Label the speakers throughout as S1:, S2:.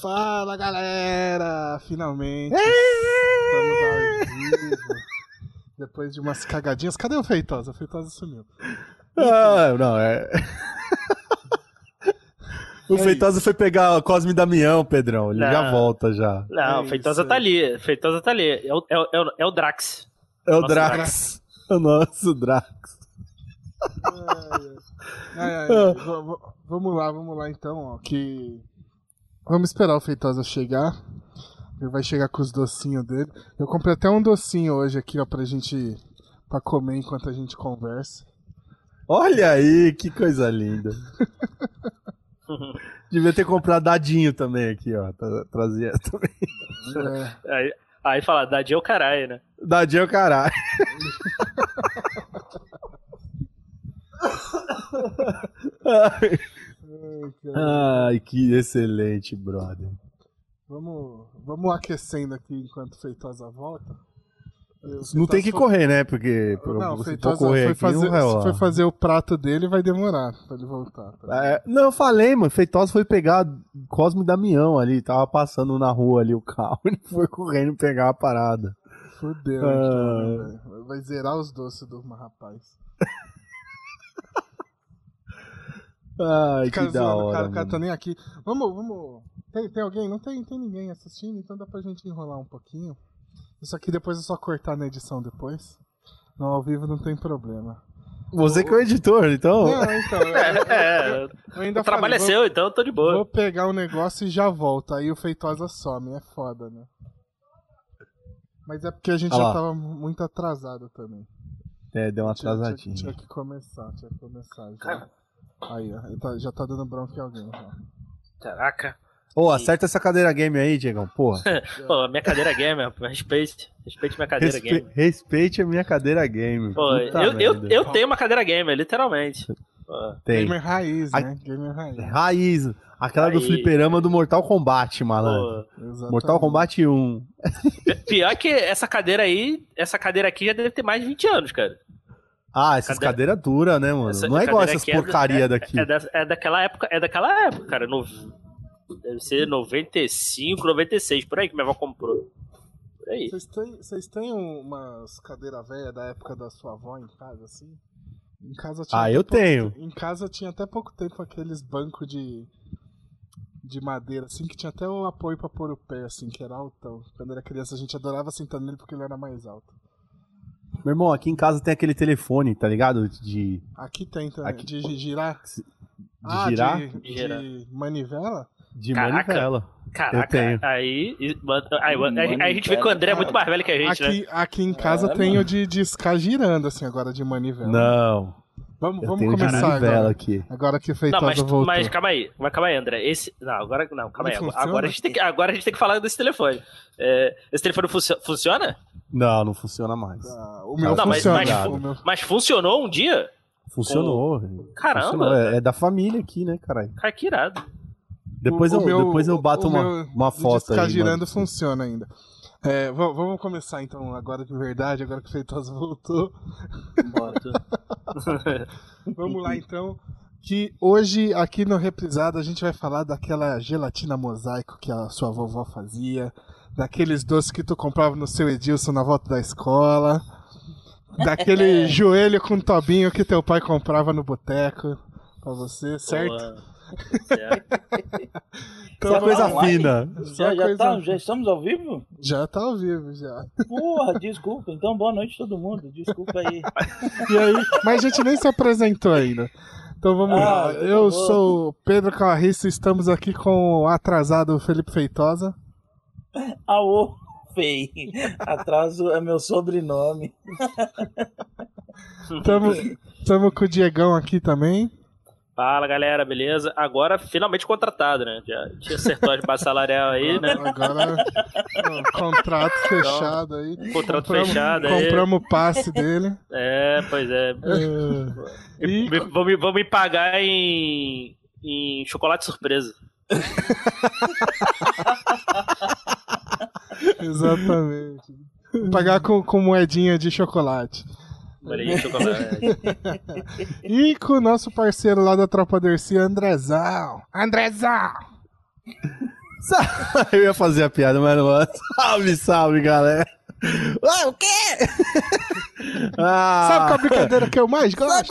S1: Fala galera! Finalmente estamos ao vivo. Depois de umas cagadinhas. Cadê o Feitosa? O Feitosa sumiu.
S2: Ah, não, é. o
S1: É
S2: Feitosa foi pegar o Cosme e Damião, Pedrão. Ele já
S3: Não.
S2: volta já.
S3: Não,
S1: É
S3: Feitosa
S1: isso.
S3: tá ali. Feitosa tá ali. É o, é o- é o- é o Drax.
S2: É o
S3: Nosso
S2: Drax. O nosso Drax.
S1: Ai, ai, v- v- vamos lá, vamos lá então, ó. Que. Vamos esperar o Feitosa chegar. Ele vai chegar com os docinhos dele. Eu comprei até um docinho hoje aqui, ó, pra gente. pra comer enquanto a gente conversa.
S2: Olha aí, que coisa linda. Devia ter comprado dadinho também aqui, ó. Tra- Trazia também.
S1: É,
S3: Aí, aí fala, Dadinho é o caralho, né?
S2: Dadinho é o caralho. Ai,
S1: ai, cara.
S2: Ai, que excelente, brother.
S1: vamos, vamos aquecendo aqui enquanto o Feitosa volta. Eu-
S2: É, Não
S1: Feitosa
S2: tem que
S1: foi-
S2: correr, né? Porque
S1: Não, o
S2: se
S1: Feitosa
S2: for correr
S1: foi,
S2: aqui, um
S1: fazer,
S2: não vai
S1: se
S2: rolar.
S1: for fazer o prato dele, vai demorar pra ele voltar. tá?
S2: É, não, eu falei, mano. Feitosa foi pegar Cosme e Damião ali. Tava passando na rua ali o carro. Ele foi correndo pegar a parada.
S1: Fudeu,
S2: Ah.
S1: então, né, velho? Vai zerar os doces do rapaz.
S2: Ai,
S1: Fica
S2: que da
S1: zoando,
S2: hora.
S1: cara, o cara
S2: mano.
S1: tá nem aqui. Vamos, vamos. Tem, tem alguém? Não tem, tem ninguém assistindo, então dá pra gente enrolar um pouquinho. Isso aqui depois é só cortar na edição depois. Não, ao vivo não tem problema.
S2: Você que é o editor, então.
S1: Não, então. eu-
S3: É,
S1: eu ainda
S3: o trabalho
S1: falei,
S3: é
S1: vou-
S3: seu, então eu tô de boa.
S1: Vou pegar o negócio e já volto. Aí o Feitosa some, é foda, né? Mas é porque a gente
S2: Ah
S1: já
S2: lá.
S1: tava muito atrasado também.
S2: É, deu uma
S1: Tinha- tinha-
S2: atrasadinha.
S1: Tinha, que começar, tinha que começar já. Aí, ó, ele tá- já tá dando bronca em alguém. já.
S3: Caraca.
S2: Ô, acerta essa cadeira game aí, Diegão. Porra.
S3: Pô, minha cadeira é gamer, pô, respeite. Respeite minha cadeira
S2: Respe-
S3: gamer.
S2: Respeite a minha cadeira game.
S3: Pô,
S2: Puta
S3: eu, eu,
S2: merda.
S3: eu tenho uma cadeira gamer, literalmente. Pô,
S2: Tem.
S1: Gamer raiz,
S2: Ai- É.
S1: né? Gamer raiz.
S2: Raiz. Aquela do
S3: Aí.
S2: fliperama do Mortal Kombat, malandro.
S3: pô.
S1: Exatamente.
S2: Mortal Kombat 1.
S3: Pior que essa cadeira aí, essa cadeira aqui já deve ter mais de 20 anos, cara.
S2: Ah, essas
S3: Cadeira-
S2: cadeiras duras, né, mano?
S3: Essa
S2: Não é igual
S3: cadeira
S2: essas
S3: aqui é do-
S2: porcaria daqui.
S3: É, da- é daquela época, é daquela época, cara. No, deve ser 95, 96, por aí que minha avó comprou. Por aí.
S1: Vocês têm, vocês têm umas cadeiras velhas da época da sua avó em casa, assim? Em casa tinha
S2: Ah,
S1: até
S2: eu
S1: pouco
S2: tenho.
S1: te- Em casa tinha até pouco tempo aqueles bancos de, de madeira, assim, que tinha até o apoio pra pôr o pé, assim, que era altão. Quando era criança a gente adorava sentar nele porque ele era mais alto.
S2: Meu irmão, aqui em casa tem aquele telefone, tá ligado? De, de
S1: Aqui tem também,
S2: Aqui.
S1: de gi- girar. Ah,
S2: girar, de,
S1: De, de
S3: Girar.
S1: manivela?
S3: Caraca.
S2: manivela.
S3: Caraca,
S2: Eu tenho.
S3: aí, e- mano, aí, mano, aí- aí a gente vê que o André é muito mais velho que a gente, né?
S1: Aqui, aqui em casa
S4: É,
S1: tem
S4: mano.
S1: o de discar girando, assim, agora de manivela.
S2: Não,
S1: Vamos,
S2: eu
S1: vamos
S2: tenho de
S1: começar
S2: manivela
S1: agora.
S2: aqui.
S1: Agora que o
S3: Não,
S1: Feitosa
S3: mas,
S1: voltou.
S3: mas calma aí, mas calma aí, André. Esse, não, agora não, calma
S1: Não
S3: aí.
S1: funciona?
S3: Agora a, gente tem que, agora a gente tem que falar desse telefone. É, esse telefone funcio- funciona?
S2: Não, não funciona mais.
S1: Ah, o meu
S2: Não, mas- tipo,
S1: funciona.
S2: mas-
S1: o meu-
S3: Mas funcionou um dia?
S2: Funcionou. velho.
S3: Caramba.
S2: Funcionou. É, é da família aqui, né, caralho?
S3: Cara, que irado.
S2: Depois,
S1: o
S2: eu,
S1: meu-
S2: depois eu bato
S1: o
S2: uma,
S1: meu
S2: uma
S1: de
S2: foto aí.
S1: discar
S2: mano.
S1: girando funciona ainda. É, va- vamos começar então agora de verdade, agora que o Feitosa voltou. Vamos lá então. Que hoje, aqui no Reprisado, a gente vai falar daquela gelatina mosaico que a sua vovó fazia, daqueles doces que tu comprava no seu Edilson na volta da escola, daquele joelho com tobinho que teu pai comprava no boteco pra você, certo?
S3: Pô, certo.
S1: Então,
S2: Só coisa
S4: Online?
S2: fina.
S1: Só
S4: Já, já,
S1: coisa-
S4: tá- já estamos ao vivo?
S1: Já tá ao vivo, já.
S4: Porra, desculpa. Então, boa noite todo mundo. Desculpa aí.
S1: E aí, mas a gente nem se apresentou ainda. Então vamos lá.
S4: Ah,
S1: Eu
S4: boa.
S1: sou o Pedro Carriço, estamos aqui com o atrasado Felipe Feitosa.
S4: Aô, fei. Atraso é meu sobrenome.
S1: Estamos com o Diegão aqui também.
S3: Fala galera, beleza? Agora finalmente contratado, né? Já tinha acertou as bases salarial aí, né?
S1: Agora, ó, contrato fechado aí.
S3: Contrato
S1: Compramos-
S3: fechado aí.
S1: Compramos o passe dele.
S3: É, pois é.
S1: É, E-
S3: Me- Vão me, vão me pagar em, em chocolate surpresa.
S1: exatamente. Pagar com, com moedinha de chocolate.
S3: Moranguinho de chocolate.
S1: E com o nosso parceiro lá da Tropa Dercy, Andrezão. Andrezão!
S2: Sa- Eu ia fazer a piada, mas não. é. Salve, salve, galera. Ah, o quê? Ah,
S1: Sabe qual é a brincadeira que eu mais gosto?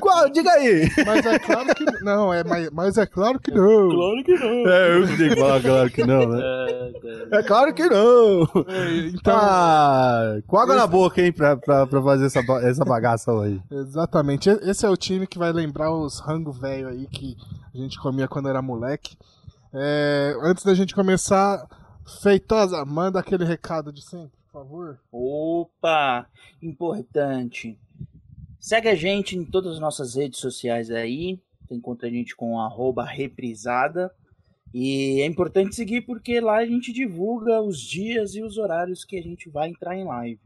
S2: qual? Diga aí.
S1: Mas é claro que não, é, mas, mas é claro que não.
S4: Claro que não.
S2: É, eu que tenho que falar, claro que não, né?
S3: É,
S2: É claro que não.
S1: É, Então,
S2: Tá. Com água na boca, hein, pra, pra, pra fazer essa, ba- essa bagaça aí.
S1: exatamente. E- Esse é o time que vai lembrar os rango velho aí que a gente comia quando era moleque. É, antes da gente começar, Feitosa, manda aquele recado de sempre, por favor.
S4: Opa, importante. Segue a gente em todas as nossas redes sociais aí. Você encontra a gente com arroba reprisada. E é importante seguir porque lá a gente divulga os dias e os horários que a gente vai entrar em live.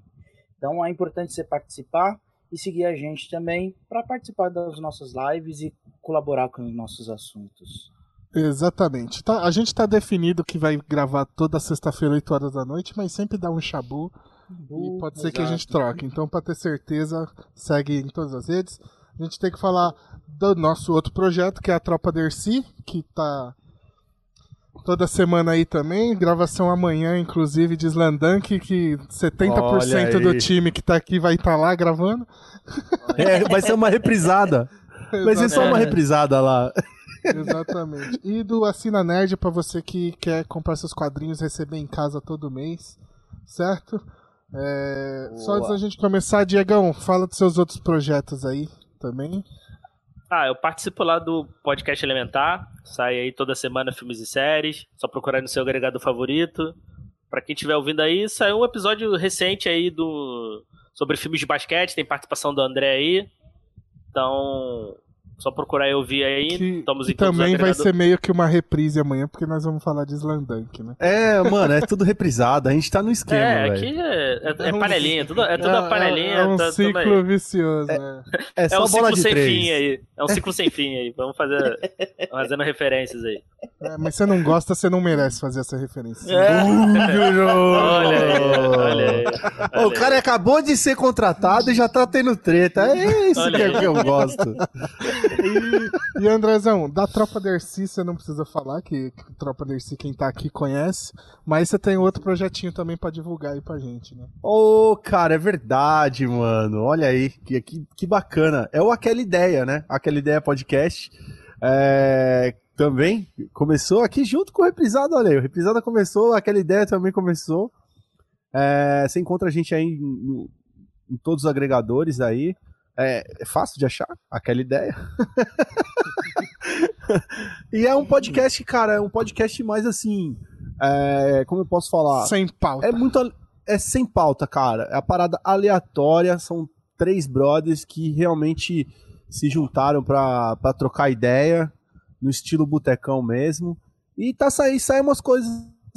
S4: Então é importante você participar e seguir a gente também para participar das nossas lives e colaborar com os nossos assuntos.
S1: Exatamente. Tá, a gente tá definido que vai gravar toda sexta-feira, 8 horas da noite, mas sempre dá um chabu. E pode ser que a gente troque. Então, pra ter certeza, segue em todas as redes. A gente tem que falar do nosso outro projeto, que é a Tropa Dercy, que tá toda semana aí também. Gravação amanhã, inclusive, de Slandank, que 70%
S2: Olha
S1: do
S2: aí.
S1: time que tá aqui vai estar lá gravando.
S2: É, vai ser uma reprisada. Vai ser só uma reprisada lá.
S1: Exatamente. E do Assina Nerd pra você que quer comprar seus quadrinhos e receber em casa todo mês, certo? É, Só
S4: Boa.
S1: antes da gente começar, Diegão, fala dos seus outros projetos aí também.
S3: Ah, eu participo lá do podcast Elementar. Sai aí toda semana filmes e séries. Só procurar no seu agregador favorito. Pra quem estiver ouvindo aí, saiu um episódio recente aí do sobre filmes de basquete. Tem participação do André aí. Então, só procurar e ouvir aí.
S1: Que,
S3: Estamos
S1: que
S3: em todos os
S1: também vai
S3: agregadores.
S1: ser meio que uma reprise amanhã, porque nós vamos falar de Slandank, né?
S2: É, mano, é tudo reprisado. A gente tá no esquema,
S3: É,
S2: velho.
S3: aqui é, é,
S1: É um-
S3: é panelinha, tudo, é tudo
S1: É-
S3: a panelinha.
S1: É, um
S3: tá- tudo
S1: ciclo
S3: aí.
S1: vicioso, né?
S2: É
S3: É
S2: só bola
S3: um ciclo
S2: de
S3: sem
S2: três.
S3: fim aí. É um ciclo sem fim aí. Vamos fazer fazendo referências aí.
S1: É, mas você não gosta, você não merece fazer essa referência.
S2: É.
S3: Olha aí, olha aí.
S2: Ô, o cara acabou de ser contratado e já tá tendo treta. É isso
S3: Olha
S2: que,
S3: aí.
S2: é que eu gosto.
S1: E Andrezão, da Tropa Dercy você não precisa falar, que que Tropa Dercy quem tá aqui conhece, mas você tem outro projetinho também pra divulgar aí pra gente, né?
S2: Ô, cara, é verdade, mano. Olha aí, que, que, que bacana. É o Aquela Ideia, né? Aquela Ideia Podcast. É, também começou aqui junto com o Reprisada, olha aí. O Reprisada começou, Aquela Ideia também começou. É, você encontra a gente aí em, em- em todos os agregadores aí. É, é fácil de achar, Aquela Ideia. e é um podcast, cara, é um podcast mais assim... é, como eu posso falar?
S1: Sem pauta.
S2: É muito. ale- É sem pauta, cara. É a parada aleatória. São três brothers que realmente se juntaram pra, pra trocar ideia, no estilo botecão mesmo. E tá saindo, saem umas coisas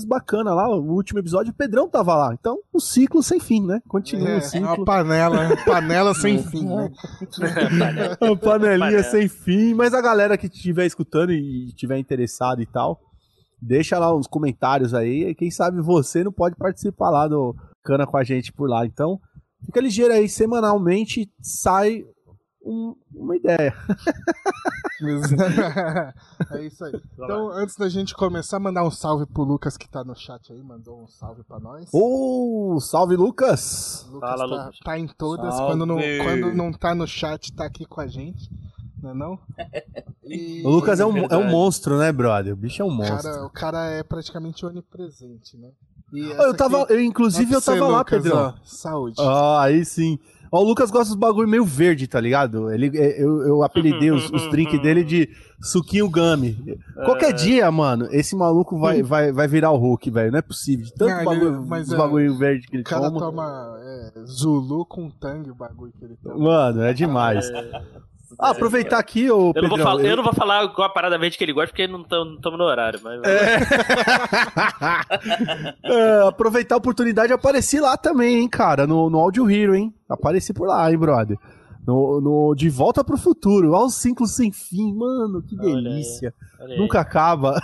S2: bacanas lá. O último episódio, o Pedrão tava lá. Então, um ciclo sem fim, né? Continua
S1: É,
S2: o ciclo.
S1: uma panela, panela sem fim, né?
S3: Panela.
S2: Uma É um panelinha
S3: Panela.
S2: sem fim. Mas a galera que estiver escutando e estiver interessada e tal, deixa lá uns comentários aí. E quem sabe você não pode participar lá do Cana com a gente por lá. Então, fica ligeiro aí. Semanalmente sai um- uma ideia.
S1: é isso aí. Então, antes da gente começar, mandar um salve pro Lucas que tá no chat aí, mandou um salve pra nós.
S2: Ô, salve, Lucas!
S1: Lucas
S3: Fala,
S1: tá,
S3: Lucas.
S1: tá em todas.
S4: Salve.
S1: Quando não, quando não tá no chat, tá aqui com a gente. Não é não? E-
S2: O Lucas é um, é um
S4: Verdade.
S2: monstro, né, brother? O bicho é um
S1: O
S2: monstro.
S1: cara, o cara é praticamente onipresente, né? E
S2: Ô, eu
S1: essa
S2: tava,
S1: aqui-
S2: eu, inclusive,
S1: é
S2: eu
S1: pra você,
S2: tava lá,
S1: Lucas,
S2: Pedrão.
S1: ó, saúde.
S2: Ah, aí sim. Ó, o Lucas gosta dos bagulho meio verde, tá ligado? Ele, é, eu, eu apelidei os, os drinks dele de suquinho gummy. Qualquer
S3: É.
S2: dia, mano, esse maluco vai, vai, vai virar o Hulk, velho. Não é possível. De Tanto
S1: Hum. Não, ele-
S2: bagulho,
S1: mas,
S2: dos
S1: é,
S2: bagulho verde que
S1: o
S2: ele
S1: cara
S2: toma.
S1: toma é, Zulu com tangue, o bagulho que ele toma.
S2: Mano, é demais. Ah, aproveitar aqui, ô
S3: Eu não, vou
S2: Pedrão,
S3: falar, eu não vou falar qual a parada verde que ele gosta, porque não estamos no horário. Mas...
S2: É, aproveitar a oportunidade, apareci lá também, hein, cara, no, no Audio Hero, hein? Apareci por lá, hein, brother? No, no De Volta pro Futuro, aos ciclos sem fim, mano, que
S3: Olha aí.
S2: delícia.
S3: Olha aí.
S2: Nunca acaba.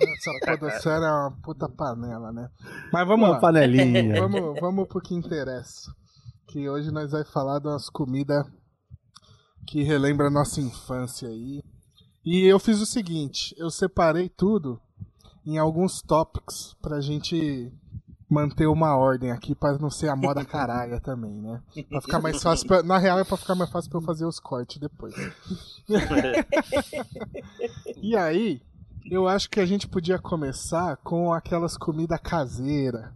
S1: Essa podosfera é uma puta panela, né? Mas vamos
S2: Uma
S1: lá.
S2: panelinha.
S1: Vamos, vamos pro que interessa. Que hoje nós vai falar de umas comidas que relembra a nossa infância aí. E eu fiz o seguinte, eu separei tudo em alguns tópicos pra gente manter uma ordem aqui pra não ser a moda caralha também, né? Pra ficar mais fácil. pra- na real, é pra ficar mais fácil pra eu fazer os cortes depois. E aí, eu acho que a gente podia começar com aquelas comidas caseiras.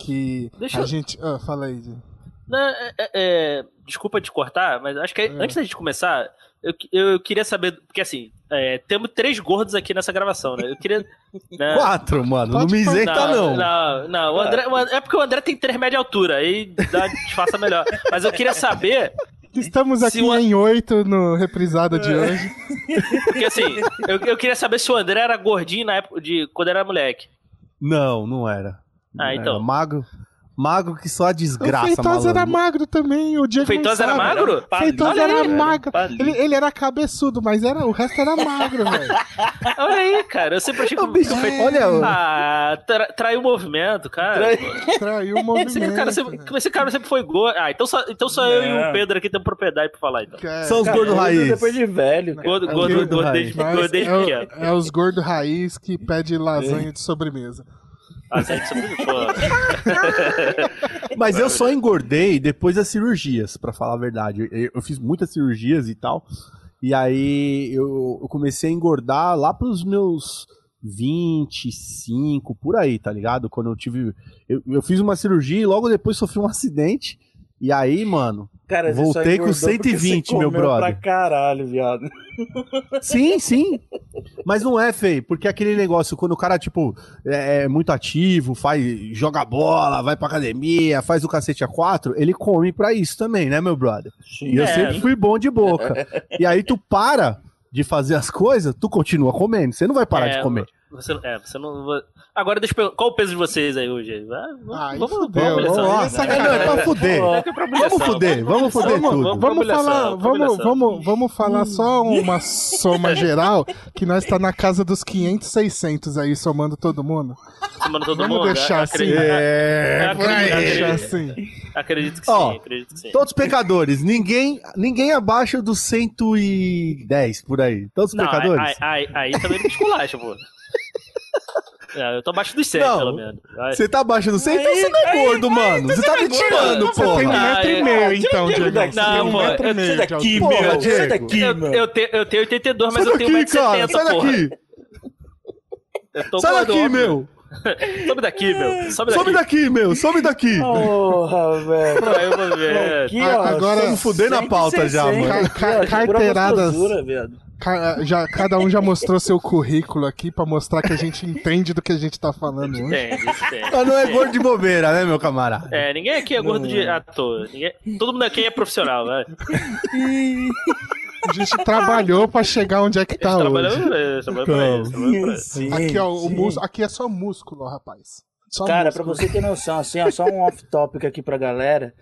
S1: Que
S3: Deixa
S1: a
S3: eu-
S1: gente. Ah, fala aí, Di.
S3: Não, é- é- é, desculpa te cortar, mas acho que
S2: É.
S3: antes da gente começar, eu, eu, queria saber. Porque assim, é, temos três gordos aqui nessa gravação, né? Eu queria. né?
S2: Quatro, mano.
S1: Pode
S2: não me isenta,
S1: Então
S2: não.
S3: não, não, não. O André- o André- é porque o André tem três média altura, aí dá, disfarça melhor. Mas eu queria saber,
S1: Estamos
S3: Se É.
S1: aqui
S3: o-
S1: em oito no reprisada de hoje.
S3: porque assim, eu, eu queria saber se o André era gordinho na época de quando era moleque.
S2: Não, não era. Não
S3: Ah,
S2: era.
S3: então.
S2: Mago, mago que só a
S1: o
S2: desgraça,
S1: Feitosa
S2: malandro.
S1: era magro também, o Diego
S3: O Feitosa
S1: não
S3: era
S1: sabe. né?
S3: magro?
S1: O Feitosa
S3: Olha
S1: era
S3: aí,
S1: magro. Ele, ele era cabeçudo, mas era, o resto era magro, velho.
S3: Olha aí, cara. Eu sempre achei que
S2: Ô, bicho, olha, ô.
S3: Ah, tra- traiu o movimento, cara.
S1: Traiu o
S3: Esse
S1: movimento.
S3: cara,
S1: né?
S3: sempre, esse cara sempre foi gordo. Ah, então só, então só eu e o
S4: Não.
S3: Pedro aqui temos propriedade pra falar, então.
S1: Cara,
S2: São os gordos
S4: Cara,
S2: raiz.
S4: Depois de velho. cara.
S3: Gordo,
S1: É o
S3: gordo,
S1: gordo
S3: gordo,
S2: raiz.
S3: desde, gordo
S1: mas
S3: desde
S1: é,
S3: pequeno.
S1: o- é os gordos raiz que pede lasanha de sobremesa.
S3: Ah, gente, isso é muito bom.
S2: Mas eu só engordei depois das cirurgias, pra falar a verdade. Eu, eu fiz muitas cirurgias e tal. E aí eu, eu comecei a engordar lá pros meus 25, por aí, tá ligado? Quando eu tive. Eu, eu fiz uma cirurgia e logo depois sofri um acidente. E aí, mano.
S4: Cara, você
S2: Voltei
S4: só
S2: com
S4: engordou porque
S2: 120,
S4: você comeu
S2: meu brother.
S4: Pra caralho, viado.
S2: Sim, sim. Mas não é, feio, porque aquele negócio, quando o cara, tipo, é, é muito ativo, faz, joga bola, vai pra academia, faz o cacete a quatro, ele come pra isso também, né, meu brother? E eu
S3: É.
S2: sempre fui bom de boca. e aí tu para de fazer as coisas, tu continua comendo. Você não vai parar
S3: É,
S2: de comer.
S3: Você, é, você não. Agora deixa eu perguntar. Qual o peso de vocês aí hoje? Ah,
S1: Ai,
S3: vamos,
S1: fudeu,
S3: vamos,
S1: vamos
S3: vamos,
S1: lá,
S3: essa-
S1: sacanagem.
S2: não, é pra fuder.
S3: É que é pra humilhação,
S2: Vamos fuder, vamos fuder
S3: humilhação,
S2: tudo.
S1: Vamos
S3: Combinação,
S1: falar, vamos,
S3: combinação.
S1: vamos, vamos falar só uma soma geral, que nós tá na casa dos 500, 600 aí, somando todo mundo.
S3: Semana todo
S1: Vamos
S3: mundo.
S1: deixar
S3: acredito,
S2: É,
S3: por aí.
S1: Deixa assim.
S3: acredito que sim,
S2: Ó,
S3: acredito que sim.
S2: Todos pecadores, ninguém, ninguém abaixo dos 110 por aí. Todos
S3: Não,
S2: pecadores.
S3: aí, aí, aí também me esculacha, pô. É, eu tô abaixo dos 100,
S2: Não.
S3: pelo menos. Vai.
S2: Você tá abaixo do 100, então você não é gordo, mano. Você tá me tirando,
S1: Você tem um
S2: porra.
S1: metro
S3: Ah,
S1: e
S3: é.
S1: meio, então, Diego.
S4: Diego,
S1: Você tem um
S3: não,
S1: metro e
S3: eu-
S1: meio de altura.
S2: Porra,
S4: meu. Sai
S2: Diego.
S4: daqui,
S3: Eu,
S4: meu.
S3: eu, te- eu tenho 82, mas eu tenho
S2: Sai daqui, cara.
S3: 1,70m,
S2: Sai
S3: porra.
S2: daqui.
S3: Eu tô
S2: Sai
S3: gordo,
S2: daqui,
S3: ó.
S2: meu.
S3: Sobe daqui, meu. Sobe daqui.
S2: Some daqui, meu. Some daqui.
S4: Porra, velho.
S3: Aí eu vou ver.
S4: Aqui,
S1: É, a-
S4: ó,
S1: agora-
S4: são
S1: Vamos
S2: fuder na pauta já,
S4: 160,
S1: mano.
S4: aqui, ó, de pura
S1: Carteiradas.
S4: gostosura, viado.
S1: Ca- já- cada um já mostrou seu currículo aqui pra mostrar que a gente entende do que a gente tá falando hoje.
S3: Tem, isso tem.
S1: Ah,
S2: Mas não é gordo de bobeira, né, meu camarada?
S3: É, ninguém aqui é gordo de à toa. Ninguém- Todo mundo aqui é profissional, né?
S1: A gente trabalhou pra chegar onde é que tá hoje.
S3: Trabalhando pra isso, trabalhando pra isso. trabalhando pra isso.
S4: Sim,
S1: Aqui, ó, o
S4: sim.
S1: músculo, aqui é só músculo, ó, rapaz. Só
S4: Cara, pra
S1: músculo.
S4: você ter noção, assim, ó, só um off-topic aqui pra galera.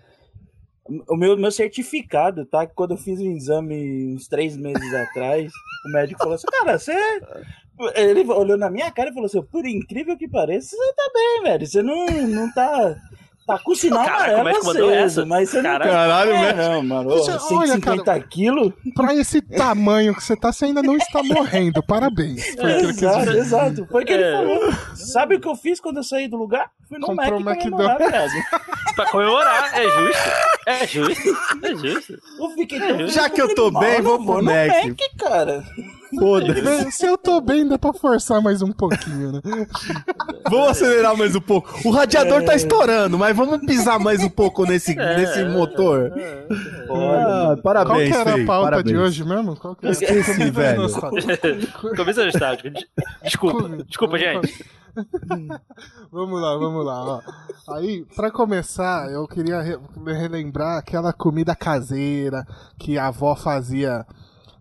S4: O meu, meu certificado, tá? Que quando eu fiz o exame uns três meses atrás, o médico falou assim, cara, você. Ele olhou na minha cara e falou assim, por incrível que pareça, você tá bem, velho. Você não, não tá. Tá com sinal
S3: Caraca, o
S4: amarelo
S3: médico mandou essa?
S4: aceso, mas você
S3: Caralho.
S2: Caralho,
S4: não. É,
S2: velho.
S4: não, mano.
S1: Você
S4: Ô,
S1: olha,
S4: 150 quilos?
S1: Pra esse tamanho que você tá, você ainda não está morrendo. Parabéns. Foi aquilo que eu
S4: Exato,
S1: disse.
S4: exato. Foi o que
S3: É.
S4: ele falou. Sabe o que eu fiz quando eu saí do lugar? Fui no
S1: Comprou
S4: Mac
S1: um
S4: comemorar, velho.
S3: Pra comemorar, é justo. É justo, é justo.
S4: Eu fiquei tão
S2: Já que eu tô
S4: mal,
S2: bem,
S4: eu
S2: vou pro
S4: no
S2: Mac.
S4: cara.
S2: Foda.
S1: Bem, Né? Se eu tô bem, dá pra forçar mais um pouquinho, né?
S2: Vamos acelerar mais um pouco. O radiador tá estourando, mas vamos pisar mais um pouco nesse,
S3: É.
S2: nesse motor.
S1: É.
S4: Olha,
S2: Ah,
S1: Qual
S2: parabéns,
S1: que era
S2: Fê,
S1: a pauta
S2: parabéns.
S1: de hoje mesmo? Qual que era?
S2: Esqueci,
S1: Comida
S2: velho.
S1: nostálgica.
S3: Começa nostálgico. Desculpa, desculpa, gente.
S1: Vamos lá, vamos lá. ó. Aí, pra começar, eu queria re- relembrar aquela comida caseira que a avó fazia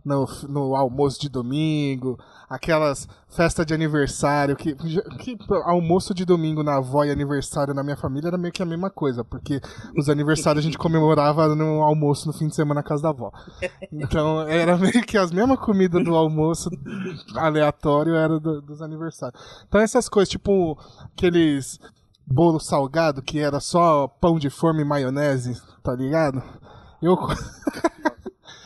S1: no, f- no almoço de domingo, aquelas festas de aniversário, que, que almoço de domingo na avó e aniversário na minha família era meio que a mesma coisa, porque os aniversários a gente comemorava no almoço no fim de semana na casa da avó. Então era meio que as mesmas comidas do almoço aleatório era do- dos aniversários. Então essas coisas, tipo aqueles bolo salgado que era só pão de forma e maionese, tá ligado? Eu,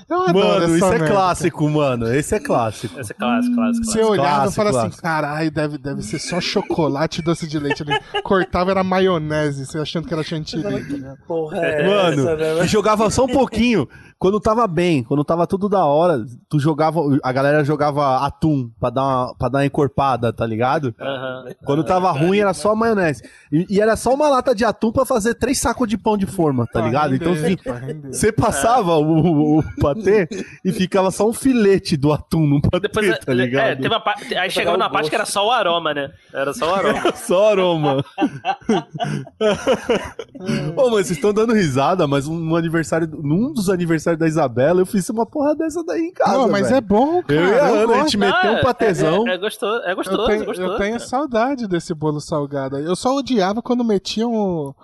S1: Eu adoro
S2: Mano,
S1: essa
S2: isso é
S1: merda,
S2: clássico, mano. Esse é clássico.
S3: Essa é clássica, clássica.
S1: Se eu
S3: clássica.
S1: olhava e
S2: Clássico,
S1: falava assim,
S2: clássico.
S1: caralho, deve, deve ser só chocolate e doce de leite. Ele cortava, era maionese, você achando que era chantilly. tá ligado?
S4: Porra, é
S2: Mano,
S4: essa, né?
S2: e jogava só um pouquinho. Quando tava bem, quando tava tudo da hora, tu jogava. A galera jogava atum pra dar uma, pra dar uma encorpada, tá ligado?
S3: Aham.
S2: Quando tava ruim, era só maionese. E, e era só uma lata de atum pra fazer três sacos de pão de forma,
S1: Ah,
S2: tá ligado? Então, assim,
S1: Pra render.
S2: você passava o, o, o patê e ficava só um filete do atum no patê,
S3: Depois,
S2: tá
S3: é,
S2: ligado?
S3: é, teve a parte- aí chegava
S4: o
S3: na parte
S4: gosto.
S3: que era só o aroma, né? Era só o aroma.
S2: Só aroma. Ô, mas vocês estão dando risada, mas um- no aniversário, num dos aniversários da Isabela, eu fiz uma porra dessa daí em casa.
S1: Não, mas é
S2: velho.
S1: bom, cara.
S2: Eu e a
S1: eu
S2: Ana, a
S1: gosto.
S2: gente meteu um patezão.
S3: É, é, é gostoso, é gostoso,
S1: Eu tenho,
S3: gostoso.
S1: eu tenho saudade desse bolo salgado. aí. Eu só odiava quando metiam o,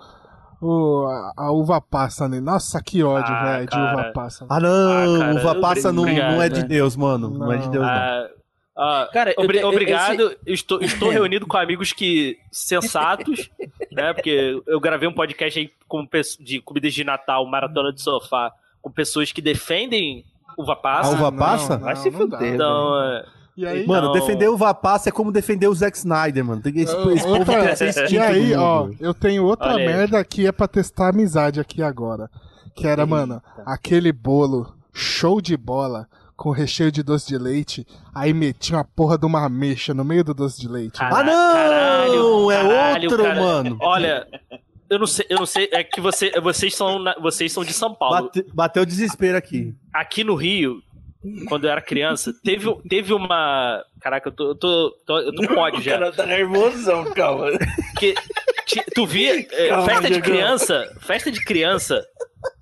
S1: o- a, a uva passa nele. Nossa, que ódio,
S3: Ah,
S1: velho, de
S3: cara.
S1: uva passa.
S2: Ah, não,
S3: Ah, cara,
S2: uva
S3: eu-
S2: passa não,
S3: obrigado,
S2: não é de
S4: né?
S2: Deus, mano. Não, é de
S1: Não.
S2: Deus, não.
S3: Ah, ah,
S4: Cara, É, eu
S3: obri-
S4: te- eu-
S3: obrigado. Estou, estou reunido com amigos que sensatos, né? Porque eu gravei um podcast aí com, pesso- de comidas de Natal, maratona de sofá, com pessoas que defendem uva
S2: A
S3: passa.
S2: Ah, uva passa?
S4: Vai se
S1: dá.
S4: fuder.
S3: Então, é,
S1: E aí,
S2: Mano,
S3: não.
S2: defender uva passa é como defender o Zack Snyder, mano. Tem que esse,
S1: eu-
S2: esse povo
S1: outra-
S2: tem que ser
S3: É.
S2: extinto
S1: e aí,
S2: do
S1: ó,
S2: mundo.
S1: eu tenho outra
S3: Olha aí.
S1: merda que é pra testar a amizade aqui agora. Que era, mano, aquele bolo show de bola com recheio de doce de leite, aí metia uma porra de uma ameixa no meio do doce de leite.
S3: cara-
S2: Ah, não!
S3: caralho,
S2: é
S3: caralho,
S2: outro,
S3: cara.
S2: mano.
S3: Olha, eu não sei, eu não sei, é que você, vocês são, na- vocês são de São Paulo.
S2: Bate- bateu desespero aqui.
S3: aqui no Rio, quando eu era criança, teve, teve uma. Caraca, eu tô, eu tô, tô- eu tô com ódio
S4: O
S3: já.
S4: cara tá nervosão, calma.
S3: Porque ti- tu via. é,
S4: Calma,
S3: festa de
S4: Diego.
S3: criança. Festa de criança.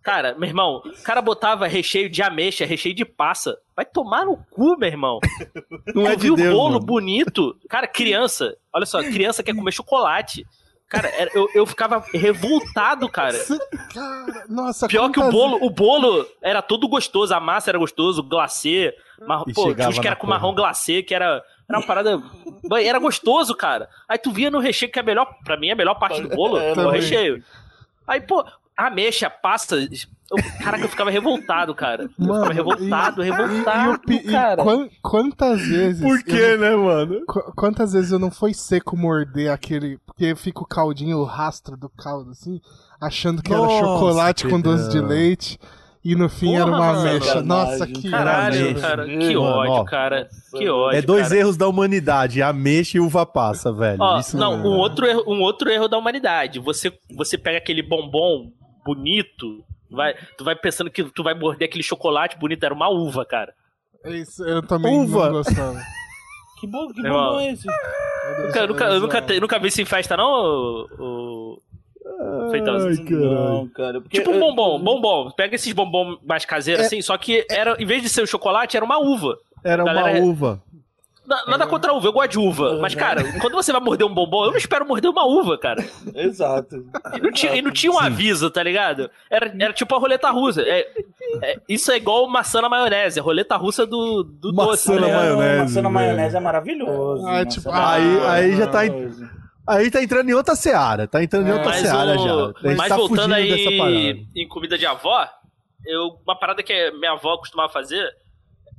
S3: Cara, meu irmão, o cara botava recheio de ameixa, recheio de passa. Vai tomar no cu, meu irmão.
S2: Não
S3: eu
S2: é
S3: vi
S2: de
S3: o
S2: Deus,
S3: bolo
S2: mano.
S3: bonito. Cara, criança. Olha só, criança quer comer chocolate. Cara, era- eu, eu ficava revoltado, cara.
S1: Cê- cara, nossa,
S3: Pior
S1: como
S3: que o
S1: tá-
S3: bolo, o bolo era todo gostoso, a massa era gostoso, o glacê, mar...
S2: E
S3: pô, tinha
S2: chegava
S3: uns que
S2: na
S3: era com
S2: porra.
S3: marrom glacê, que era, era uma parada, Bem, era gostoso, cara. Aí tu via no recheio que é a melhor, pra mim é a melhor parte do bolo,
S4: É,
S3: é o
S1: também.
S3: recheio. Aí, pô, ameixa, passa, eu- caraca, eu ficava revoltado, cara. Eu
S1: Mano,
S3: ficava revoltado,
S1: e- E,
S3: revoltado,
S1: o pi- e
S3: Tá cara.
S1: quan- quantas vezes.
S2: Por
S1: eu-
S2: quê, né, mano?
S1: qu- quantas vezes eu não fui seco morder aquele. Porque fica o caldinho, o rastro do caldo, assim, achando que
S2: Nossa,
S1: era chocolate com
S2: Pedrão.
S1: doce de leite. E no fim
S3: Porra,
S1: era uma
S3: mano.
S1: ameixa. Nossa,
S4: Sacanagem.
S1: que
S3: Caralho,
S1: ódio.
S2: ameixa.
S3: cara, que
S2: Mano, ó.
S3: ódio, cara, que ódio.
S2: É dois
S3: cara.
S2: erros da humanidade, ameixa e uva passa, velho.
S3: Ó,
S2: Isso
S3: não,
S1: não
S3: um
S1: é.
S3: outro, erro, um outro erro da humanidade. Você, você pega aquele bombom bonito, vai, tu vai pensando que tu vai morder aquele chocolate bonito, era uma uva, cara.
S1: É Isso, eu também
S2: Uva.
S1: não gostava.
S4: Que bom, que
S3: Meu
S4: bom
S3: irmão.
S4: é esse?
S3: Nunca- eu
S1: é
S3: nunca, eu nunca, te- nunca vi isso em festa, não, o,
S2: Ai,
S3: Feitosa.
S2: caralho.
S4: Não, cara. porque- é,
S3: Tipo um bombom, bombom. Pega esses bombom mais caseiros, assim, só que era, em vez de ser o chocolate, era uma uva.
S2: Era uma
S3: Galera, é-
S2: uva.
S3: Na- Nada contra a uva, eu gosto de uva. Mas, cara, quando você vai morder um bombom, eu não espero morder uma uva, cara.
S4: Exato.
S3: E não tinha, e não tinha um aviso, tá ligado? Era, era tipo a roleta russa. É- é- isso é igual maçã na maionese, a roleta russa do, do doce.
S2: Maçã na
S3: tá ligado?
S2: maionese,
S4: Maçã na
S2: velho.
S4: maionese é maravilhoso.
S1: Ah,
S4: maçã
S1: tipo,
S4: na
S1: aí-
S4: maionese
S2: aí
S4: é
S2: já tá em-
S4: maravilhoso.
S2: Aí tá entrando em outra seara, tá entrando em
S1: É,
S2: outra
S3: Mas,
S2: seara
S3: o-
S2: já. A gente
S3: mas
S2: tá
S3: voltando
S2: fugindo dessa parada.
S3: aí em comida de avó, eu, uma parada que minha avó costumava fazer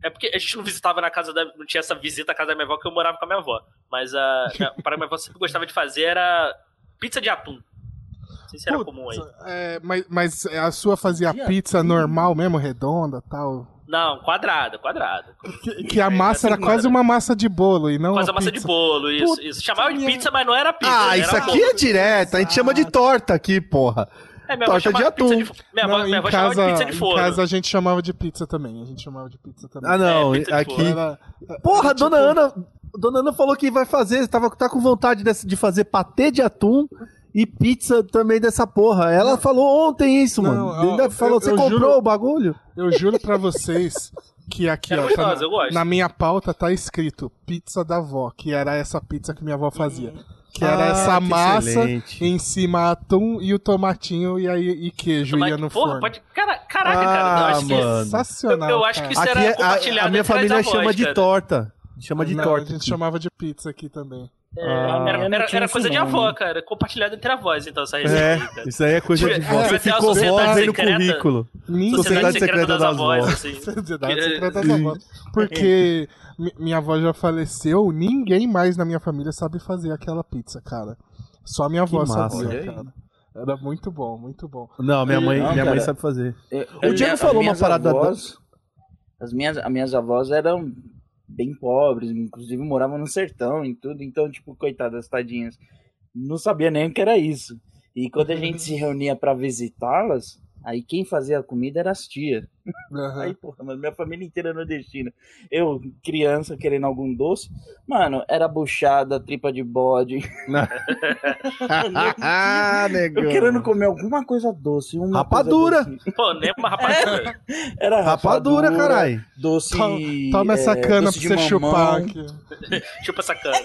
S3: é porque a gente não visitava na casa da. Não tinha essa visita à casa da minha avó que eu morava com a minha avó. Mas a, a parada que minha avó sempre gostava de fazer era pizza de atum. Não sei se era
S1: Putz,
S3: comum aí.
S1: é, mas, mas a sua fazia
S4: Dia-
S1: pizza normal mesmo, redonda tal?
S3: Não, quadrada, quadrada.
S1: Que, que a
S3: Era
S1: massa era
S3: assim,
S1: quase uma massa de bolo e não
S3: Faz a
S1: uma
S3: massa de
S1: pizza.
S3: bolo, isso,
S1: Puta
S3: isso. Chamava de
S1: minha-
S3: pizza, mas não era pizza.
S2: Ah,
S3: era
S2: isso aqui
S3: bolo.
S2: é direto, a gente chama de torta aqui, porra.
S3: É, minha avó
S2: torta
S3: chamava
S2: de
S3: pizza
S2: atum.
S3: de fo- Minha avó,
S1: Não,
S3: minha
S1: em
S3: avó chamava de
S1: casa,
S3: pizza de
S1: em
S3: forno.
S1: casa a gente chamava de pizza também. A gente chamava de pizza também.
S2: Ah, não,
S3: É, pizza de
S2: aqui...
S3: forno.
S1: Era-
S2: Porra,
S1: era
S2: dona
S1: tipo-
S2: Ana... Dona Ana falou que vai fazer, tava, tá com vontade desse- de fazer patê de atum e pizza também dessa porra. Ela falou ontem isso,
S1: Não,
S2: mano.
S1: ó,
S2: Ainda falou,
S1: eu-
S2: você
S1: eu
S2: comprou
S1: juro-
S2: o bagulho?
S1: Eu juro pra vocês que aqui,
S3: Era
S1: ó, tá
S3: É gostosa,
S1: na,
S3: eu gosto.
S1: na minha pauta tá escrito pizza da avó, que era essa pizza que minha avó fazia. Que era
S2: Ah,
S1: essa
S2: que
S1: massa,
S2: excelente.
S1: em cima atum e o tomatinho e aí e queijo
S3: Mas-
S1: ia no
S3: porra,
S1: forno.
S3: pode. Cara, caraca,
S2: Ah,
S3: cara. Eu acho que.
S2: mano.
S1: Sensacional.
S3: Eu- eu acho
S1: cara.
S3: que isso era
S2: é a- a,
S3: compartilhado
S2: minha
S3: entre as
S2: família
S3: avós,
S2: chama de
S3: cara.
S2: torta. Chama de
S1: Não,
S2: torta.
S1: A gente
S2: aqui.
S1: chamava de pizza aqui também.
S3: É,
S2: Ah.
S3: era,
S4: Eu não
S3: era-
S4: tinha
S3: era
S4: isso
S3: coisa de
S4: não,
S3: avó, cara. Compartilhado entre avós, então, essa
S2: É,
S3: receita.
S2: isso aí é coisa de
S3: Tive-
S2: vó.
S3: é,
S2: Você
S3: até a
S2: ficou vó,
S3: sociedade
S2: veio no
S3: secreta.
S2: currículo.
S1: Minha
S2: Sociedade Secreta das Vós.
S3: assim.
S1: Sociedade
S3: É.
S1: secreta da avó. Porque mi- minha avó já faleceu, ninguém mais na minha família sabe fazer aquela pizza, cara. Só minha avó
S2: Que massa.
S1: sabia,
S4: Olha aí.
S1: cara. Era muito bom, muito bom.
S2: Não, minha mãe,
S4: Não,
S2: minha mãe
S4: cara.
S2: sabe fazer.
S4: Eu-
S2: O Diego
S4: as
S2: falou uma
S4: minhas
S2: parada da-
S4: avós- as, minhas, as minhas avós eram bem pobres, inclusive moravam no sertão e tudo, então, tipo, coitadas, tadinhas. Não sabia nem o que era isso. E quando a gente se reunia pra visitá-las, aí quem fazia a comida era as tias.
S1: Aham.
S4: Aí, porra, mano, minha família inteira é nordestina. Eu, criança, querendo algum doce. Mano, era buchada, tripa de bode.
S2: ah, negão.
S4: Eu querendo comer alguma coisa doce. Uma
S2: Rapadura.
S4: coisa doce.
S3: Pô, nem uma
S4: É.
S3: rapadura.
S4: Era rapadura,
S2: Rapadura, caralho.
S4: Doce.
S1: To- Toma essa
S4: é,
S1: cana pra
S4: doce de
S1: você chupar
S4: mamão.
S1: aqui.
S3: Tipo essa cara.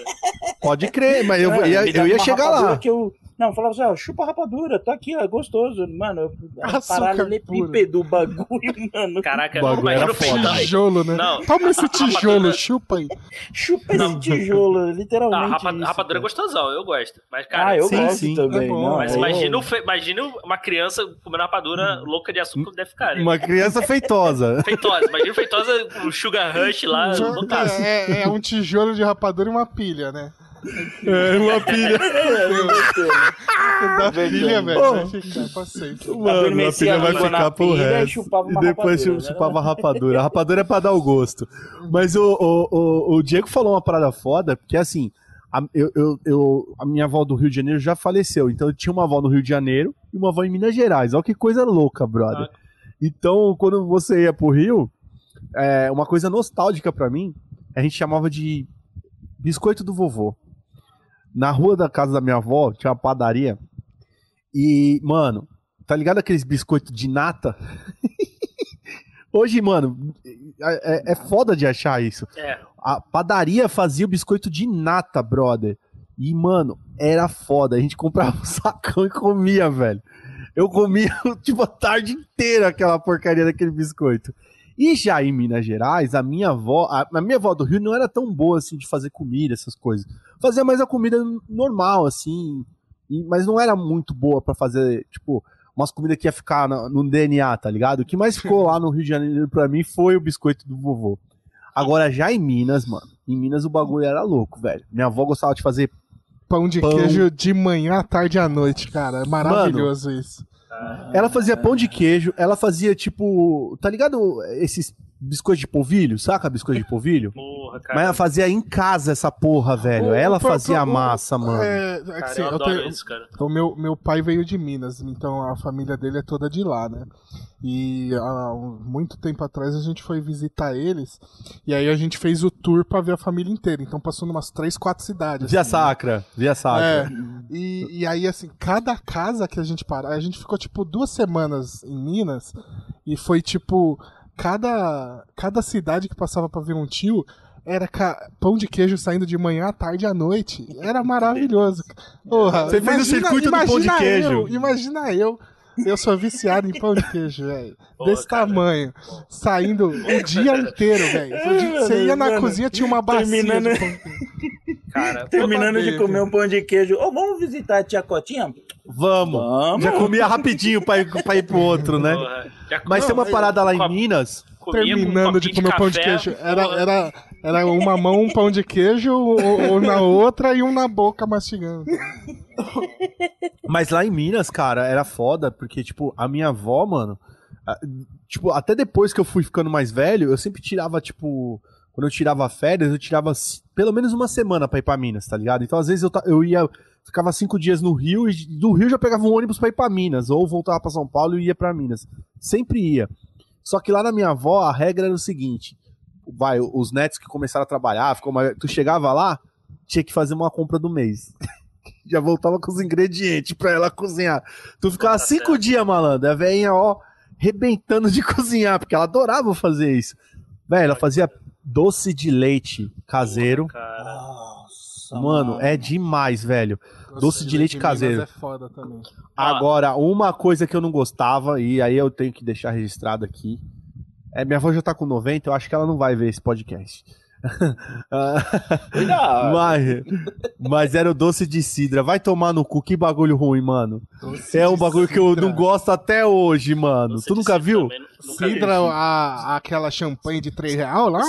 S2: Pode crer, mas eu,
S4: Cara,
S2: ia,
S4: me
S2: eu
S4: dava
S2: ia
S4: É, uma
S2: chegar
S4: rapadura
S2: lá.
S4: Que eu... Não, eu falava assim, ó, chupa a rapadura, tá aqui, ó, é gostoso. Mano, eu- era
S1: Açúcar
S4: paralelepípedo o bagulho, mano.
S3: Caraca,
S2: O bagulho
S3: imagina
S2: era
S3: o feijão.
S2: foda.
S1: Tijolo, né?
S3: Não.
S1: Toma esse tijolo,
S3: Rapadura.
S1: chupa aí.
S4: Chupa esse tijolo,
S3: Ah,
S4: literalmente.
S3: rapa-
S4: isso,
S3: rapadura é
S4: cara.
S3: gostosão, eu gosto. Mas, cara,
S4: Ah, eu
S2: Sim,
S4: gosto
S2: sim.
S4: também.
S1: É bom,
S4: não,
S3: mas
S4: eu-
S3: imagina, o fe- imagina uma criança comendo rapadura
S4: Hum.
S3: louca de açúcar como deve ficar, né?
S2: Uma criança feitosa.
S3: Feitosa, imagina feitosa com sugar rush lá, loucaço.
S1: É, é- é um tijolo de rapadura e uma pilha, né?
S2: É, uma pilha.
S4: É,
S1: Da pilha, velho,
S2: Pô.
S1: vai ficar pra sempre.
S2: Mano, a
S4: Adormecia
S2: pilha
S4: a
S2: vai
S4: língua na
S2: ficar pro
S4: pilha e
S2: resto.
S4: chupava
S2: E
S4: uma
S2: depois
S4: rapadura, né?
S2: chupava a rapadura. A rapadura é pra dar o gosto. Mas o, o, o, o Diego falou uma parada foda, porque assim, a, eu, eu, eu- a minha avó do Rio de Janeiro já faleceu. Então eu tinha uma avó no Rio de Janeiro e uma avó em Minas Gerais. Olha que coisa louca, brother.
S4: Ah.
S2: Então, quando você ia pro Rio, é, uma coisa nostálgica pra mim, a gente chamava de biscoito do vovô. Na rua da casa da minha avó, tinha uma padaria. E, mano, tá ligado aqueles biscoitos de nata? Hoje, mano, é, é- é foda de achar isso.
S3: É.
S2: A padaria fazia o biscoito de nata, brother. E, mano, era foda. A gente comprava um sacão e comia, velho. Eu comia, tipo, a tarde inteira aquela porcaria daquele biscoito. E já em Minas Gerais, a minha avó, a, a minha avó do Rio não era tão boa assim de fazer comida, essas coisas. Fazia mais a comida normal, assim. e- mas não era muito boa pra fazer, tipo, umas comidas que ia ficar na- no, DNA, tá ligado? O que mais ficou lá no Rio de Janeiro pra mim foi o biscoito do vovô. Agora, já em Minas, mano, em Minas o bagulho era louco, velho. Minha avó gostava de fazer
S1: Pão de
S2: Pão.
S1: queijo de manhã, à tarde e à noite, cara. É maravilhoso isso.
S4: Ah.
S2: Ela fazia pão de queijo, ela fazia tipo. Tá ligado esses biscoitos de polvilho? Saca biscoito de polvilho?
S3: Porra, cara.
S2: Mas ela fazia em casa essa porra, velho.
S1: O-
S2: ela
S1: o pro-
S2: fazia a
S1: o-
S2: massa, mano.
S1: É, é que
S3: Cara,
S1: assim,
S3: eu
S1: eu
S3: adoro
S1: tenho-
S3: isso, cara.
S1: O meu, meu pai veio de Minas, então a família dele é toda de lá, né? E há um- muito tempo atrás a gente foi visitar eles, e aí a gente fez o tour pra ver a família inteira. Então passou numas três, quatro cidades.
S2: Via
S1: assim, né?
S2: sacra, via
S1: É,
S2: sacra.
S1: e, e aí, assim, cada casa que a gente parar, a gente ficou tipo duas semanas em Minas e foi tipo. Cada, cada cidade que passava pra ver um tio era ca- pão de queijo saindo de manhã à tarde e à noite. Era maravilhoso. Porra,
S2: É. Você fez o circuito do pão de
S1: imagina
S2: queijo.
S1: eu, imagina eu. Eu sou viciado em pão de queijo, velho.
S3: Porra,
S1: Desse
S3: cara.
S1: tamanho. Saindo o dia inteiro, velho. Você ia na
S4: Mano,
S1: cozinha, tinha uma bacia de pão
S4: terminando-
S1: de queijo.
S3: Cara,
S4: Terminando
S1: Opa,
S4: de
S1: bacon.
S4: comer um pão de queijo. Ô, vamos visitar a tia Cotinha?
S2: Vamos.
S4: Vamos.
S2: Já comia rapidinho pra ir, pra ir pro outro, né?
S3: porra. Já comi-
S2: Mas tem uma parada lá
S3: com a-
S2: em Minas.
S3: comia com um
S1: terminando de
S3: copinho
S1: comer o pão de
S3: café,
S1: queijo. Era,
S3: porra.
S1: era, era uma mão, um pão de queijo, ou, ou na outra e um na boca mastigando.
S2: Mas lá em Minas, cara, era foda, porque, tipo, a minha avó, mano. a- Tipo, até depois que eu fui ficando mais velho, eu sempre tirava, tipo. Quando eu tirava férias, eu tirava s- pelo menos uma semana pra ir pra Minas, tá ligado? Então, às vezes, eu, ta- eu ia. Ficava cinco dias no Rio e do Rio já pegava um ônibus pra ir pra Minas. Ou voltava pra São Paulo e ia pra Minas. Sempre ia. Só que lá na minha avó, a regra era o seguinte: vai, os netos que começaram a trabalhar, ficou mais- tu chegava lá, tinha que fazer uma compra do mês já voltava com os ingredientes pra ela cozinhar. Tu ficava
S3: Tá
S2: cinco dias, malandro. A velhinha, ó, rebentando de cozinhar, porque ela adorava fazer isso. Velho, ela fazia doce de leite caseiro.
S3: Cara, tá
S4: Nossa,
S2: Mano, é demais, velho. Doce de leite
S1: Minas
S2: caseiro.
S1: É foda também.
S3: Ah.
S2: Agora, uma coisa que eu não gostava, e aí eu tenho que deixar registrado aqui. É, minha avó já tá com 90, eu acho que ela não vai ver esse podcast. Ah,
S3: Ah.
S4: Cuidado.
S2: mas, mas era o doce de cidra. Vai tomar no cu, que bagulho ruim, mano.
S1: Doce
S2: É um
S1: de
S2: bagulho que eu
S1: cidra.
S2: não gosto até hoje, mano.
S3: Doce
S2: tu
S3: de
S2: nunca
S3: cidra
S2: viu?
S3: também, nu- nunca vi.
S1: Cidra, a, aquela champanhe de 3 real lá?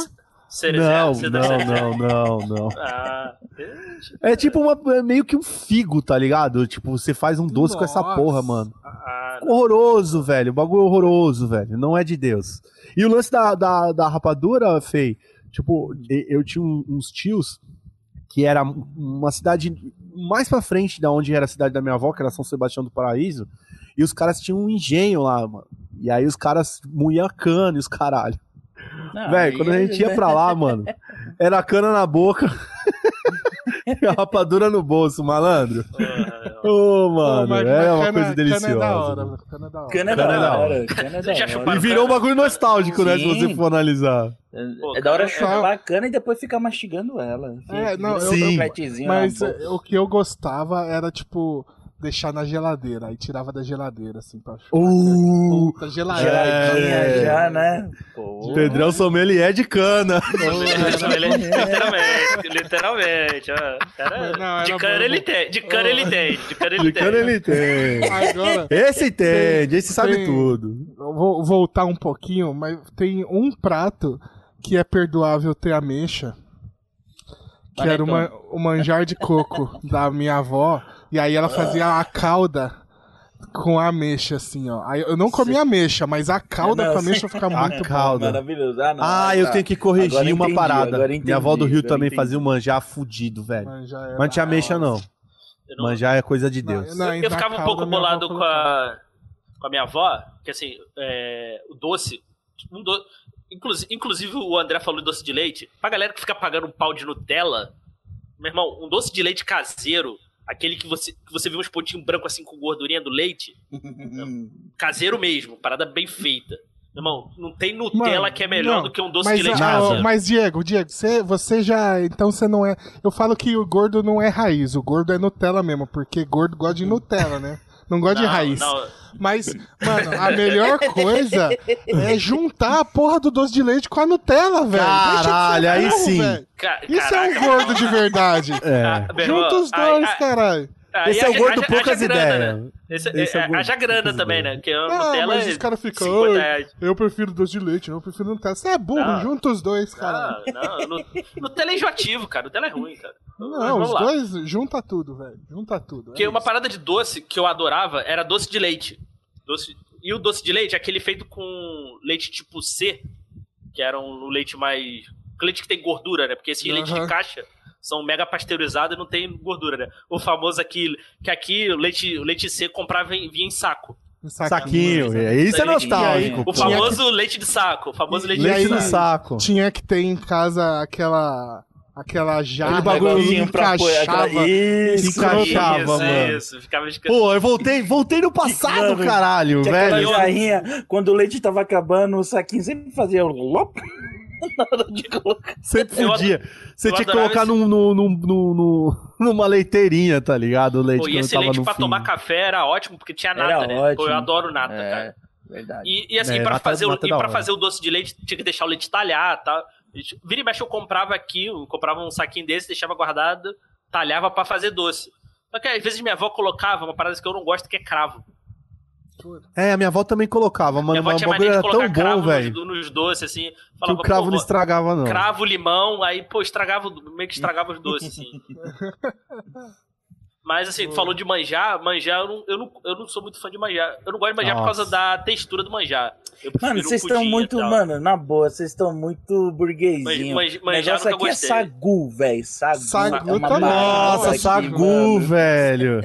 S3: Cerejá,
S2: Não,
S3: cidra
S2: não,
S3: cerejá.
S2: não, não, não.
S3: Ah, deixa.
S2: É tipo uma, é meio que um figo, tá ligado? Tipo, você faz um doce com essa
S1: Nossa.
S2: porra, mano.
S3: Ah,
S2: Ficou horroroso, velho. O bagulho é horroroso, velho. Não é de Deus. E o lance da, da, da rapadura, Fei, tipo, e- eu tinha um- uns tios que era uma cidade mais pra frente da onde era a cidade da minha avó, que era São Sebastião do Paraíso, e os caras tinham um engenho lá, mano. E aí os caras moiam cana e os caralho.
S4: Não,
S2: velho, quando a
S4: aí- é
S2: gente ia pra
S1: né?
S2: lá, mano, era cana na boca e a rapadura no bolso, malandro.
S3: porra,
S2: Ô, mano,
S1: Pô, mas- mas
S2: era uma
S1: cana-
S2: coisa deliciosa.
S1: Cana é da
S2: mano.
S1: hora, mano. Cana é da hora.
S4: Cana é
S2: Cana é
S4: da
S2: da
S4: hora. Cana é da
S3: Vocês já
S4: hora.
S3: chuparam
S2: E virou um bagulho nostálgico, né? Se você
S4: Sim.
S2: for analisar.
S3: Pô,
S4: é da
S3: cara,
S4: hora chupar a cana e depois ficar mastigando ela.
S1: É, não,
S2: eu- é- eu-
S4: é
S1: Mas eh, o que eu gostava era, tipo, deixar na geladeira. Aí tirava da geladeira, assim, pra chupar.
S2: Uh,
S1: Puta, geladinha.
S4: Geladinha
S2: é.
S4: já, né? Pô.
S2: Pedrão sommelier de cana.
S3: Não, ele- é Literalmente, literalmente. ó. Cara,
S1: Mas não, era
S3: de
S1: bom,
S3: cana ele
S1: bom.
S3: tem, de cana ele tem, de cana ele
S2: De cana
S3: tem.
S2: ele tem.
S1: Agora,
S2: Esse entende, esse sabe
S1: Tem.
S2: tudo.
S1: eu vou voltar um pouquinho, mas tem um prato que é perdoável ter ameixa. Que era o, man- o manjar de coco da minha avó. E aí ela fazia a calda com a ameixa, assim, ó. Aí eu não comi ameixa, mas a calda
S4: Não,
S1: com a ameixa fica
S2: A
S1: muito boa.
S2: calda.
S4: Maravilhoso. Ah, não,
S2: Ah, eu
S4: tá.
S2: tenho que corrigir
S4: Agora
S2: uma
S4: entendi,
S2: parada.
S4: agora entendi,
S2: Minha avó do Rio
S4: agora
S2: também
S4: entendi.
S2: fazia um manjar fudido, velho.
S1: Manjar era-
S2: Mas não tinha ameixa, não.
S3: Eu não-
S2: Manjar é coisa de
S1: Não,
S2: Deus.
S1: não,
S3: Eu-
S1: ainda
S3: eu ficava um
S1: acaba
S3: pouco
S1: minha avó
S3: bolado com a, com a minha avó, que assim, é, o doce. Um do, inclusive, inclusive o André falou de doce de leite. Pra galera que fica pagando um pau de Nutella, meu irmão, um doce de leite caseiro, aquele que você, que você vê uns pontinhos brancos assim com gordurinha do leite, caseiro mesmo, parada bem feita. Meu irmão, não tem Nutella
S1: Mano,
S3: que é melhor
S1: não,
S3: do que um doce
S1: Mas,
S3: de leite
S1: ah,
S3: caseiro.
S1: mas, Diego, Diego, você, você já. Então você não é. Eu falo que o gordo não é raiz, o gordo é Nutella mesmo, porque gordo gosta de Nutella, né? Não gosta de
S3: Uhum. Não,
S1: raiz.
S3: não,
S1: Mas, mano, a melhor coisa é juntar a porra do doce de leite com a Nutella, velho. Deixa de ser
S2: Caralho, aí
S1: burro,
S2: sim.
S1: velho.
S3: ca-
S1: Isso é um
S3: caraca.
S1: gordo de verdade.
S2: É.
S3: Ah, meu irmão,
S1: Junta os
S3: aí-
S1: dois,
S3: aí-
S1: caralho.
S3: aí
S2: Esse é o
S3: haja-
S2: gordo
S3: haja-
S2: poucas
S3: haja grana, né?
S2: ideias.
S3: Esse,
S2: Esse é
S3: é,
S2: o gordo.
S3: haja grana também, né? Porque a
S1: Ah,
S3: Nutella
S1: mas os
S3: é
S1: caras ficam.
S3: 50
S1: "Ai,
S3: reais. Ah.
S1: Eu prefiro doce de leite, eu prefiro Nutella. Você é burro,
S3: Não.
S1: junta os dois, cara.
S3: Não, Ah, não, Nut- Nutella é enjoativo, cara. Nutella é ruim, cara. Mas
S1: Não,
S3: vamos
S1: os
S3: lá.
S1: dois, junta tudo, velho. Junta tudo. é
S3: Porque uma
S1: isso.
S3: parada de doce que eu adorava era doce de leite. Doce... E o doce de leite é aquele feito com leite tipo C, que era um leite mais. leite que tem gordura, né? Porque esses
S1: Aham.
S3: leites de caixa são mega pasteurizados e não tem gordura, né? O famoso aqui, que aqui o leite, o leite C comprava em, vinha em saco.
S1: Um
S2: Saquinho. Isso é
S3: Aí,
S2: nostálgico.
S1: aí,
S3: O
S2: pô.
S1: Tinha que-
S3: famoso leite de saco. O famoso leite,
S1: E aí-
S2: Leite
S3: de
S2: no
S3: saco.
S2: saco.
S1: Tinha que ter em casa aquela. Aquela jarra
S2: Aquele bagulhozinho
S1: que
S4: pra pôr Tipo, é aquela-
S1: encaixava.
S2: Isso, encaixava,
S3: isso,
S2: mano.
S3: é Isso, ficava de
S2: Pô, eu voltei, voltei no passado,
S4: Mano,
S2: caralho,
S4: Tinha
S2: velho.
S4: aquela jarrinha, quando o leite tava acabando, o saquinho sempre fazia lop na hora de colocar.
S2: Sempre
S3: Eu
S2: fudia. Você
S3: eu
S2: tinha que
S3: adorava
S2: colocar
S3: esse-
S2: num, num, num, num- num- numa leiteirinha, tá ligado? O leite
S3: Pô, e
S2: quando
S3: esse
S2: tava
S3: leite
S2: no
S3: pra
S2: fim.
S3: tomar café era ótimo, porque tinha
S4: Era
S3: nata, né? Pô,
S4: ótimo.
S3: eu adoro nata, cara.
S4: É, verdade.
S3: E, e assim,
S2: É,
S3: pra,
S2: nata-
S3: fazer, o-
S2: nata
S3: e
S2: da
S3: pra
S2: hora.
S3: fazer o doce de leite, tinha que deixar o leite talhar, tá? Vira e mexe, eu comprava aqui, eu comprava um saquinho desse, deixava guardado, talhava pra fazer doce. Só que às vezes minha avó colocava uma parada que eu não gosto, que é cravo.
S2: É, a minha avó também colocava,
S3: minha
S2: mano.
S3: avó
S2: Mas o
S3: tinha mania
S2: bagulho
S3: de
S2: era
S3: colocar
S2: tão bom,
S3: cravo
S2: velho.
S3: nos, nos doces, assim.
S2: Que
S3: Falava,
S2: o cravo
S3: pô,
S2: não
S3: vó,
S2: estragava, não.
S3: cravo, limão, aí, pô, estragava, o- meio que estragava os doces, assim. Mas, assim, tu falou de manjar, manjar, eu não, eu, não, eu não sou muito fã de manjar. Eu não gosto de manjar por
S2: Nossa.
S3: causa da textura do manjar. Eu
S4: Mano,
S3: prefiro
S4: vocês
S3: um pudim
S4: estão
S3: e
S4: muito,
S3: tal.
S4: mano, na boa, vocês estão muito
S3: Mas,
S4: burguesinho.
S3: mas,
S4: O
S3: mas já
S4: negócio
S3: nunca
S4: aqui é
S3: gostei.
S4: sagu, velho. Sagu.
S1: Sagu
S4: é uma
S1: também.
S4: parada
S2: Nossa,
S4: aqui,
S2: sagu,
S4: mano.
S2: velho.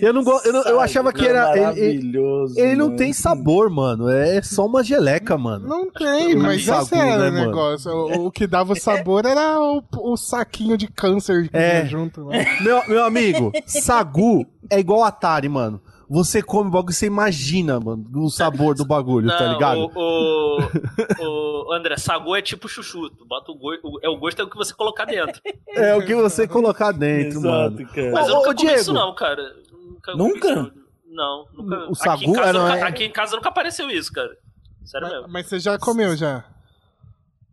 S2: Eu não gosto. Eu, não- eu
S4: Sagu
S2: achava que
S4: é
S2: era. Ele, ele-
S4: Maravilhoso.
S2: ele não
S4: mano.
S2: tem sabor, mano. É só uma geleca, mano.
S1: Não tem,
S2: Não
S1: mas
S2: saco,
S1: esse era
S2: né,
S1: o
S2: mano?
S1: negócio. O, o que dava o sabor era o, o saquinho de câncer que
S2: É.
S1: vinha junto. Né?
S2: Meu, meu amigo, sagu é igual Atari, mano. Você come o bagulho, você imagina, mano, o sabor do bagulho, tá
S3: Não,
S2: ligado?
S3: O, o- o- André, sagu é tipo chuchu. Tu bota o gosto, o- é o gosto é o que você colocar dentro.
S2: É o que você colocar dentro, mano.
S4: Exato, cara.
S3: Mas eu
S2: Ô,
S3: nunca
S2: ô,
S3: comi isso
S2: Diego.
S3: não, cara. Nunca? comi
S4: Nunca?
S3: isso, Não, Não, nunca.
S2: O
S3: aqui, em
S2: sagu
S3: casa,
S2: era-
S3: É nunca, aqui em casa nunca apareceu isso, cara. Sério
S1: Mas,
S3: mesmo.
S1: mas você já comeu já.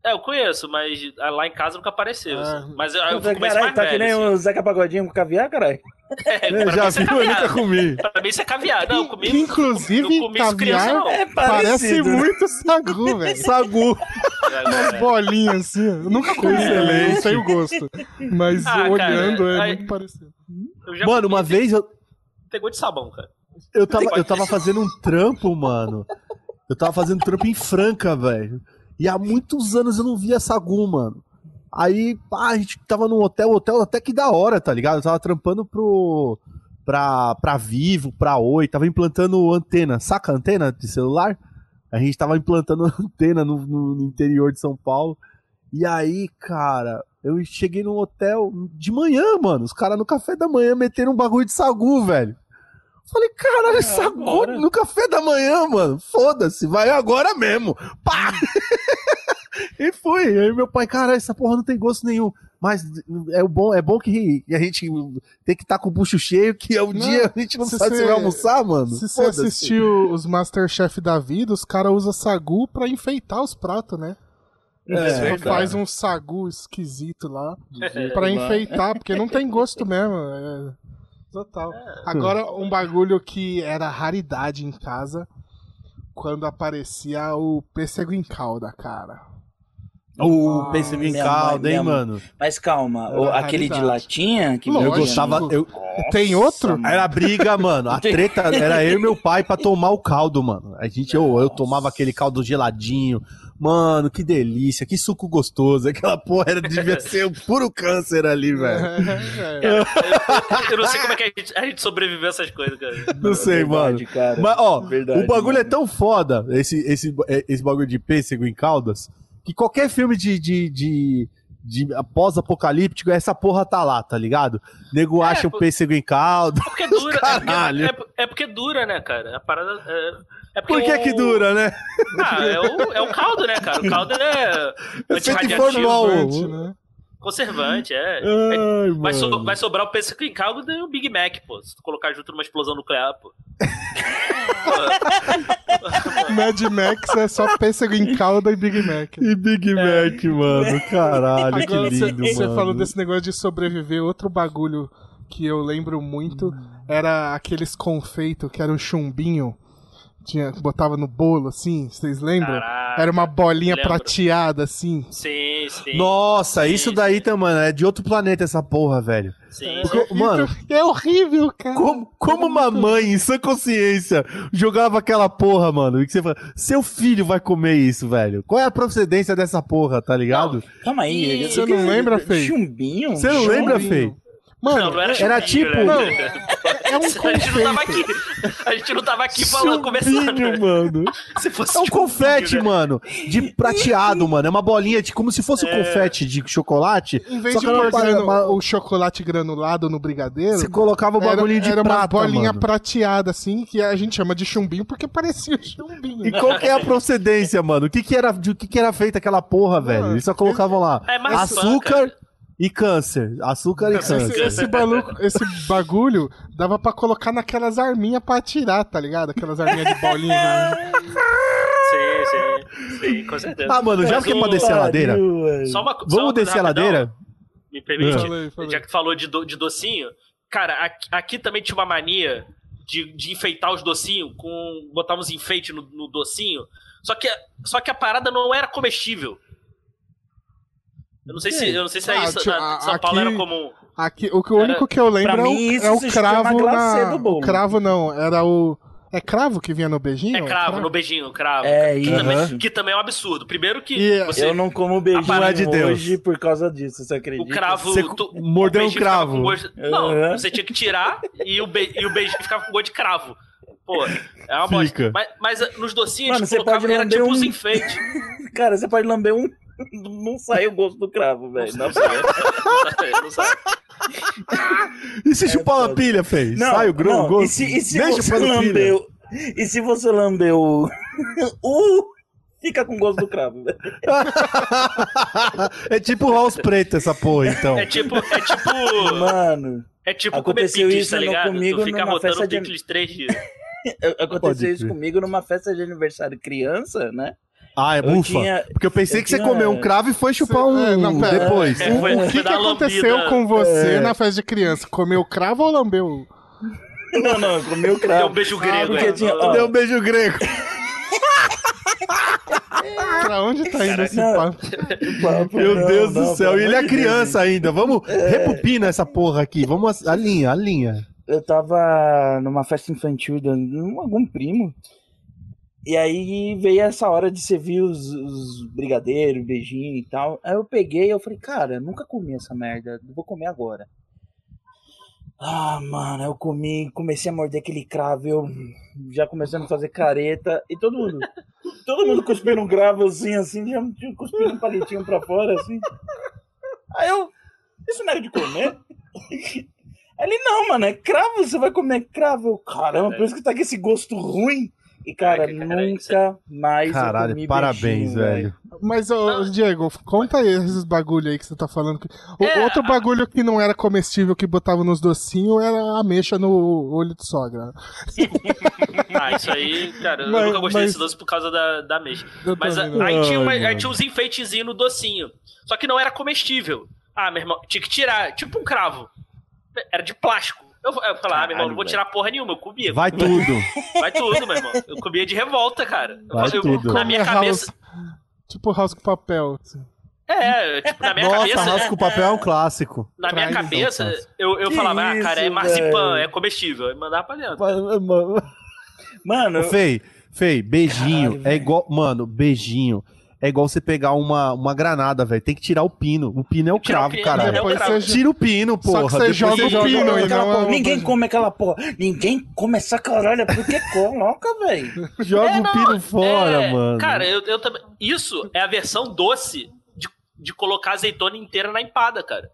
S3: É, eu conheço, mas lá em casa nunca apareceu.
S1: Ah.
S3: assim. Mas eu, eu
S4: Caralho,
S3: fico mais, mais
S4: tá
S3: velho.
S4: que nem
S3: assim.
S4: o Zeca Pagodinho com caviar, caralho.
S3: É,
S2: Eu
S3: pra
S2: já
S3: mim isso é
S2: vi, eu
S3: caviar.
S2: nunca comi.
S3: Pra mim isso é caviar. Não, eu comi,
S1: Que, inclusive,
S3: não comi isso criança,
S1: caviar
S3: não.
S4: É
S1: parece
S4: parecido, né?
S1: muito sagu, velho.
S2: Sagu.
S1: Umas bolinhas assim. Eu nunca comi, também, não sei o gosto. Mas
S3: Ah,
S1: olhando
S3: cara,
S1: é
S3: aí-
S1: muito parecido.
S3: Eu já
S2: Mano,
S3: comi,
S2: uma
S3: tem-
S2: vez eu,
S3: Tem gosto de sabão, cara.
S2: eu, tava, eu tava fazendo um trampo, mano. Eu tava fazendo trampo em Franca, velho. E há muitos anos eu não via Sagu, mano. Aí, pá, a gente tava num hotel, hotel até que da hora, tá ligado? Eu tava trampando pro. Pra, pra Vivo, pra Oi, tava implantando antena, saca antena de celular? A gente tava implantando antena no, no- no interior de São Paulo. E aí, cara, eu cheguei num hotel de manhã, mano. Os caras no café da manhã meteram um bagulho de sagu, velho. Falei, caralho, sagu
S4: agora?
S2: no café da manhã, mano. Foda-se, vai agora mesmo. Pá! e foi. Aí meu pai, cara, essa porra não tem gosto nenhum. Mas é o bom, é bom que a gente tem que estar com o bucho cheio, que é o
S1: Não,
S2: dia a gente não
S1: se
S2: sabe se
S1: você-
S2: vai almoçar, mano.
S1: Se você
S2: Foda-se.
S1: assistiu os Masterchef da vida, os caras usam sagu pra enfeitar os pratos, né?
S2: É,
S1: Só
S2: verdade.
S1: faz um sagu esquisito lá
S3: jeito
S1: pra
S4: lá.
S1: enfeitar, porque não tem gosto mesmo. é. Total. Agora, um bagulho que era raridade em casa, quando aparecia o pêssego em calda, cara.
S2: O
S1: Ai,
S2: pêssego em
S4: minha
S2: calda,
S4: mãe,
S2: hein,
S4: minha mãe.
S2: mano?
S4: Mas calma,
S1: Era
S4: o- aquele de
S1: raridade.
S4: latinha que né?
S1: Lógico.
S2: Eu
S4: vendia no-
S2: gostava. Eu...
S1: Tem outro?
S4: mano.
S2: Era briga, mano. A treta era eu e meu pai pra tomar o caldo, mano. A gente, eu, eu tomava aquele caldo geladinho. Mano, que delícia, que suco gostoso. Aquela porra era, devia ser o puro câncer ali, velho.
S1: É, é.
S3: Eu não sei como é que a gente, a gente sobreviveu a essas coisas, cara. É
S2: Não sei, mano.
S4: É Verdade, cara.
S2: Mas, ó,
S4: Verdade, né?
S2: o bagulho é
S4: mano.
S2: tão foda, esse, esse, é, esse bagulho de pêssego em caldas, que qualquer filme de, de, de, de pós-apocalíptico, essa porra tá lá, tá ligado? Nego
S3: É,
S2: acha
S3: pô-
S2: o pêssego em calda.
S3: É porque dura. é porque-
S2: Caralho.
S3: É, porque, é porque dura, né, cara? A parada. É, é porque
S2: Por que
S3: o-
S2: que dura, né?
S3: Ah, é o, é o caldo, né, cara? O caldo é.
S2: Eu sei que foi
S3: antirradiativo,
S2: mal. Ah.
S1: Conservante, né?
S3: Conservante, é.
S2: Ai,
S3: Vai, so-
S2: mano.
S3: vai sobrar o pêssego em caldo e o Big Mac, pô. Se tu colocar junto numa explosão nuclear, pô.
S1: Mad Max é só pêssego em calda e Big Mac.
S2: E Big Mac, mano. Caralho,
S1: Agora
S2: que
S1: você-
S2: lindo,
S1: você
S2: mano.
S1: falou desse negócio de sobreviver, outro bagulho que eu lembro muito era aqueles confeitos que era um chumbinho, tinha, botava no bolo assim, vocês lembram?
S3: Caraca.
S1: Era uma bolinha
S3: lembro.
S1: prateada assim.
S3: Sim, sim.
S2: Nossa,
S3: Sim,
S2: isso
S3: sim.
S2: daí, tá, mano, é de outro planeta essa porra, velho.
S3: Sim.
S2: Porque, mano,
S1: é horrível, cara.
S2: como, como uma mãe, em sã consciência, jogava aquela porra, mano, e que você fala, seu filho vai comer isso, velho. Qual é a procedência dessa porra, tá ligado?
S4: Calma aí.
S3: Ih,
S4: eu-
S1: você não lembra, Fê?
S4: Chumbinho?
S2: Você não
S4: Chum-
S2: lembra, Fê?
S1: Mano,
S3: Não, não era
S2: era
S3: chumbinho,
S2: tipo-
S3: né?
S1: é um
S3: A gente não tava
S1: confeito.
S3: aqui. A gente não tava aqui falando,
S2: Chumbinho,
S3: começando.
S2: mano.
S3: Se fosse
S2: É um
S3: chumbinho,
S2: confete,
S3: né?
S2: mano. De prateado, mano. É uma bolinha de como se fosse
S3: É.
S2: um confete de chocolate.
S1: Em vez
S2: Só
S1: de
S2: que era uma
S1: pôr granu-
S2: parada-
S1: o chocolate granulado no brigadeiro,
S2: Você colocava o
S1: era,
S2: bagulho de
S1: era uma
S2: prata,
S1: bolinha
S2: mano.
S1: prateada assim, que a gente chama de chumbinho porque parecia um chumbinho. né?
S2: E qual que é a procedência, mano? O que que era, de o que que era feita aquela porra, velho? Eles só colocavam lá
S3: É maçã,
S2: açúcar e câncer. Açúcar e
S1: Esse,
S2: câncer.
S1: esse baluco- esse bagulho dava pra colocar naquelas arminhas pra atirar, tá ligado? Aquelas arminhas de bolinha. né?
S3: Sim, sim. Sim, com certeza.
S2: Ah, mano, já
S3: Mas
S2: que é
S3: o-
S2: pra descer a ladeira,
S4: Pariu, velho.
S3: Só uma, só uma
S2: vamos
S3: coisa
S2: descer a
S3: rapidão,
S2: ladeira?
S3: Me permite?
S1: Falei, falei.
S3: Já que tu falou de, do- de docinho, cara, aqui, aqui também tinha uma mania de, de enfeitar os docinhos com. botar uns enfeites no, no docinho. Só que, só que a parada não era comestível. Eu não sei se, eu não sei se é
S1: Ah,
S3: isso.
S1: tio,
S3: na-
S1: a-
S3: São Paulo
S1: aqui-
S3: era comum.
S1: Aqui, o, que- o único que eu lembro
S4: pra
S1: é o,
S4: mim, isso
S1: é o
S4: se chama
S1: cravo
S4: glacê
S1: na...
S4: do bolo.
S1: O cravo não, era o... É cravo que vinha no
S3: É
S1: beijinho?
S3: cravo, no beijinho, cravo.
S4: É
S3: que,
S4: isso.
S3: também, que também é um absurdo. Primeiro que
S1: E-
S3: você-
S4: Eu não como
S3: A
S4: beijinho
S2: parada de Deus.
S4: hoje por causa disso, você acredita?
S3: o cravo.
S2: Você mordeu um
S3: beijinho ficava
S2: cravo.
S3: com gosto- Não,
S4: Uhum.
S3: você tinha que tirar e o, be- e o beijinho ficava com gosto de cravo. Pô, é uma
S2: Fica.
S3: bosta. Mas, mas eh, nos docinhos
S4: Mano,
S3: eles
S4: você
S3: colocavam
S4: pode
S3: era
S4: lamber
S3: tipo uns
S4: um-
S3: enfeites.
S4: Cara, você pode lamber um... Não sai o gosto do cravo, velho. Não,
S3: Não sai.
S2: E se chupar uma
S4: foda.
S2: pilha, fez?
S4: É, não,
S2: Sai o grão,
S4: não.
S2: gosto.
S4: E se, e se
S2: Nem
S4: você
S2: chupando pilha.
S4: lambeu... E se você lambeu... Uh, fica com gosto do cravo, velho.
S2: é tipo House Preto essa porra, então.
S3: É tipo, é tipo,
S4: Mano,
S3: é tipo comer
S4: Aconteceu
S3: pizza,
S4: isso
S3: tá
S4: no-
S3: ligado?
S4: comigo
S3: tu fica
S4: numa
S3: rodando
S4: festa de-
S3: picles três dias.
S4: aconteceu isso
S2: crer.
S4: comigo numa festa de aniversário criança, né?
S2: Ah, é
S4: Eu
S2: ufa.
S4: tinha-
S2: Porque eu pensei
S4: eu
S2: que você
S4: tinha-
S2: comeu um cravo e foi chupar um
S1: É, não, pera.
S2: depois. Um
S3: É, foi-
S1: o
S3: foi
S1: que, que
S3: dar uma
S1: aconteceu
S3: lambida.
S1: com você na festa de criança? Comeu cravo ou lambeu?
S4: Não, não, eu comi o
S3: Deu um
S4: cravo.
S3: beijo grego.
S4: porque
S3: é.
S4: tinha-
S3: Não,
S4: ó,
S2: Deu um beijo grego.
S1: Pra onde tá indo esse
S4: Não.
S1: papo?
S2: Meu
S4: Não,
S2: Deus
S4: não,
S2: do céu.
S4: pelo
S2: E ele
S4: amor
S2: é
S4: de Deus, É.
S2: criança ainda. Vamos repupina essa porra aqui. Vamos a linha, a linha.
S4: eu tava numa festa infantil de algum algum primo. E aí veio essa hora de servir os, os brigadeiros, beijinho e tal. Aí eu peguei e eu falei, cara, eu nunca comi essa merda, eu vou comer agora. Ah, mano, eu comi, comecei a morder aquele cravo, eu já começando a fazer careta. E todo mundo, todo mundo cuspindo um cravo assim, assim, já cuspindo um palitinho pra fora, assim. Aí eu, isso não era de comer? Ele, não, mano, é cravo, você vai comer cravo. Eu, Caramba, por isso que tá com esse gosto ruim. E, cara,
S3: Caraca, cara,
S4: nunca
S3: isso
S4: mais eu
S2: Caralho,
S4: comi
S2: parabéns,
S4: beijinho,
S2: velho.
S1: Mas, ô, Diego, conta aí esses bagulho aí que você tá falando. que- O-
S3: É,
S1: outro bagulho que não era comestível que botava nos docinhos era a ameixa no olho de sogra.
S3: Ah, isso aí, cara,
S1: Mas-
S3: eu nunca gostei
S1: mas-
S3: desse doce por causa da, da mexa.
S1: Eu
S3: Mas a-
S1: também não.
S3: aí, tinha uma-
S2: Ai,
S3: aí
S2: mano.
S3: tinha uns enfeitezinhos no docinho. Só que não era comestível. Ah, meu irmão, tinha que tirar, tipo um cravo. Era de plástico. Eu, eu falei, ah, meu irmão, não vou
S4: Caralho,
S3: tirar porra nenhuma, eu comia.
S2: Vai tudo.
S3: Vai tudo, meu irmão. Eu comia de revolta, cara. Eu
S2: Vai
S3: falo- eu-
S2: tudo.
S3: Na minha
S1: Como é
S3: cabeça.
S1: house- tipo house com papel. assim.
S3: É, tipo, na minha
S2: Nossa,
S3: cabeça.
S2: rasca o papel é um clássico.
S3: Na minha
S1: Traz, então,
S3: cabeça,
S2: fácil.
S3: eu, eu
S4: Que
S3: falava, ah, cara, é
S4: isso,
S3: marzipan,
S4: velho.
S3: é comestível. E mandava pra dentro.
S4: velho. Mano,
S2: Ô, Fei, Fei, beijinho
S4: Caralho,
S2: é
S4: velho.
S2: igual. Mano, beijinho é igual você pegar uma, uma granada, velho. Tem que tirar o pino. O pino é o
S3: Tira o
S2: cravo,
S3: pino,
S2: caralho.
S1: Depois
S3: É um cravo.
S1: você
S2: Tira o pino, porra.
S1: você
S2: Depois
S1: joga
S2: você
S1: o
S4: Ninguém
S1: Joga pino,
S4: come
S1: e
S4: aquela
S1: não é
S4: porra.
S1: uma
S4: Ninguém
S1: coisa-
S4: come aquela porra. Ninguém come essa caralho porque coloca, velho.
S2: Joga
S3: É,
S2: o
S3: não,
S2: pino fora,
S3: É,
S2: mano.
S3: Cara, eu, eu também. Isso é a versão doce de, de colocar azeitona inteira na empada, cara.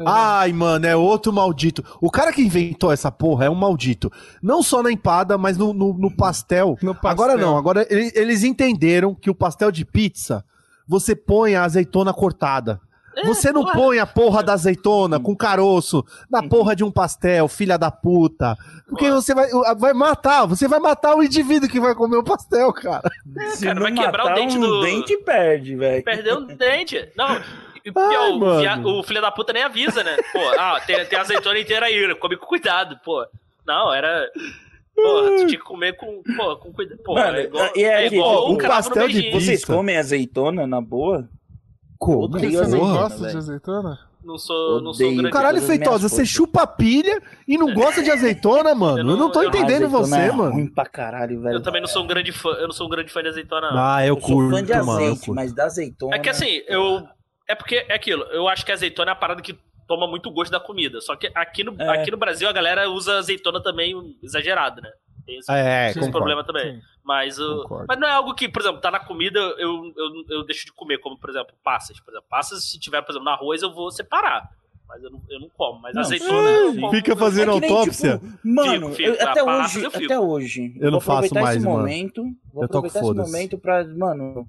S1: Ah,
S2: Ai, mano, é outro maldito. O cara que inventou essa porra é um maldito. Não só na empada, mas no, no, no pastel.
S1: No pastel.
S2: Agora não, agora ele- eles entenderam que o pastel de pizza, você põe a azeitona cortada.
S4: É,
S2: Você não
S3: porra.
S2: põe a porra da azeitona com caroço na
S4: Uhum.
S2: porra de um pastel, filha da puta. Porque você vai, vai matar, você vai matar o indivíduo que vai comer o pastel, cara.
S4: Se
S3: É, cara,
S4: não
S3: vai quebrar o
S4: matar
S3: dente
S4: um
S3: do-
S4: dente perdeu velho.
S3: Perdeu um dente. Não. e
S2: Ai,
S3: pior, o,
S2: mano.
S3: via- o filho da puta nem avisa, né? Pô, ah, tem, tem azeitona inteira aí, né? come com cuidado, pô. Não, era. Porra, tu tinha que comer com, pô, com cuidado. Pô,
S4: Mano,
S3: é igual,
S4: e é
S3: é igual
S4: aquele-
S3: o
S4: o
S3: cravo
S2: pastel
S3: no
S2: de
S3: beijinho.
S2: pizza.
S4: Vocês
S2: Isso.
S4: comem azeitona na boa?
S2: Como?
S4: Outro
S1: Você
S4: Tem
S1: não
S4: azeitona,
S1: gosta de
S4: velho.
S1: azeitona?
S3: Não sou, não sou um
S4: Odeio.
S3: grande.
S2: Caralho,
S4: Todas as
S2: Feitosa,
S4: minhas
S2: você
S4: coisas.
S2: chupa a pilha e não gosta de azeitona, mano. Eu não,
S3: não-
S2: tô
S3: eu não-
S2: Tá entendendo
S4: Azeitona
S2: você,
S4: é
S2: mano.
S4: Ruim pra caralho, velho.
S3: Eu também não sou um grande fã. Eu não sou um grande fã de azeitona, não.
S2: Ah, eu,
S4: Eu sou fã de
S2: curto, mano, eu
S4: azeite,
S2: curto.
S4: mas da azeitona.
S3: É que assim, eu. É porque é aquilo. Eu acho que a azeitona é a parada que toma muito gosto da comida. Só que aqui no,
S4: É.
S3: aqui no Brasil a galera usa azeitona também exagerado, né? Tem esse,
S2: É,
S3: esse
S2: concordo.
S3: problema também. Mas, o-
S2: Concordo.
S3: mas não é algo que, por exemplo, tá na comida, eu, eu, eu deixo de comer, como, por exemplo, passas. Por exemplo, passas, se tiver, por exemplo, no arroz, eu vou separar. Mas eu não, eu não como. Mas
S4: Não,
S3: azeitona.
S4: sim.
S3: eu não como.
S2: Fica
S4: É
S2: fazendo
S4: que nem,
S2: autópsia.
S4: tipo, mano,
S3: Fico, fico.
S4: eu- até,
S3: Ah, palavras
S4: hoje,
S3: eu fico.
S4: até hoje.
S2: Eu não
S4: vou
S2: faço
S4: aproveitar
S2: mais,
S4: esse
S2: mano.
S4: momento. Vou
S2: Eu tô com
S4: aproveitar esse
S2: foda-se.
S4: momento pra. Mano.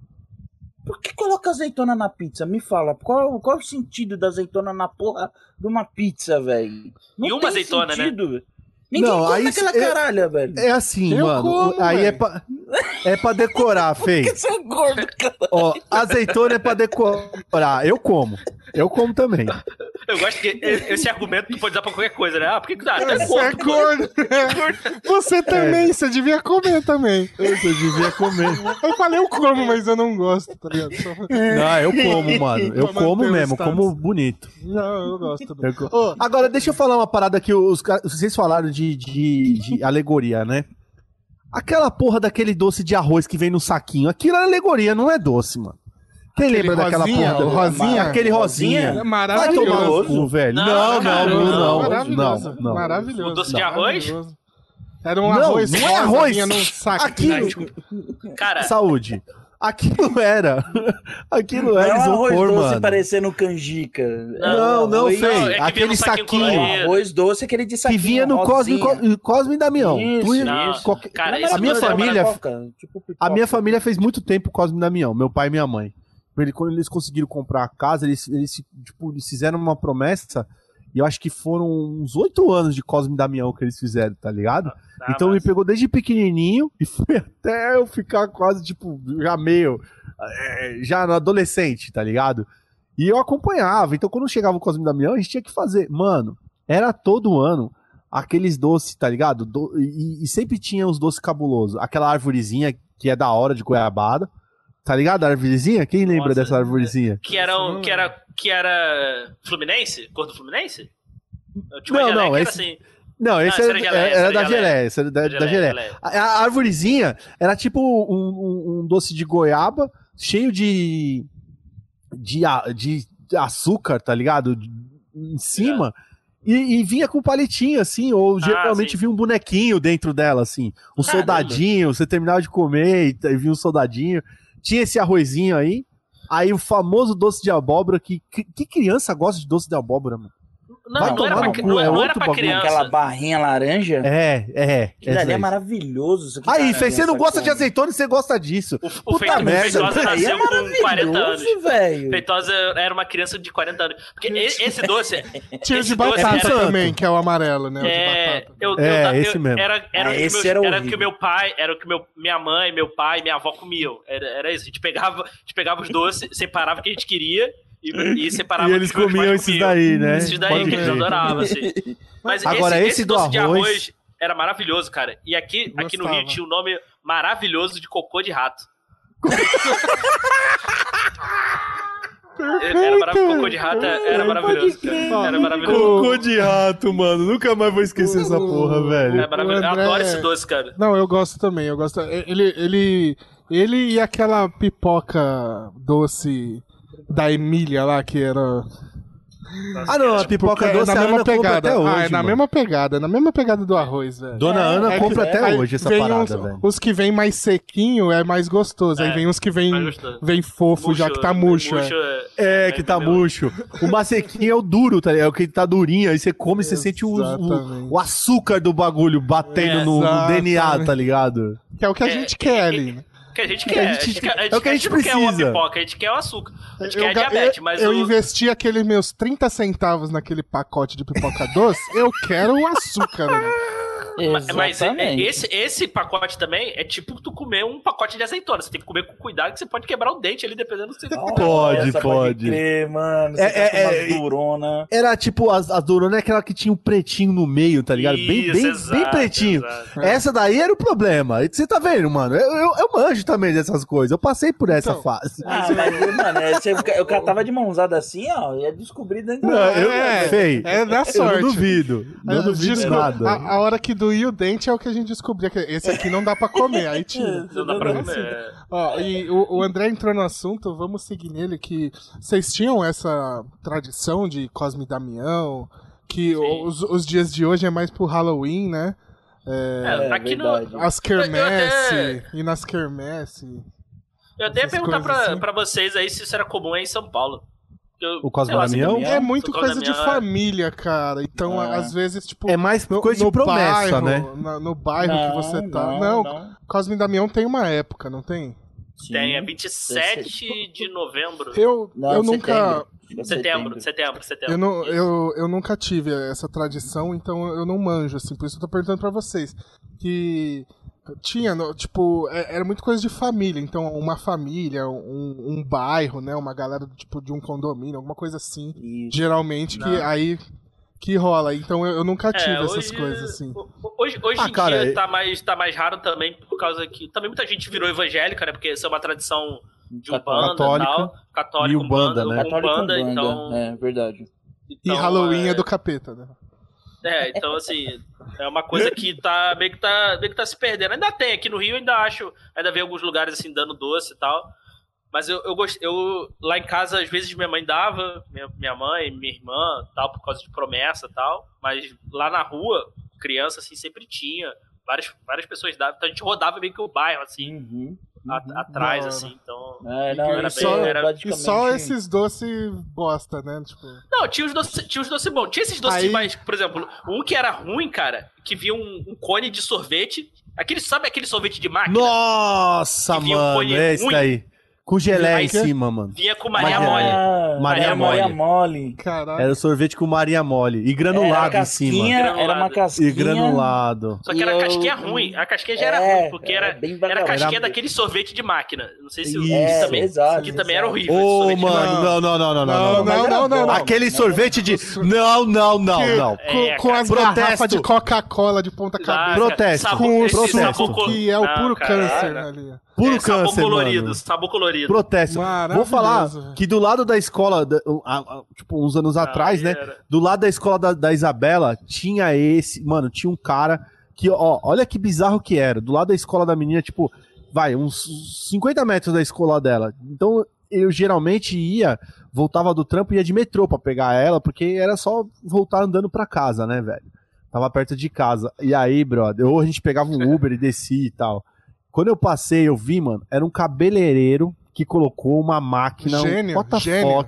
S4: Por que coloca azeitona na pizza? Me fala, qual, qual o sentido da azeitona na porra de uma pizza, velho? Não
S3: E uma
S4: tem
S3: azeitona, né?
S4: sentido. Ninguém
S2: Não, aí
S4: come aquela
S2: cê-
S4: caralha, velho.
S2: É assim,
S1: Eu
S2: mano.
S1: como,
S2: aí é
S1: velho.
S2: pra, é pra decorar, Fei.
S4: Porque você é gordo, cara.
S1: tá
S2: Ó, azeitona é pra decorar. Eu como. Eu como também.
S3: Eu gosto que e- esse argumento tu pode usar pra qualquer coisa, né? Ah, por que que dá? Até
S1: Você é
S3: gordo, pô.
S1: gordo. Você também, você devia comer também.
S2: Você devia comer.
S1: Eu falei, eu como, mas eu não gosto, tá ligado? Só-
S2: Não, eu como, mano. Eu
S1: Pra
S2: como
S1: manter o
S2: mesmo,
S1: status.
S2: como bonito.
S1: Não, eu gosto. também.
S2: Eu co-
S1: Ô,
S2: Agora, deixa eu falar uma parada que os caras. Vocês falaram de, de, de alegoria, né? Aquela porra daquele doce de arroz que vem no saquinho. Aquilo é alegoria, não é doce, mano. Quem
S1: Aquele
S2: lembra daquela
S1: rosinha,
S2: porra?
S1: o rosinha.
S2: Aquele rosinha.
S1: É
S2: Vai
S1: maravilhoso.
S2: tomar no cu, velho.
S3: Não,
S2: Não, não,
S3: cara,
S2: Bruno, não.
S1: maravilhoso.
S2: Não, não.
S1: Maravilhoso.
S3: O doce de
S1: maravilhoso. Era um
S2: Não,
S1: arroz
S2: não é
S1: rosa,
S2: arroz.
S1: vinha num saco.
S2: Aquilo, é
S3: Cara,
S2: saúde. Aquilo era. Aquilo
S4: Não
S2: era
S4: é um arroz
S2: isopor,
S4: doce
S2: mano.
S4: parecendo canjica. É
S2: Não,
S4: um
S2: não,
S4: arroz-
S2: Fê.
S3: Não, é que vinha
S2: aquele
S3: no saquinho
S4: É
S2: saquinho.
S4: um
S3: colorido.
S4: arroz doce, aquele de
S2: Que
S4: saquinho.
S2: vinha no Cosme,
S4: rosinha. é
S2: Co- Cosme e Damião.
S4: Isso,
S2: Tu ia-
S3: isso.
S2: qualquer-
S3: Cara,
S4: Mas
S3: isso
S2: a minha
S3: tudo era
S2: família,
S4: pipoca, tipo pipoca.
S2: a minha família fez muito tempo Cosme e Damião, meu pai e minha mãe. Ele- quando eles conseguiram comprar a casa, eles, eles, tipo, eles fizeram uma promessa E eu acho que foram uns oito anos de Cosme e Damião que eles fizeram, tá ligado?
S3: Tá,
S2: então me
S3: mas-
S2: pegou desde pequenininho e foi até eu ficar quase, tipo, já meio. eh, já no adolescente, tá ligado? E eu acompanhava. Então quando chegava o Cosme e Damião, a gente tinha que fazer. Mano, era todo ano aqueles doces, tá ligado? Do- e, e sempre tinha os doces cabulosos. Aquela arvorezinha que é da hora de goiabada. Tá ligado? A arvorezinha? Quem lembra
S3: Nossa,
S2: dessa arvorezinha?
S3: Que era,
S1: Isso
S3: um,
S1: não
S3: que era, que era Fluminense? Cor do Fluminense? Eu tinha
S2: Não,
S3: uma
S2: não,
S3: geleia que era
S2: esse-
S3: assim.
S2: Não, esse
S3: essa
S2: era,
S3: era geleia,
S2: era
S3: essa
S2: da
S3: era geleia.
S2: geleia. Esse era da, da
S3: geleia,
S2: geleia.
S3: geleia.
S2: A, a arvorezinha era tipo um, um- um doce de goiaba cheio de, de, a- de açúcar, tá ligado? De- Em cima. E, e vinha com palitinho, assim, ou geralmente
S3: Ah, sim.
S2: vinha um bonequinho dentro dela, assim. Um
S3: Caramba.
S2: soldadinho, você terminava de comer e, e vinha um soldadinho. Tinha esse arrozinho aí. Aí o famoso doce de abóbora, que, que, que criança gosta de doce de abóbora, mano?
S3: Não,
S2: Vai
S3: não era
S2: tomar
S3: pra,
S2: no
S3: cri-
S2: cu,
S3: não,
S2: é
S3: não era
S2: outro
S3: pra
S2: bagulho.
S3: criança.
S4: Aquela barrinha laranja.
S2: É, é.
S4: Que dali
S2: essa
S4: é
S2: aí.
S4: maravilhoso. isso aqui, tá né?
S2: Aí, Fê,
S4: cara,
S2: você não
S4: criança
S2: gosta de
S4: come.
S2: azeitona e você gosta disso.
S3: O, o
S2: Puta
S3: Feitosa
S2: merda, isso
S3: Feitosa
S2: aí
S3: nasceu com 40 anos.
S4: é Maravilhoso, velho.
S3: Feitosa era uma criança de 40 anos. Porque e- esse doce.
S1: Tinha o
S3: esse
S1: de
S3: doce
S1: batata
S2: era-
S1: também, que é o amarelo, né? O de
S3: É,
S1: batata.
S3: eu, eu,
S2: É,
S3: eu-
S2: esse mesmo.
S3: Era, era,
S4: Ah,
S3: o que
S4: esse
S3: meus-
S4: era
S3: era o que
S4: horrível.
S3: meu pai, era o que meu, minha mãe, meu pai, minha avó comiam. Era, era isso. A gente pegava, a gente pegava os doces, separava o que a gente queria e, e separava
S2: E
S3: o
S2: eles
S3: que meus pais
S2: comiam esses daí, né?
S3: Esses daí
S2: Pode
S3: que eles
S1: crer.
S3: adoravam, assim. Mas
S2: Agora,
S3: esse,
S2: esse do
S3: doce de
S2: arroz-
S3: arroz era maravilhoso, cara. E aqui, aqui no
S1: Gostava.
S3: Rio tinha o nome maravilhoso de cocô de rato. Era maravilhoso. Cocô de rato era maravilhoso. cara. Era maravilhoso.
S2: Cocô de rato, mano. Nunca mais vou esquecer essa porra,
S3: Era
S2: velho.
S3: É maravilhoso. Eu
S1: André-
S3: adoro esse doce, cara.
S1: Não, eu gosto também, eu gosto. Ele, ele, ele e aquela pipoca doce da Emília lá, que era.
S2: Ah, não, a pipoca
S1: é
S2: doce
S1: na
S2: a
S1: mesma
S2: Ana compra
S1: pegada.
S2: até hoje.
S1: ah, é na
S2: mano.
S1: mesma pegada, é na mesma pegada do arroz, velho.
S2: Dona Ana
S1: É,
S2: compra
S1: é,
S2: até
S1: aí
S2: hoje essa
S1: vem
S2: parada,
S1: uns-
S2: velho.
S1: Os que vem mais sequinho é mais gostoso.
S3: É,
S1: aí vem os que vem,
S3: mais gostoso.
S1: vem fofo, já que tá murcho. é.
S2: É, que tá murcho. O macequinho é o duro, tá ligado? É o que tá durinho. Aí você come e você sente o, o,
S1: Exatamente.
S2: o açúcar do bagulho batendo no, no DNA, tá ligado?
S1: Que é o que a
S3: É,
S1: gente
S3: é,
S1: quer
S3: é,
S1: ali. né?
S3: Que a gente quer.
S2: gente-
S3: a gente quer-
S2: é o que a gente
S3: não quer uma
S2: precisa.
S3: pipoca, a gente quer o açúcar. A gente quer a
S1: ga-
S3: diabetes, mas
S1: eu
S3: o-
S1: investi aqueles meus 30 centavos naquele pacote de pipoca doce, eu quero o açúcar. né?
S3: Ma- Mas é- é-
S4: Exatamente.
S3: esse, esse pacote também é tipo tu comer um pacote de azeitona. Você tem que comer com cuidado que você pode quebrar o dente ali, dependendo do que você.
S2: tá
S4: Olha,
S2: Pode,
S4: essa
S2: pode.
S4: crer, mano. Você
S2: É,
S4: é,
S2: é, é,
S4: uma durona.
S2: Era tipo, a, a durona é aquela que tinha um pretinho no meio, tá ligado? bem,
S3: Isso,
S2: bem, bem
S3: exato,
S2: pretinho.
S3: exato.
S1: É.
S2: Essa daí era o problema. E Você tá vendo, mano? Eu, eu, eu manjo também dessas coisas. Eu passei por essa
S1: Então,
S2: fase.
S4: Ah, mas, mano, é, você, eu catava de mãozada assim, ó, ia descobrir dentro
S2: Não, eu
S1: é,
S2: sei.
S1: é da
S2: Eu
S1: sorte.
S2: não duvido. Não
S1: Ah,
S2: duvido
S1: desco-
S2: nada.
S1: A, a hora que doía o dente é o que a gente descobria. Que esse aqui não dá pra comer, aí tira.
S3: Não dá pra comer.
S1: Ó, e o, o André entrou no assunto, vamos seguir nele, que vocês tinham essa tradição de Cosme e Damião, que
S3: Sim.
S1: os, os dias de hoje é mais pro Halloween, né? É,
S3: É,
S4: É,
S3: aqui no-
S4: verdade.
S1: as
S3: Eu- eu
S1: quermesse, e nas quermesse.
S3: Eu até ia
S1: Essas
S3: perguntar pra,
S1: coisas assim.
S3: pra vocês aí se isso era comum aí em São Paulo. Eu-
S2: O Cosmo
S3: sei lá, se
S2: Damião?
S3: comia-
S1: É muito
S3: o Cosmo
S1: coisa de
S3: Damião, é.
S1: família, cara. Então,
S4: É.
S1: às vezes, tipo.
S2: É mais
S1: no-
S2: coisa
S1: no
S2: de promessa,
S1: bairro,
S2: né?
S1: na- no bairro que você tá. Não, Cosme e Damião tem uma época, não tem?
S4: Sim.
S3: Tem, é 27 de novembro.
S1: Eu, eu nunca.
S4: setembro. Fica
S3: Setembro, setembro, setembro.
S1: Eu, não, eu, eu nunca tive essa tradição, então eu não manjo, assim. Por isso eu tô perguntando pra vocês. Que tinha, no- tipo, é- era muito coisa de família. Então, uma família, um, um bairro, né? Uma galera, tipo, de um condomínio, alguma coisa assim.
S4: Isso.
S1: Geralmente, que
S3: Não.
S1: aí que rola. Então, eu, eu nunca
S3: É,
S1: tive
S3: hoje- então
S1: essas coisas, assim.
S3: ho- Hoje, hoje
S2: Ah,
S3: em
S2: cara,
S3: dia
S2: eu-
S3: tá mais, tá mais raro também, por causa que. Também muita gente virou evangélica, né? Porque isso é uma tradição de Umbanda
S2: Católica.
S3: e tal. Católica.
S2: E Umbanda, né?
S4: Católico
S3: Umbanda,
S4: Umbanda,
S3: então.
S4: é verdade.
S1: E
S3: então,
S1: Halloween é...
S3: é
S1: do capeta, né?
S3: É, então assim, é uma coisa que tá meio que tá, meio que tá se perdendo. Ainda tem, aqui no Rio ainda acho, ainda vem alguns lugares assim dando doce e tal. Mas eu, eu gost- eu lá em casa, às vezes minha mãe dava, minha, minha mãe, minha irmã, tal, por causa de promessa e tal. Mas lá na rua, criança, assim, sempre tinha. Várias, várias pessoas davam. Então a gente rodava meio que o bairro, assim,
S4: Uhum.
S3: a- atrás,
S1: Da hora.
S3: assim. Então.
S4: É, não,
S1: E
S4: era
S1: só-
S4: bem,
S3: e
S4: era
S1: E só
S4: praticamente- um
S1: esses doces bosta, né? Tipo.
S3: Não, tinha os doces, tinha os doces bons. Tinha esses doces
S1: Aí-
S3: mais, por exemplo, um que era ruim, cara, que vinha um, um cone de sorvete. Aquele, sabe aquele sorvete de máquina?
S2: Nossa,
S3: Que vinha um
S2: mano.
S3: folheto
S2: É esse
S3: ruim.
S2: daí. Com gelé em
S1: Mas-
S2: cima, mano.
S3: Vinha com Maria
S2: Mas-
S3: Mole.
S4: Ah,
S2: Maria
S4: Maria
S2: Mole.
S4: Mole. Mole.
S1: Caralho.
S2: Era sorvete com Maria Mole. E granulado
S4: era
S2: em cima.
S4: casquinha,
S3: Granulado.
S4: Era uma casquinha.
S2: E granulado.
S3: Só que era
S4: E eu-
S3: casquinha ruim. A casquinha já era
S4: É,
S3: ruim, porque era,
S4: bem
S3: era
S4: bagunçado.
S3: casquinha daquele sorvete de máquina. Não sei se o
S2: Isso.
S4: É,
S3: que também.
S4: exato,
S3: que também era
S4: exato.
S2: Ô,
S3: horrível. esse sorvete de máquina.
S2: mano, não, não, não, não, não. não,
S1: Não,
S2: não.
S4: mas
S1: não,
S4: era
S1: não, não,
S4: bom.
S1: não.
S2: Aquele sorvete de. Não, não, não,
S1: Que-
S2: não.
S1: Com,
S3: É,
S1: com
S3: cara.
S1: as garrafas
S2: Protesto.
S1: de Coca-Cola de ponta
S3: Ah,
S1: cabeça.
S2: Protesto.
S3: sabor-
S1: Com o
S3: esse
S2: protesto.
S3: sabor-
S1: que é o
S3: Ah,
S1: puro
S3: caralho.
S1: câncer ali.
S2: né? Puro
S3: É, sabor
S2: câncer,
S3: colorido,
S2: mano.
S3: sabor colorido.
S2: Protesto. Vou
S1: Maravilhoso,
S2: falar
S1: velho.
S2: que do lado da escola, da- a- a- tipo, uns anos atrás,
S3: Ah, Aí é
S2: né?
S3: era.
S2: Do lado da escola da, da Isabela, tinha esse. Mano, tinha um cara que, ó, olha que bizarro que era. Do lado da escola da menina, tipo, vai, uns 50 metros da escola dela. Então, eu geralmente ia, voltava do trampo e ia de metrô pra pegar ela, porque era só voltar andando pra casa, né, velho? Tava perto de casa. E aí, brother, ou a gente pegava um Uber e descia e tal. Quando eu passei, eu vi, mano, era um cabeleireiro que colocou uma
S1: é
S2: máquina, um
S1: Gênio, gênio,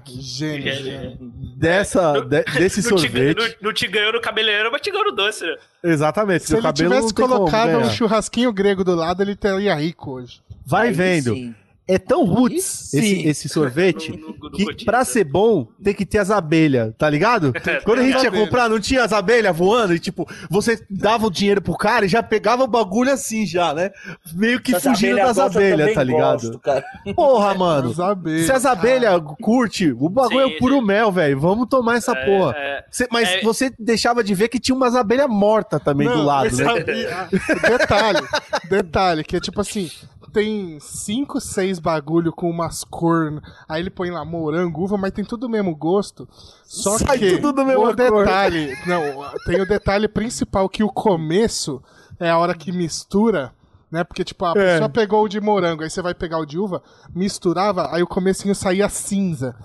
S2: WTF,
S1: gênio, gênio.
S2: dessa, de- desse
S3: Não te,
S2: sorvete.
S3: não, não te ganhou no cabeleireiro, mas te ganhou no doce, né?
S2: Exatamente.
S1: Se
S2: seu
S1: ele
S2: cabelo
S1: tivesse
S2: não tem como né?
S1: colocado
S2: ganhar.
S1: um churrasquinho grego do lado, ele estaria rico hoje.
S2: Vai
S4: Aí
S2: vendo.
S4: sim.
S2: É tão roots
S4: sim.
S2: esse, esse sorvete
S3: No- no- no né?
S2: que
S3: cotiza.
S2: pra ser bom tem que ter as abelhas, tá ligado?
S3: É,
S2: Quando a gente ia
S1: Brincadeira.
S2: comprar, não tinha as abelhas voando e tipo, você dava o dinheiro pro cara e já pegava o bagulho assim já, né? Meio que
S4: Essas
S2: fugindo das
S4: gosta, eu
S2: abelhas,
S4: também
S2: tá ligado?
S4: gosto, cara.
S2: Porra, mano.
S1: As abelhas.
S2: Se as abelhas curte, o bagulho
S3: Sim,
S2: é puro mel, velho. Vamos tomar essa porra.
S3: É,
S2: Cê- mas
S3: é-
S2: você deixava de ver que tinha umas abelhas mortas também do
S1: Não,
S2: lado,
S1: mas
S2: né?
S1: sabe- detalhe, detalhe, que é tipo assim, tem cinco, seis bagulho com umas cor, aí ele põe lá morango, uva, mas tem tudo o mesmo gosto. Só
S2: Sai
S1: que
S2: tudo do mesmo
S1: o
S2: cor.
S1: detalhe, não, tem o detalhe principal que o começo é a hora que mistura né? Porque, tipo, a
S2: É.
S1: pessoa pegou o de morango, aí você vai pegar o de uva, misturava, aí o comecinho saía cinza.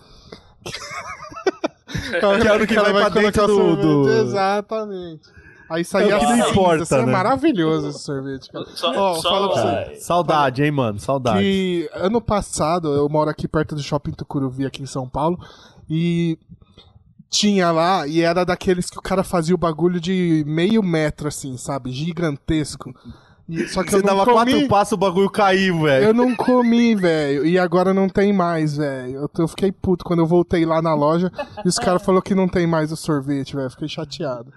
S2: Que é o que vai pra dentro do-
S1: colocar o
S2: do-
S1: sorvete. Exatamente. Aí
S2: É
S1: saía
S2: o que não
S1: cinza.
S2: importa,
S1: Isso é
S2: né?
S1: maravilhoso esse sorvete, cara.
S3: Só-
S1: Ó,
S3: só-
S1: fala pra você
S4: Ai,
S2: Saudade, hein, mano? Saudade.
S1: que ano passado, eu moro aqui perto do Shopping Tucuruvi, aqui em São Paulo, e tinha lá, e era daqueles que o cara fazia o bagulho de meio metro, assim, sabe? Gigantesco. E- só que
S2: Você
S1: eu não
S2: dava
S1: comi,
S2: quatro passos, o bagulho caiu, velho.
S1: eu não comi, velho, e agora não tem mais, velho. Eu, tô- eu fiquei puto quando eu voltei lá na loja e os caras falaram que não tem mais o sorvete, velho. Fiquei chateado.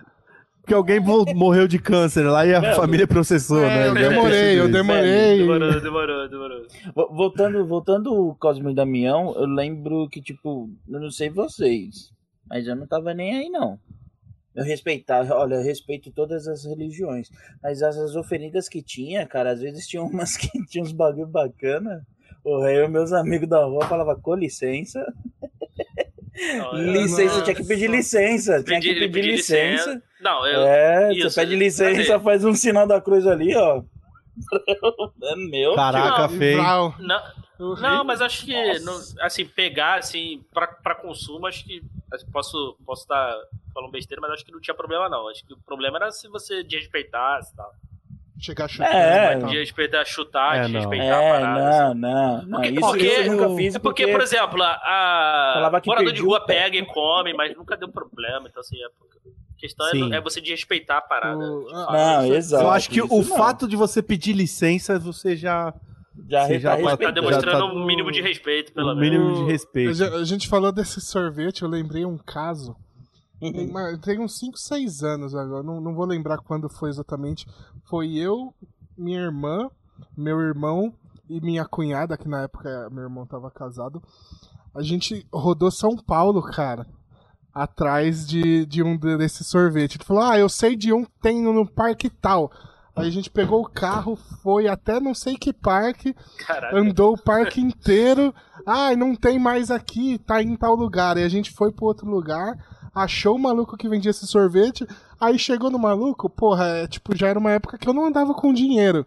S2: Porque alguém mo- morreu de câncer lá e a família processou,
S1: É,
S2: né?
S1: eu
S2: Deve ter sido
S1: demorei, eu
S2: isso.
S1: demorei.
S3: demorou, demorou, demorou.
S4: Vo- Voltando, voltando o Cosmo e Damião, eu lembro que, tipo, eu não sei vocês, mas eu não tava nem aí, não. Eu respeitava, olha, eu respeito todas as religiões, mas as, as oferendas que tinha, cara, às vezes tinha umas que tinha uns bagulho bacana. Porra, eu e meus amigos da rua falava com licença.
S3: Não, eu-
S4: licença,
S1: nossa.
S4: tinha que pedir licença. Tinha
S3: Pedi-
S4: que pedir
S3: pedi
S4: licença.
S3: Não, eu,
S4: É,
S3: isso,
S4: você pede
S3: eu-
S4: licença, faz um sinal da cruz ali, ó. É meu.
S2: Caraca,
S1: E
S2: feio.
S1: Vral.
S3: não, Não, mas acho que, não- assim, pegar, assim, pra, pra consumo, acho que acho que posso posso estar falando besteira, mas acho que não tinha problema, não. Acho que o problema era se você desrespeitasse e tal.
S1: Chegar chutando.
S4: É.
S1: e tal.
S3: Desrespeitar, chutar,
S2: É, não.
S4: É,
S3: desrespeitar a parada.
S4: não, não, não.
S3: Porque-
S4: Isso,
S3: porque-
S4: isso eu nunca fiz.
S3: É porque, por exemplo, a,
S4: Falava
S3: a
S4: que
S3: morador de
S4: perdi
S3: rua
S4: o pé.
S3: pega e come, mas nunca deu problema. Então, assim, é- a questão é,
S2: Sim.
S3: é você desrespeitar a parada.
S1: O-
S3: de
S1: ah,
S3: fato.
S4: Não,
S3: Isso-
S4: exato.
S2: Eu acho que
S4: isso
S2: o
S4: não.
S2: fato de você pedir licença, você já.
S4: Já
S2: Você já
S4: já
S2: tá-
S3: Tá
S2: já
S3: demonstrando
S2: tá-
S3: um mínimo de respeito, pelo
S2: o
S3: menos.
S2: mínimo de
S1: Eu-
S2: respeito.
S1: eu já- A gente falou desse sorvete, eu lembrei um caso.
S4: Hum,
S1: Tem, ma- tem uns 5, 6 anos agora, não, não vou lembrar quando foi exatamente. Foi eu, minha irmã, meu irmão e minha cunhada, que na época meu irmão tava casado. A gente rodou São Paulo, cara, atrás de, de um de- desse sorvete. Ele falou: Ah, eu sei de um que tem no parque tal. Aí a gente pegou o carro, foi até não sei que parque,
S3: Caraca.
S1: andou o parque inteiro. Ai, não tem mais aqui, tá em tal lugar. E a gente foi pro outro lugar, achou o maluco que vendia esse sorvete. Aí chegou no maluco, porra, é, tipo, já era uma época que eu não andava com dinheiro.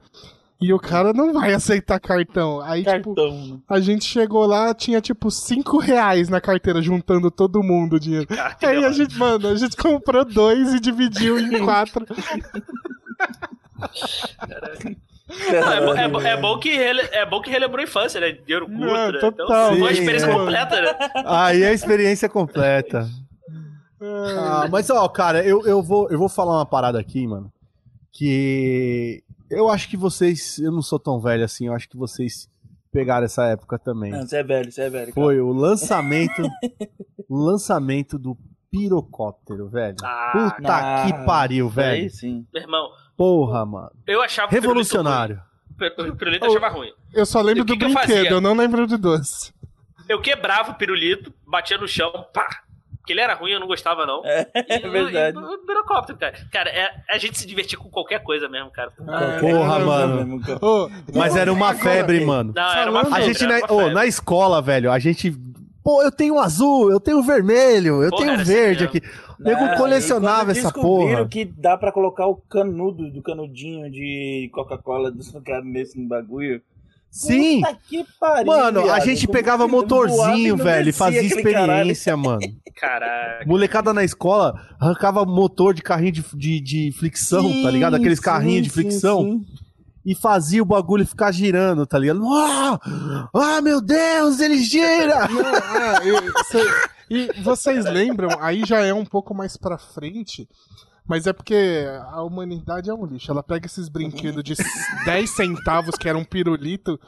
S1: E o cara não vai aceitar cartão. Aí, tipo,
S4: Cartão. né?
S1: a gente chegou lá, tinha tipo 5 reais na carteira, juntando todo mundo o dinheiro.
S3: Cara, que
S1: Aí a
S3: demais.
S1: gente, mano, a gente comprou dois e dividiu em quatro.
S3: Não, é, bo- é bo- é bom que rele- é bom que relembrou a infância, né? Dinheiro curto,
S1: Não,
S3: né?
S1: total.
S3: Então, uma
S2: Sim,
S3: experiência
S2: é.
S3: completa, né?
S2: Aí é a experiência completa.
S1: É.
S2: Ah, mas ó, cara, eu, eu, vou, eu vou falar uma parada aqui, mano. Que eu acho que vocês. Eu não sou tão velho assim, eu acho que vocês pegaram essa época também.
S4: Não, você é velho, você é velho. cara.
S2: Foi o lançamento, o lançamento do pirocóptero, velho.
S3: Ah, é
S2: Puta
S4: não.
S2: que pariu,
S4: Aí
S2: velho.
S4: sim.
S3: meu irmão,
S2: Porra, mano.
S3: eu achava o pirulito
S2: Revolucionário.
S3: ruim. O pirulito eu achava ruim.
S1: Eu só lembro
S3: E o que
S1: do
S3: que eu
S1: brinquedo,
S3: fazia?
S1: eu, não lembro do doce.
S3: Eu quebrava o pirulito, batia no chão, pá. Porque ele era ruim, eu não gostava, não.
S4: É,
S3: E-
S4: verdade.
S3: e- e- o pirocóptero, cara. Cara, é- a gente se divertia com qualquer coisa mesmo, cara.
S4: Ah,
S2: Porra,
S4: eu
S2: mano.
S4: lembro mesmo, cara.
S1: Ô,
S2: Mas era uma
S1: agora-
S2: febre, mano.
S3: Não, era uma
S1: Falando-
S2: A
S3: febre,
S2: gente
S3: era
S2: na,
S3: uma
S2: ô,
S3: febre.
S2: na escola, velho, a gente. Pô, eu tenho azul, eu tenho vermelho, eu
S3: Pô,
S2: tenho
S3: era assim
S2: verde
S3: mesmo.
S2: aqui. O nego
S4: Não, e
S2: colecionava
S4: quando
S2: essa
S4: descobriram
S2: porra.
S4: que dá pra colocar o canudo do canudinho de Coca-Cola do cara nesse bagulho.
S2: Sim.
S4: Puta que pariu,
S2: Mano, a
S4: viado.
S2: gente
S4: Como
S2: pegava
S4: que não voava e
S2: motorzinho,
S4: não
S2: velho, e
S4: descia
S2: fazia
S4: aquele caralho?
S2: experiência, mano.
S3: Caraca.
S2: Molecada na escola arrancava motor de carrinho de, de, de flexão, tá ligado? Aqueles
S4: Sim,
S2: carrinhos de
S4: sim,
S2: flexão.
S4: sim.
S2: E fazia o bagulho ficar girando, tá ligado? Ah, ah meu Deus, ele gira!
S1: Não, ah, eu- cê- e vocês lembram, aí já é um pouco mais pra frente, mas é porque a humanidade é um lixo. Ela pega esses brinquedos de 10 centavos, que era um pirulito,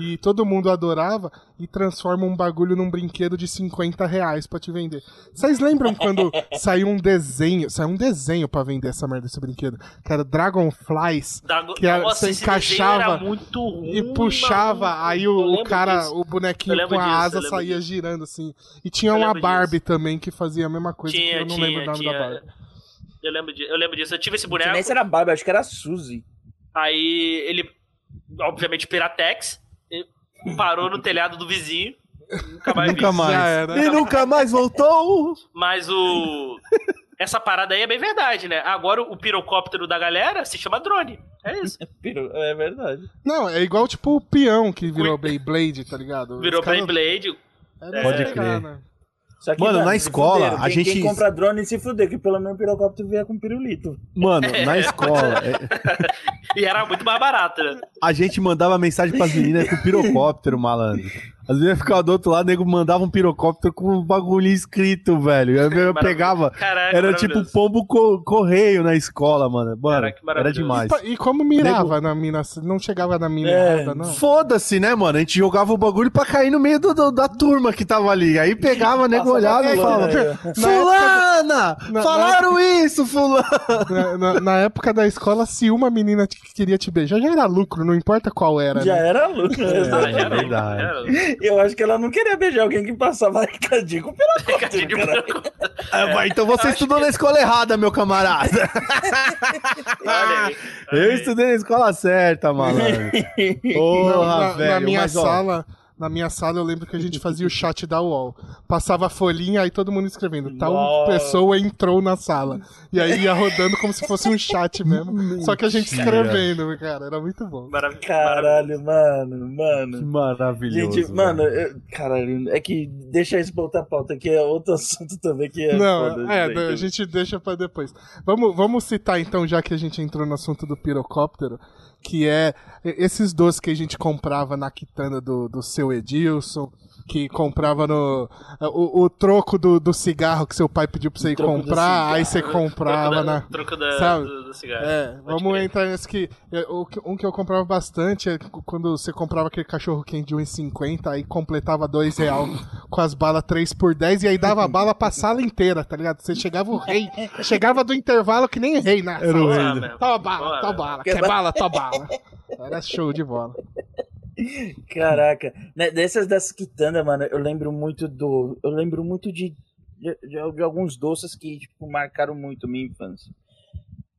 S1: e todo mundo adorava, e transforma um bagulho num brinquedo de 50 reais pra te vender. Vocês lembram quando saiu um desenho, saiu um desenho pra vender essa merda, esse brinquedo, que era Dragonflies,
S3: Da-
S1: que era-
S3: Nossa,
S1: você
S3: esse desenho
S1: encaixava
S3: era muito ruim,
S1: e puxava,
S3: Hum, maluco.
S1: aí
S3: Eu
S1: o, o
S3: lembro
S1: cara,
S3: disso.
S1: o bonequinho
S3: Eu lembro
S1: com a
S3: disso, eu
S1: asa
S3: lembro
S1: saía
S3: disso.
S1: girando assim. E tinha
S3: Eu
S1: uma
S3: lembro
S1: Barbie também que fazia a mesma coisa, que eu não lembro o nome da Barbie.
S3: Eu lembro, di- eu lembro disso. Eu tive esse
S4: Não sei
S3: boneco,
S4: nem se era Barbie, acho que era Suzy.
S3: aí ele, obviamente, Piratex, e parou no telhado do vizinho. Nunca mais
S2: Nunca
S3: vi.
S2: mais.
S1: Já era.
S2: E nunca mais voltou!
S3: Mas o. Essa parada aí é bem verdade, né? Agora o pirocóptero da galera se chama drone. É isso.
S4: Piru- É verdade.
S1: Não, é igual tipo o peão que virou Beyblade, tá ligado?
S3: Virou
S1: Os caras-
S3: Beyblade.
S1: É, não
S3: Pode
S1: sei
S2: crer.
S1: né?
S4: Só que,
S2: Mano, na
S4: se
S2: escola,
S4: fuderam.
S2: a
S4: Quem-
S2: gente-
S4: Quem compra drone se fuder, que pelo menos o pirocóptero vier com pirulito.
S2: Mano, na escola, é-
S3: E era muito mais barato, né?
S2: a gente mandava mensagem pras meninas com pirocóptero, malandro. As meninas ficavam do outro lado, o nego mandava um pirocóptero com um bagulho escrito, velho. Eu, eu
S3: Maravilhoso.
S2: pegava.
S3: Caraca,
S2: Era tipo
S3: maravilhoso.
S2: pombo co- correio na escola, mano. Mano,
S3: Caraca, que
S2: era
S3: maravilhoso.
S2: demais.
S1: E como mirava na mina, não chegava na mina
S4: É,
S1: errada, não?
S2: Foda-se, né, mano? A gente jogava o bagulho pra cair no meio do- do- da turma que tava ali. Aí pegava, nego
S4: Passava
S2: olhava e
S4: pulando,
S2: falava:
S4: né?
S2: Fulana!
S1: na
S2: Falaram isso, Fulana!
S1: Na, na- na época da escola, se uma menina te- queria te beijar, já era lucro, não importa qual era,
S4: Já
S1: né?
S4: era louco.
S3: Ah,
S2: é
S3: já era,
S2: verdade.
S3: já era. um
S4: Eu acho que ela não queria beijar alguém que passava recadinho com pirocóptero,
S3: Cadinho
S4: cara.
S3: branco.
S4: É,
S2: Ah, vai, então você estudou na escola errada, meu camarada.
S3: Olha aí. olha
S2: Eu
S3: aí.
S2: estudei na escola certa, malandro.
S1: Não,
S2: Porra,
S1: na, na
S2: velho.
S1: minha
S2: mas, ó,
S1: sala, na minha sala eu lembro que a gente fazia o chat da UOL. Passava a folhinha aí todo mundo escrevendo. Tal
S4: Nossa.
S1: pessoa entrou na sala. E aí ia rodando como se fosse um chat mesmo. Só que a gente
S2: Mentira.
S1: escrevendo, cara. Era muito bom.
S3: Maravilhoso.
S4: Caralho, mano,
S2: Que
S4: mano.
S2: maravilhoso.
S4: Gente, mano,
S2: velho.
S4: eu- caralho, é que deixa isso pra outra pauta, que é outro assunto também que é.
S1: Não, é,
S4: foda isso daí
S1: a
S4: também.
S1: gente deixa pra depois. Vamos, vamos citar então, já que a gente entrou no assunto do pirocóptero, que é esses doces que a gente comprava na quitanda do, do seu Edilson, que comprava no. O, o troco do, do cigarro que seu pai pediu pra você ir
S4: troco do
S1: comprar, aí você comprava né?
S3: Troco da-
S2: né?
S1: na.
S3: Troco da,
S1: sabe?
S3: do, do cigarro.
S1: É,
S3: Pode
S1: vamos
S3: crer.
S1: entrar nesse que. é, o que- Um que eu comprava bastante é cu- quando você comprava aquele cachorro quente de 1,50 aí completava dois real com as balas 3 por 10 e aí dava a bala pra sala inteira, tá ligado? Você chegava o rei, chegava do intervalo que nem rei na
S2: Era o
S1: sala.
S3: Vamos lá
S2: rei,
S3: mesmo.
S1: Toma bala,
S3: Bora.
S1: toma bala, quer bala, toma bala. Era show de bola.
S4: Caraca, né, dessas das quitandas, mano, eu lembro muito do. Eu lembro muito de, de, de- de alguns doces que tipo, marcaram muito minha infância.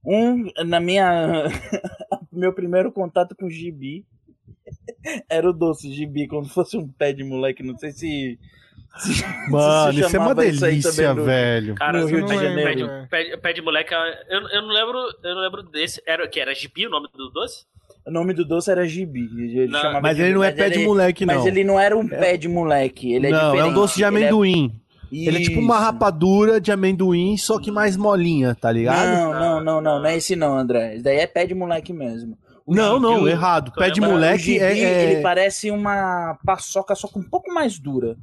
S4: Um, na minha. meu primeiro contato com gibi era o doce gibi, como se fosse um pé de moleque. Não sei se. se- se
S2: Mano, isso é uma
S4: chamava aí
S2: delícia,
S4: também no-
S2: velho.
S3: Cara,
S4: No Rio
S1: de
S3: pé
S1: Janeiro.
S2: É.
S3: Pé de, pé de- pé de moleque, eu, eu não lembro, eu não lembro desse. Era o que era gibi o nome do doce?
S4: O nome do doce era gibi. ele
S3: Não,
S4: chamava
S2: Mas ele
S4: gibi,
S2: não é pé de
S4: ele-
S2: moleque, não.
S4: Mas ele não era um pé de moleque. Ele é
S2: não, é um
S4: diferente,
S2: doce de
S4: ele é-
S2: amendoim. Ele é, tipo uma
S4: Isso.
S2: rapadura de amendoim, só que mais molinha, tá ligado?
S4: Não, não, não, não, não é esse não, André. Esse daí é pé de moleque mesmo. O
S2: Não, não,
S4: gibi-
S2: errado. Pé de
S3: lembrando,
S4: o
S2: moleque
S4: gibi,
S2: é- é.
S4: Ele parece uma paçoca, só que um pouco mais dura. Sabe?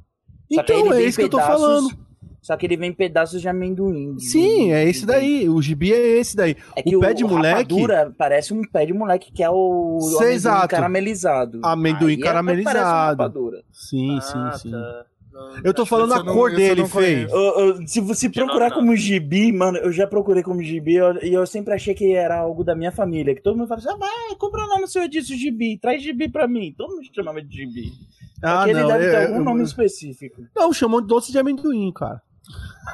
S2: Então,
S4: Ele
S2: é
S4: vem em
S2: isso que eu tô
S4: pedaços, hum,
S2: falando.
S4: Só que ele vem em pedaços de amendoim.
S2: Sim, é esse daí. O gibi é esse daí.
S4: É que
S2: o pé de moleque-
S4: rapadura parece um pé de moleque que é o, o
S2: Cê, exato.
S4: caramelizado.
S2: Amendoim
S4: Aí é- parece uma
S2: caramelizado.
S4: rapadura.
S2: Sim,
S3: Ah,
S2: sim, sim.
S3: tá. Não,
S2: Eu tô
S3: acho que
S2: falando
S1: esse
S2: a
S1: eu não-
S2: cor
S1: esse eu
S2: dele,
S1: não
S2: Fê.
S1: conheço.
S4: Eu- eu- se você
S3: De novo,
S4: procurar
S3: não.
S4: como gibi, mano, eu já procurei como gibi eu- e eu, sempre achei que era algo da minha família. Que todo mundo falava assim: ah, vai, compra lá no seu edício gibi, traz gibi pra mim. Todo mundo chamava de gibi.
S2: Ah,
S4: Porque ele
S2: não.
S4: deve ter
S2: é-
S4: algum
S2: é-
S4: nome específico.
S2: Não, chamam de doce de amendoim, cara.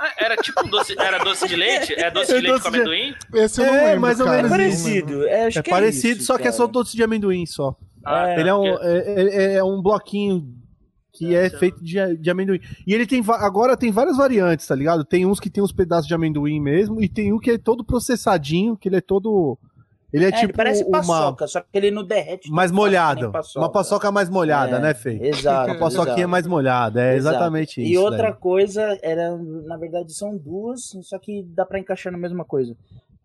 S3: Ah, Era tipo um doce, era doce de leite? É doce
S2: É
S3: de leite
S2: doce
S3: com
S2: de-
S3: amendoim?
S1: Esse eu não
S2: É,
S1: lembro,
S2: mais ou
S4: É,
S1: cara.
S2: menos
S1: Não lembro.
S4: parecido, é, acho
S2: É
S4: que
S2: parecido,
S4: é isso,
S2: só que é só
S4: cara.
S2: doce de amendoim só.
S3: Ah,
S4: É,
S3: tá,
S2: ele é um,
S3: porque-
S2: é, é- é um bloquinho que é
S3: Certo.
S2: feito de, de amendoim. E ele tem va- agora tem várias variantes, tá ligado? Tem uns que tem uns pedaços de amendoim mesmo e tem um que é todo processadinho, que ele é todo ele é,
S4: É, ele
S2: tipo
S4: parece
S2: uma
S4: paçoca, só que ele não derrete.
S2: mais
S4: tanto,
S2: molhada,
S4: nem
S2: uma paçoca mais molhada,
S4: É,
S2: né, Fê?
S4: Exato.
S2: Uma paçoquinha
S4: exato.
S2: mais molhada, é
S4: Exato.
S2: exatamente isso.
S4: E outra
S2: daí.
S4: coisa era, na verdade, são duas, só que dá pra encaixar na mesma coisa.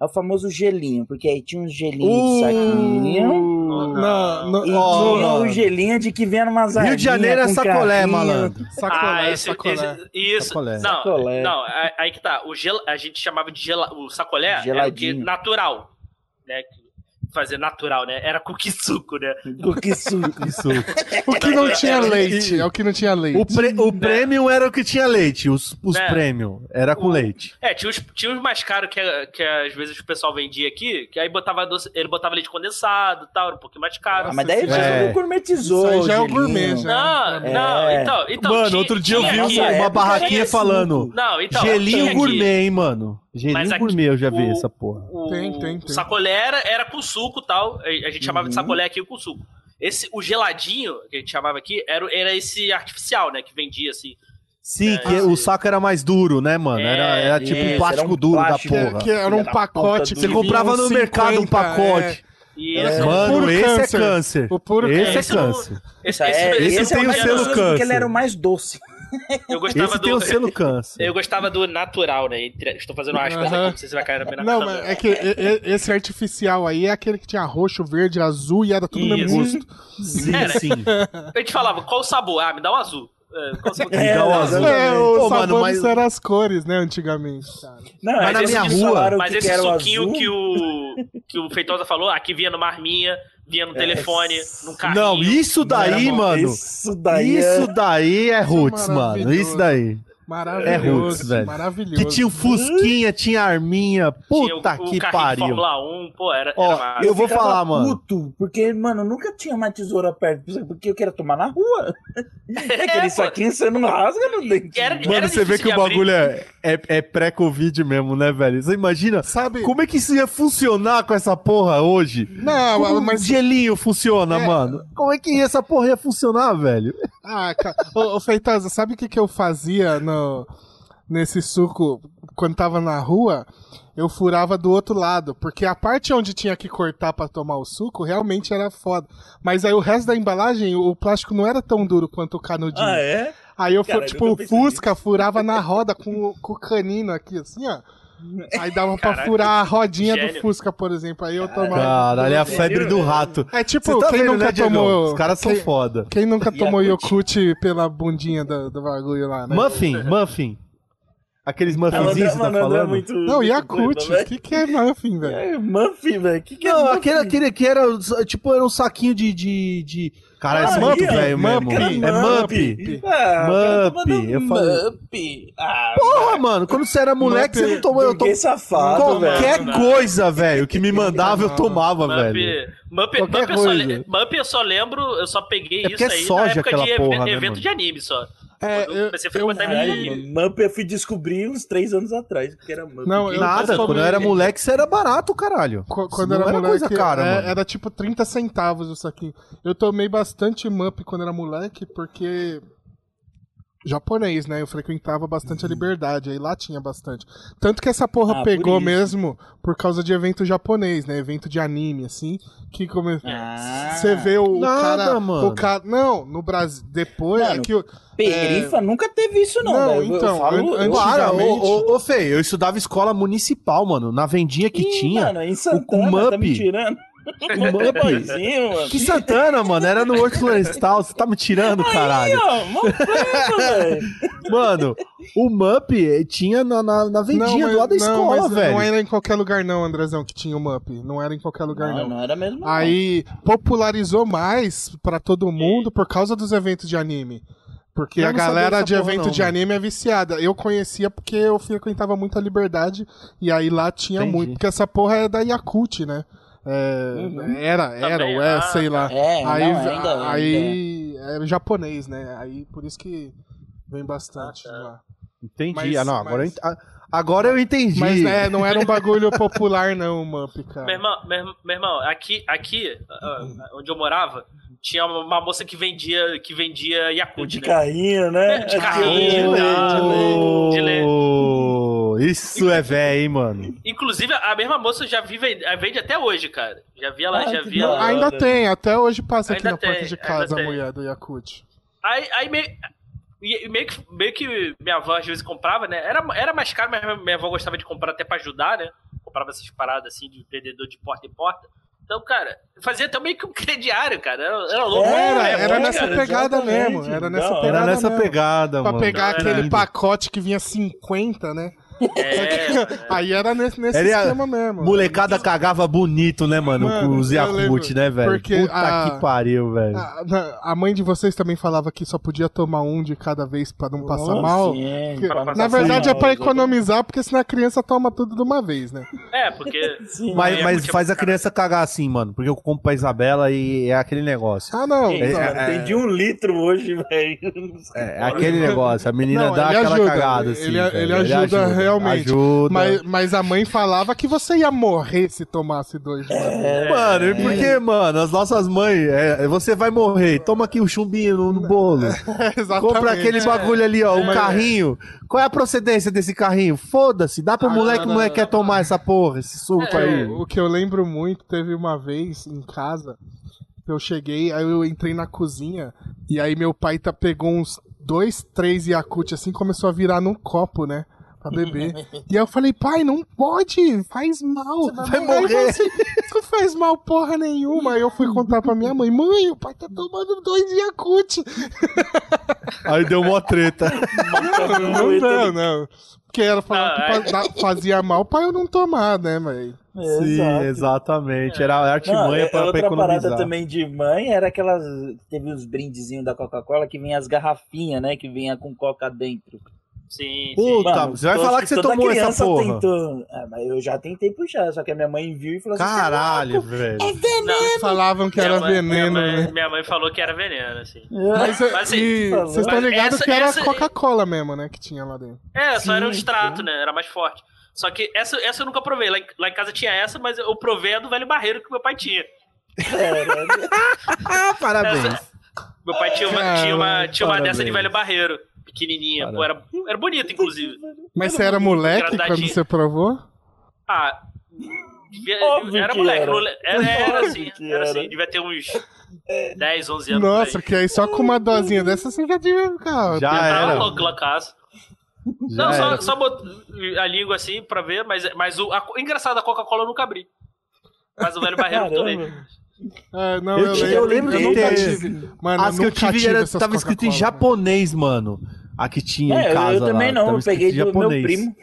S4: É o famoso gelinho, porque aí tinha um gelinho
S2: Uh!
S4: de saquinho.
S1: Uh, não, não,
S4: E
S2: Ó,
S4: tinha
S2: mano.
S4: o gelinho de que vinha numa
S2: Rio de Janeiro é sacolé,
S4: malandro.
S2: malandro.
S1: sacolé,
S3: ah, esse,
S1: sacolé.
S3: esse- isso.
S2: Sacolé.
S3: Não,
S4: Sacolé.
S3: não, aí aí que tá. O gel, a gente chamava de gela, o sacolé era o que
S4: Geladinho.
S3: natural, né? que- Fazer natural, né? Era coquisuco, né?
S4: O que suco.
S2: Isso.
S1: O que não tinha leite, é o que não tinha leite.
S2: O, pre, o prêmio era o que tinha leite, os, os
S3: Né?
S2: prêmio era com
S3: O-
S2: leite.
S3: É, tinha os, tinha os mais caros que, que às vezes o pessoal vendia aqui, que aí botava doce- ele botava leite condensado e tal, era um pouquinho mais caro.
S4: Ah, mas daí já
S2: É.
S4: é. gourmetizou.
S1: Isso aí já é o
S4: gelinho.
S1: gourmet, já.
S3: Não, não,
S4: É.
S3: então, então.
S2: Mano,
S3: tinha-
S2: outro dia eu
S3: tinha
S2: vi
S3: aqui-
S2: uma
S4: época
S2: barraquinha
S4: era suco.
S2: falando.
S3: Não, então. tinha
S2: Gelinho
S3: aqui.
S2: gourmet, hein, mano. Gelinho
S3: Mas aqui-
S2: gourmet, eu já vi
S3: o-
S2: essa porra.
S3: O,
S1: Tem, tem, tem.
S3: o sacolé era, era com suco e tal. A a gente chamava de
S4: Uhum.
S3: sacolé aqui com suco. Esse, o geladinho, que a gente chamava aqui, era, o- era esse artificial, né? Que vendia assim.
S2: Sim,
S3: É,
S2: que
S3: esse-
S2: o saco era mais duro, né, mano?
S3: É,
S2: era era tipo
S4: isso,
S2: um
S4: era
S2: plástico
S4: um
S2: duro
S4: plástico.
S2: da
S1: Que-
S2: porra.
S1: que era um
S4: Filha da
S1: pacote.
S4: puta do-
S1: que
S2: Você
S1: vinha
S2: comprava
S1: uns
S2: no mercado um
S1: 50,
S2: pacote.
S3: E
S1: É.
S3: esse-
S2: Mano,
S1: Puro
S2: esse
S1: câncer.
S2: é câncer.
S1: é. O puro
S2: Esse é
S3: Esse eu não-
S2: câncer.
S3: esse-
S4: É,
S3: esse-
S2: esse
S3: esse
S2: tem
S3: eu
S2: o
S4: mais
S2: selo
S4: gostoso
S3: gostava-
S2: câncer.
S4: Porque ele era o mais doce.
S3: Eu gostava
S2: Esse
S3: do.
S2: tem o selo câncer.
S3: Eu gostava do natural, né? entre- Estou fazendo
S1: Aham.
S3: aspas aqui, não sei se vai cair na minha
S1: Não,
S3: também.
S1: mas é que e- e- esse artificial aí é aquele que tinha roxo, verde, azul e era tudo do mesmo
S3: Isso.
S1: gosto.
S2: Sim,
S3: Era.
S2: sim.
S3: A gente falava, qual o sabor? Ah, me dá um azul. É, qual o sabor?
S2: É, Legal, azul.
S1: É, o
S2: Pô,
S1: sabor
S2: mano, mas-
S1: disso eram as cores, né, antigamente. cara.
S4: Não,
S2: Mas
S4: é
S2: na
S4: que
S2: minha
S4: eles
S2: rua-
S4: falaram
S3: Mas
S4: que
S3: esse
S4: era o
S3: suquinho
S4: azul.
S3: que o que o Feitosa falou, aqui vinha numa arminha, vinha no telefone, num carrinho.
S2: É. Não, isso daí,
S4: Não,
S2: mano.
S4: Isso daí. é-
S2: Isso daí é roots, mano.
S1: maravilhoso.
S2: Isso daí.
S1: Maravilhoso,
S2: velho.
S1: maravilhoso.
S2: Que tinha o Fusquinha, tinha a Arminha.
S3: Tinha
S2: Puta
S3: o,
S2: que
S3: o carrinho de
S2: pariu.
S3: Fórmula 1, pô, era,
S2: Ó,
S3: era massa.
S2: eu vou
S4: ficava
S2: falar, mano.
S4: Puto, porque, mano, nunca tinha uma tesoura perto, porque eu queria tomar na rua.
S3: É, pô.
S4: Aquele saquinho você não rasga no dente.
S3: Era-
S2: Mano,
S3: um. era
S2: você vê
S3: difícil
S2: que o
S3: de abrir.
S2: bagulho é, é, é pré-Covid mesmo, né, velho? Você imagina?
S1: Sabe?
S2: Como é que isso ia funcionar com essa porra hoje?
S1: Não,
S2: Como um
S1: mas.
S2: gelinho funciona,
S1: É.
S2: mano? Como Ah, é que essa porra ia funcionar, velho?
S1: Ah, cara. Ô, ô, Feitosa, sabe o que, que eu fazia no, nesse suco quando tava na rua? Eu furava do outro lado, porque a parte onde tinha que cortar pra tomar o suco realmente era foda. Mas aí o resto da embalagem, o plástico não era tão duro quanto o canudinho.
S4: Ah, é?
S1: Aí eu, fu-
S4: Cara, eu
S1: tipo,
S4: nunca
S1: o
S4: pensei
S1: Fusca furava na roda com, o- com o canino aqui, assim, ó. Aí dava pra
S3: Caraca,
S1: furar a rodinha do
S3: gênio.
S1: Fusca, por exemplo. Aí eu tomava.
S2: Caralho, é a febre do rato.
S1: É tipo,
S2: Você tá
S1: quem
S2: vendo,
S1: nunca
S2: né, Diego?
S1: tomou.
S2: Os caras são
S1: quem-
S2: foda.
S1: Quem nunca tomou
S4: Yakult.
S1: Yokut pela bundinha do, do bagulho lá, né?
S2: Muffin, muffin. Aqueles
S4: Ah, o André-
S2: muffinzinhos que você tá
S4: mano, o André é
S2: falando?
S4: muito-
S1: Não,
S4: muito
S1: Yakut.
S4: doido, né?
S1: O que, que é muffin, velho?
S4: É, Muffin, velho. Que que é
S2: Não,
S4: Muffin?
S2: aquele, aquele que era, tipo, era um saquinho de... de, de... Cara,
S4: Ah,
S2: é Mup,
S4: é,
S2: velho, mesmo.
S1: Mup.
S2: É Mup.
S4: Ah,
S2: Mup,
S4: cara, mano,
S2: eu falei.
S4: Mup. Ah,
S2: Porra, mano, quando você era moleque,
S1: Mup.
S2: você não tomou... Eu
S4: burguês
S2: tomava
S4: safado,
S2: qualquer
S3: velho.
S2: coisa, velho, que me mandava, eu
S1: Não.
S2: tomava,
S3: Mup,
S2: velho.
S3: Mup,
S2: Qualquer
S3: Mup, eu só,
S2: coisa.
S3: le- Mup eu só lembro, eu só peguei
S2: É porque
S3: isso
S2: é
S3: aí
S2: soja
S3: na época
S2: aquela
S3: de ev-
S2: porra, né,
S3: evento
S2: mano?
S3: de anime só.
S1: É,
S3: Quando
S1: eu,
S3: comecei a
S1: eu
S3: frequentar
S1: vi-
S3: evento
S4: velho. Mup eu fui descobrir uns três anos atrás, porque era Mup.
S1: Não, eu-
S2: Nada,
S1: posso
S2: quando eu
S1: comer-
S2: era moleque, isso era barato, caralho.
S1: Qu-
S2: Isso
S1: Quando
S2: não
S1: era, moleque,
S2: coisa cara,
S1: é-
S2: mano.
S1: era tipo 30 centavos o saquinho. Eu tomei bastante MUP quando era moleque, porque. Japonês, né? Eu frequentava bastante
S2: Uhum.
S1: a liberdade, aí lá tinha bastante. Tanto que essa porra
S4: Ah, por
S1: pegou
S4: isso.
S1: mesmo por causa de evento japonês, né? Evento de anime, assim. Que come...
S4: Ah.
S1: Você vê o
S2: Nada,
S1: cara.
S2: mano.
S1: O cara. Não, no Brasil. Depois é
S4: Mano,
S1: que o-
S4: Perifa nunca teve isso, não,
S1: é. Não,
S4: velho. Eu- eu
S1: então,
S4: falo-
S1: an-
S2: Para,
S4: eu-
S2: ô,
S1: antigamente-
S2: ô, ô, Fê, eu estudava escola municipal, mano, na vendinha que
S4: Ih,
S2: tinha.
S4: Mano, em Santana,
S2: Mup.
S4: tá me tirando.
S2: O Mup.
S4: Pãozinho, mano.
S2: Que Santana, mano, era no Horto Florestal, você tá me tirando,
S4: Aí,
S2: caralho.
S4: ó, mó plano, velho.
S2: Mano, o Mup eh, tinha na, na, na vendinha do lado da escola,
S1: mas
S2: velho.
S1: Não é era em qualquer lugar, não, Andrezão, que tinha o Mup. Não era em qualquer lugar, não.
S4: Não, não era mesmo. não.
S1: Aí popularizou mais pra todo mundo por causa dos eventos de anime. Porque
S2: Eu
S1: a
S2: não sabia
S1: galera
S2: dessa
S1: de
S2: porra,
S1: evento
S2: não,
S1: de
S2: mano.
S1: anime é viciada. Eu conhecia porque eu frequentava muito a Liberdade e aí lá tinha
S2: Entendi.
S1: muito. Porque essa porra é da Yakut, né? É,
S4: Uhum.
S1: Era, era,
S3: Também
S1: ou é,
S3: era.
S1: sei lá.
S4: É,
S1: aí
S4: não, ainda, ainda.
S1: aí era japonês, né? Aí por isso que vem bastante
S3: Ah, tá.
S1: de lá.
S2: Entendi.
S1: Mas-
S2: ah, não, agora,
S1: mas-
S2: eu ent- ah, agora eu entendi.
S1: Mas né, não era um bagulho popular, não, Mup,
S3: Meu
S1: cara.
S3: irmão, meu, irmão- meu irmão, aqui, aqui ah, ah, onde eu morava, tinha uma, uma moça que vendia, que vendia Yakut,
S4: De
S3: né?
S4: carrinho, né?
S3: De
S2: Oh,
S3: carrinho, de lei, de lei.
S2: Isso é véio, hein, mano.
S3: Inclusive, a mesma moça eu já vi, vende vende até hoje, cara. Já vi ela,
S4: Ah,
S3: já
S4: que
S3: vi
S4: da
S3: ela.
S4: hora.
S1: Ainda tem, até hoje passa aqui
S3: Ainda
S1: na porta
S3: tem,
S1: de
S3: ainda
S1: casa a
S3: tem.
S1: mulher do Yakut.
S3: Aí, aí meio, e- e meio, que, meio que minha avó às vezes comprava, né? Era, era mais caro, mas minha avó gostava de comprar até pra ajudar, né? Comprava essas paradas assim de vendedor de porta em porta. Então, cara, fazia até meio que um crediário, cara. Era, era louco.
S1: Era,
S4: É,
S1: era
S4: é,
S1: nessa
S4: cara,
S1: pegada
S4: exatamente.
S1: mesmo. Era
S4: Da
S1: nessa
S4: hora.
S1: pegada.
S2: Era nessa
S1: mesmo.
S2: pegada,
S1: Pra
S2: mano.
S1: pegar
S3: Era
S1: aquele
S2: lindo.
S1: pacote que vinha 50, né?
S3: É,
S1: Aí era nesse, nesse
S2: Era-
S1: esquema mesmo.
S2: Molecada cagava bonito, né, mano?
S1: Mano,
S2: com os
S1: eu
S2: Yakut,
S1: lembro,
S2: né, velho?
S1: porque
S2: Puta
S1: a-
S2: que pariu, velho.
S1: A, na- a mãe de vocês também falava que só podia tomar um de cada vez pra não passar
S4: Nossa,
S1: mal.
S4: sim,
S1: Que-
S4: pra não
S1: na
S4: passar
S1: verdade é
S4: mal,
S1: pra
S4: exatamente.
S1: economizar, porque senão a criança toma tudo de uma vez, né?
S3: é, porque.
S4: Sim.
S2: mas
S3: Yakut
S2: mas
S3: é
S2: faz a
S3: caro.
S2: criança cagar assim, mano. Porque eu compro pra Isabela e é aquele negócio.
S1: Ah, não.
S4: Que isso,
S1: então,
S4: mano, tem de um litro hoje, velho.
S2: É, é aquele negócio. A menina
S1: Não,
S2: dá
S1: ele
S2: aquela
S1: ajuda,
S2: cagada, assim.
S1: ele-
S2: velho.
S1: ele ajuda realmente,
S2: Ajuda.
S1: mas, mas a mãe falava que você ia morrer se tomasse dois. mano.
S2: Mano,
S4: É.
S2: e por que, mano? As nossas mães, é, você vai morrer. Toma aqui o chumbinho no, no bolo.
S4: É.
S1: Exatamente.
S2: Compra aquele bagulho ali, ó, o carrinho. Qual é a procedência desse carrinho? Foda-se, dá pro
S1: Ah,
S2: moleque,
S1: não,
S2: o
S1: não,
S2: moleque quer tomar essa porra, esse suco
S4: É.
S2: aí.
S1: É, O que eu lembro muito, teve uma vez em casa, eu cheguei, aí eu entrei na cozinha, e aí meu pai tá, pegou uns dois, três Yakut assim, começou a virar num copo, né? Pra beber. e aí eu falei, pai, não pode, faz mal.
S2: vai
S1: Aí eu
S2: morrer.
S1: falei assim, Isso não faz mal porra nenhuma. Aí eu fui contar pra minha mãe, mãe, o pai tá tomando dois Yakut.
S2: Aí deu mó treta.
S1: Não, não, não. Porque ela falava
S3: Ah,
S1: que fa- da- fazia mal pra eu não tomar, né, mãe?
S2: Sim,
S4: É, Exato.
S2: exatamente. Era
S4: Não,
S2: artimanha pra,
S4: é-
S2: pra
S4: outra parada
S2: economizar.
S4: também de mãe era aquelas. Teve os brindezinhos da Coca-Cola que vinha as garrafinhas, né? Que vinha com coca dentro.
S3: Sim, sim.
S2: Puta, você vai
S4: to-
S2: falar que você
S4: toda
S2: tomou essa
S4: criança
S2: porra.
S4: Tentou. Ah, mas eu já tentei puxar, só que a minha mãe viu e falou é
S2: Caralho, velho.
S4: assim: "Você é louco,
S1: Falavam que
S3: Minha
S1: era
S3: mãe-
S1: veneno,
S3: minha mãe,
S1: né?
S3: minha mãe falou que era veneno, assim.
S4: é veneno!"
S1: Mas, é-
S3: Mas, assim,
S1: e
S4: por favor.
S1: vocês estão
S3: Mas
S1: ligados
S3: essa-
S1: que era
S3: essa-
S1: Coca-Cola mesmo, né? Que tinha lá dentro.
S3: É, só
S4: Sim,
S3: era um extrato,
S4: sim.
S3: né? Era mais forte. Só que essa, essa eu nunca provei. Lá em, lá em casa tinha essa, mas eu provei a do velho barreiro que meu pai tinha.
S4: É, Caralho.
S2: Ah, parabéns.
S3: Meu pai tinha uma,
S1: Caralho,
S3: tinha uma, tinha uma dessa de
S2: parabéns.
S3: velho barreiro, pequenininha. Pô, era, era bonita, inclusive.
S1: Mas você era moleque
S3: Gradadinho.
S1: quando você provou?
S3: Ah, devia-
S4: Óbvio
S3: era
S4: que
S3: moleque.
S4: era.
S3: não le- Era, era,
S4: Óbvio
S3: assim,
S4: que
S3: era.
S4: era.
S3: assim. Devia ter uns 10, 11 anos.
S1: Nossa,
S3: por aí.
S1: que aí só com uma
S2: Uhum.
S1: dosinha dessa você já devia. Cara,
S2: Já
S3: Eu tava
S2: era.
S3: louco lá em casa.
S2: Já
S3: Não, só,
S2: era.
S3: só botou a língua assim pra ver, mas, mas o a co- engraçado, a Coca-Cola eu nunca abri. Mas o velho barreiro eu tomei.
S4: Caramba.
S1: É, não,
S2: Eu
S1: eu,
S2: tinha-
S1: lembro.
S2: eu lembro
S1: eu
S2: de
S1: nunca
S2: ter-
S1: tive. Mano,
S2: As que eu
S1: nunca
S2: tive era,
S1: essas
S2: tava escrito em
S1: Coca-Cola.
S2: japonês, mano. A que tinha
S4: É,
S2: em
S4: eu,
S2: casa.
S4: eu também
S2: lá,
S4: não,
S2: tava
S4: eu
S2: escrito
S4: peguei
S2: em
S4: do meu
S2: japonês.
S4: primo.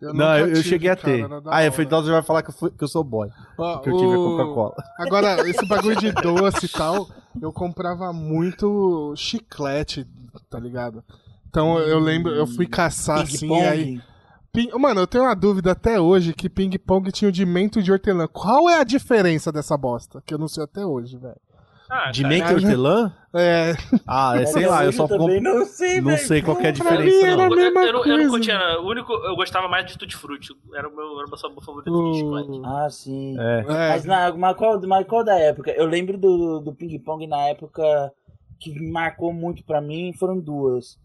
S1: Eu
S2: Não,
S1: nunca
S2: eu, eu
S1: tive,
S2: cheguei a
S1: cara,
S2: ter.
S1: era da
S2: Ah, eu
S1: hora.
S2: fui idoso vai falar que eu, fui- que eu sou boy.
S1: Ó,
S2: Que eu tive a
S1: o-
S2: Coca-Cola.
S1: Agora, esse bagulho de doce e tal, eu comprava muito chiclete, tá ligado? Então eu lembro, eu fui caçar assim, e aí. Ping- Mano, eu tenho uma dúvida até hoje que ping-pong tinha o de mento e de hortelã. Qual é a diferença dessa bosta? Que eu não sei até hoje, velho.
S3: Ah,
S2: De
S3: cara.
S4: tá.
S2: meio que
S1: Caralho.
S2: hortelã?
S1: É,
S2: Ah, é, sei lá, eu só compro.
S4: também não sei,
S2: Não
S4: velho.
S2: sei qual que é a
S1: Pra mim
S2: diferença,
S1: era
S2: não.
S3: Eu,
S1: a mesma
S3: eu, não- eu não
S1: coisa.
S3: curtia, o único eu gostava mais de Tutti Frutti. Era o meu, era o meu sabor favorito de chiclete.
S1: o...
S4: Ah, sim.
S2: É.
S1: Hum. é.
S4: Mas, na, mas, qual, mas qual da época? Eu lembro do, do ping-pong na época que marcou muito pra mim, foram duas.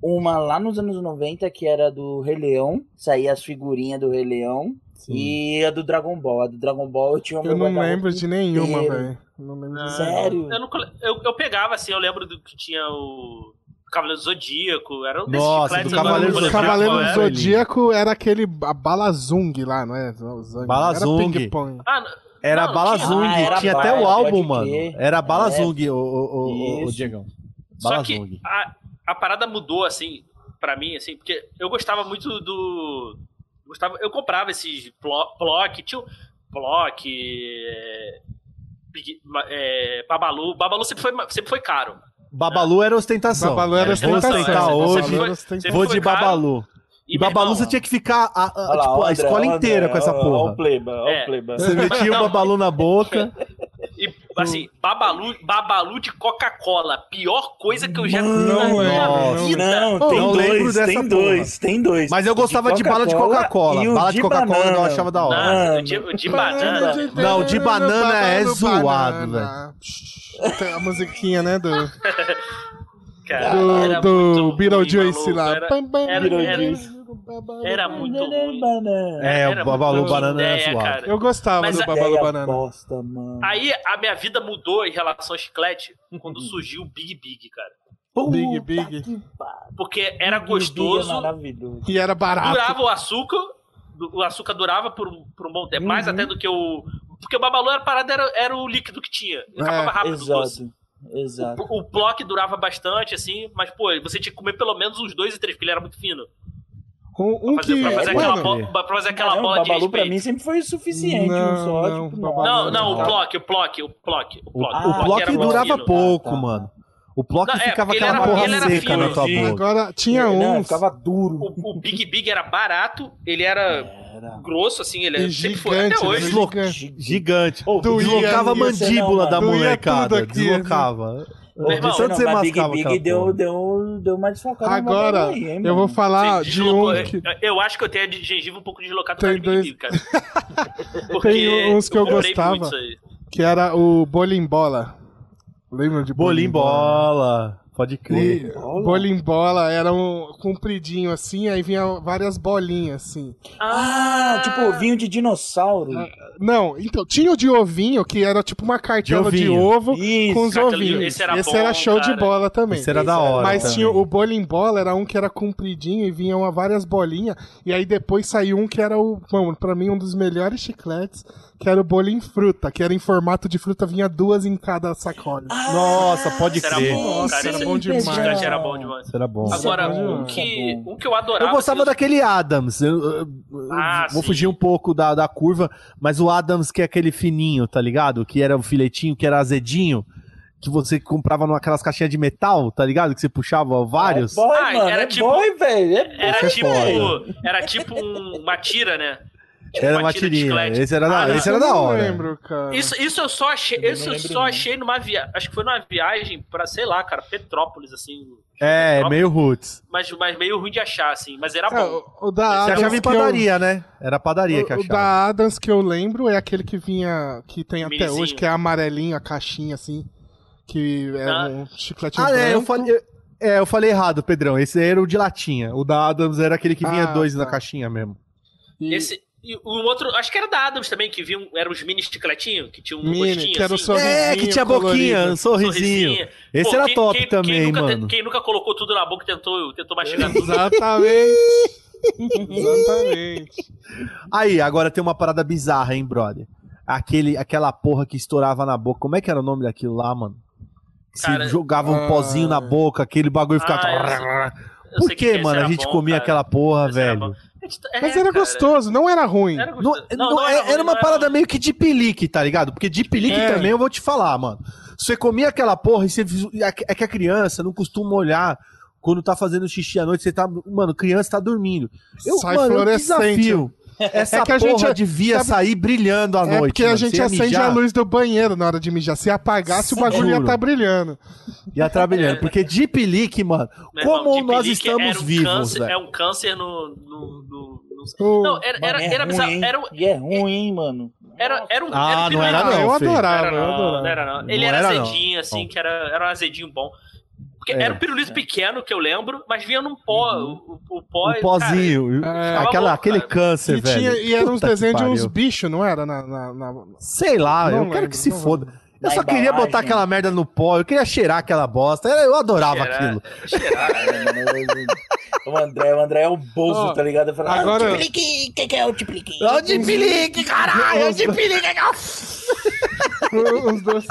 S4: Uma lá nos anos 90, que era do Rei Leão, saía as figurinhas do Rei Leão, e a do Dragon Ball. A do Dragon Ball eu tinha o
S1: Eu
S4: meu
S1: não
S4: guarda-roupa
S1: lembro de nenhuma,
S4: inteiro.
S1: velho. Não lembro de
S3: Ah,
S1: nenhuma.
S4: Sério?
S3: Eu, nunca- eu, eu pegava assim, eu lembro do que tinha o Cavaleiro Zodíaco, era um desses
S2: Nossa,
S3: chicletes, né?
S2: do
S3: eu não-
S2: Cavaleiro
S1: Mano,
S3: não lembro
S1: o
S2: Zodíaco,
S1: Cavaleiro
S3: qual era.
S1: Zodíaco era aquele a Bala Zung lá, não é? O Zang.
S2: Bala
S1: Era
S2: Zung.
S1: ping-pong.
S3: Ah, não,
S2: Era
S3: Não,
S2: Bala
S3: tinha-
S2: Zung,
S4: Ah, era
S2: tinha
S4: Bala,
S2: até o álbum,
S4: pode
S2: mano.
S4: crer.
S2: Era Bala
S4: É.
S2: Zung, o, o, o, o
S4: Isso.
S2: Diegão.
S3: Só
S2: Bala
S3: que
S2: Zung.
S3: a, a parada mudou, assim, pra mim, assim, porque eu gostava muito do. Gostava, eu comprava esses blo- block, tinha um block. É, Big- ma- é, Babalu. Babalu sempre foi, ma- sempre foi caro.
S2: Babalu era ostentação.
S1: Babalu era
S3: Era ostentação,
S2: Vou ostentar
S3: era
S1: ostentação. Babalu
S2: hoje,
S3: ostentação.
S1: era ostentação.
S3: Sempre
S2: vou
S3: foi
S2: de
S3: caro.
S2: Babalu. E
S3: meu
S2: Babalu
S3: irmão,
S2: você tinha que ficar a, a-
S4: Olha lá,
S2: tipo,
S4: ó,
S2: a
S4: André,
S2: escola
S4: ó,
S2: inteira com
S4: André,
S2: essa
S4: ó, Ó, o
S2: porra.
S4: pleba, ó,
S3: É.
S4: o pleba.
S2: Você metia o
S3: Não.
S2: Babalu na boca.
S3: E, assim, Babalu, Babalu de Coca-Cola. Pior coisa que eu já vi na
S1: Não
S3: minha
S1: é, não
S3: vida.
S4: Não,
S2: Pô,
S4: tem
S2: não lembro
S4: dois,
S2: dessa
S4: tem
S2: porra.
S4: dois, tem dois.
S2: Mas eu gostava de, bala de
S4: e
S2: Coca-Cola.
S4: o
S2: Bala de
S4: de
S2: Coca-cola eu
S4: banana.
S2: achava da hora.
S1: Ah,
S3: Nossa, o de, o de banana.
S2: Não, o de banana é zoado,
S1: banana. Psh, tem A musiquinha, né, do,
S3: Cara,
S1: do,
S3: era
S1: do
S3: muito
S1: Beetlejuice
S3: ruim, maluco,
S1: lá.
S3: era-
S1: Pam, pam,
S3: era-
S1: Beetlejuice.
S3: era muito ruim.
S2: É, o
S3: Era
S2: Babalu
S3: muito
S2: Banana era
S3: ideia,
S2: zoado.
S3: cara.
S1: Eu gostava
S3: Mas
S1: do
S3: a-
S1: Babalu Banana.
S4: Bosta, mano.
S3: Aí a minha vida mudou em relação ao chiclete quando surgiu o Big Big, cara.
S4: Puta
S1: Big, Big.
S4: que pariu.
S3: Porque era
S4: Big,
S3: gostoso,
S4: Big é maravilhoso.
S1: E era barato.
S3: durava o açúcar, do- o açúcar durava por, um- por um bom tempo, mais
S4: Uhum.
S3: até do que o. Porque o babalu era parada, era, era o líquido que tinha. E Acabava rápido o doce.
S4: É, Exato, exato.
S3: O, o bloco durava bastante, assim, mas, pô, você tinha que comer pelo menos uns dois e três, porque ele era muito fino.
S1: Um, um
S3: Fazer-
S1: que.
S3: pra, fazer
S1: mano,
S3: aquela bola, pra fazer aquela
S4: Não,
S3: bola
S4: o
S3: de
S4: Babalu pra
S3: respeito.
S4: mim sempre foi o suficiente,
S1: Não,
S4: um só.
S1: não,
S4: tipo,
S1: Babalu
S3: Não, não, o
S1: Não.
S3: Plock, o Plock, o Plock. O
S2: O,
S3: Plock,
S4: Ah,
S2: o
S4: era
S2: Plock
S4: muito
S2: durava
S3: fino.
S2: pouco,
S4: Tá, tá.
S2: mano. O Plock
S3: Não, é,
S2: ficava
S3: porque
S2: aquela
S3: ele era-
S2: porra
S3: ele era
S2: seca na
S3: fino, assim.
S2: tua
S3: sim.
S2: boca.
S1: Agora tinha
S4: Não,
S1: um.
S4: ficava duro.
S3: O, o Big Big era barato, ele era
S4: Era.
S3: grosso, assim, ele
S1: E
S3: sempre foi até
S1: gigante,
S3: hoje.
S1: né?
S2: Gigante. Gigante.
S1: Doía,
S2: Deslocava a
S1: ia
S4: ser
S2: mandíbula
S4: não,
S2: da
S1: mano. Doía
S2: molecada.
S1: tudo aqui,
S2: Deslocava.
S4: Ô,
S3: irmão,
S2: De tanto
S4: não,
S2: você
S4: mas Big
S2: mascava
S4: Big
S2: aquela
S4: deu,
S2: porra.
S4: deu, deu uma desfocada. no
S1: Agora,
S4: Babalu aí, hein,
S1: eu vou
S4: mano?
S1: falar
S3: Sim,
S1: de
S3: deslocou.
S1: um que.
S3: Eu- Eu acho que eu tenho a de gengiva um pouco deslocada
S1: Tem
S3: por causa
S1: dois-
S3: do Big Big, cara. Porque
S1: uns que eu
S3: comprei
S1: gostava.
S3: muito isso aí.
S1: Que era o Bolimbola. Lembra de
S2: Bolimbola. Pode
S1: E
S2: crer.
S4: Bola?
S1: Bolimbola era um compridinho assim, aí vinha várias bolinhas assim.
S4: Ah, tipo ovinho de dinossauro.
S1: Não, então, tinha o de ovinho, que era tipo uma cartela de,
S2: ovinho.
S1: ovo
S4: Isso.
S1: com os
S3: Cartela de-
S1: ovinhos.
S3: esse era bom,
S1: show de
S3: cara.
S1: bola também.
S2: Isso era da hora.
S1: Mas
S2: também.
S1: tinha o bolimbola, era um que era compridinho e vinha uma- várias bolinhas. E aí depois saiu um que era o, mano, pra mim um dos melhores chicletes, que era o bolim fruta, que era em formato de fruta, vinha duas em cada sacola.
S2: Ah,
S4: Ah!
S2: Nossa, pode
S3: Isso era
S2: crer.
S3: bom,
S1: Nossa,
S3: cara.
S1: era
S3: esse-
S1: bom demais.
S3: Esse chiclete era bom demais.
S2: Isso era bom.
S4: né? Isso
S3: Agora,
S1: bom,
S3: um
S1: isso
S3: que,
S4: é bom.
S3: um que eu adorava.
S2: Eu gostava
S3: assim,
S2: daquele Adams. Eu, eu- eu-
S3: Ah,
S2: vou
S3: sim.
S2: fugir um pouco da, da curva, mas o Adams, que é aquele fininho, tá ligado? Que era um filetinho, que era azedinho, que você comprava naquelas caixinhas de metal, tá ligado? Que você puxava vários.
S4: É boy,
S3: Ah,
S4: mano,
S3: era
S4: é
S3: tipo-
S4: boy, velho. É boy.
S3: Era
S2: Isso é
S3: tipo,
S2: foda.
S3: era tipo um- uma tira, né? Tipo
S2: era uma
S3: tira de
S2: tirinha.
S3: chiclete.
S2: Esse era, da,
S3: Ah, não.
S2: esse era da hora.
S1: Eu não lembro, cara.
S3: Isso, é isso eu só achei,
S4: Eu não
S3: isso eu
S4: lembro,
S3: só
S4: não.
S3: achei numa viagem, acho que foi numa viagem pra, sei lá, cara, Petrópolis, assim.
S2: É,
S3: Petrópolis,
S2: meio roots.
S3: Mas, mas meio ruim de achar, assim, mas era
S1: É,
S3: bom.
S1: o, o da
S2: Você achava
S1: Adams
S2: em
S1: que eu,
S2: padaria, né? Era padaria que
S1: o, o
S2: achava.
S1: da Adams que eu lembro é aquele que vinha, que tem até
S3: Minizinho.
S1: hoje, que é amarelinho, a caixinha assim, que é
S3: Ah.
S1: um chiclete
S2: Ah, é, eu
S1: branco.
S2: falei. eu- É, eu falei errado, Pedrão. Esse era o de latinha. O da Adams era aquele que vinha
S1: Ah,
S2: dois na
S1: tá.
S2: caixinha mesmo.
S1: E-
S3: Esse, e o outro, acho que era da Adams também, que vinha, um- eram os mini chicletinhos, que tinha um
S1: Mini,
S3: gostinho,
S1: que era o
S3: assim,
S1: sorrisinho
S2: É, que tinha boquinha, um
S1: colorido.
S2: sorrisinho.
S3: sorrisinho.
S2: Esse
S3: Pô,
S2: era
S3: quem-
S2: top
S3: quem- quem
S2: também,
S3: nunca te-
S2: mano.
S3: quem nunca colocou tudo na boca e tentou, tentou mastigar tudo.
S1: Exatamente. Exatamente.
S2: Aí, agora tem uma parada bizarra, hein, brother? Aquele, aquela porra que estourava na boca. Como é que era o nome daquilo lá, mano? Que
S3: Cara,
S2: se jogava um
S1: ah,
S2: pozinho na boca, aquele bagulho ficava.
S3: Ah, Eu
S2: Por
S3: sei
S2: que,
S3: esse
S2: mano? A
S3: era
S2: gente
S3: bom,
S2: comia
S3: cara.
S2: aquela porra,
S3: Esse era
S2: velho.
S3: bom. A gente- é,
S1: Mas era
S3: cara.
S1: gostoso, não era ruim.
S3: Era
S2: Não,
S3: gostoso.
S2: não, é- era,
S3: ruim,
S2: uma
S3: não
S2: parada
S3: ruim.
S2: meio que de pelique, tá ligado? Porque de pelique
S1: É.
S2: também eu vou te falar, mano. Você comia aquela porra e você. visu- e a- É que a criança não costuma olhar quando tá fazendo xixi à noite. Você tá. Mano, criança tá dormindo. Eu,
S1: Sai
S2: mano, eu
S1: fluorescente.
S2: desafio. Essa
S1: É que a
S2: porra
S1: gente-
S2: devia
S1: sabe-
S2: sair brilhando à
S1: é
S2: noite.
S1: porque a
S2: mano. Você
S1: gente
S2: ia
S1: acende
S2: mijar,
S1: a luz do banheiro na hora de mijar. Se apagasse, o bagulho ia
S2: Juro.
S1: estar brilhando.
S2: Ia trabalhando. Porque Deep Leak, mano,
S3: Meu irmão,
S2: como
S3: Deep
S2: nós
S3: Leak
S2: estamos
S3: era um
S2: vivos,
S3: câncer-
S2: velho.
S3: É um câncer no. no, no- no-
S1: O-
S3: Não, era, era,
S4: Mano, é
S3: era,
S4: ruim,
S3: bizarro,
S4: hein?
S3: era, um-
S4: E é ruim, hein, mano.
S3: era, era um.
S2: Ah,
S3: era um
S2: não era
S1: Ah,
S3: pirulito.
S2: não,
S1: eu
S2: filho.
S1: adorava,
S3: Era
S1: eu
S3: não,
S1: adorava.
S3: não era não. Ele
S2: Não
S3: era,
S2: era não.
S3: azedinho, assim,
S2: Não.
S3: que era, era um azedinho bom. Porque
S2: É.
S3: era um pirulito pequeno, que eu lembro, mas vinha num pó. O, o pó.
S2: O pozinho.
S1: cara,
S2: é, aquela,
S3: louco,
S2: aquele
S3: cara.
S2: câncer,
S1: E,
S2: velho.
S1: tinha, e eram uns
S2: Puta que
S1: desenhos de uns
S2: pariu.
S1: bichos, não era? Na, na, na-
S2: Sei lá,
S1: Não
S2: eu
S1: lembro,
S2: quero que se
S1: não
S2: foda. Eu
S4: Na
S2: só queria
S4: embalagem.
S2: botar aquela merda no pó, eu queria cheirar aquela bosta. era- Eu adorava
S3: Cheirar.
S2: aquilo.
S3: Cara,
S4: Cara, mano, eu- O André, o André é o bolso,
S1: Ó,
S4: tá ligado? Eu falo,
S1: agora-
S4: ah, o Tiplique, o que, que é o Tiplique?
S2: É o Deep Leak, caralho, é o Deep Leak.
S1: uns doces.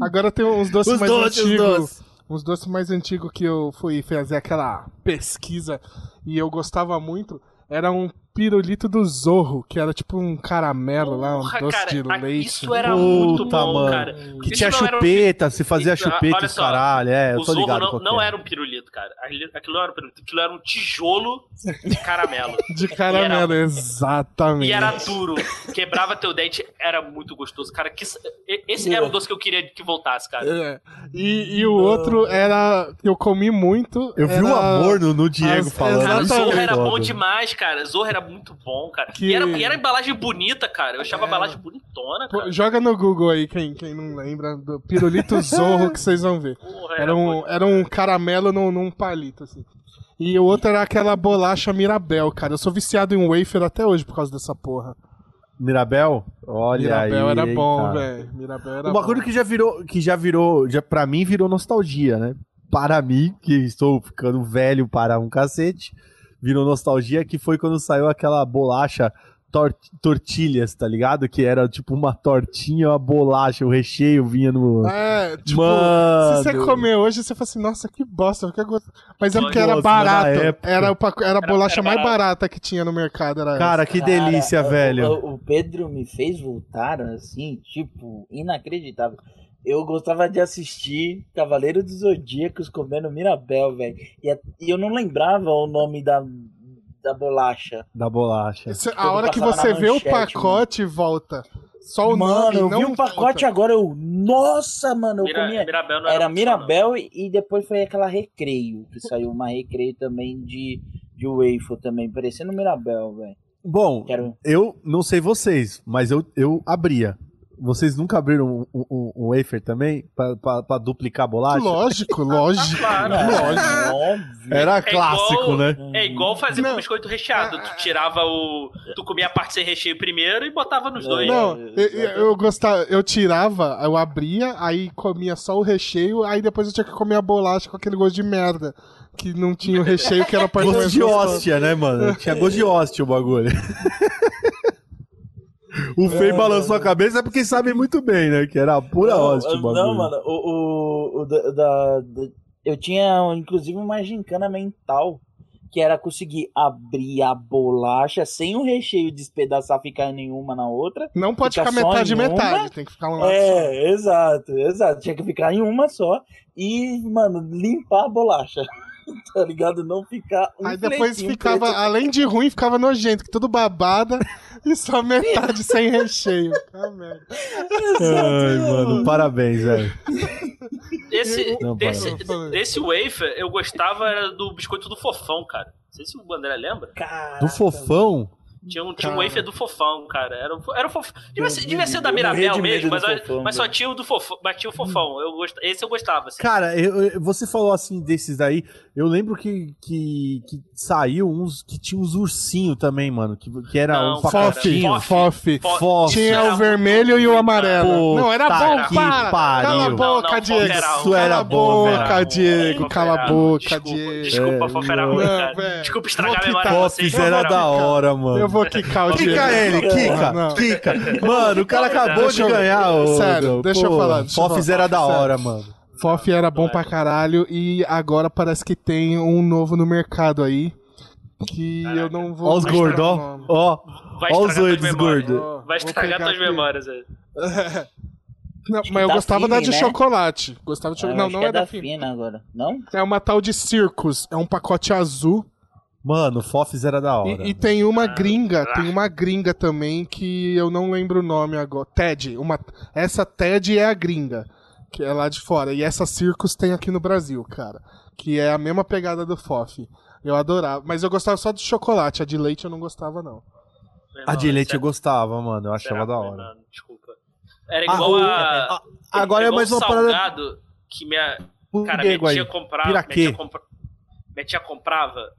S1: Agora tem uns doces
S2: Os
S1: mais
S2: doces, os
S1: antigos.
S2: doces.
S1: Uns doces mais antigos que eu fui fazer aquela pesquisa e eu gostava muito. Era um pirulito do Zorro, que era tipo um caramelo lá, um
S3: Porra,
S1: doce
S3: cara,
S1: de
S3: a-
S1: leite.
S3: Isso era muito
S2: Puta,
S3: bom,
S2: mano.
S3: cara.
S4: Hum.
S2: Que
S3: Isso
S2: tinha
S3: não era um-
S2: chupeta, se fazia
S3: Então,
S2: chupeta
S3: olha
S2: e os
S3: só,
S2: caralho. É, eu tô
S3: o Zorro
S2: ligado.
S3: não,
S2: qual que
S3: não
S2: é.
S3: era um pirulito, cara. Aquilo aquilo não era um pirulito, aquilo era um tijolo de caramelo.
S1: De caramelo, exatamente.
S3: E era duro, quebrava teu dente, era muito gostoso, cara. Que, esse era o doce que eu queria que voltasse, cara.
S1: É. E, e o outro era. Eu comi muito.
S2: Eu vi o
S1: era-
S2: amor no, no Diego
S1: As-
S2: falando.
S3: Cara, o
S1: exatamente.
S3: Zorro
S2: Isso é
S3: era
S2: foda.
S3: bom demais, cara. Zorro era muito bom, cara.
S1: Que-
S3: E, era, e era embalagem bonita, cara. Eu achava a embalagem bonitona,
S1: Pô,
S3: cara.
S1: Joga no Google aí, quem, quem não lembra, do pirulito Zorro que vocês vão ver.
S3: Porra,
S1: Era um,
S3: bom.
S1: era um caramelo num, num palito, assim. E o outro era aquela bolacha Mirabel, cara. Eu sou viciado em wafer até hoje por causa dessa porra.
S2: Mirabel? Olha
S1: Mirabel
S2: aí,
S1: era bom,
S2: cara.
S1: velho. Mirabel era
S2: Um bagulho
S1: bom.
S2: que já virou, que já virou, já para mim virou nostalgia, né? Para mim, que estou ficando velho para um cacete, virou nostalgia que foi quando saiu aquela bolacha tor- tortilhas, tá ligado? Que era tipo uma tortinha, uma bolacha, o recheio vinha no
S1: É, tipo,
S2: Mano.
S1: se você comer hoje, você fala assim, nossa, que bosta, que gosto. Mas é porque era
S2: Nossa, mas na
S1: barato.
S2: época-
S1: Era, o pacu- era a bolacha
S3: era
S1: mais
S3: barato.
S1: barata que tinha no mercado. Era
S2: Cara, que delícia,
S4: Cara, o-
S2: velho.
S4: O, o Pedro me fez voltar assim, tipo, inacreditável. Eu gostava de assistir Cavaleiro dos Zodíacos comendo Mirabel, velho. E, a- e eu não lembrava o nome da, da bolacha.
S2: da bolacha.
S1: essa. Cê-
S4: Quando
S1: a hora que
S4: passava na
S1: você vê o
S4: manchete,
S1: pacote, volta. Só o
S4: mano,
S1: nome,
S4: eu
S1: não
S2: um
S4: vi o pacote agora, eu. Nossa, mano, eu
S3: Mira-
S4: comia.
S3: Mirabel não
S4: Era
S3: muito bom, não.
S4: um Mirabel e e depois foi aquela Recreio, que saiu uma Recreio também de, de Waffle também, parecendo Mirabel, velho.
S2: Bom,
S4: Quero... um
S2: eu não sei vocês, mas eu, eu abria. Vocês nunca abriram um, um- um wafer também Pra- pra pra duplicar a bolacha?
S1: Lógico, lógico.
S3: Claro.
S2: Tá
S1: lógico.
S4: Ah, óbvio.
S2: Era
S3: igual-
S2: clássico, né?
S3: Tá É igual fazer
S1: Não.
S3: com biscoito recheado. Tu tirava o. Tu comia a parte sem recheio primeiro e botava nos
S4: É.
S3: dois.
S1: Não,
S4: Exatamente.
S1: eu, eu- eu
S3: tá.
S1: gostava, eu tirava, eu abria, aí comia só o recheio, aí depois eu tinha que comer a bolacha com aquele gosto de merda, que não tinha o recheio, que era a parte
S2: Gosto
S1: mais
S2: de
S1: gostosa.
S2: hóstia, né, mano? Tinha gosto de hóstia o bagulho.
S4: É,
S2: O Fei balançou a cabeça porque sabe muito bem, né? Que era pura
S4: Não,
S2: hóstia o
S4: eu-
S2: bagulho.
S4: Não, mano, o, o, o da, da- da- eu tinha inclusive uma gincana mental que era conseguir abrir a bolacha sem o recheio despedaçar, ficar nenhuma na outra.
S1: Não pode
S4: Fica
S1: ficar metade
S4: só em
S1: metade,
S4: uma?
S1: tem que ficar um lado só.
S4: É, exato, exato. Tinha que ficar em uma só e, mano, limpar a bolacha. Tá ligado? Não ficar um
S1: Aí depois
S4: flequinho
S1: ficava,
S4: preto.
S1: além de ruim, ficava nojento, que tudo babada e só metade sem recheio. Ah, merda.
S2: Ai, mano, parabéns, velho.
S3: Desse,
S2: Não,
S3: desse,
S1: para, não, para.
S3: desse wafer, eu gostava era do biscoito do fofão, cara. Não sei se o André lembra.
S4: Caraca,
S2: Do fofão?
S3: Tinha um, tinha um
S1: Cara.
S3: wafer do fofão, cara. Era, um fo- era um fofo. Devia ser,
S4: Eu
S3: devia ser da
S4: morri de
S3: Mirabel
S4: medo
S3: mesmo,
S4: do
S3: mas,
S4: Fofão,
S3: mas só
S4: velho.
S3: tinha o do fofão. Mas tinha o fofão. Eu gost... Esse eu gostava. assim.
S2: Cara, eu- eu- você falou assim desses daí. Eu lembro que, que, que saiu uns que tinha uns ursinho também, mano. Que, que era
S3: Não,
S2: um
S3: cara,
S2: pacotinho.
S3: Fof.
S1: Fof.
S3: Fo-
S2: Fof.
S1: Tinha
S3: Era
S1: o vermelho
S3: muito
S1: e o
S3: bom,
S1: amarelo.
S2: cara.
S1: não, era
S2: Puta
S1: bom,
S2: que
S1: para. Cala a
S2: pariu.
S1: boca,
S3: Não, um não,
S1: Diego.
S3: Foferal.
S2: Isso era
S1: cala a
S2: bom,
S1: boca,
S2: velho.
S1: Diego. Cala a
S3: Foferal.
S1: boca,
S3: um desculpa,
S1: Diego.
S3: Desculpa,
S2: É,
S3: fofa era ruim,
S1: não,
S3: cara.
S1: velho.
S3: Desculpa
S1: Vou
S3: estragar a memória
S1: quitar.
S3: de
S2: Fofs
S3: vocês.
S2: era
S3: Foferal.
S2: é da hora, mano.
S1: Eu vou quicar o Diego.
S2: Kika ele,
S1: Porra,
S2: Kika,
S1: não.
S2: Kika. Mano, o cara acabou
S1: Deixa eu-
S2: de ganhar. ô,
S1: Sério,
S2: meu,
S1: deixa eu falar, deixa eu
S2: Fofs
S1: falar.
S2: era da
S1: Sério.
S2: hora, mano.
S1: Fof era bom pra caralho e agora parece que tem um novo no mercado aí que eu não vou.
S2: Ó os
S1: lembrar
S2: gordos,
S1: o
S2: ó.
S1: nome.
S2: Ó,
S3: Vai
S2: Ó os
S3: estragar tuas
S2: doidos
S3: memórias.
S2: gordos.
S1: Ó,
S3: Vai
S1: vou
S3: estragar
S1: pegar
S3: tuas
S1: aqui.
S3: memórias aí.
S1: Não,
S4: que
S1: mas eu
S4: da
S1: gostava da
S4: Fini,
S1: de
S4: né?
S1: chocolate. Gostava de
S4: Ah, eu
S1: chocolate. Não,
S4: acho
S1: não
S4: que
S1: é da
S4: fina.
S1: Fina.
S4: agora. Não?
S1: É uma tal de Circus. É um pacote azul.
S2: mano, Fofs era da hora.
S1: E, e tem
S3: Ah,
S1: uma gringa, tem uma gringa também que eu não lembro o nome agora. Ted. Uma, essa Ted é a gringa, que é lá de fora. E essa Circus tem aqui no Brasil, cara. Que é a mesma pegada do FOF. Eu adorava. Mas eu gostava só do chocolate. A de leite eu não gostava, não.
S2: A de
S3: Não,
S2: leite
S3: isso é-
S2: eu gostava, mano. Eu achava
S3: Será
S2: da
S3: ruim,
S2: hora.
S3: mano, Desculpa. Era
S2: Ah,
S3: igual
S2: o-
S3: a.
S2: a- Agora é
S3: igual
S2: mais uma parada
S3: salgado que minha.
S2: pro
S3: Cara, minha
S2: Diego
S3: tia
S2: aí.
S3: comprava.
S2: Piraquê.
S3: Minha tia, compra- minha tia comprava.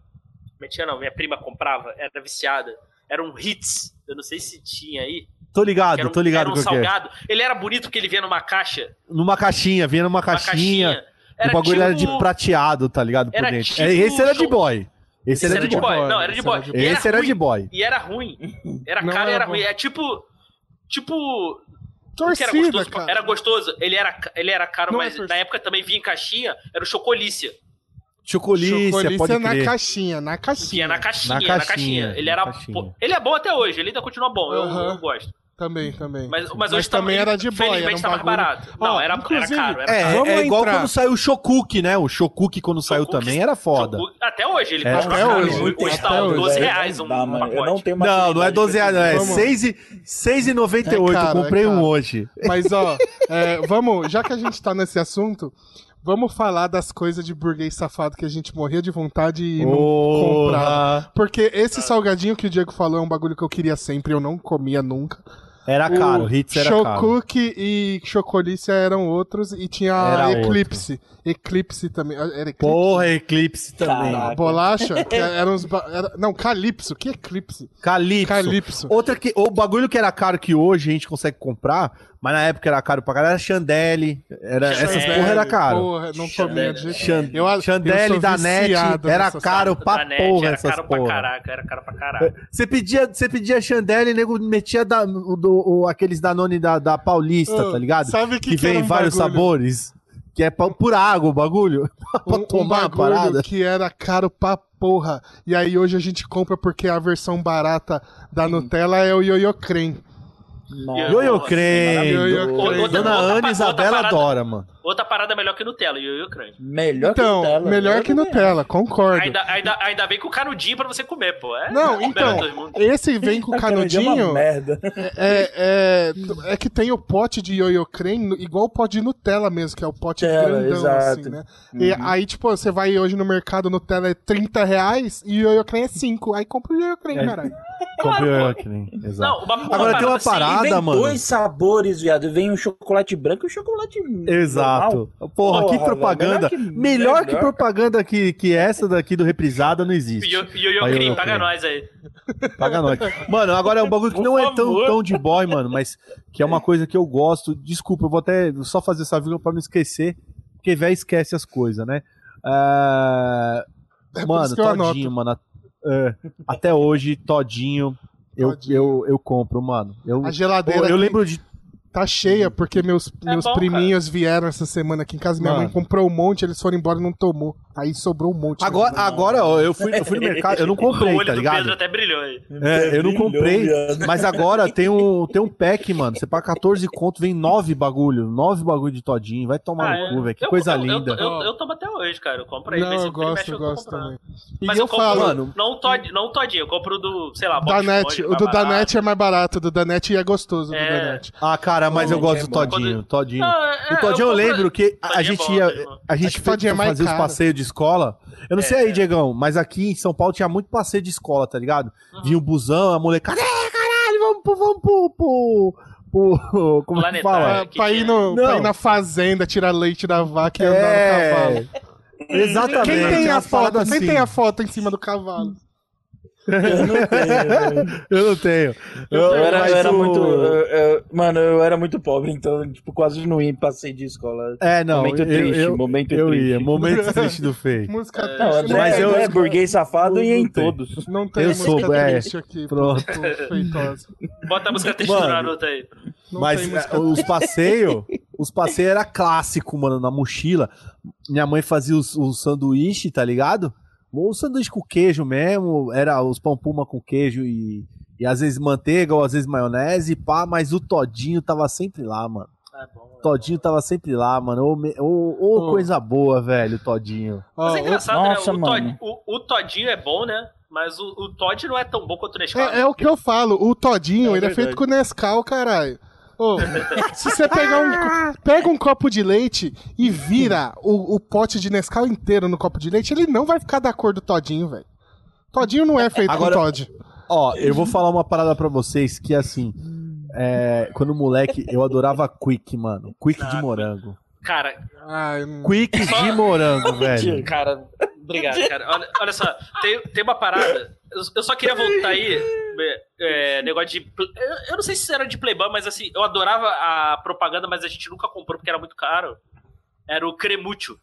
S3: Minha tia não, minha prima comprava, era viciada. Era um hits. Eu não sei se tinha aí.
S2: Tô
S3: que era
S2: ligado,
S3: um,
S2: Ah, tô ligado
S3: era um
S2: com o que é.
S3: salgado. Ele era bonito porque ele vinha numa caixa.
S2: Numa caixinha, vinha numa
S3: Uma
S2: caixinha.
S3: Era
S2: o bagulho era de
S3: tipo-
S2: prateado, tá ligado? Por
S3: era
S2: dentro.
S3: tipo
S2: É, Esse era de
S3: jogo-
S2: boy. Esse era de boy.
S3: Não, era de
S1: Esse
S3: boy. E
S2: Esse era
S3: ruim.
S2: de boy.
S3: E era ruim. Era
S1: Não
S3: caro e
S1: era
S3: era
S1: bom.
S3: ruim. É tipo. Tipo. Porque era gostoso,
S1: Torcida,
S3: pra-
S1: cara.
S3: era gostoso, ele era, ca- ele era caro,
S1: Não é
S3: mas
S1: torcida.
S3: na época também vinha em caixinha, era o Chocolícia.
S2: Chocolícia, pode
S1: é na
S2: crer.
S1: caixinha, na
S3: Vinha
S1: caixinha.
S3: é na caixinha, na
S2: Na
S3: caixinha.
S2: caixinha,
S3: Ele
S2: na
S3: era.
S2: caixinha.
S3: pô, ele é bom até hoje, ele ainda continua bom, eu- eu,
S1: Aham.
S3: gosto.
S1: Também, também.
S3: Mas, mas, hoje
S1: também
S3: tá,
S1: era de boy,
S3: Felizmente
S1: era um
S3: tá mais
S1: bagulho-
S3: barato.
S1: Ó,
S3: Não, era, era
S1: inclusive,
S3: caro. Era
S2: É,
S3: caro.
S1: Vamos
S2: é igual
S1: entrar.
S2: quando saiu o Shokuki, né? O Shokuki quando saiu
S3: Shokuki-
S2: também era foda.
S3: Chocu- tipo, Até hoje, ele
S2: É,
S3: continua
S1: até
S3: caro.
S1: hoje,
S3: Hoje
S1: até
S3: custa
S1: hoje.
S3: 12
S4: velho,
S3: reais um
S4: não É, dá, mano. Eu
S3: pacote.
S4: não tenho
S2: Não, não é
S4: maturidade
S2: 12
S4: pra
S2: reais,
S4: esse
S2: não, é
S1: Vamos.
S2: 6 e- 6,98.
S1: É caro,
S2: eu comprei
S1: é
S2: um
S1: caro.
S2: hoje.
S1: Mas, ó, é, vamos, já que a gente tá nesse assunto, vamos falar das coisas de burguês safado que a gente morria de vontade e não comprava.
S2: Porra,
S1: Porque esse salgadinho que o Diego falou é um bagulho que eu queria sempre, eu não comia nunca.
S2: era
S1: O
S2: caro, Hits era caro.
S1: Chocuque e Chocolícia eram outros e tinha a
S2: Era
S1: Eclipse. Eclipse também. Ah, Era Eclipse?
S2: Porra, Eclipse também.
S4: Caraca.
S1: Bolacha? que eram uns ba- era- não, Calypso. Que Eclipse?
S2: Calypso.
S1: Calypso.
S2: Outra que, o bagulho que era caro que hoje a gente consegue comprar, mas na época era caro pra caralho, era Chandelle. Era, É, essas
S3: Chandelle,
S2: porra era caro.
S1: Porra, não comia
S3: Chandelle,
S1: de jeito
S2: Chan-
S1: Eu- eu
S2: Chandelle
S1: sou
S2: da NET
S1: viciado
S2: era
S1: nessas
S2: caro
S3: Da
S2: pra
S3: net,
S2: porra
S3: era
S2: essas
S3: caro pra
S2: porra.
S3: caraca, era caro pra caraca.
S2: Você pedia, você pedia Chandelle e nego metia da, o, do- o- aqueles Danone da, da Paulista,
S1: Ô,
S2: tá ligado?
S1: Ah, sabe que
S2: que
S1: que era
S2: vem
S1: um
S2: vários
S1: bagulho?
S2: sabores. Que é pra, por água o bagulho. pra
S1: um, um
S2: tomar a
S1: bagulho
S2: parada.
S1: que era caro pra porra. E aí hoje a gente compra porque é a versão barata da Nutella é o Yoyo Creme.
S4: Nossa,
S2: Yoyo
S3: Nossa,
S2: Creme.
S1: maravilhoso.
S2: do-
S1: Outra-
S2: Dona
S3: outra-
S2: Ana
S3: outra
S2: Isabela
S3: parada-
S2: adora, mano.
S3: Outra parada melhor que Nutella, e o crunch.
S4: Melhor
S1: Então,
S4: que Nutella.
S1: melhor
S4: eu
S1: que
S4: também
S1: Nutella, concordo.
S3: Ainda, ainda, ainda vem com canudinho pra você comer, pô. É,
S1: Não,
S3: é
S1: então,
S3: todo mundo.
S1: esse vem com
S4: acho. Cara, de Tá uma
S1: canudinho,
S4: merda.
S1: é, é, é que tem o pote de ioiô creme, igual o pote de Nutella mesmo, que é o pote
S4: Nutella,
S1: grandão,
S4: exato. Uhum.
S1: assim, né? E aí, tipo, você vai hoje no mercado, Nutella é 30 reais e ioiô creme é 5, aí compra o ioiô creme,
S2: É.
S1: caralho.
S2: Compre o Yoyo Creme. Exato.
S3: Não, uma, uma
S2: Agora tem uma
S3: assim,
S2: parada-
S4: E vem
S2: mano.
S4: dois sabores, viado. Vem o chocolate branco e o chocolate normal.
S2: Exato. Porra, que
S4: Porra,
S2: propaganda.
S4: velho, melhor
S2: Melhor,
S4: que-
S2: que
S4: melhor.
S2: propaganda que, que essa daqui do Reprisada não existe.
S3: Yo- Yo-Yo
S2: Aí eu
S3: Creme,
S2: não
S3: paga
S2: creio.
S3: nós aí.
S2: Paga nós. Mano, agora é um bagulho que
S3: Por
S2: não é tão,
S3: favor.
S2: tão de boy, mano, mas que é uma coisa que eu gosto. Desculpa, eu vou até só fazer essa vírgula pra não esquecer, porque velho esquece as coisas, né? Ah, mano,
S1: isso que eu
S2: todinho, mano. é, até hoje, todinho, eu,
S1: Todinho.
S2: Eu, eu compro, mano. Eu,
S1: A geladeira
S2: eu
S1: aqui
S2: lembro de. tipo,
S1: tá cheia porque meus, meus
S3: Uhum. É bom,
S1: priminhos vieram essa semana aqui em casa, minha
S2: Mano.
S1: mãe comprou um monte, eles foram embora e não tomou. Aí sobrou um monte.
S2: Agora,
S1: Né?
S2: agora ó, eu, fui, eu fui no mercado, eu não
S3: o
S2: comprei,
S3: olho
S2: tá
S3: do
S2: ligado?
S3: Pedro até brilhou aí.
S2: É, eu não
S4: Brilhou,
S2: comprei,
S4: viado.
S2: mas agora tem um, tem um pack, mano. Você paga 14 conto, vem 9 bagulho. 9 bagulho de todinho. Vai tomar
S3: Ah,
S2: no
S3: é.
S2: cu, velho. Que
S3: Eu-
S2: coisa
S3: eu- eu-
S2: linda.
S3: Eu, eu tomo até hoje, cara. Eu compro aí.
S1: Não,
S3: mas
S1: eu
S3: sempre mexe,
S1: gosto, eu
S3: tô
S1: gosto
S3: comprando.
S1: também. E
S3: Mas
S1: eu,
S3: compro, um
S1: falo,
S2: mano,
S3: Não, o tod, não o todinho, eu compro o do, sei lá, Bob
S1: Danete,
S3: Esponja,
S1: o do
S3: Barbará.
S1: Danete é mais barato, o do Danete é gostoso, o do
S3: É.
S1: Danete.
S2: Ah, cara, mas eu
S4: Todinho
S2: gosto do
S4: é bom.
S2: todinho. Todinho.
S3: Ah, é,
S2: O todinho eu
S3: compro-
S2: lembro que a, a
S3: Todinho é
S2: gente
S3: bom
S2: ia.
S3: mesmo.
S2: A
S1: Acho
S2: gente
S1: que
S2: foi
S1: todinho é mais
S2: fazer os
S1: caro.
S2: passeios de escola. Eu não sei aí,
S3: é.
S2: Diegão, mas aqui em São Paulo tinha muito passeio de escola, tá ligado? Vinha o busão, a molecada. É, caralho, vamos pro. Vamos pro. pro, pro- como é que
S3: Planetário.
S2: fala?
S1: Pra, pra ir no,
S2: Não.
S1: pra ir na fazenda, tirar leite da vaca e Ah, andar no cavalo.
S2: É. Exatamente.
S1: Quem tem a
S2: umas
S1: foto?
S2: paradas
S1: Quem
S2: assim.
S1: tem a foto em cima do cavalo?
S4: Eu não tenho.
S2: Eu não tenho.
S4: Eu era,
S2: mas
S4: eu era
S2: o-
S4: muito. uh, eu- eu- mano, eu era muito pobre, então, tipo, quase não ia passei de escola.
S2: É, não.
S4: momento
S2: eu,
S4: triste,
S2: eu,
S4: momento
S2: eu
S4: triste.
S2: ia. Momento triste do feio.
S1: Música triste. né?
S4: Não, André,
S2: Mas
S4: mas
S2: eu-
S4: eu é burguês safado e ia em
S2: Não tem.
S4: todos.
S1: Não tem
S2: Eu
S1: música
S2: sou, é.
S1: triste aqui.
S2: Pronto.
S1: pô, Feitosa.
S3: Bota a música triste do
S2: Mano.
S3: Naruto aí.
S1: Não
S2: Mas
S1: tem música
S2: eh, os passeios, os passeios era clássico, mano, na mochila. Minha mãe fazia os, os sanduíche, tá ligado? Ou o sanduíche com queijo mesmo, era os pão puma com queijo e, e às vezes manteiga ou às vezes maionese, pá, mas o todinho tava sempre lá, mano.
S3: Ah, bom,
S2: O todinho tava sempre lá, mano. Ô, me- ô- ô
S1: Ô.
S2: coisa boa, velho, o todinho.
S1: Ó,
S3: Mas é engraçado,
S4: nossa,
S3: né? O, Tod,
S4: mano.
S3: o, o Todinho é bom, né? Mas o, o Todd não é tão bom quanto o Nescau.
S1: É, é o que eu falo, o Todinho,
S4: É
S1: ele é
S4: verdade.
S1: feito com Nescau, caralho. Ô, se você pegar um, co- pega um copo de leite e vira o, o pote de Nescau inteiro no copo de leite, ele não vai ficar da cor do Todinho, velho. Todinho não é feito
S2: Agora-
S1: com Todd.
S2: Ó, eu vou falar uma parada pra vocês que assim, é, quando moleque, eu adorava quick, mano. Quick de morango.
S3: Cara,
S1: Ah, eu não-
S2: Quick de morango, velho.
S3: cara, obrigado, cara. Olha, olha só, tem, tem uma parada. Eu, eu só queria voltar aí. é, negócio de. pl- Eu, eu não sei se era de Playboy, mas assim, eu adorava a propaganda, mas a gente nunca comprou porque era muito caro. Era o Cremúcio.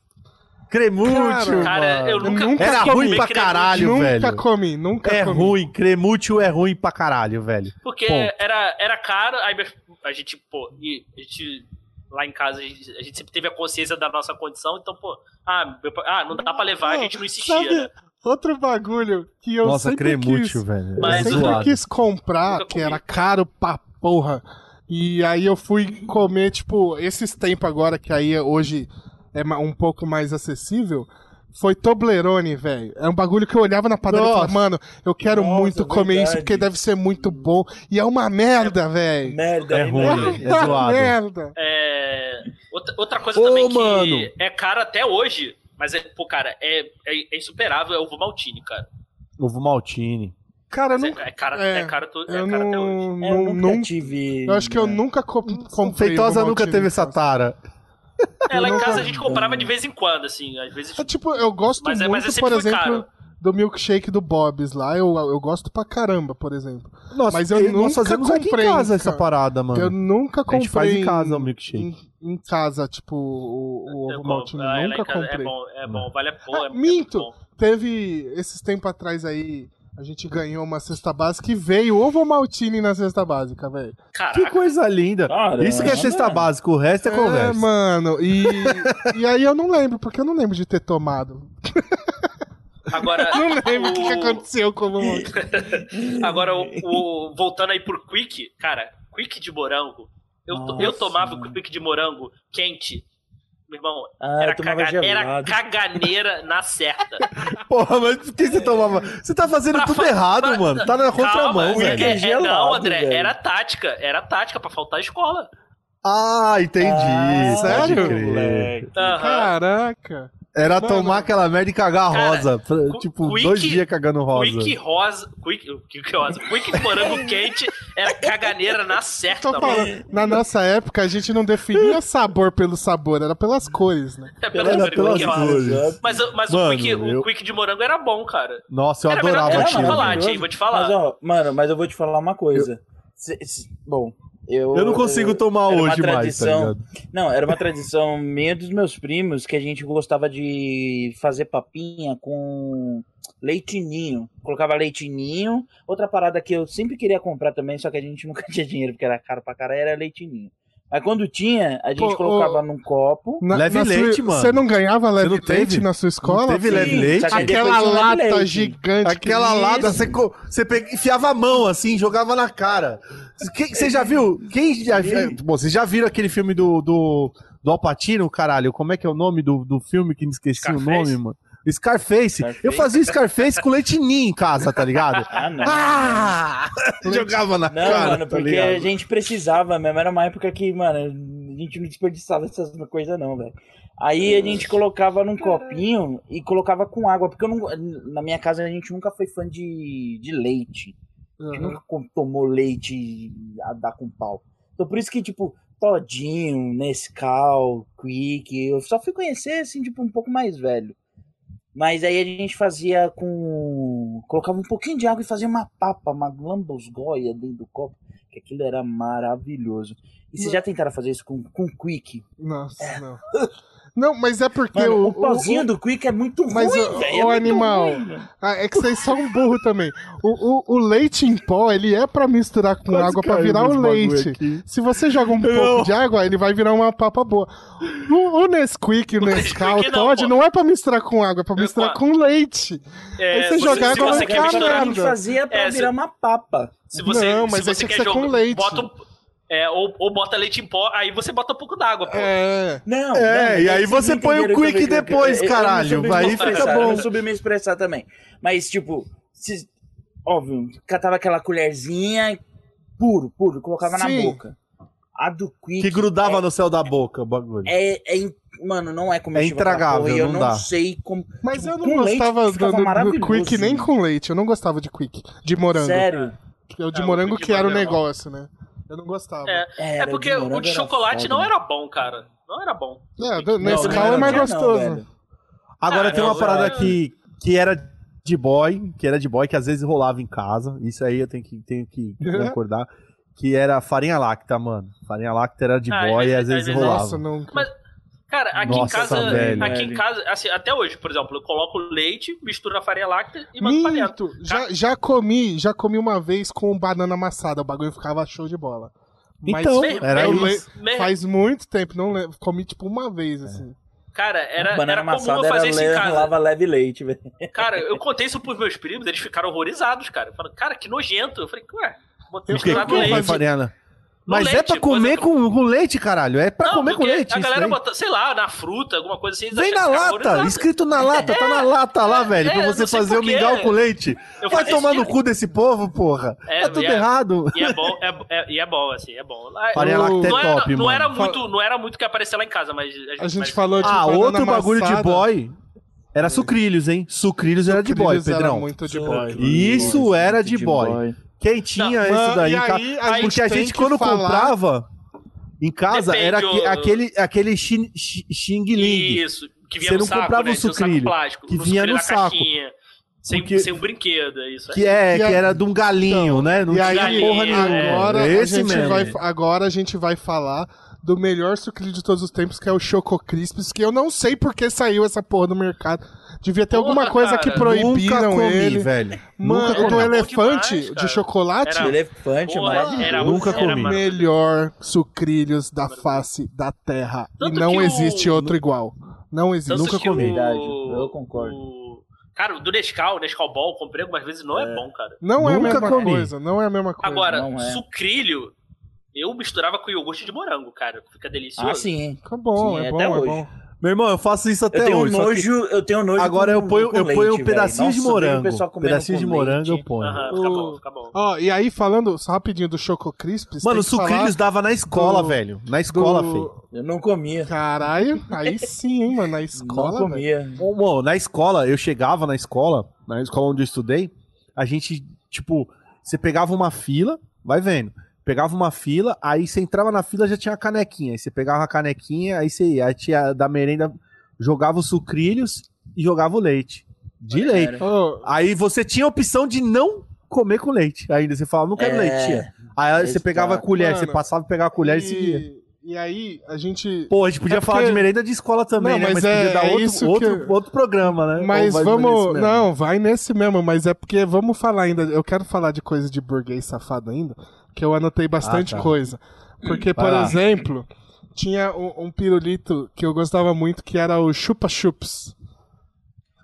S2: Cremútil,
S3: Cara,
S2: mano.
S3: eu nunca,
S1: nunca
S2: Era
S3: comi
S2: ruim pra
S3: cremútil.
S2: caralho,
S1: nunca
S2: velho.
S1: comi, nunca
S2: É
S1: comi.
S2: ruim, cremútil é ruim pra caralho, velho.
S3: Porque
S2: Ponto.
S3: era, era caro, aí minha- a gente, pô, e a gente lá em casa, a gente, a gente sempre teve a consciência da nossa condição, então, pô, ah, meu pai- ah não dá pra levar, a gente não insistia,
S1: Sabe
S3: né?
S1: outro bagulho que eu
S2: Nossa,
S1: sempre
S2: cremútil,
S1: quis,
S2: velho.
S3: Mas
S2: é
S1: eu sempre
S2: zoado.
S1: quis comprar,
S3: Nunca
S1: que
S3: comi.
S1: era caro pra porra. E aí eu fui comer, tipo, esses tempos agora, que aí hoje é ma- um pouco mais acessível. Foi Toblerone, velho. É um bagulho que eu olhava na padaria e falava,
S2: Nossa.
S1: mano, eu quero
S4: Nossa, é
S1: muito comer isso
S4: verdade.
S1: porque deve ser muito bom. E é uma merda, velho.
S4: Merda,
S2: É
S4: hein,
S2: ruim,
S4: velho?
S2: é zoado.
S1: merda.
S3: É, outra, outra coisa
S2: Ô,
S3: também que
S2: mano.
S3: é caro até hoje, mas, é, pô, cara, é, é, é insuperável, é o Maltini, cara.
S2: Ovo Maltine.
S1: Cara, eu, nunca,
S3: É caro,
S1: é,
S3: é, caro, to- é
S1: eu
S3: caro até hoje.
S1: não,
S4: É, eu
S1: não,
S4: nunca
S1: não-
S4: tive. né?
S1: Eu acho que eu nunca co- comprei.
S2: Feitosa
S1: alguma
S2: nunca
S1: altinha
S2: teve
S1: em
S2: essa
S1: casa.
S2: tara.
S3: É, lá
S1: eu
S3: em
S1: nunca-
S3: casa a gente comprava de vez em quando, assim, às vezes...
S1: É tipo, eu gosto
S3: Mas é-
S1: muito,
S3: mas é
S1: por
S3: sempre foi
S1: exemplo,
S3: caro.
S1: do milkshake do Bob's lá. Eu, eu gosto pra caramba, por exemplo.
S2: Nossa,
S1: Mas eu
S2: nós
S1: nunca
S2: fazemos aqui
S1: comprei,
S2: em casa essa
S1: cara.
S2: parada,
S1: Eu
S2: mano.
S1: nunca
S2: A
S1: comprei.
S2: gente faz em casa o
S1: em,
S2: milkshake.
S1: em, em casa, tipo, o, o ovo
S3: eu compro.
S1: maltine.
S3: Ah, lá em
S1: Nunca
S3: casa É
S1: comprei.
S3: bom, é bom, vale a pô,
S1: Ah,
S3: é muito
S1: minto.
S3: bom.
S1: Teve, esses tempos atrás aí, a gente ganhou uma cesta básica e veio ovo maltine na cesta básica, velho.
S2: Que
S3: Caraca,
S2: coisa linda.
S4: Caramba.
S2: Isso que é cesta básica, o resto é conversa.
S1: mano. E, e aí eu não lembro, porque eu não lembro de ter tomado.
S3: agora...
S1: Não lembro o que, que
S3: o-
S1: aconteceu com o ovo maltine.
S4: Ah,
S3: Agora, o, o- voltando aí pro Quick, cara, Quick de morango. Eu, to- eu
S4: Nossa,
S3: tomava o
S4: mano.
S3: Quick de morango quente. Meu irmão,
S4: Ah,
S3: era,
S4: eu tomava
S3: caga- era
S4: gelado.
S3: caganeira na certa.
S2: Porra, mas por que você tomava? Você tá fazendo
S3: Pra
S2: tudo
S3: fa-
S2: errado,
S3: pra-
S2: mano. Tá na contramão,
S3: Calma, é-
S2: velho.
S3: é-
S4: Gelado,
S3: não, André,
S4: velho.
S3: era tática. Era tática pra faltar a escola.
S2: Ah, entendi.
S4: Ah,
S2: Pode
S1: sério?
S2: crer.
S4: moleque.
S3: Aham.
S1: Caraca.
S2: Era
S1: Mano.
S2: tomar aquela merda e cagar
S3: Cara,
S2: rosa. Pra-
S3: cu-
S2: tipo,
S3: quick-
S2: dois dias cagando rosa.
S3: Quick rosa. Quick, quick rosa. Quick de morango quente era caganeira na certa,
S1: Tô
S3: mano.
S1: falando, na nossa época a gente não definia sabor pelo sabor, era pelas cores, né?
S3: É pelo
S2: Era
S3: número,
S2: pelas
S3: quick rosa.
S2: cores.
S3: Mas, o- mas
S2: Mano,
S3: o, quick, o
S2: eu-
S3: quick de morango era bom, cara.
S2: Nossa, eu
S3: Era melhor
S2: adorava
S3: que
S4: Era
S2: aquilo.
S3: chocolate,
S4: maravilhoso.
S3: hein? Vou te falar.
S4: Mas, ó, mano, mas eu vou te falar uma coisa. Se- se- bom, eu.
S2: Eu não consigo tomar
S4: era uma
S2: hoje mais, tá
S4: tradição.
S2: ligado?
S4: Não, era uma tradição minha e dos meus primos que a gente gostava de fazer papinha com leitinho. Colocava leitinho. Outra parada que eu sempre queria comprar também, só que a gente nunca tinha dinheiro porque era caro pra cara, era leitinho. Mas quando tinha, a gente
S1: Pô,
S4: colocava num copo.
S1: Na,
S2: Leve
S1: sua-
S2: leite, mano.
S1: Você não ganhava leve
S2: não
S1: leite
S2: teve?
S1: na sua escola?
S2: Não teve
S1: filho?
S2: leve leite?
S4: só que depois
S1: Aquela
S4: tinha leve
S1: lata
S4: leite.
S1: gigante.
S2: Aquela
S1: que-
S2: lata, você, co- você pega- enfiava a mão assim, jogava na cara. Quem- Você já viu? Quem já viu? Bom, vocês já viram aquele filme do, do, do Alpatino, caralho? Como é que é o nome do, do filme que me esqueci o
S3: Scarface?
S2: nome, mano? Scarface.
S4: Scarface.
S2: Eu fazia Scarface com leite ninho em casa, tá ligado?
S4: Ah, não.
S2: Ah! Jogava na
S4: Não,
S2: cara,
S4: mano,
S2: tá
S4: porque
S2: ligado?
S4: a gente precisava mesmo. Era uma época que, mano, a gente não desperdiçava essas coisas, não, velho. Aí a gente colocava num copinho e colocava com água, porque eu não, na minha casa a gente nunca foi fã de, de leite. A gente
S1: Uhum.
S4: nunca com- tomou leite a dar com pau. Então por isso que, tipo, Todinho, Nescau, Quick, eu só fui conhecer, assim, tipo, um pouco mais velho. Mas aí a gente fazia com. Colocava um pouquinho de água e fazia uma papa, uma lambosgoia dentro do copo, que aquilo era maravilhoso. E vocês já tentaram fazer isso com, com Quick?
S1: Nossa, não. Não, mas é porque
S4: Mano,
S1: o.
S4: o pauzinho do Quick é muito ruim,
S1: Mas o-
S4: velho. é
S1: o
S4: muito
S1: animal-
S4: ruim, velho.
S1: Ah, é que vocês são um burro também. O, o, o leite em pó, ele é pra misturar com
S2: Quase
S1: água pra
S2: caiu
S1: virar o
S2: nesse bagulho
S1: leite.
S2: aqui.
S1: Se você joga um
S2: Não.
S1: pouco de água, ele vai virar uma papa boa. O, o Nesquik, o Nescau, o
S3: Nesquik não,
S1: Todd,
S3: pô.
S1: não é pra misturar com água, é pra
S3: Eu-
S1: misturar com leite.
S3: É,
S1: Aí você joga
S3: se
S1: água
S3: você
S1: na
S3: quer
S1: cara,
S3: misturar
S4: a
S1: velho.
S4: gente fazia pra
S3: É, se-
S4: virar uma papa.
S3: Se você,
S1: Não, mas
S3: se
S1: aí
S3: você
S1: tem que
S3: quer
S1: ser com
S3: jogar-
S1: leite.
S3: Bota, um- é, ou, ou bota leite em pó, aí você bota um pouco d'água, pô.
S1: É.
S4: Não,
S2: É,
S4: não,
S2: e aí
S4: vocês
S2: você
S4: não
S2: põe o
S4: entenderam
S2: quick
S4: eu- eu-
S2: depois,
S4: eu- eu não
S2: caralho,
S4: soube me
S2: aí
S4: expressar,
S3: fica
S4: Eu
S2: bom.
S4: não soube me expressar também. Mas, tipo, se- óbvio, catava aquela colherzinha e puro, puro, colocava na
S1: Sim.
S4: boca. A do quick.
S2: Que grudava no céu da boca o bagulho.
S4: É, é in- mano, não é comestível.
S2: É intragável,
S4: aquela porra, e eu
S2: não
S4: não
S2: dá.
S4: sei como.
S1: Mas
S4: Tipo,
S1: eu não
S4: com leite
S1: gostava
S4: ficava
S1: do, do,
S4: maravilhoso,
S1: quick nem
S4: né?
S1: com leite. Eu não gostava de quick, de morango.
S4: Sério.
S1: É o de
S3: É, o
S1: morango
S3: quick
S1: que era o
S3: morango.
S1: negócio, né? Eu não gostava.
S3: É,
S1: É,
S3: É
S4: Era,
S3: porque
S4: de
S3: o
S4: morango
S3: de
S4: era
S3: chocolate
S4: foda,
S3: não
S4: né?
S3: era né? bom, cara. Não era bom.
S1: do-
S4: Não,
S1: Nescau
S4: não
S1: é
S4: era
S1: mais
S4: não,
S1: gostoso.
S4: velho.
S2: Agora
S3: Ah,
S2: tem uma
S3: não,
S2: parada
S3: é.
S2: que, que era de boy, que era de boy, que às vezes rolava em casa. Isso aí eu tenho que, tenho que concordar. Que era farinha lacta, mano. Farinha lacta era de
S3: Ah, às
S2: boy e
S3: vezes-
S2: às vezes
S3: às vezes-
S2: rolava.
S1: Nossa, nunca.
S3: Mas- Cara, aqui
S2: Nossa,
S3: em casa,
S2: velho.
S3: aqui em casa, assim, até hoje, por exemplo, eu coloco leite, misturo na farinha láctea e boto pra dentro.
S1: Minto, já, já comi, já comi uma vez com banana amassada, o bagulho ficava show de bola. Mas
S2: Então,
S3: Meu-
S2: era
S3: meu-
S1: eu le-
S2: isso.
S3: meu-
S1: faz muito tempo, não le- comi tipo uma
S2: É.
S1: vez assim.
S3: Cara, era,
S4: Banana
S3: era comum eu
S4: amassada
S3: fazer isso em
S4: era
S3: casa.
S4: le- lava leve leite, velho.
S3: Cara, eu contei isso pros meus primos, eles ficaram horrorizados, cara. Falaram, cara, que nojento. Eu falei, ué, botei
S2: O que?
S3: misturado no
S1: como
S2: Com
S1: vai
S3: leite.
S1: fazer?
S2: farinha?
S3: No
S2: Mas é
S3: leite,
S2: pra comer
S3: coisa-
S2: com, com leite, caralho. É pra
S3: Não,
S2: comer com
S3: porque
S2: leite.
S3: A
S2: isso
S3: galera
S2: daí.
S3: botou, sei lá, na fruta, alguma coisa assim. eles
S2: Vem na
S3: acharam- ficaram
S2: lata,
S3: horrorizados.
S2: escrito na lata, tá na lata lá, velho, pra
S3: é,
S2: você
S3: não sei
S2: fazer o
S3: por quê.
S2: mingau com leite.
S3: Eu
S2: Vai
S3: falei,
S2: tomar no
S3: "Esse-
S2: cu desse povo, porra.
S3: É,
S2: tá tudo
S3: é.
S2: errado.
S3: E é bom, é, é- e é bom, assim, é bom. Lá-
S2: Farinha
S1: eu-
S2: láctea é
S3: não,
S2: top,
S3: era, não, era
S2: mano.
S3: muito, não era muito o que aparecia lá em casa, mas.
S1: A
S3: mas-
S1: gente falou de
S2: Ah,
S1: banana
S2: outro bagulho de
S1: amassada,
S2: boy era sucrilhos, hein? Sucrilhos era de boy,
S1: Crilhos era
S2: Pedrão.
S1: muito de boy.
S2: Isso era
S4: tipo
S2: de boy. Quem tinha
S1: Não,
S2: É isso daí?
S1: e
S2: em ca-
S1: aí a gente
S2: Porque a
S1: tem
S2: gente,
S1: que
S2: quando
S1: falar-
S2: comprava em casa,
S3: Depende,
S2: era aque-
S3: ô-
S2: aquele, aquele xin- xin- Xing Ling.
S3: Isso, que vinha
S2: Você
S3: no
S2: não
S3: saco,
S2: comprava
S3: né?
S2: o
S3: Tinha um
S2: sucrilho,
S3: saco plástico,
S2: que vinha
S3: sucrilho
S2: no
S3: na
S2: saco.
S3: caixinha, sem,
S2: Porque-
S3: sem um brinquedo, é isso aí.
S2: Que, é,
S1: E a- Então,
S2: que era de um galinho, né? Não
S1: E
S2: tinha
S1: aí,
S2: porra
S3: galinha,
S2: nenhuma.
S1: é, agora, a
S2: É Esse
S1: gente
S2: mesmo.
S1: vai, agora a gente vai falar do melhor sucrilho de todos os tempos, que é o Choco Crispis, que eu não sei por que saiu essa porra no mercado. Devia ter
S3: Porra,
S1: alguma coisa que
S3: cara.
S1: proibiram
S2: Nunca comi,
S1: ele.
S2: velho.
S1: Mano,
S2: Nunca
S1: o do
S2: comi.
S1: elefante
S3: Bom demais, cara.
S1: de chocolate,
S3: Era-
S4: Elefante,
S3: Pô,
S4: maravilhoso.
S3: era-
S2: Nunca
S3: era
S2: comi.
S3: maravilhoso.
S1: melhor sucrilhos da face da terra.
S3: Tanto
S1: e não
S3: que o-
S1: existe outro igual. Não existe.
S3: Tanto
S2: Nunca
S3: que
S2: comi.
S4: Verdade, eu concordo.
S3: o- Cara, o do Nescau, Nescau Ball, comprei algumas vezes, não é, bom, cara.
S1: Não é a
S2: Nunca
S1: mesma
S2: comi.
S1: coisa, não é a mesma coisa.
S3: Agora,
S4: não é.
S3: sucrilho, eu misturava com iogurte de morango, cara. Fica delicioso.
S4: Ah, sim.
S1: Fica bom,
S4: Sim,
S1: é
S4: até
S1: bom, é
S4: hoje.
S1: bom.
S2: Meu irmão, eu faço isso até
S4: eu tenho um
S2: hoje. só que
S4: nojo, eu tenho um nojo.
S2: Agora eu
S4: com-
S2: ponho,
S4: com
S2: eu ponho
S4: leite,
S2: um pedacinho
S4: velho.
S2: de
S4: Nossa, eu vejo o
S2: morango.
S4: pessoal comendo
S2: Pedacinho
S4: com
S2: de morango eu
S4: leite.
S2: ponho.
S3: Aham, fica
S1: O-
S3: bom, fica bom.
S1: Ó, e aí falando só rapidinho do Choco Crispis.
S2: Mano,
S1: tem que falar
S2: sucrilhos dava na escola,
S1: do-
S2: velho. Na
S1: do-
S2: escola, feio.
S4: Eu não comia.
S1: Caralho, aí sim, hein, mano, na
S4: não
S1: escola, velho.
S4: comia.
S2: Bom, bom, na escola, eu chegava na escola, na escola onde eu estudei, a gente, tipo, você pegava uma fila, vai vendo. Pegava uma fila, aí você entrava na fila já tinha a canequinha. Aí você pegava a canequinha, aí você ia. Aí tinha da merenda, jogava os sucrilhos e jogava o leite. De
S4: Olha,
S2: leite.
S4: cara.
S1: Ô,
S2: Aí você tinha a opção de não comer com leite. Ainda você falava, não quero
S4: É.
S2: leite, tia. Aí você
S4: Esse
S2: pegava a
S4: cara.
S2: colher, você
S1: Mano,
S2: passava e pegava a colher e, seguia.
S1: e, e aí, a gente.
S2: Pô, a gente podia
S1: É porque-
S2: falar de merenda de escola também,
S1: Não, mas
S2: né? Mas,
S1: é-
S2: podia dar
S1: é
S2: outro,
S1: isso
S2: outro,
S1: que-
S2: outro programa, né?
S1: Mas
S2: Ou vai nesse
S1: vamos.
S2: mesmo.
S1: Não, vai nesse mesmo, mas é porque vamos falar ainda. Eu quero falar de coisa de burguês safado ainda, que eu anotei bastante
S2: Ah, tá.
S1: coisa. Porque, por
S2: Vai lá.
S1: exemplo, tinha um, um pirulito que eu gostava muito, que era o Chupa Chups.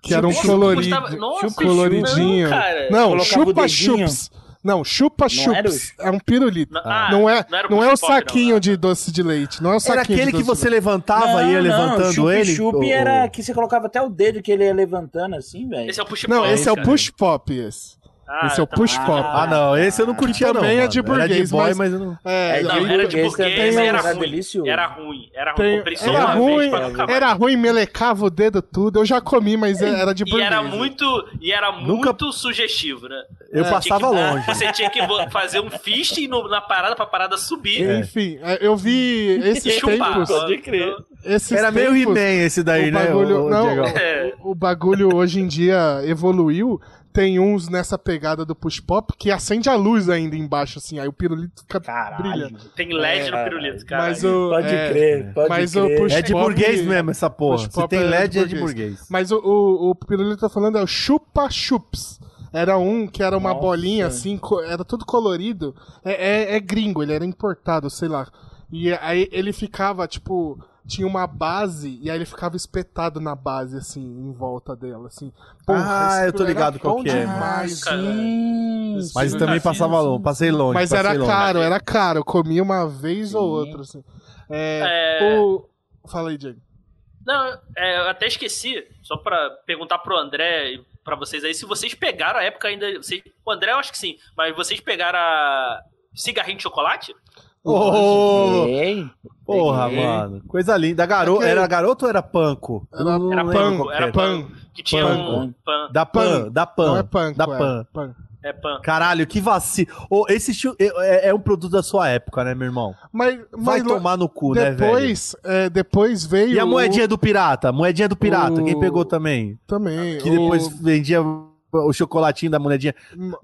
S1: Que era um
S3: Nossa,
S1: colorido.
S3: gostava- Nossa,
S1: coloridinho.
S3: não, cara.
S1: Não,
S4: Colocava o
S1: Chupa
S4: dedinho.
S1: Chups. Não, Chupa
S4: Não era o
S1: Chups. É um pirulito.
S3: Ah,
S1: não é,
S3: não era o
S1: não é o
S3: Puff Pop, não,
S1: saquinho
S3: era.
S1: de doce de leite. Não é o
S2: Era
S1: saquinho
S2: aquele
S1: de doce
S2: que
S1: de
S2: você levantava e ia levantando ele?
S4: Chup
S2: Ou-
S4: era que você colocava até o dedo que ele ia levantando assim, velho.
S3: Esse é o push
S1: leite. Não,
S3: pop,
S1: esse é o
S3: cara.
S1: push pop, esse.
S3: Ah,
S1: esse é o
S3: tá.
S1: push pop.
S2: Ah, não, esse eu não curtia não.
S1: Também é
S2: mano.
S1: de
S2: era de
S1: burguês,
S2: boy,
S1: mas-
S2: mas... eu não...
S1: É,
S4: É,
S1: eu-
S3: Não, então era de
S4: Burguês
S3: burguês,
S4: também
S3: era
S4: era
S3: ruim.
S4: delicioso.
S3: Era ruim, era ruim.
S1: Tem-
S3: Comprei só
S1: era,
S3: uma
S1: ruim,
S3: vez pra nunca mais.
S1: era ruim, melecava o dedo tudo. Eu já comi, mas é- era de
S3: E
S1: burguês.
S3: era muito, e era
S2: Nunca-
S3: muito sugestivo, né?
S2: Eu
S3: Você
S2: passava
S3: tinha que-
S2: longe.
S3: Você tinha que vo- fazer um fisting no- na parada pra parada subir.
S2: É.
S1: Enfim, é, eu vi esses
S3: E chupar. Então,
S1: tempos.
S3: Pode
S4: crer.
S1: Esses
S2: Era meio
S1: tempos,
S2: He-Man esse daí,
S1: o
S2: né?
S1: bagulho-
S2: ô- ô,
S1: não,
S2: Diegão?
S3: É.
S1: O bagulho hoje em dia evoluiu. Tem uns nessa pegada do push pop que acende a luz ainda embaixo, assim. Aí o pirulito fica brilha.
S4: Caralho.
S3: Tem LED no
S4: É,
S3: pirulito, cara.
S1: Mas o,
S4: Pode
S1: é,
S4: crer, pode
S1: Mas o
S4: crer.
S1: push-
S2: É de
S1: Pop-
S2: burguês mesmo essa porra.
S1: Push
S2: Se
S1: Pop
S2: tem
S1: era de
S2: LED, é de
S1: burguês.
S2: burguês.
S1: Mas o, o, o pirulito tá falando é o Chupa Chups. Era um que era uma
S4: Nossa.
S1: bolinha assim, co- era tudo colorido. É, é- é gringo, ele era importado, sei lá. E aí ele ficava, tipo, tinha uma base e aí ele ficava espetado na base, assim, em volta dela, assim.
S2: Ah,
S1: esse
S2: eu tô
S1: pirulito
S2: ligado
S1: era
S2: qual
S1: bom
S2: que é,
S1: demais,
S3: cara.
S1: velho.
S4: Hum,
S2: Mas
S1: Sim.
S2: também passava longe, passei longe.
S1: Mas
S2: passei
S1: era
S2: longe.
S1: caro, era caro. Eu comia uma vez ou
S4: Sim.
S1: outra, assim. É,
S3: É.
S1: O... Fala aí, Diego.
S3: Não, é, eu até esqueci, só pra perguntar pro André e pra vocês aí, se vocês pegaram a época ainda. vocês- o André, eu acho que sim, mas vocês pegaram a. Cigarrinho de chocolate?
S2: Ô,
S4: Ei,
S2: Porra,
S4: Peguei.
S2: mano. Coisa linda. Garo...
S1: Aquele-
S2: Era garoto ou era panco?
S1: Era-
S2: Eu não
S1: era
S2: lembro
S1: panco,
S2: qual que
S3: era
S2: é.
S1: Pan.
S3: Que tinha
S1: Panko.
S3: um. Pan,
S2: Da pan,
S1: Pan.
S2: da pan.
S1: Não é panko,
S2: Da
S1: é
S2: pan.
S1: pan.
S3: é pan.
S2: Caralho, que vacilo. Ô, esse chu- é, é- é um produto da sua época, né, meu irmão?
S1: Mas,
S2: Vai
S1: mas lo-
S2: tomar no cu, né, velho?
S1: depois, é, depois veio.
S2: E a moedinha do pirata? Moedinha do pirata,
S1: o-
S2: quem pegou também?
S1: o- também.
S2: Que depois
S1: o-
S2: vendia o chocolatinho da moedinha.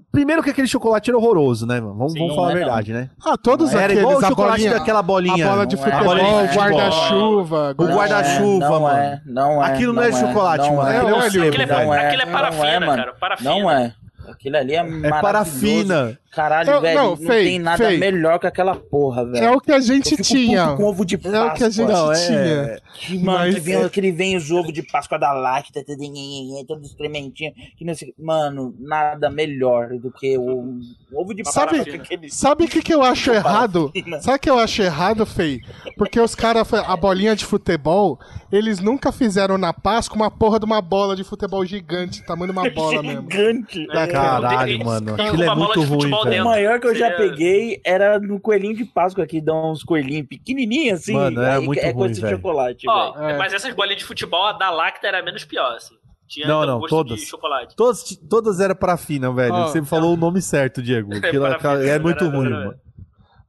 S2: Primeiro que aquele chocolate era horroroso, né, mano? Vamos,
S3: Sim,
S2: vamos falar a
S4: não é
S2: verdade, né?
S1: Ah, todos
S2: Era
S1: aqueles,
S2: igual o
S1: a
S2: chocolate
S1: bolinha,
S2: daquela bolinha.
S1: a bola de
S4: Não é.
S1: futebol,
S2: A bola de
S1: guarda-chuva,
S2: O guarda-chuva,
S4: não
S2: mano.
S4: É, não é.
S2: Aquilo não é chocolate,
S4: não
S2: mano.
S4: É.
S2: Aquilo é um
S1: Não é,
S2: sebo,
S3: Aquilo é,
S2: velho.
S4: Não é,
S3: aquilo é
S4: não
S3: parafina,
S4: é, mano.
S3: cara. Parafina.
S4: Não é. Aquilo ali é,
S2: É
S4: maravilhoso.
S2: parafina.
S4: Caralho,
S1: Eu-
S4: velho.
S1: não,
S4: Não,
S1: Fei,
S4: tem nada
S1: Fei.
S4: melhor que aquela porra, velho.
S1: É o que a
S4: Eu
S1: gente
S4: fico
S1: tinha.
S4: puto com ovo de Páscoa. assim,
S1: É o que a gente
S2: Não, é-
S1: tinha.
S4: Que, mano,
S1: Mas- é-
S4: que, vem, que ele vem os ovos de Páscoa da Lacta, tudo nhenhenhen, todos os crementinhos. Que não sei, mano, nada melhor do que o ovo de Páscoa.
S1: Sabe-
S4: com aquele-
S1: Sabe o que, que eu acho errado?
S2: assim, né?
S1: Sabe o que eu acho errado, Fei? Porque os caras, a bolinha de futebol, eles nunca fizeram na Páscoa uma porra de uma bola de futebol gigante, tamanho de uma É bola mesmo.
S4: Gigante.
S3: É,
S1: Da-
S2: Caralho,
S3: Tem-
S2: mano.
S3: tem
S2: Aquilo é
S3: uma bola
S2: muito
S3: de
S2: ruim,
S3: futebol
S4: O
S1: um
S2: velho.
S3: dentro.
S4: maior que eu já
S3: Seria-
S4: peguei era no coelhinho de Páscoa que dão uns coelhinhos pequenininhos assim.
S2: Mano, é
S4: aí
S2: muito
S4: é
S2: ruim,
S4: coisa de
S2: velho.
S4: chocolate,
S3: Ó,
S4: velho.
S1: É.
S3: Mas essas bolinhas de futebol, a da Lacta era menos pior, assim. Tinha
S2: Não, não,
S3: gosto
S2: todas.
S3: de chocolate.
S2: Todas, todas eram parafina, velho.
S1: Ó,
S2: Você falou o nome certo, Diego. Aquilo-
S3: parafina,
S2: aquela- é muito
S3: era-
S2: ruim,
S3: era-
S2: mano.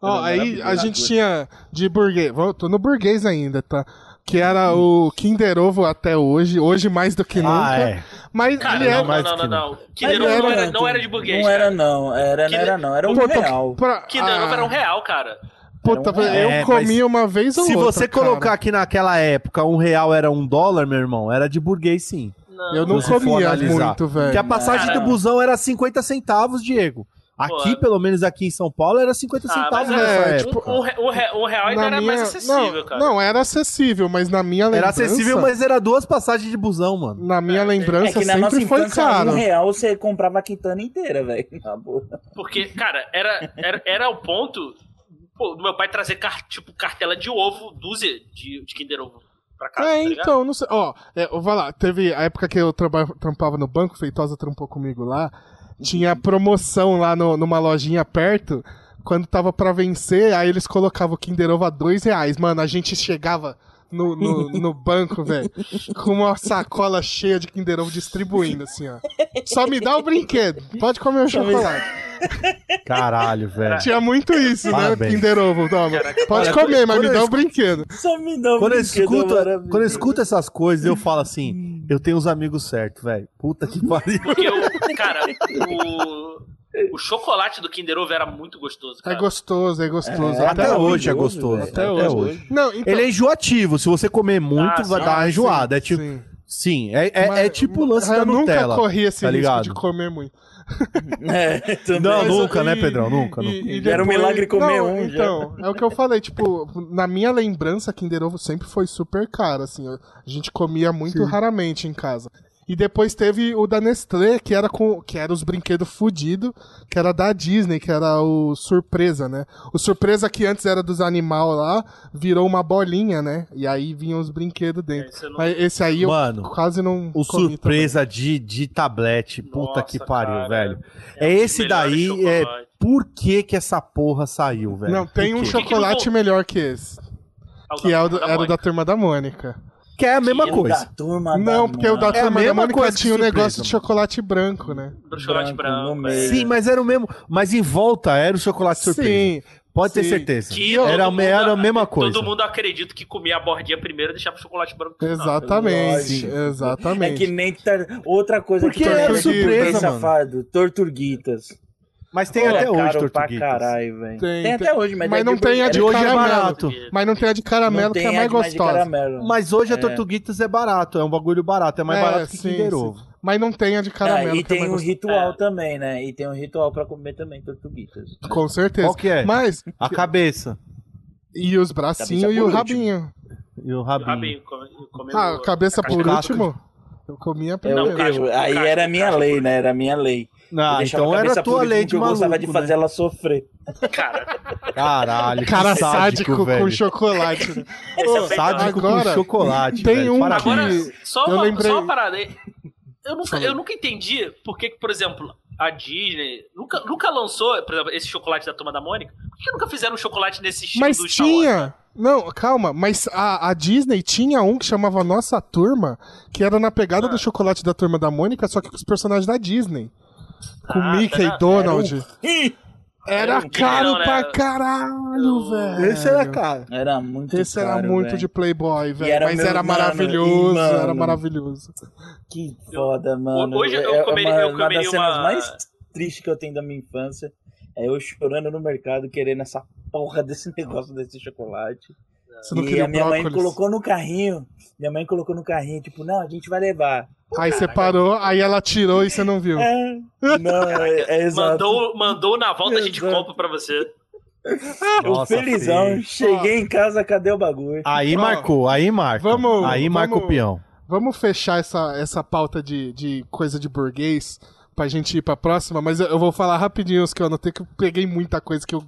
S1: Ó,
S4: Era
S1: aí a
S4: maravilhoso.
S1: gente tinha de burguês, vou- tô no burguês ainda, tá? Que era o Kinder Ovo até hoje, hoje mais do que
S2: Ah,
S1: nunca.
S2: é.
S1: Mas
S3: Cara,
S1: ele
S3: não,
S1: é.
S2: mais
S3: não,
S2: que
S3: não, não, não.
S4: Mas
S3: Kinder Ovo não era, um não era de burguês,
S4: Não era,
S3: cara.
S4: não. Era, não
S3: Kinder-
S4: era, não. Era um
S1: Puta,
S4: real.
S1: pra-
S3: Kinder Ovo
S1: ah,
S3: era um real, cara.
S1: Puta,
S4: era um-
S1: eu
S2: É,
S1: comi
S2: mas
S1: uma vez ou
S2: Se
S1: outra.
S2: você
S1: cara.
S2: colocar aqui naquela época um real era um dólar, meu irmão, era de burguês, sim.
S3: Não.
S1: Eu não
S2: Se for
S1: comia
S2: analisar.
S1: muito,
S2: Porque a
S1: velho.
S2: passagem
S3: Cara.
S2: do busão era 50 centavos, Diego. Aqui,
S3: Pô.
S2: pelo menos aqui em São Paulo, era 50
S3: Ah,
S2: centavos
S3: mas
S1: é,
S2: nessa época.
S1: tipo,
S3: um, um, re- um re- um real ainda
S1: Na
S3: era mais
S1: minha-
S3: acessível,
S1: não,
S3: cara.
S1: Não, era acessível, mas na minha
S2: Era
S1: lembrança.
S2: acessível, mas era duas passagens de busão, mano.
S1: Na minha
S3: É,
S1: lembrança
S4: é que na nossa
S1: sempre foi
S4: infância,
S1: caro.
S4: um real você comprava a quintana inteira, velho. Na boa.
S3: Porque, cara, era, era, era o ponto pô, do meu pai trazer car- tipo, cartela de ovo, dúzia de, de Kinder Ovo pra casa.
S1: É,
S3: tá ligado?
S1: então, não sei. Ó, é, vai lá, teve a época que eu traba- trampava no banco, Feitosa trampou comigo lá. Tinha promoção lá no- numa lojinha perto. Quando tava pra vencer, aí eles colocavam o Kinder Ovo a dois reais. Mano, a gente chegava no, no, no banco, velho, com uma sacola cheia de Kinder Ovo distribuindo, assim, ó. Só me dá o brinquedo, pode comer o chocolate.
S2: Caralho, velho.
S1: Tinha muito isso, né,
S2: Parabéns.
S1: Kinder Ovo. Não, pode
S2: olha,
S1: comer, mas
S2: quando
S1: me
S2: eu
S1: dá o
S2: escu-
S1: brinquedo.
S4: Só me dá um
S2: Quando eu,
S4: brinquedo
S2: escuto,
S4: maravilhoso.
S2: quando eu escuto essas coisas, eu falo assim: eu tenho os amigos certos, velho. Puta que pariu.
S3: Porque, o, cara, o, o chocolate do Kinder Ovo era muito gostoso,
S1: É
S3: cara.
S1: gostoso, é gostoso.
S4: É
S2: Até
S4: maravilhoso,
S2: hoje é gostoso.
S4: velho.
S1: Até hoje. Não, então,
S2: Ele é enjoativo. Se você comer muito,
S3: Ah,
S2: vai
S3: sim.
S2: dar uma enjoada. É tipo, sim,
S1: Sim.
S2: é, é- é tipo o lance
S1: eu
S2: da Nutella.
S1: nunca corri esse
S2: tá ligado?
S1: risco de comer muito.
S4: É, também.
S2: Não,
S1: Mas,
S2: nunca,
S1: e-
S2: né, Pedrão? Nunca,
S1: e-
S2: nunca.
S1: e
S4: Era um milagre comer
S1: Não,
S4: um já.
S1: Então, é o que eu falei, tipo, na minha lembrança, Kinder Ovo sempre foi super caro, assim, a gente comia muito raramente em casa. E depois teve o da Nestlé, que era com que era os brinquedos fudido, que era da Disney, que era o surpresa, né? O surpresa que antes era dos animal lá, virou uma bolinha, né? E aí vinham os brinquedos dentro.
S3: Esse eu não-
S1: Mas esse aí eu
S2: Mano,
S1: quase não comi
S2: O
S1: também.
S2: surpresa de, de tablete. Puta
S3: Nossa,
S2: que pariu,
S3: cara.
S2: velho.
S3: É
S2: É,
S3: um dos
S2: esse daí.
S3: melhores
S2: É,
S3: chocolates.
S2: por que que essa porra saiu, velho?
S1: Não, tem
S2: É. Por
S1: um
S2: quê?
S3: chocolate
S1: chocolate
S3: que não-
S1: melhor que esse.
S3: Ah, o
S1: Que
S3: da-
S1: é o do-
S3: da
S1: era o da
S3: Mônica.
S1: turma da Mônica.
S2: Que é a mesma
S4: O
S2: coisa.
S4: da turma
S1: Não,
S4: Ah, da
S1: porque o da
S4: Mônica.
S2: É a
S1: turma da
S2: mesma
S1: Mônica
S2: coisa que
S1: tinha um
S2: surpresa,
S1: negócio de
S2: mano.
S1: chocolate branco, né?
S3: Do chocolate
S4: branco no
S3: branco.
S4: meio.
S3: é.
S2: Sim, mas era o mesmo. Mas em volta era o chocolate Ah, surpresa.
S1: Sim.
S2: Pode ter
S1: sim.
S2: certeza.
S3: Que
S2: Era,
S3: todo mundo-
S2: era a mesma coisa.
S3: Todo mundo acredita que comia a bordinha primeiro e deixava o chocolate branco. pro final.
S1: Exatamente.
S4: Lógico.
S1: Exatamente.
S4: É que nem tar... outra coisa
S2: Porque
S4: que tá
S1: é
S4: também
S1: surpresa,
S4: bem
S2: mano.
S4: safado, torturguitas.
S2: Mas tem
S4: Era
S2: até hoje,
S4: é caro pra
S2: Tortuguitas.
S4: caralho, velho.
S1: Tem,
S4: Tem,
S1: tem.
S4: até hoje, mas,
S1: Mas
S4: é
S1: não
S4: de-
S1: tem a de
S2: De hoje é
S1: caramelo.
S2: barato.
S1: Mas não tem a de caramelo,
S4: não
S1: que
S4: tem
S1: é
S4: a
S1: mais
S4: de mais de
S1: gostosa.
S4: caramelo.
S2: Mas hoje a
S4: É.
S2: Tortuguitas é barato. É um bagulho barato. É mais
S1: É,
S2: barato que
S1: sim,
S2: Kinder
S1: sim.
S2: Ovo.
S1: Mas não tem a de caramelo,
S4: Ah, e
S1: que é
S4: tem
S1: mais
S4: o
S1: gostosa.
S4: ritual
S3: É.
S4: também, né? E tem um ritual pra comer também, tortuguitas.
S1: Com certeza.
S2: Qual que é?
S1: Mas,
S2: A cabeça
S1: e os bracinhos
S4: Cabeça
S1: e o
S4: por último.
S1: rabinho.
S2: e o
S3: O
S2: rabinho.
S3: Rabinho come- comendo
S1: Ah, cabeça
S3: a
S1: por
S2: casca.
S1: último? Eu comia
S4: Eu,
S1: primeiro.
S3: cara,
S4: eu-
S3: o
S4: É aí
S3: cara,
S4: era
S3: o
S4: minha
S3: cara.
S4: lei, né? Era minha lei. Eu
S2: Ah,
S4: deixava
S2: então
S4: a
S2: era
S4: cabeça
S2: a tua
S4: por último,
S2: lei de
S4: que Eu gostava de
S2: maluco,
S4: fazer
S2: né?
S4: ela sofrer.
S3: Cara,
S2: Caralho,
S1: Cara
S2: que
S1: sádico, com
S2: velho.
S1: chocolate. né?
S3: esse é feito-
S2: Sádico
S1: Agora,
S2: com chocolate.
S1: tem
S2: velho.
S1: um
S2: Parabéns.
S3: Agora,
S1: que-
S3: só,
S1: eu
S3: uma,
S1: lembrei-
S3: só uma parada aí. Eu nunca, eu nunca entendi por que, que, por exemplo, a Disney nunca, nunca lançou, por exemplo, esse chocolate da Turma da Mônica. Por que que nunca fizeram um chocolate nesse estilo
S1: Mas
S3: do Star Wars?
S1: tinha. Não, calma, mas a, a Disney tinha um que chamava Nossa Turma, que era na
S3: Ah.
S1: pegada do chocolate da turma da Mônica, só que com os personagens da Disney. Com
S3: Ah,
S1: Mickey,
S3: tá.
S1: Donald.
S4: Ih,
S1: Era caro
S3: um dinheirão, né?
S1: pra caralho, velho.
S2: Esse era cara.
S4: Era muito
S1: Esse era
S4: caro,
S1: muito
S4: velho.
S1: de Playboy, velho.
S4: era
S1: mas
S4: meu-
S1: era
S4: mano,
S1: maravilhoso,
S4: e, mano,
S1: era maravilhoso.
S4: Que foda, mano.
S3: hoje eu
S4: É- é
S3: comeria-
S4: uma,
S3: eu
S4: uma das
S3: comeria
S4: cenas
S3: uma-
S4: mais tristes que eu tenho da minha infância. É eu chorando no mercado, querendo essa porra desse negócio desse chocolate.
S1: Você não
S4: e
S1: queria
S4: a minha mãe
S1: brócolis.
S4: colocou no carrinho. Minha mãe colocou no carrinho, tipo, não, a gente vai levar.
S1: Aí você
S4: né?
S1: parou, aí ela tirou e você não viu.
S4: É, não, é, é exato.
S3: Mandou, mandou na volta, a gente
S4: Exato.
S3: compra pra você.
S4: Eu Ah, felizão, cheguei em casa, cadê o bagulho?
S2: Aí
S1: Ó,
S2: marcou, aí marca.
S1: vamos-
S2: aí marca
S1: vamos-
S2: o peão.
S1: Vamos fechar essa, essa pauta de, de coisa de burguês pra gente ir pra próxima, mas eu, eu vou falar rapidinho os que eu anotei que eu peguei muita coisa que eu.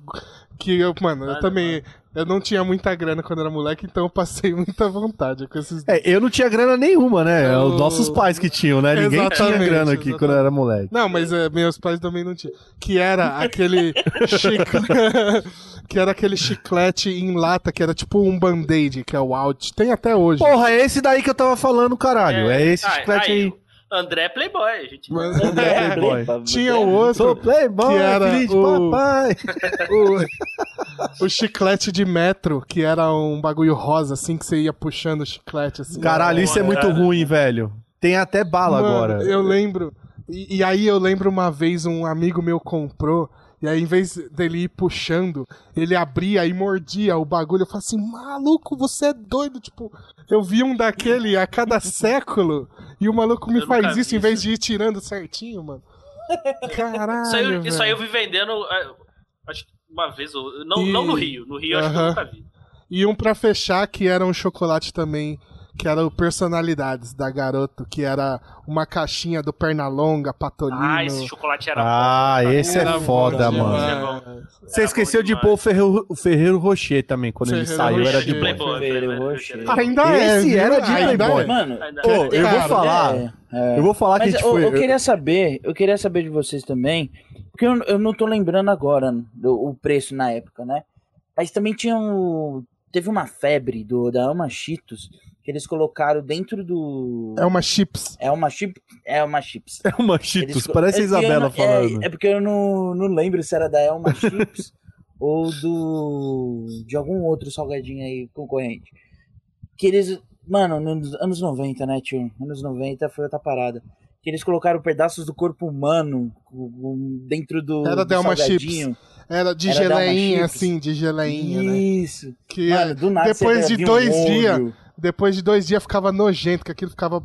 S1: Que eu, mano, eu
S3: Vale,
S1: também. Eu não tinha muita grana quando era moleque, então eu passei muita vontade com esses.
S2: É, eu não tinha grana nenhuma, né? É os
S1: Eu-
S2: nossos pais que tinham, né? Ninguém tinha
S1: Exatamente,
S2: grana aqui
S1: exatamente.
S2: quando eu era moleque.
S1: Não, mas é, meus pais também não tinham. Que era aquele chiclete. que era aquele chiclete em lata, que era tipo um band-aid, que é o out. Tem até hoje.
S2: Porra, é esse daí que eu tava falando, caralho. É, esse
S3: Ah,
S2: chiclete aí.
S3: André é Playboy, gente.
S1: Mas-
S2: É,
S4: Falei
S2: boy.
S4: pra você.
S1: tinha o outro.
S2: Sou playboy,
S1: que era
S2: filho de
S1: o-
S2: papai.
S1: o, o chiclete de metro, que era um bagulho rosa, assim, que você ia puxando o chiclete, assim.
S2: Caralho, isso é
S3: Mano,
S2: muito
S3: cara.
S2: ruim, velho. Tem até bala
S1: Mano,
S2: agora.
S1: Eu lembro. E, e aí eu lembro uma vez um amigo meu comprou. E aí, em vez dele ir puxando, ele abria e mordia o bagulho. Eu falei assim, maluco, você é doido. Tipo, eu vi um daquele a cada século e o maluco me
S3: Eu nunca
S1: faz
S3: vi
S1: isso em vez
S3: isso.
S1: de ir tirando certinho, mano. Caralho.
S3: Isso aí, isso aí
S1: velho.
S3: eu vi vendendo. ah, Acho que uma vez. ou- Não, não no
S1: E-
S3: Rio. No Rio, acho que eu
S1: Aham.
S3: nunca vi.
S1: E um pra fechar, que era um chocolate também, que era o Personalidades da Garoto, que era uma caixinha do Pernalonga, Patolino.
S3: Ah, esse chocolate era.
S2: Ah,
S3: bom, cara.
S2: esse é
S1: Era
S2: foda,
S1: bom
S2: mano.
S1: demais.
S2: Você
S3: Era
S2: esqueceu
S3: bom
S2: de
S3: demais.
S2: pôr o Ferreiro, o Ferreiro Rocher também, quando ele
S1: É, Ferreiro
S2: saiu,
S1: Rocher
S2: era
S1: de
S2: de boy.
S3: Playboy.
S4: Ferreiro
S3: Playboy,
S4: Rocher.
S3: Playboy.
S1: Ainda é,
S2: Esse
S1: viu?
S2: era de
S1: Ainda é.
S2: Playboy.
S4: Mano,
S1: né?
S3: Ainda-
S2: Pô, eu
S1: Cara,
S2: vou falar.
S4: é, é.
S2: Eu vou falar que a
S4: Mas
S2: gente
S4: eu,
S2: foi.
S4: eu queria saber, eu queria saber de vocês também, porque eu, eu não tô lembrando agora do- o preço na época, né? Mas também tinha um, teve uma febre do da Alma Cheetos que eles colocaram dentro do
S1: É uma chips.
S4: é uma chip, é uma chips.
S2: É uma
S4: Eles
S2: Cheetos,
S4: co-
S2: parece a
S4: é que eu
S2: Isabela
S4: não-
S2: falando.
S4: É, é porque eu não, não lembro se era da Elma Chips ou do de algum outro salgadinho aí concorrente. Que eles, mano, nos anos 90, né, tio? Anos 90 foi outra parada. Que eles colocaram pedaços do corpo humano com- com- dentro do,
S1: Era
S4: do
S1: da Elma
S4: salgadinho.
S1: Era de
S4: Era da uma
S1: geleinha,
S4: chips.
S1: assim, de geleinha, né?
S4: Isso.
S1: Que
S4: Mano, do nada
S1: depois
S4: você
S1: de
S4: via um
S1: dois
S4: olho.
S1: dias- depois de dois dias ficava nojento, que aquilo ficava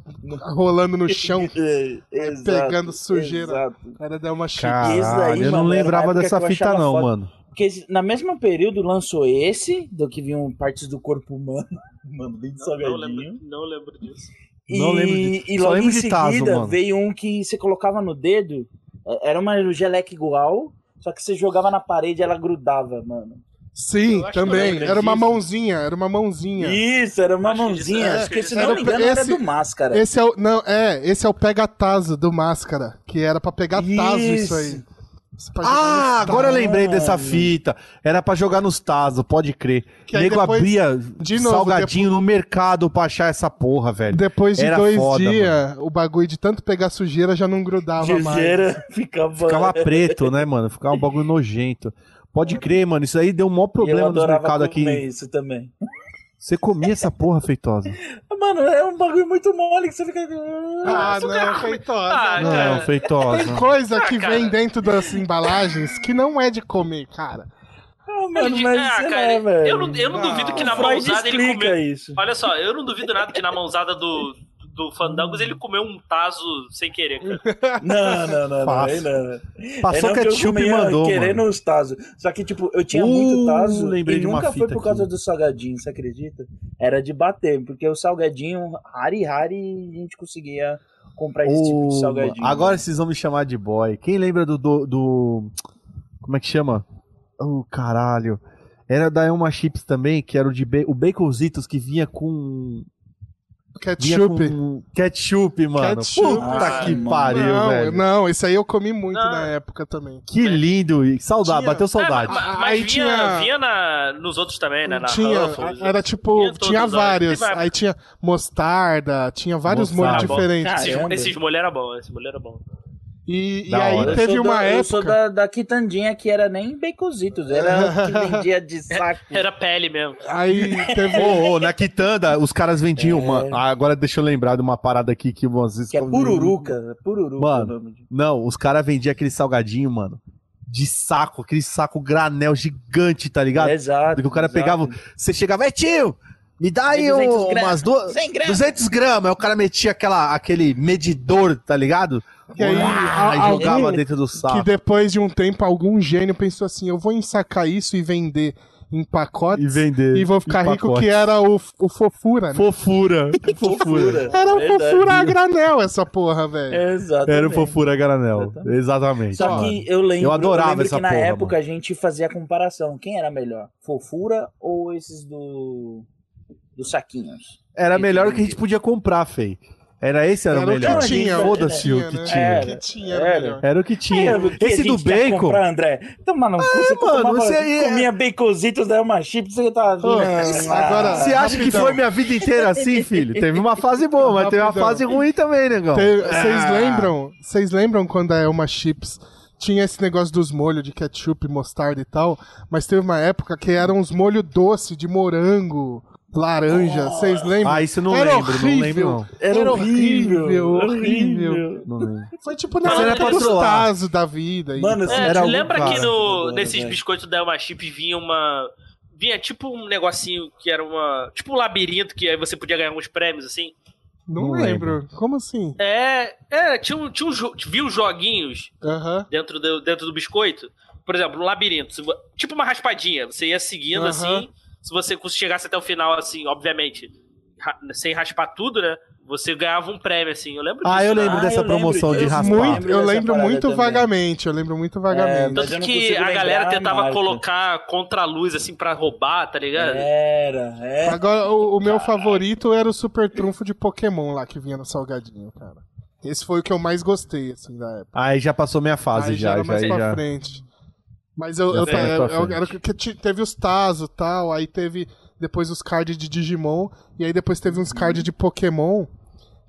S1: rolando no chão.
S4: É, exato,
S1: pegando sujeira.
S4: exato.
S1: Era da uma chips.
S4: daí,
S2: Caralho, eu não
S4: mano, era uma
S2: lembrava
S4: época
S2: dessa
S4: que eu
S2: fita,
S4: achava
S2: não,
S4: foda.
S2: mano.
S4: Porque esse- na mesma período lançou esse, do que vinham partes do corpo humano, mano, bem
S3: Não, não lembro,
S4: salgadinho.
S3: não lembro disso.
S2: Não
S4: e,
S2: lembro disso.
S4: e
S2: Só
S4: logo em
S2: lembro de Tazo,
S4: seguida
S2: mano.
S4: veio um que você colocava no dedo, é- era uma geleca igual, só que você jogava na parede e ela grudava, mano.
S1: Sim,
S3: Eu acho que eu
S1: também.
S3: lembro
S1: Era uma
S3: disso.
S1: mãozinha, era uma mãozinha.
S4: Isso, era uma
S3: Acho que
S4: mãozinha,
S3: isso- é,
S4: acho que se
S3: era
S4: não
S1: o-
S4: me engano
S1: esse-
S4: era do Máscara.
S1: Esse é o. Não, é, esse é o pega-taso do máscara. Que era pra pegar taso isso
S4: Isso.
S1: aí. Isso pra jogar
S2: Ah,
S1: no
S2: agora eu lembrei dessa
S4: Caralho.
S2: fita. Era pra jogar nos Tazos, pode crer.
S1: Que aí
S2: Nego
S1: depois-
S2: abria
S1: de novo,
S2: salgadinho no mercado pra achar essa porra, velho.
S1: Depois de
S2: Era
S1: dois
S2: foda,
S1: dias, o bagulho de tanto pegar sujeira já não grudava mais.
S4: Sujeira ficava...
S2: Ficava preto, né, mano? Ficava um bagulho nojento. Pode crer, mano. Isso aí deu um maior
S4: eu
S2: problema nos
S4: adorava
S2: mercados aqui.
S4: comer isso também.
S2: Você comia essa porra, feitosa?
S4: Mano, é um bagulho muito mole que você fica...
S1: Ah,
S3: Açúcar
S1: não,
S3: come-
S1: feitosa.
S3: Ah,
S1: não.
S2: Não,
S3: cara.
S2: feitosa.
S1: Tem coisa que
S3: Ah, cara.
S1: vem dentro das embalagens que não é de comer, cara.
S4: Ah, mano,
S3: Ele-
S4: mas
S3: ah,
S4: sei
S3: cara,
S4: lá, velho.
S3: eu não, eu não
S1: Não.
S3: duvido que
S1: O
S3: na
S4: Freud
S3: mãozada ele
S4: explica
S3: comeu.
S4: isso.
S3: Olha só, eu não duvido nada que na mãozada do, do Fandangos ele comeu um taso sem querer, cara.
S4: Não, não, não, não.
S2: Fácil.
S4: aí não. né? é Aí
S2: Passou
S4: não, que eu
S2: ketchup e
S4: comia
S2: mandou,
S4: um querendo
S2: mano.
S4: os Tazo. Só que, tipo, eu tinha
S2: Uh,
S4: muito Tazo
S2: lembrei
S4: e
S2: de uma
S4: nunca foi
S2: fita
S4: por causa
S2: aqui.
S4: do salgadinho, você acredita? Era de bater, porque o salgadinho, rari, rari, a gente conseguia comprar esse tipo de
S2: Ô,
S4: salgadinho.
S2: Uh, agora vocês vão me chamar de boy. Quem lembra do... do, do- Como é que chama? Oh, caralho. Era da Elma Chips também, que era o de ba- o Baconzitos que vinha com...
S1: é
S2: Vinha
S1: Ketchup.
S2: com ketchup, mano.
S1: Ketchup.
S2: Puta
S3: Ah,
S2: que
S4: mano.
S2: pariu,
S1: não,
S2: velho.
S1: não, esse aí eu comi muito
S3: Não.
S1: na época também.
S2: Que lindo. e Saudade,
S1: Tinha-
S2: bateu saudade.
S3: É,
S4: Ah,
S3: ma- ma- mas
S1: Então Aí
S3: vinha,
S1: tinha-
S3: vinha na- nos outros também, né? Na
S1: tinha,
S3: Ruffles.
S1: era tipo,
S3: Tinha todos,
S1: tinha
S3: ó.
S1: vários.
S3: Teve uma-
S1: Aí tinha mostarda, tinha vários molhos
S2: Mostarda.
S1: diferentes.
S4: Cara,
S3: Esses,
S4: Caramba.
S3: esses molho era bom, esse molho era bom.
S1: E, e
S2: Da hora.
S1: aí
S4: Eu
S1: teve
S4: sou
S1: uma
S4: do- Eu sou
S1: época.
S4: da, da quitandinha que era nem baconzitos, era que vendia de saco.
S3: Era pele mesmo.
S1: Aí teve.
S2: Ô, ô, na quitanda, os caras vendiam
S4: É.
S2: uma. Ah, agora deixa eu lembrar de uma parada aqui que às vezes.
S4: Que é pururuca. Pururuca
S2: Mano.
S4: o nome de-
S2: Não, os caras vendiam aquele salgadinho, mano. De saco, aquele saco granel gigante, tá ligado?
S4: Exato.
S2: Que o cara
S4: exato.
S2: pegava- Você chegava, é tio, me dá aí
S4: De 200
S2: um-
S4: gramas.
S2: umas duas.
S4: 100 gramas.
S2: 200 gramas, aí o cara metia aquela, aquele medidor, tá ligado?
S1: E aí,
S2: Ah,
S1: a-
S2: e jogava
S1: alguém-
S2: dentro do
S1: que
S2: saco.
S1: depois de um tempo algum gênio pensou assim: eu vou ensacar isso e vender em pacotes
S2: E
S1: e,
S2: vender.
S1: vou ficar
S2: em
S1: rico,
S2: pacote.
S1: que era o, o fofura, né?
S2: Fofura. fofura.
S1: Era o
S4: Verdade.
S1: fofura a granel, essa porra, velho.
S4: Exatamente.
S2: Era o fofura granel.
S4: Exatamente.
S2: Exatamente.
S4: Só
S2: mano.
S4: que eu lembro,
S2: Eu adorava
S4: lembro
S2: essa
S4: que na
S2: porra,
S4: época a gente fazia a comparação. Quem era melhor? Fofura ou esses do dos saquinhos?
S2: Era melhor o que a gente podia comprar, Fei. Era esse era,
S1: Era
S2: o
S1: o
S2: melhor. É,
S1: que tinha,
S4: Era,
S2: Foda-se o
S1: né?
S2: que tinha.
S1: Era,
S4: Era,
S1: o que tinha,
S4: era.
S1: era melhor.
S2: Era o que tinha.
S4: Lembra que a
S2: Esse do
S4: gente ia
S2: bacon. Ah,
S4: Comprar, André. Toma no cu, você
S2: mano,
S4: tomava,
S2: você aí é- Ah,
S4: comia baconzitos, daí uma chip, você tava vindo. Ah,
S1: Ô, isso agora-
S2: Você acha que
S1: Rapidão.
S2: foi minha vida inteira assim, filho? Teve uma fase boa, mas teve uma
S1: Rapidão.
S2: fase ruim também, negão.
S1: Te- Vocês lembram? Vocês lembram quando a Elma Chips tinha esse negócio dos molhos de ketchup, mostarda e tal? Mas teve uma época que eram uns molhos doce de morango, laranja. Vocês lembram?
S2: Ah, isso eu não
S1: Era
S2: lembro, não lembro não.
S1: Era horrível, horrível.
S2: Não lembro.
S1: Foi tipo na
S3: Mas
S1: hora
S3: era
S1: do
S2: pra trollar.
S1: Gustazo da vida. e-
S4: Mano,
S3: É,
S2: Era
S3: tu
S2: algum
S3: lembra
S2: cara.
S3: que no,
S4: Agora,
S3: nesses
S4: velho.
S3: biscoitos da Elma Chips vinha uma. Vinha tipo um negocinho que era uma. Tipo um labirinto que aí você podia ganhar uns prêmios, assim.
S1: não,
S2: não
S1: lembro. Como assim?
S3: É. É, tinha, um- tinha, um jo- vinha uns joguinhos
S1: Aham.
S3: dentro do, dentro do biscoito. Por exemplo, um labirinto. se vo- Tipo uma raspadinha. Você ia seguindo
S1: Aham.
S3: assim. Se você cons- chegasse até o final, assim, obviamente, ra- sem raspar tudo, né? Você ganhava um prêmio, assim. Eu lembro
S2: Ah,
S3: disso.
S2: eu
S3: né?
S2: lembro
S4: Ah,
S2: dessa
S4: eu
S2: promoção
S4: lembro
S2: de
S4: disso.
S2: raspar.
S1: Muito,
S4: Lembro
S1: eu
S4: dessa
S1: lembro
S4: parada
S1: muito
S4: também.
S1: vagamente, eu lembro muito vagamente.
S4: mas eu
S3: Tanto
S4: não
S3: que
S4: consigo
S3: a galera
S4: lembrar a
S3: tentava
S4: marca. É.
S3: colocar contra-luz, assim, pra roubar, tá ligado?
S4: Era, é. era.
S1: Agora, o, o meu favorito era o super trunfo de Pokémon lá que vinha no salgadinho, cara. Esse foi o que eu mais gostei, assim, da época.
S2: Aí já passou minha fase,
S1: Aí
S2: já,
S1: era
S2: já,
S1: mais
S2: já,
S1: pra frente. Mas eu,
S2: Já
S1: eu,
S2: foi mais
S1: eu-
S2: pra
S1: eu-
S2: frente.
S1: era que te- teve os Tazo e tal, aí teve depois os cards de Digimon, e aí depois teve uns cards de Pokémon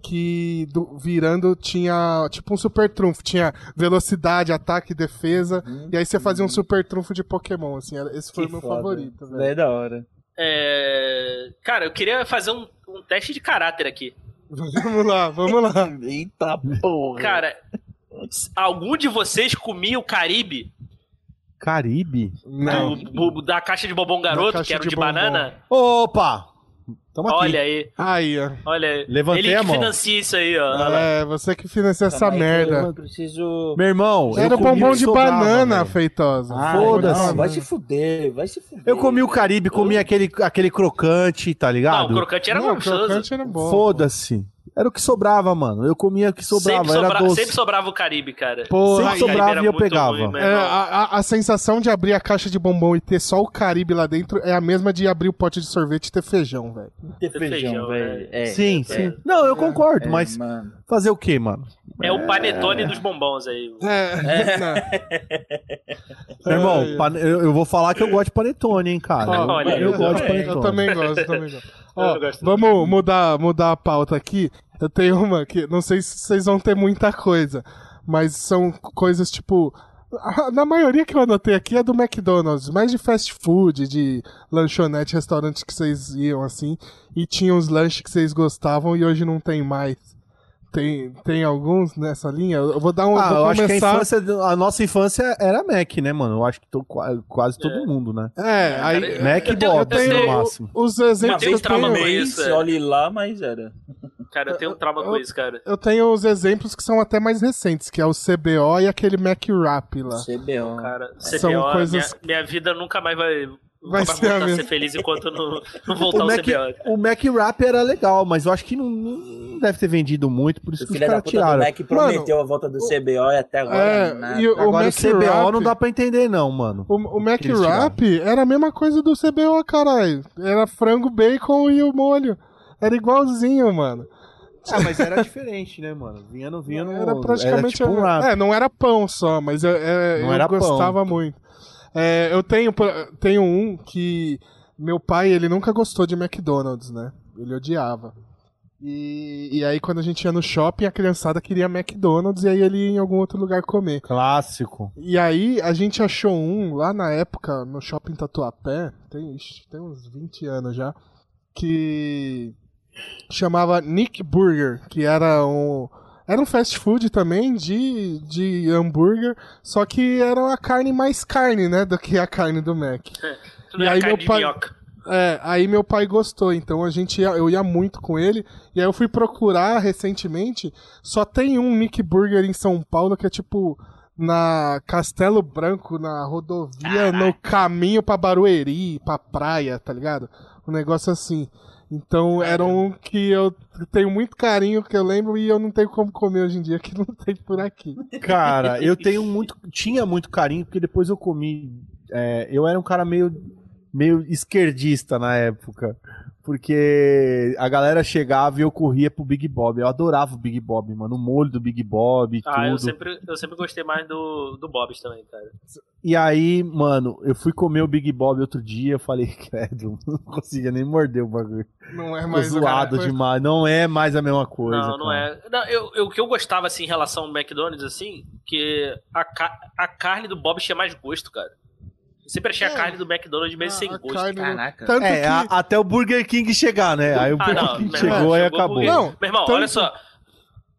S1: que do- virando tinha tipo um super trunfo, tinha velocidade, ataque, defesa, e aí você fazia um super trunfo de Pokémon, assim, era- esse foi
S4: Que
S1: o meu
S4: foda.
S1: favorito, velho.
S4: É da hora.
S3: É, Cara, eu queria fazer um, um teste de caráter aqui.
S1: Vamos lá, vamos lá.
S4: Eita porra.
S3: Cara, s- algum de vocês comia o Caribe
S2: Caribe?
S1: Não.
S3: do- bu- da caixa de bombom garoto,
S1: caixa
S3: que era o
S1: de
S3: de,
S1: bombom.
S3: banana?
S2: Opa! Tamo aqui.
S3: Olha aí,
S1: Aí, ó.
S3: olha aí.
S2: Levantei
S3: Ele
S2: a
S3: que
S2: mão.
S3: financia isso aí, ó. Olha lá.
S1: É, você que financia essa
S4: Calma aí que
S1: merda.
S4: Tá Eu preciso.
S2: Meu irmão, eu
S1: Era
S2: comi o
S1: bombom
S2: que
S1: de
S2: sobrava,
S1: banana,
S2: velho.
S1: feitosa.
S4: Ah,
S2: Foda-se.
S4: não, vai se fuder, vai se fuder.
S2: Eu comi o Caribe, comi aquele, aquele crocante, tá
S3: Não, o
S2: ligado?
S3: crocante era
S1: Não, o
S3: gostoso.
S1: crocante era bom.
S2: Foda-se. Era o que sobrava, mano. Eu comia o que sobrava,
S3: sempre,
S2: era
S3: sobra-
S2: doce.
S3: sempre sobrava o Caribe, cara.
S1: Porra,
S2: Sempre
S1: aí,
S2: sobrava
S3: Caribe era
S2: e eu
S3: muito
S2: pegava.
S3: ruim, meu
S1: É,
S3: irmão.
S1: a, a- a sensação de abrir a caixa de bombom e ter só o Caribe lá dentro é a mesma de abrir o pote de sorvete e ter feijão, velho.
S4: Ter feijão,
S3: Feijão, né?
S4: velho. É,
S2: sim,
S4: é,
S2: sim. Não, eu concordo,
S4: é,
S2: mas
S4: mano.
S2: fazer o quê, mano?
S3: É o panetone dos bombons aí.
S1: É.
S2: Meu irmão, pan- eu, eu vou falar que eu gosto de panetone, hein, cara.
S1: Ó,
S2: Eu-
S3: olha,
S2: eu,
S3: eu
S2: gosto de
S1: também,
S2: panetone.
S1: Ah, eu também gosto, eu também gosto. Ó,
S3: Eu gosto
S1: vamos mudar, mudar a pauta aqui. Eu tenho uma que não sei se vocês vão ter muita coisa, mas são coisas tipo. a- Na maioria que eu anotei aqui é do McDonald's, mais de fast food, de lanchonete, restaurantes que vocês iam assim, e tinha uns lanches que vocês gostavam e hoje não tem mais. Tem, tem alguns nessa linha? Eu vou dar um.
S2: Ah,
S1: vou
S2: eu acho que a,
S1: começar-
S2: infância, do- a nossa infância era Mac, né, mano? Eu acho que to- qua- quase todo mundo, né?
S1: É, aí.
S3: cara,
S2: Mac e
S3: eu tenho-
S2: Bob's,
S3: eu
S2: no
S3: tenho-
S2: máximo.
S1: Os
S4: Uma
S1: exemplos que eu
S4: vez
S3: tem trauma
S2: um
S1: tenho.
S3: com
S4: trabalhei,
S3: isso,
S4: se
S3: é.
S4: olhe lá, mas era.
S3: Cara, eu tenho um trauma com
S1: eu-
S3: isso, cara.
S1: Eu tenho os exemplos que são até mais recentes, que é o CBO e aquele Mac Rap lá.
S4: CBO.
S3: Cara, CBO,
S1: São coisas-
S3: minha, minha vida nunca mais vai,
S1: Vai
S3: vai
S1: ser a
S3: voltar a
S1: mesma. é
S3: ser feliz enquanto eu não, não
S2: O
S3: voltar o
S2: Mac,
S3: CBO.
S2: o Mac Rap era legal, mas eu acho que não, não deve ter vendido muito, por isso
S4: O
S2: que os
S4: filho da
S2: caras
S4: puta do
S2: tiraram.
S4: Mac prometeu a volta do CBO e até agora.
S1: É,
S4: nada.
S1: e o, o
S2: né? Agora o
S1: Mac
S2: CBO
S1: Rap,
S2: não dá pra entender, não, mano.
S1: O, o Mac
S2: que eles tiraram.
S1: Rap era a mesma coisa do CBO, caralho. Era frango, bacon e o molho. Era igualzinho, mano.
S2: Ah, mas era diferente, né, mano? Vinha no vinha
S1: era praticamente.
S2: tipo um rap.
S1: É, não era pão só, mas eu, é,
S2: Não
S1: eu
S2: era pão.
S1: gostava muito. É, eu tenho, pra- tenho um que meu pai ele nunca gostou de McDonald's, né? Ele odiava. E, e aí, quando a gente ia no shopping, a criançada queria McDonald's e aí ele ia em algum outro lugar comer.
S2: Clássico.
S1: E aí, a gente achou um lá na época, no shopping Tatuapé, tem, ixi, tem uns 20 anos já, que chamava Nick Burger, que era um. Era um fast food também de, de hambúrguer, só que era a carne mais carne, né? Do que a carne do Mac.
S3: Tudo
S1: E
S3: é
S1: aí,
S3: carne
S1: meu
S3: de
S1: pai-
S3: minhoca.
S1: É, aí meu pai gostou, então a gente ia- eu ia muito com ele. E aí eu fui procurar recentemente, só tem um Nick Burger em São Paulo que é tipo na Castelo Branco, na rodovia, no caminho pra Barueri, pra praia, tá ligado? Um negócio assim. Então era um que eu tenho muito carinho, que eu lembro, e eu não tenho como comer hoje em dia, que não tem por aqui.
S2: Cara, eu tenho muito. Tinha muito carinho, porque depois eu comi. é, eu era um cara meio, meio esquerdista na época. Porque a galera chegava e eu corria pro Big Bob. Eu adorava o Big Bob, mano. O molho do Big Bob e
S3: Ah, eu
S2: tudo.
S3: sempre, eu sempre gostei mais do, do Bob's também, cara.
S2: E aí, mano, eu fui comer o Big Bob outro dia. Eu falei, credo, não conseguia nem morder o bagulho.
S1: Não é
S2: Ficou
S1: mais a
S2: zoado
S1: galera-
S2: demais. Não é mais a mesma coisa.
S3: não, não
S2: cara.
S3: é. Não, eu, eu- o que eu gostava, assim, em relação ao McDonald's, assim, que a, ca- a carne do Bob's tinha mais gosto, cara. Eu sempre achei
S1: É.
S3: a carne do McDonald's meio
S1: A-
S3: sem
S1: a
S3: gosto.
S1: carne-
S4: Caraca.
S1: Tanto
S2: É,
S1: que-
S2: a- até o Burger King chegar, né? Aí o
S3: Ah,
S2: Burger
S3: não.
S2: King
S3: meu
S2: chegou,
S3: irmão,
S2: e
S3: chegou o
S2: acabou.
S3: Burger-
S1: Não,
S3: Meu irmão,
S1: tanto-
S3: olha só.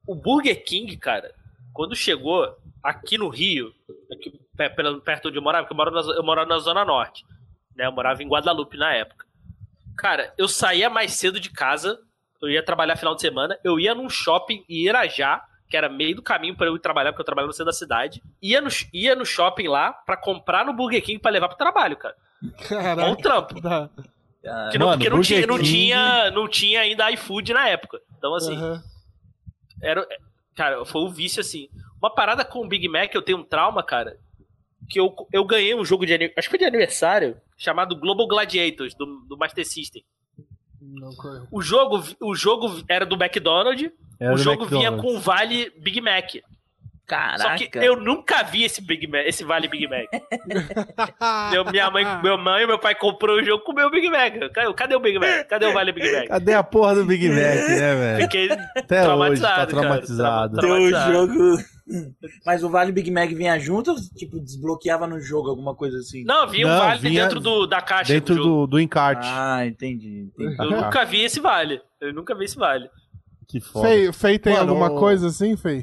S3: O Burger King, cara, quando chegou aqui no Rio, aqui pe- pela- perto onde eu morava, porque eu morava na, zo- eu morava na Zona Norte. Né? Eu morava em Guadalupe na época. Cara, eu saía mais cedo de casa, eu ia trabalhar final de semana, eu ia num shopping em Irajá, que era meio do caminho pra eu ir trabalhar, porque eu trabalhava no centro da cidade. Ia no, ia no shopping lá pra comprar no Burger King pra levar pro trabalho, cara. Ó o
S1: Caraca,
S3: trampo.
S1: dá.
S4: Ah,
S3: Que não,
S2: Mano,
S3: porque não
S2: Burger
S3: tinha, não,
S2: King-
S3: tinha, não tinha ainda iFood na época. Então, assim,
S1: Aham.
S3: era, cara, foi um vício, assim. Uma parada com o Big Mac, eu tenho um trauma, cara, que eu, eu ganhei um jogo de ani- acho que foi de aniversário, chamado Global Gladiators, do, do Master System.
S1: Não corre.
S3: O jogo, o jogo era do McDonald's,
S2: Era
S3: o
S2: do
S3: jogo vinha
S2: McDonald's.
S3: com o vale Big Mac. Só
S4: Caraca.
S3: que eu nunca vi esse Big Mac, esse vale Big Mac. Meu- minha mãe, meu mãe e meu pai comprou o jogo com o meu Big Mac. Cadê, cadê o Big Mac? Cadê o vale Big Mac?
S2: Cadê a porra do Big Mac, né, velho?
S3: Fiquei
S2: Até hoje tá
S3: traumatizado, cara.
S2: traumatizado.
S3: Tra-
S4: Teu
S3: traumatizado.
S4: um jogo. Mas o Vale Big Mac vinha junto ou tipo, desbloqueava no jogo alguma coisa assim?
S3: Não, vinha
S2: Não,
S3: um vale
S2: vinha
S3: dentro do, da caixa
S2: Dentro
S3: do jogo.
S2: do, Ah. do encarte.
S4: Ah, entendi. entendi.
S2: do-
S3: Eu nunca vi esse vale. Eu nunca vi esse vale.
S2: que foda.
S1: Fei, Fei tem
S2: Mano,
S1: alguma
S2: o-
S1: coisa assim, Fei?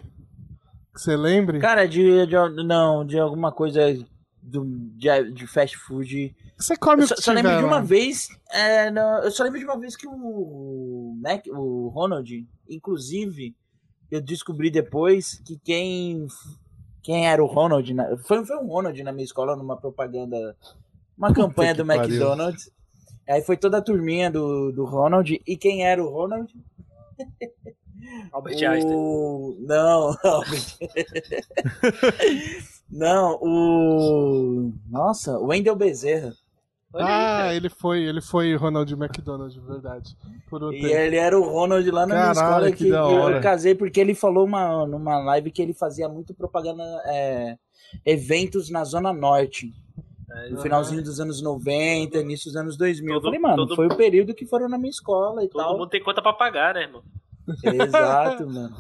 S1: Que você lembre?
S4: Cara, de, de- Não, de alguma coisa do, de, de fast food.
S1: Você come
S4: Eu
S1: o
S4: só,
S1: que
S4: só lembro
S1: tiver
S4: de
S1: lá.
S4: uma vez. é, não, eu só lembro de uma vez que o Mac, o Ronald, inclusive, eu descobri depois que quem. Quem era o Ronald? na- foi, foi um Ronald na minha escola numa propaganda. Uma campanha
S2: que
S4: do
S2: pariu.
S4: McDonald's. Aí foi toda a turminha do, do Ronald. E quem era o Ronald?
S3: Albert Einstein.
S4: O... Não, Albert. Não, o. Nossa, o Wendel Bezerra. né,
S3: Olha aí,
S1: Ah,
S3: cara.
S1: ele foi, ele foi Ronald McDonald, de verdade. Por um
S4: E é,
S1: tempo.
S4: ele era o Ronald lá na minha
S2: Caralho,
S4: escola
S2: que
S4: que,
S2: da hora.
S4: eu casei porque ele falou uma, numa live que ele fazia muito propaganda, é, eventos na Zona Norte. No finalzinho dos anos 90, início dos anos 2000.
S3: É,
S4: eu
S3: Todo-
S4: falei, mano,
S3: todo-
S4: foi o período que foram na minha escola e
S3: Todo
S4: tal.
S3: mundo tem conta pra pagar, né, irmão?
S4: Exato, mano.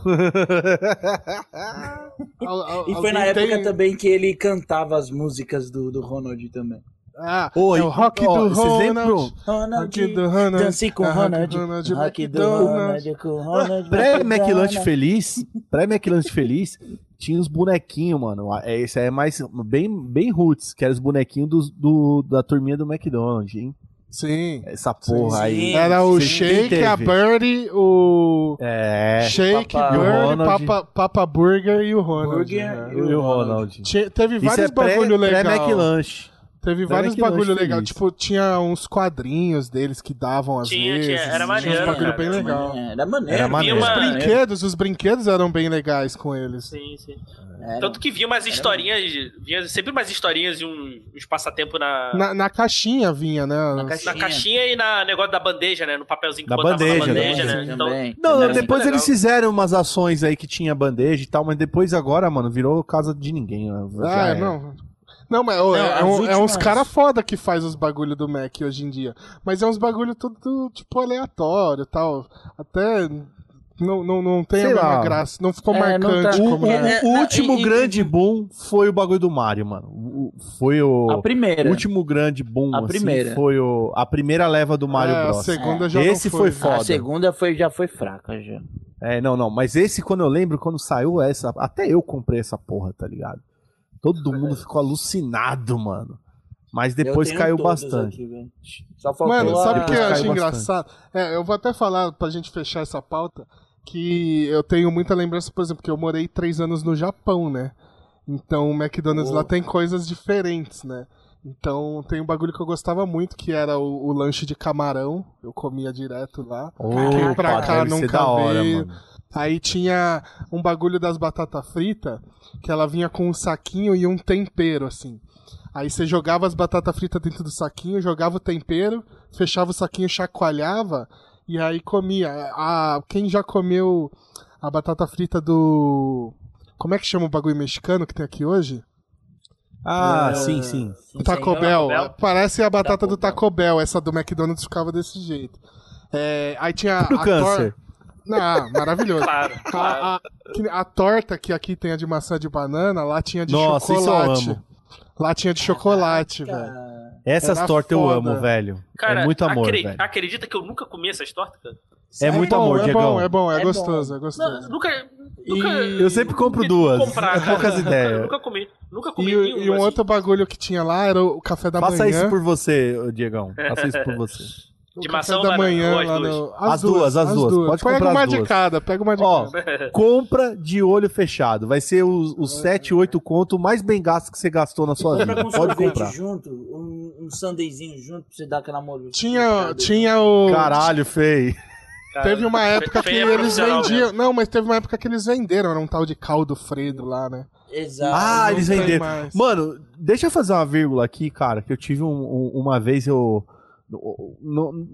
S1: Al- al-
S4: E foi na
S1: alguém
S4: época
S1: tem-
S4: também que ele cantava as músicas do, do Ronald também.
S1: Ah,
S2: Oi,
S1: é o rock
S2: ó,
S1: do
S2: vocês
S1: Ronald.
S2: lembram?
S1: Rock
S4: Ronald,
S1: do Ronald.
S4: Dance com
S1: Ah, rock
S4: Ronald.
S1: do Ronald
S4: Rock do
S1: McDonald.
S4: Ronald com Ronald. né?
S2: Pré-McLunch Feliz, pré-McLunch Feliz, tinha os bonequinhos, mano. É, Esse aí é mais, bem, bem roots, que eram os bonequinhos dos- do, da turminha do McDonald's, hein?
S1: Sim.
S2: Essa porra aí.
S4: Sim.
S1: Era o
S2: Sim,
S1: Shake,
S2: teve.
S1: a Birdie, o
S2: É,
S1: Shake,
S4: Papa-
S2: E o
S1: Birdie,
S2: Ronald.
S1: Papa, Papa Burger e o Ronald.
S4: Burger
S1: né?
S2: e o Ronald.
S1: Tinha- teve
S2: Isso
S1: vários
S2: é pré-
S1: bagulho legal.
S2: pré-McLunch.
S1: Teve
S2: Então
S1: vários
S2: é que lanche
S1: bagulho legal,
S2: feliz.
S1: tipo, tinha uns quadrinhos deles que davam às
S3: Tinha,
S1: vezes.
S3: tinha, era
S1: Tinha
S3: maneiro,
S1: uns bagulho
S3: cara,
S1: bem
S3: era
S1: legal.
S4: Era maneiro.
S2: Era
S3: maneiro.
S1: Os
S4: Ah,
S3: Tinha
S4: é.
S3: uma-
S1: brinquedos, os brinquedos eram bem legais com eles.
S3: Sim, sim.
S4: Era.
S3: Tanto que vinha umas historinhas, vinha sempre umas historinhas e uns, uns passatempo na, na,
S1: Na, na caixinha vinha, né?
S4: caixinha.
S3: caixinha e na negócio da bandeja, né? No papelzinho que
S2: Da
S3: botava
S2: bandeja,
S3: na bandeja,
S2: da
S3: né? Então,
S2: Não,
S3: Era
S2: não, depois
S3: muito
S2: eles
S3: legal.
S2: fizeram umas ações aí que tinha bandeja e tal, mas depois agora, mano, virou casa de ninguém. né? Já
S1: Ah,
S2: era.
S1: não. Não, mas ô,
S4: Não,
S1: é,
S4: as
S1: é um- é uns
S4: últimas-
S1: cara foda que faz os bagulho do Mac hoje em dia. Mas é uns bagulho tudo, tipo, aleatório e tal. Até não, não, não tem
S2: Sei
S1: a mesma
S2: lá.
S1: graça. Não ficou
S4: É, não
S1: marcante
S4: tá-
S1: como
S4: É,
S1: na época.
S4: é,
S2: O último
S4: e- e-
S2: grande boom foi o bagulho do Mario, mano. O- o- Foi o.
S4: A primeira.
S2: O último grande boom
S4: A
S2: assim,
S4: primeira.
S2: foi o, a primeira leva do Mario
S1: É, A
S2: Bros.
S1: segunda
S4: É.
S1: já
S2: Esse
S1: não
S2: foi foda.
S4: A segunda foi, já foi fraca, já.
S2: É, não, não. Mas esse, quando eu lembro, quando saiu essa. Até eu comprei essa porra, tá ligado? Todo mundo ficou alucinado, mano. Mas depois
S4: Eu tenho
S2: caiu
S4: todos
S2: bastante.
S4: aqui, velho. Só faltou
S1: Mano,
S4: a-
S1: sabe o que eu
S2: caiu
S1: acho
S2: bastante.
S1: engraçado? É, eu vou até falar pra gente fechar essa pauta que eu tenho muita lembrança, por exemplo, que eu morei três anos no Japão, né? Então o McDonald's
S4: Oh.
S1: lá tem coisas diferentes, né? Então tem um bagulho que eu gostava muito, que era o, o lanche de camarão. Eu comia direto lá.
S2: Opa,
S1: pra cá
S2: deve ser
S1: nunca
S2: da hora,
S1: veio.
S2: mano.
S1: Aí tinha um bagulho das batatas fritas, que ela vinha com um saquinho e um tempero, assim. Aí você jogava as batatas fritas dentro do saquinho, jogava o tempero, fechava o saquinho, chacoalhava e aí comia. A, quem já comeu a batata frita do. Como é que chama o bagulho mexicano que tem aqui hoje?
S2: Ah,
S4: É.
S2: sim, sim.
S4: Não sei,
S1: Taco
S4: não, é
S1: Bell. é
S3: Bell.
S1: Parece a batata
S4: Taco
S1: do Taco Bell, essa do McDonald's ficava desse jeito. É, aí tinha.
S2: Pro
S1: a
S2: câncer.
S1: tor- Ah, maravilhoso.
S3: Claro, claro.
S1: A, a- que- a torta que aqui tem a de maçã de banana, lá tinha de
S2: Nossa, isso eu
S1: chocolate.
S2: amo.
S1: Lá tinha de chocolate, velho.
S4: Cara,
S2: Essas
S1: Era
S2: tortas eu
S1: foda.
S2: amo, velho.
S3: Cara,
S2: é muito amor,
S3: acre-
S2: velho.
S3: acredita que eu nunca comi essas tortas, cara?
S2: É muito
S1: bom,
S2: amor,
S1: é
S2: Diegão.
S1: bom, é bom, é,
S4: É
S1: gostoso, é
S3: Não,
S1: gostoso.
S3: nunca, nunca.
S2: Eu sempre compro duas. É
S3: Comprar, cara.
S2: Poucas
S3: Nunca-
S2: ideias.
S3: Nunca comi. Nunca
S1: E,
S3: comi
S1: o-
S3: nenhuma,
S1: e um
S3: assim.
S1: outro bagulho que tinha lá era o café da
S2: Faça
S1: manhã.
S2: isso por você, ô, Diegão. Faça isso por você.
S1: o
S3: De
S1: café
S3: maçã ou
S1: da
S3: banana?
S1: manhã
S3: Ou as
S1: lá
S3: duas?
S1: no-
S2: As duas, as duas. Pode
S1: pega
S2: comprar
S1: uma
S2: as
S1: de
S2: duas.
S1: cada, pega uma de
S2: Ó,
S1: cada.
S2: Compra de olho fechado. Vai ser os, os 7, 8 conto mais bem gasto que você gastou na sua vida.
S4: compra com
S2: Pode
S4: sorvete
S2: comprar.
S4: junto, um, um sandezinho junto pra você dar aquela molho.
S1: Tinha, tinha o.
S2: Caralho, feio.
S3: Cara,
S1: Teve uma época que
S3: feio é
S1: eles
S3: profissional
S1: vendiam. Não, mas teve uma época que eles venderam, era um tal de caldo Fredo lá, né?
S4: Exato.
S2: Ah,
S1: Não
S2: eles
S1: tem
S2: venderam.
S1: mais.
S2: Mano, deixa eu fazer uma vírgula aqui, cara, que eu tive um- um- uma vez eu. no- no-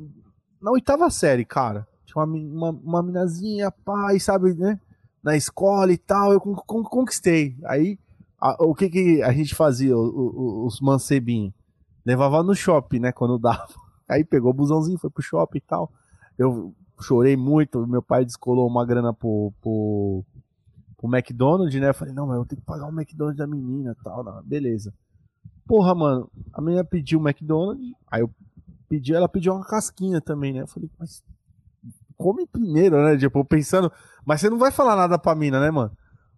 S2: na oitava série, cara. Tinha uma, men- uma, uma minazinha, pai, sabe, né? Na escola e tal, eu con- con- conquistei. Aí, a- o que que a gente fazia, o- o- os mancebinhos? Levava no shopping, né, quando dava. Aí pegou o busãozinho, foi pro shopping e tal. Eu chorei muito, meu pai descolou uma grana pro, pro, pro McDonald's, né? Eu falei, não, mas eu tenho que pagar o McDonald's da menina e tal. Não, beleza. Porra, mano, a menina pediu o McDonald's, aí eu pedi, ela pediu uma casquinha também, né? Eu falei, mas come primeiro, né? Tipo, eu pensando, mas você não vai falar nada pra mina, né, mano?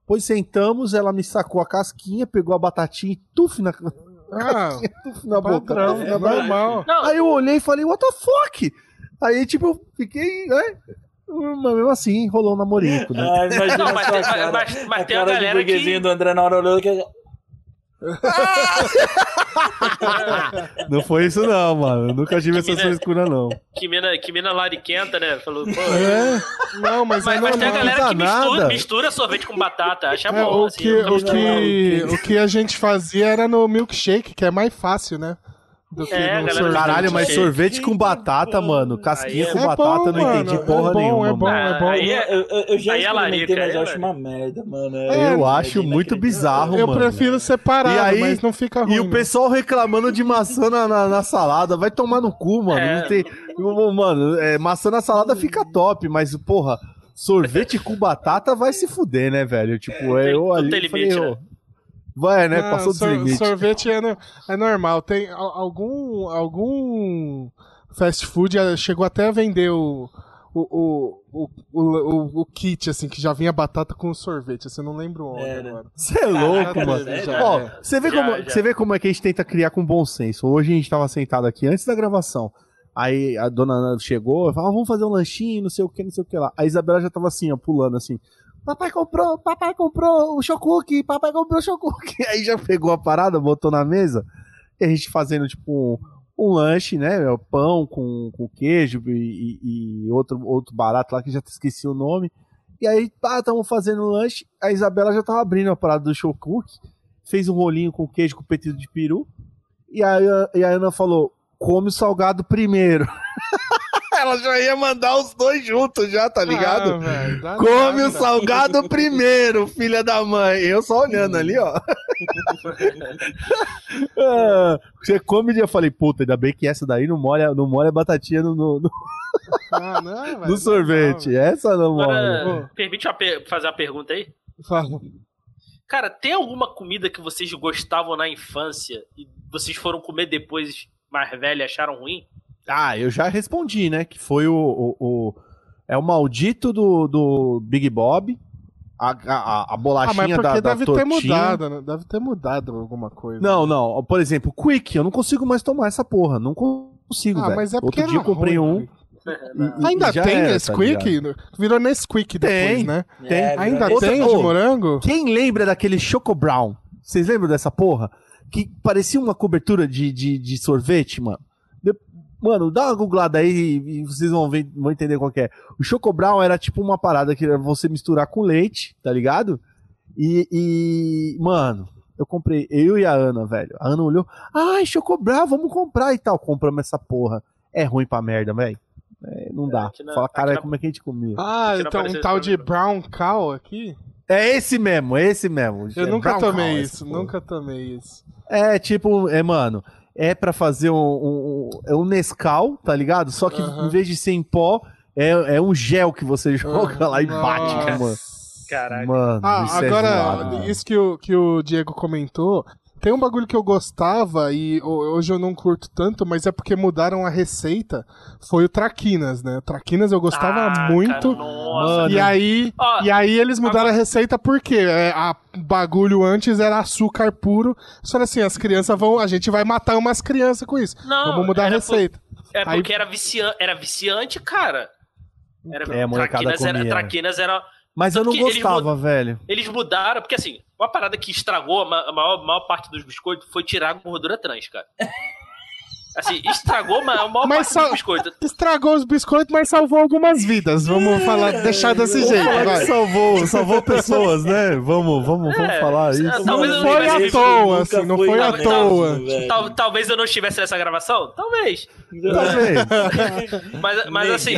S2: Pois sentamos, ela me sacou a casquinha, pegou a batatinha e tuf na,
S1: Ah,
S2: tuf na boca.
S1: padrão,
S2: tuf
S1: é
S2: na boca.
S1: normal.
S3: Não,
S2: Aí eu olhei e falei, what the fuck? Aí, tipo, eu fiquei, né? Mas mesmo assim, rolou um namorico, né?
S4: Ah, imagina
S3: Não,
S4: a
S3: mas
S4: sua
S3: tem-
S4: cara.
S3: mas- mas
S4: a
S3: tem uma
S4: cara de
S3: galera que-
S4: burguesinho do André na hora olhando que...
S2: Não foi isso não, mano. Eu nunca tive essa frescura não.
S3: que mina, que mina lariquenta, né? Falou, pô.
S2: É.
S1: Não, mas, é
S3: Mas, mas tem
S1: normal.
S3: a galera
S2: não
S3: que
S2: dá
S3: mistura,
S2: nada.
S3: mistura sorvete com batata. Acha
S1: É,
S3: bom,
S1: o,
S3: assim.
S1: que,
S3: eu
S1: o,
S3: gosto.
S1: que, o que a gente fazia era no milkshake, que é mais fácil, né? Do que
S3: É,
S1: no
S3: galera,
S1: sorvete.
S2: Caralho, mas
S3: Gente,
S2: sorvete com batata, mano. Casquinha
S3: Aí é
S2: com
S1: bom,
S2: batata, não
S1: mano.
S2: entendi
S1: É
S2: porra
S1: bom,
S2: nenhuma.
S1: é bom.
S2: mano.
S3: Ah, Aí é,
S4: eu, eu- eu já
S3: aí é
S4: experimentei,
S3: larica,
S4: mas
S3: é,
S4: eu acho
S3: velho.
S4: uma merda, mano.
S1: É,
S2: Eu acho muito bizarro,
S1: Eu
S2: mano.
S1: prefiro separado,
S2: Tá né? E aí-
S1: mas não fica ruim.
S2: E o
S1: né?
S2: pessoal reclamando de maçã na, na- na salada. Vai tomar no cu, mano.
S3: É.
S2: Não tem... Mano, é, maçã na salada fica top, mas, porra, sorvete com batata vai se fuder, né, velho? Tipo, é,
S3: tem-
S2: eu
S3: tudo
S2: ali
S3: tem
S2: eu falei,
S3: limite,
S2: ô, Vai, né?
S1: Não,
S2: Passou dos
S1: Ah, sor-
S2: limites.
S1: Sorvete é, no- é normal. Tem al- algum, algum fast food eh, chegou até a vender o, o, o, o, o- o- o kit, assim, que já vinha batata com sorvete. Assim, eu não lembro onde
S4: Era.
S1: agora.
S2: Você é louco,
S1: Caraca,
S2: mano.
S1: velho,
S2: Ó,
S1: já,
S2: você vê,
S3: Já,
S2: como,
S3: já.
S2: você vê como é que a gente tenta criar com bom senso. Hoje a gente tava sentado aqui antes da gravação. Aí a dona Ana chegou e falou: "Ah, vamos fazer um lanchinho, não sei o que, não sei o que lá. A Isabela já tava assim, ó, pulando assim. Papai comprou, papai comprou o chocuque, papai comprou o chocuque. Aí já pegou a parada, botou na mesa. E a gente fazendo, tipo, um, um lanche, né? meu, Pão com, com queijo e, e- e outro, outro barato lá que eu já esqueci o nome. E aí, pá, tamo fazendo um lanche. A Isabela já tava abrindo a parada do chocuque. Fez um rolinho com queijo com petisco de peru. E a, e a Ana falou: come o salgado primeiro. ela já ia mandar os dois juntos já, tá ligado?
S1: Ah, velho, dá
S2: Come
S1: nada.
S2: o salgado primeiro, filha da mãe. Eu só olhando ali, ó.
S4: É,
S2: Ah, Você come e eu falei, puta, ainda bem que essa daí não molha, não molha batatinha no, no- no-
S1: Ah, não, velho,
S2: no
S1: não, Ah,
S2: sorvete.
S1: não,
S2: Essa não molha.
S1: mano.
S3: Agora, permite uma per- fazer uma pergunta aí?
S1: Fala.
S3: Cara, tem alguma comida que vocês gostavam na infância e vocês foram comer depois mais velho e acharam ruim?
S2: Ah, eu já respondi, né? Que foi o. o- o- é o maldito do, do Big Bob. A, a- a- a
S1: Ah, mas
S2: bolachinha
S1: porque
S2: da, da
S1: deve ter
S2: tortinha.
S1: mudado, né? Deve ter mudado alguma coisa.
S2: Não, não. Por exemplo, Quick, eu não consigo mais tomar essa porra. Não consigo,
S1: Ah,
S2: velho.
S1: mas é porque
S2: Outro dia eu
S1: era
S2: comprei
S1: ruim, né?
S2: um.
S1: velho.
S2: e- e-
S1: Ainda
S2: e já
S1: tem
S2: era, tá ligado?
S1: Nesquik? é, Virou Nesquik depois,
S2: Tem.
S1: né?
S2: Tem.
S4: É,
S1: Ainda
S4: virou-
S2: Outra-
S1: tem o de
S2: Ô.
S1: morango?
S2: Quem lembra daquele Choco Brown? Vocês lembram dessa porra? Que parecia uma cobertura de, de, de sorvete, mano. De- Mano, dá uma googlada aí e, e vocês vão, ver, vão entender qual que é. O Choco Brown era tipo uma parada que era você misturar com leite, tá ligado? E, e, mano, eu comprei, eu e a Ana, velho. A Ana olhou, ai, Choco Brown, vamos comprar e tal. Compramos essa porra. É ruim pra merda, velho. É, não dá.
S3: aqui na-
S2: Fala,
S3: aqui
S2: caralho,
S3: na-
S2: como é que a gente comia?
S1: Ah,
S3: Tira
S1: então um
S3: aparecer
S1: tal
S3: esse
S1: de brown cow aqui?
S2: É esse mesmo, é esse mesmo.
S1: Eu
S2: É
S1: nunca
S2: brown cow,
S1: tomei
S2: essa
S1: isso,
S2: porra.
S1: nunca tomei isso.
S2: É tipo, é, mano, é pra fazer um, um, um- é um Nescau, tá ligado? Só que
S1: Aham.
S2: em vez de ser em pó, é, é um gel que você joga lá e bate, mano.
S3: Caraca.
S2: Mano,
S1: Ah,
S2: isso
S1: agora,
S2: é zoado, mano.
S1: isso que o, que o Diego comentou, tem um bagulho que eu gostava e ho- hoje eu não curto tanto, mas é porque mudaram a receita, foi o Traquinas, né? Traquinas eu gostava
S3: Ah,
S1: muito,
S3: Cara, nossa.
S2: Mano.
S1: e aí...
S3: Ó,
S1: E aí eles mudaram a receita porque é, a bagulho antes era açúcar puro. Só que assim, as crianças vão, a gente vai matar umas crianças com isso.
S3: Não,
S1: Vamos mudar a
S3: era
S1: receita.
S3: é
S1: aí-
S3: porque era, vician... era viciante, cara. Era...
S2: É, a molecada
S3: Traquinas era...
S2: comia.
S3: Traquinas era
S2: Mas eu
S3: tanto
S2: não
S3: que eles
S2: gostava, velho.
S3: Eles mudaram, porque assim, uma parada que estragou a ma- a maior, maior parte dos biscoitos foi tirar a gordura trans, cara. Assim, estragou a ma- a maior
S1: Mas
S3: parte
S1: só-
S3: dos biscoitos.
S1: Estragou os biscoitos, mas salvou algumas vidas. Vamos falar, deixar desse jeito.
S2: Falar que
S1: Vai.
S2: salvou, salvou pessoas, né? Vamos, vamos, vamos
S3: É,
S2: falar isso.
S3: é,
S1: Não
S3: Talvez eu não
S1: foi
S3: tivesse
S1: à
S3: vivido,
S1: toa, assim, não foi à
S3: Não,
S1: toa.
S3: Tal- talvez eu não estivesse nessa gravação? Talvez.
S2: Talvez.
S4: é.
S3: Mas, mas assim,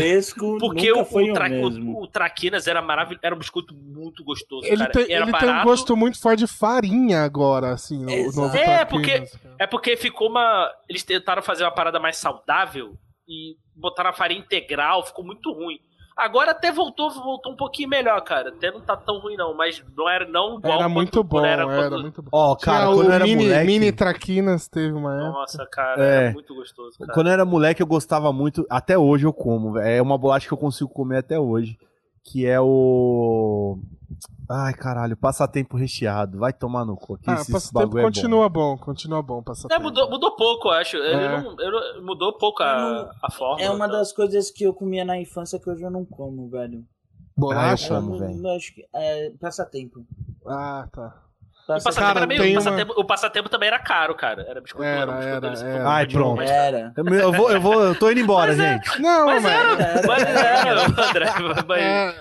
S3: porque o,
S4: nunca foi
S3: o,
S4: o
S3: tra- o-
S4: mesmo.
S3: o Traquinas era maravilhoso, era um biscoito muito gostoso,
S1: Ele,
S3: cara.
S1: tem, ele
S3: era
S1: tem
S3: barato.
S1: um gosto muito forte de farinha agora, assim, o
S4: Exato.
S1: novo
S3: É,
S1: Traquinas,
S3: porque-
S1: cara.
S3: É porque ficou uma. Eles tentaram fazer uma parada mais saudável e botaram a farinha integral, ficou muito ruim. Agora até voltou, voltou um pouquinho melhor, cara. Até não tá tão ruim, não, mas não era não igual.
S1: Era
S3: quanto-
S1: muito bom,
S3: quando
S1: era,
S3: quando-
S1: muito bom.
S2: Ó, cara,
S1: Tinha
S2: quando eu
S1: o
S2: era
S1: mini,
S2: moleque...
S1: mini Traquinas teve uma época.
S3: Nossa, cara,
S2: É.
S3: era muito gostoso, cara.
S2: Quando eu era moleque, eu gostava muito. Até hoje eu como. velho. É uma bolacha que eu consigo comer até hoje. Que é o. Ai, caralho, passatempo recheado. Vai tomar no cu. Que
S1: Ah,
S2: esse
S1: passatempo
S2: bagulho é bom. Ah,
S1: continua bom. continua bom
S3: É,
S1: passatempo.
S3: mudou, mudou pouco, eu acho. Ele
S1: É.
S3: não- ele não- mudou pouco a, a forma.
S4: É uma das coisas que eu comia na infância que hoje eu não como, velho.
S1: Bolacha?
S2: Bolacha? Como,
S4: Eu não-
S2: velho?
S4: não acho que. É, passatempo.
S1: Ah, tá.
S3: O passatempo,
S1: Cara,
S3: era meio-
S1: tem
S3: o,
S1: uma-
S3: passatempo, o passatempo também era caro, cara. Era biscoito,
S1: Era,
S3: um biscoito
S1: era,
S3: desse,
S1: era.
S3: pouco
S2: Ai,
S3: de
S2: pronto.
S3: novo.
S4: Era.
S2: Eu, É eu vou, eu vou, eu tô indo embora,
S3: Mas é-
S2: gente.
S1: Não,
S3: Mas
S1: velho.
S3: era, mas era, André. mas-
S1: É,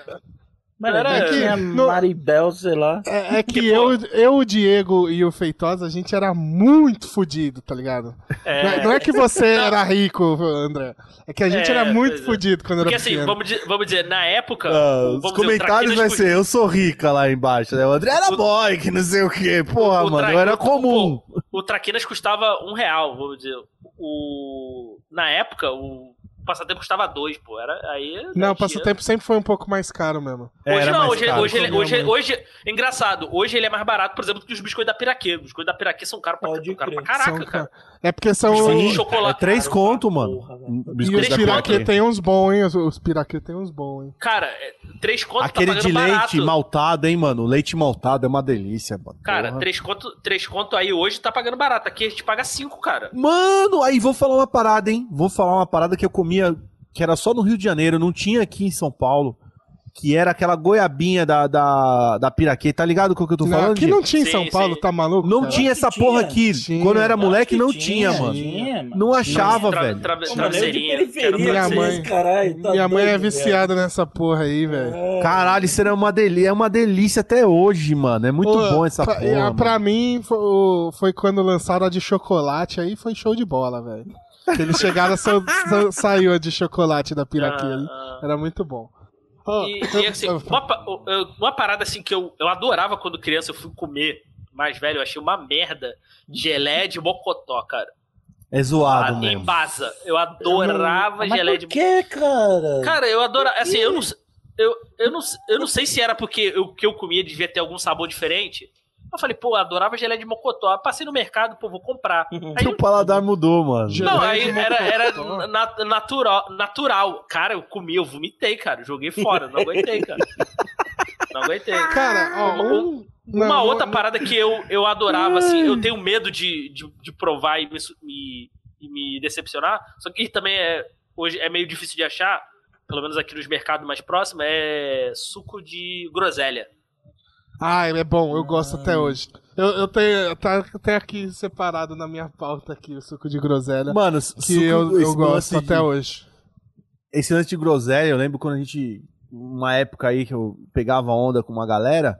S4: Mano,
S3: Era-
S4: era, tinha
S1: no-
S4: Maribel, sei lá.
S1: É, é que
S3: Tipo-
S1: eu, eu, o Diego e o Feitosa, a gente era muito fudido, tá ligado?
S3: É.
S1: Não, é, não é que você era rico, André. É que a gente
S3: É,
S1: era muito
S3: pois é.
S1: fudido quando
S3: Porque
S1: era
S3: assim,
S1: pequeno.
S3: vamos dizer, vamos dizer, na época.
S2: Ah,
S3: vamos
S2: os
S3: dizer, o
S2: comentários
S3: Traquinas
S2: vai
S3: podia-
S2: ser, eu sou rica lá embaixo, né? O André era
S3: O-
S2: boy, que não sei o quê. Porra,
S3: o
S2: mano,
S3: Tra-
S2: eu era
S3: o-
S2: comum.
S3: O Traquinas custava um real, vamos dizer. O... Na época, o passatempo custava dois, pô. Era... Aí,
S1: Não,
S3: né,
S1: o passatempo sempre foi um pouco mais caro mesmo.
S3: tinha- Hoje
S2: Era
S3: não,
S2: mais
S3: hoje,
S2: caro.
S3: hoje, ele-
S1: comia
S3: hoje,
S1: muito.
S3: hoje- Engraçado, hoje ele é mais barato, por exemplo, que os biscoitos da Piraquê. Os biscoitos da Piraquê são caros pra,
S4: Pode
S3: são caros pra
S4: crer.
S3: caraca,
S1: São
S3: cara.
S1: ca- É porque são.
S3: Biscoito de
S2: Sim,
S3: um chocolate.
S2: é três
S4: Cara,
S2: conto,
S4: pra
S2: mano. Um
S4: porra, velho.
S1: E os
S2: Biscoito da
S1: piraquê
S2: Piraquê.
S1: tem uns bons, hein? Os, os piraquê tem uns bons, hein?
S3: Cara, é, três contos
S2: Aquele
S3: tá
S2: de
S3: pagando
S2: leite
S3: barato.
S2: maltado, hein, mano? Leite maltado é uma delícia, mano.
S3: Cara,
S2: Porra.
S3: três conto, três conto aí hoje tá pagando barato. Aqui a gente paga cinco, cara.
S2: Mano, aí vou falar uma parada, hein? Vou falar uma parada que eu comia, que era só no Rio de Janeiro, não tinha aqui em São Paulo. Que era aquela goiabinha da, da, da piraquê, tá ligado com o que eu tô
S1: Não,
S2: falando?
S1: aqui
S2: Gui?
S1: não tinha em
S3: Sim,
S1: São Paulo,
S3: sim.
S1: tá maluco?
S2: Não
S1: cara?
S2: tinha essa
S4: Tinha.
S2: porra aqui.
S1: Tinha.
S2: Quando eu era moleque,
S4: Acho
S2: não
S4: que
S2: tinha, mano.
S4: Tinha, mano.
S2: Não achava,
S3: Tra-
S2: velho.
S3: tra-
S4: Pô, mano, eu de
S3: travesseirinha. um
S4: periferia,
S3: Quero
S1: Minha
S4: vocês,
S1: mãe-
S4: caralho, tá
S1: Minha mãe é
S4: doido,
S1: viciada nessa porra aí,
S4: velho.
S1: velho.
S4: É.
S2: Caralho, isso era uma delícia, é uma delícia até hoje, mano. É muito
S1: Pô,
S2: bom essa
S1: pra,
S2: porra.
S1: é,
S2: mano.
S1: pra mim, fo- foi, quando lançaram a de chocolate aí, foi show de bola, velho. Que eles chegaram, sa sa saiu a de chocolate da piraquinha ali.
S3: Ah, ah.
S1: Era muito bom. Oh,
S3: E, e, assim, uma, pa- eu- uma parada assim que eu, eu adorava quando criança, eu fui comer mais velho, eu achei uma merda. Geleia de mocotó, cara.
S2: É
S3: Ah,
S2: zoado
S3: em
S2: mesmo.
S3: baza. Eu adorava
S4: Mas
S3: geleia de
S4: por que, cara?
S3: Cara, eu adoro. Assim, eu não, s- eu, eu, não, s- eu não sei se era porque o que eu comia devia ter algum sabor diferente. Eu falei, pô, eu adorava geleia de mocotó. Eu passei no mercado, pô, vou comprar. Aí
S2: Seu paladar mudou, mano.
S1: Já-
S3: não,
S1: Geleia
S3: aí
S1: de
S3: era,
S1: mocotó.
S3: era na- natural, natural. Cara, eu comi, eu vomitei, cara. Joguei fora, não aguentei, cara. Não aguentei.
S1: Cara, ó,
S3: Uma-
S1: um-
S3: Uma
S1: não,
S3: outra
S1: não-
S3: parada que eu, eu adorava, assim, eu tenho medo de, de, de provar e me, su- me- e me decepcionar, só que também é, hoje é meio difícil de achar, pelo menos aqui nos mercados mais próximos, é suco de groselha.
S1: Ah, é bom, eu gosto até hoje. Eu, eu tenho tá até aqui separado na minha pauta aqui o suco de groselha.
S2: Mano,
S1: que eu, eu gosto até
S2: hoje.
S1: hoje.
S2: esse lance de groselha, eu lembro quando a gente. Uma época aí que eu pegava onda com uma galera.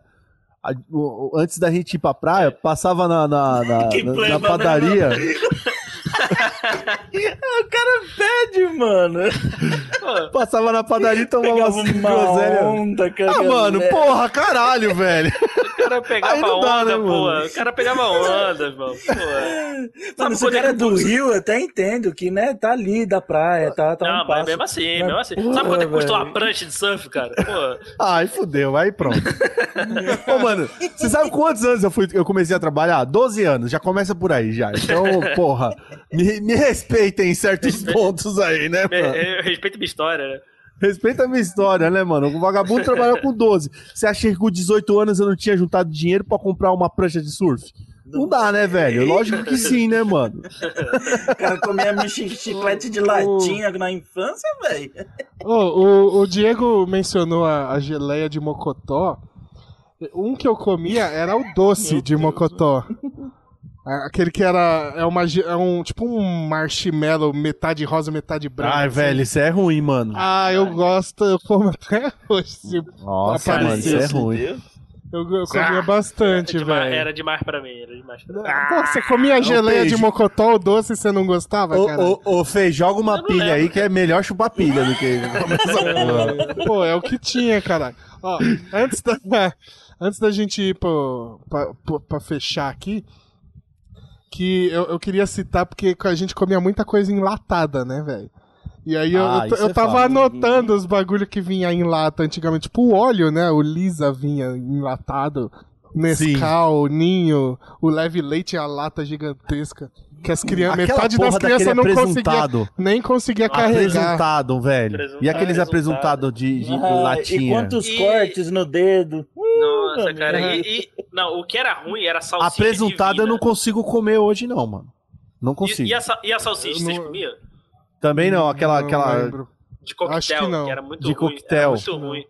S2: a- o- o- antes da gente ir pra praia, passava na, na, na-
S4: Que né?
S2: na-
S4: play,
S2: na
S4: mano,
S2: padaria.
S4: Pede, mano.
S3: Pô,
S2: Passava na padaria e tomava
S4: Pegava
S2: uma
S4: uma
S2: groselha.
S4: onda, cara.
S2: Ah, mano, porra, caralho, velho.
S3: o cara
S2: Aí
S3: pegava
S2: não dá,
S3: onda,
S2: né,
S3: pô.
S2: mano?
S3: O cara pegava onda, irmão. Pô.
S4: Mano, se o
S3: quando é
S4: cara é
S3: que
S4: do Rio, eu até entendo que, né, tá ali da praia, tá, tá
S3: Não, mas
S4: um passo.
S3: mesmo assim,
S1: né?
S4: Mas,
S3: mesmo assim.
S4: porra,
S3: Sabe quanto é que custou
S4: velho.
S3: uma prancha de surf, cara? Pô,
S2: Ai, fudeu, aí pronto. Ô, mano, você sabe quantos anos eu, fui, eu comecei a trabalhar? 12 anos, já começa por aí, já. Então, porra, me, me respeitem em certos pontos aí, né, mano?
S1: Ah.
S3: me- eu respeito minha história, né?
S2: Respeita a minha história, né, mano? O vagabundo trabalhou com 12. Você acha que com 18 anos eu não tinha juntado dinheiro pra comprar uma prancha de surf? Não dá, né, velho? Lógico que sim, né, mano?
S4: O
S3: assim.
S4: cara comia mexi- chiclete de latinha na infância, velho.
S2: É
S1: Ô, o, o Diego mencionou a, a geleia de mocotó. Um que eu comia era o doce de mocotó. A- Aquele que era. É, uma, ge- é um tipo um marshmallow, metade rosa, metade branco.
S2: Ai,
S1: assim.
S2: velho, isso é ruim, mano.
S1: Ah, eu gosto, eu como até hoje. se-
S2: Nossa,
S1: Apareceu,
S2: mano, isso é
S1: assim,
S2: ruim.
S1: Eu, eu comia bastante,
S3: Demais-
S1: velho.
S3: era demais pra mim, era demais pra mim.
S1: Pô, você comia
S2: Não,
S1: geleia de
S2: beijo.
S1: mocotó, o doce, você não gostava, cara?
S2: Ô, ô, ô, Fê, joga uma
S3: Eu não
S2: pilha aí
S3: lembro,
S2: que é melhor chupar pilha do que.
S1: Pô, é o que tinha, caralho. Ó, antes da, antes da gente ir pro, pra, pro- pra fechar aqui, que eu, eu queria citar, porque a gente comia muita coisa enlatada, né, velho? E aí eu,
S2: Ah,
S1: eu, t-
S2: isso
S1: eu
S2: é
S1: tava
S2: fato.
S1: anotando os bagulho que vinha em lata antigamente. Tipo o óleo, né? O Lisa vinha enlatado. Nescau, Ninho, o Leve Leite é a lata gigantesca. Que as crianças,
S2: Aquela
S1: metade
S2: porra
S1: das
S2: daquele
S1: crianças não conseguia,
S2: apresentado.
S1: nem conseguia carregar.
S2: Apresentado, velho. E
S3: Apresentado.
S2: aqueles apresentado de, de
S4: Ah, E
S2: latinha.
S4: quantos
S3: E-
S4: cortes no dedo.
S3: Nossa,
S4: Mano,
S3: cara. E, e- não, o que era ruim era a salsicha.
S2: Apresentado eu
S3: divina.
S2: não consigo comer hoje, não, mano. Não
S3: E,
S2: consigo.
S3: e a, sa- e a salsicha,
S1: Eu
S3: vocês
S1: não-
S3: comiam?
S2: Também não, aquela.
S1: Não
S2: aquela...
S1: lembro.
S3: De coquetel,
S1: Acho que não.
S3: era muito
S2: De
S3: ruim.
S2: coquetel.
S3: Era muito ruim.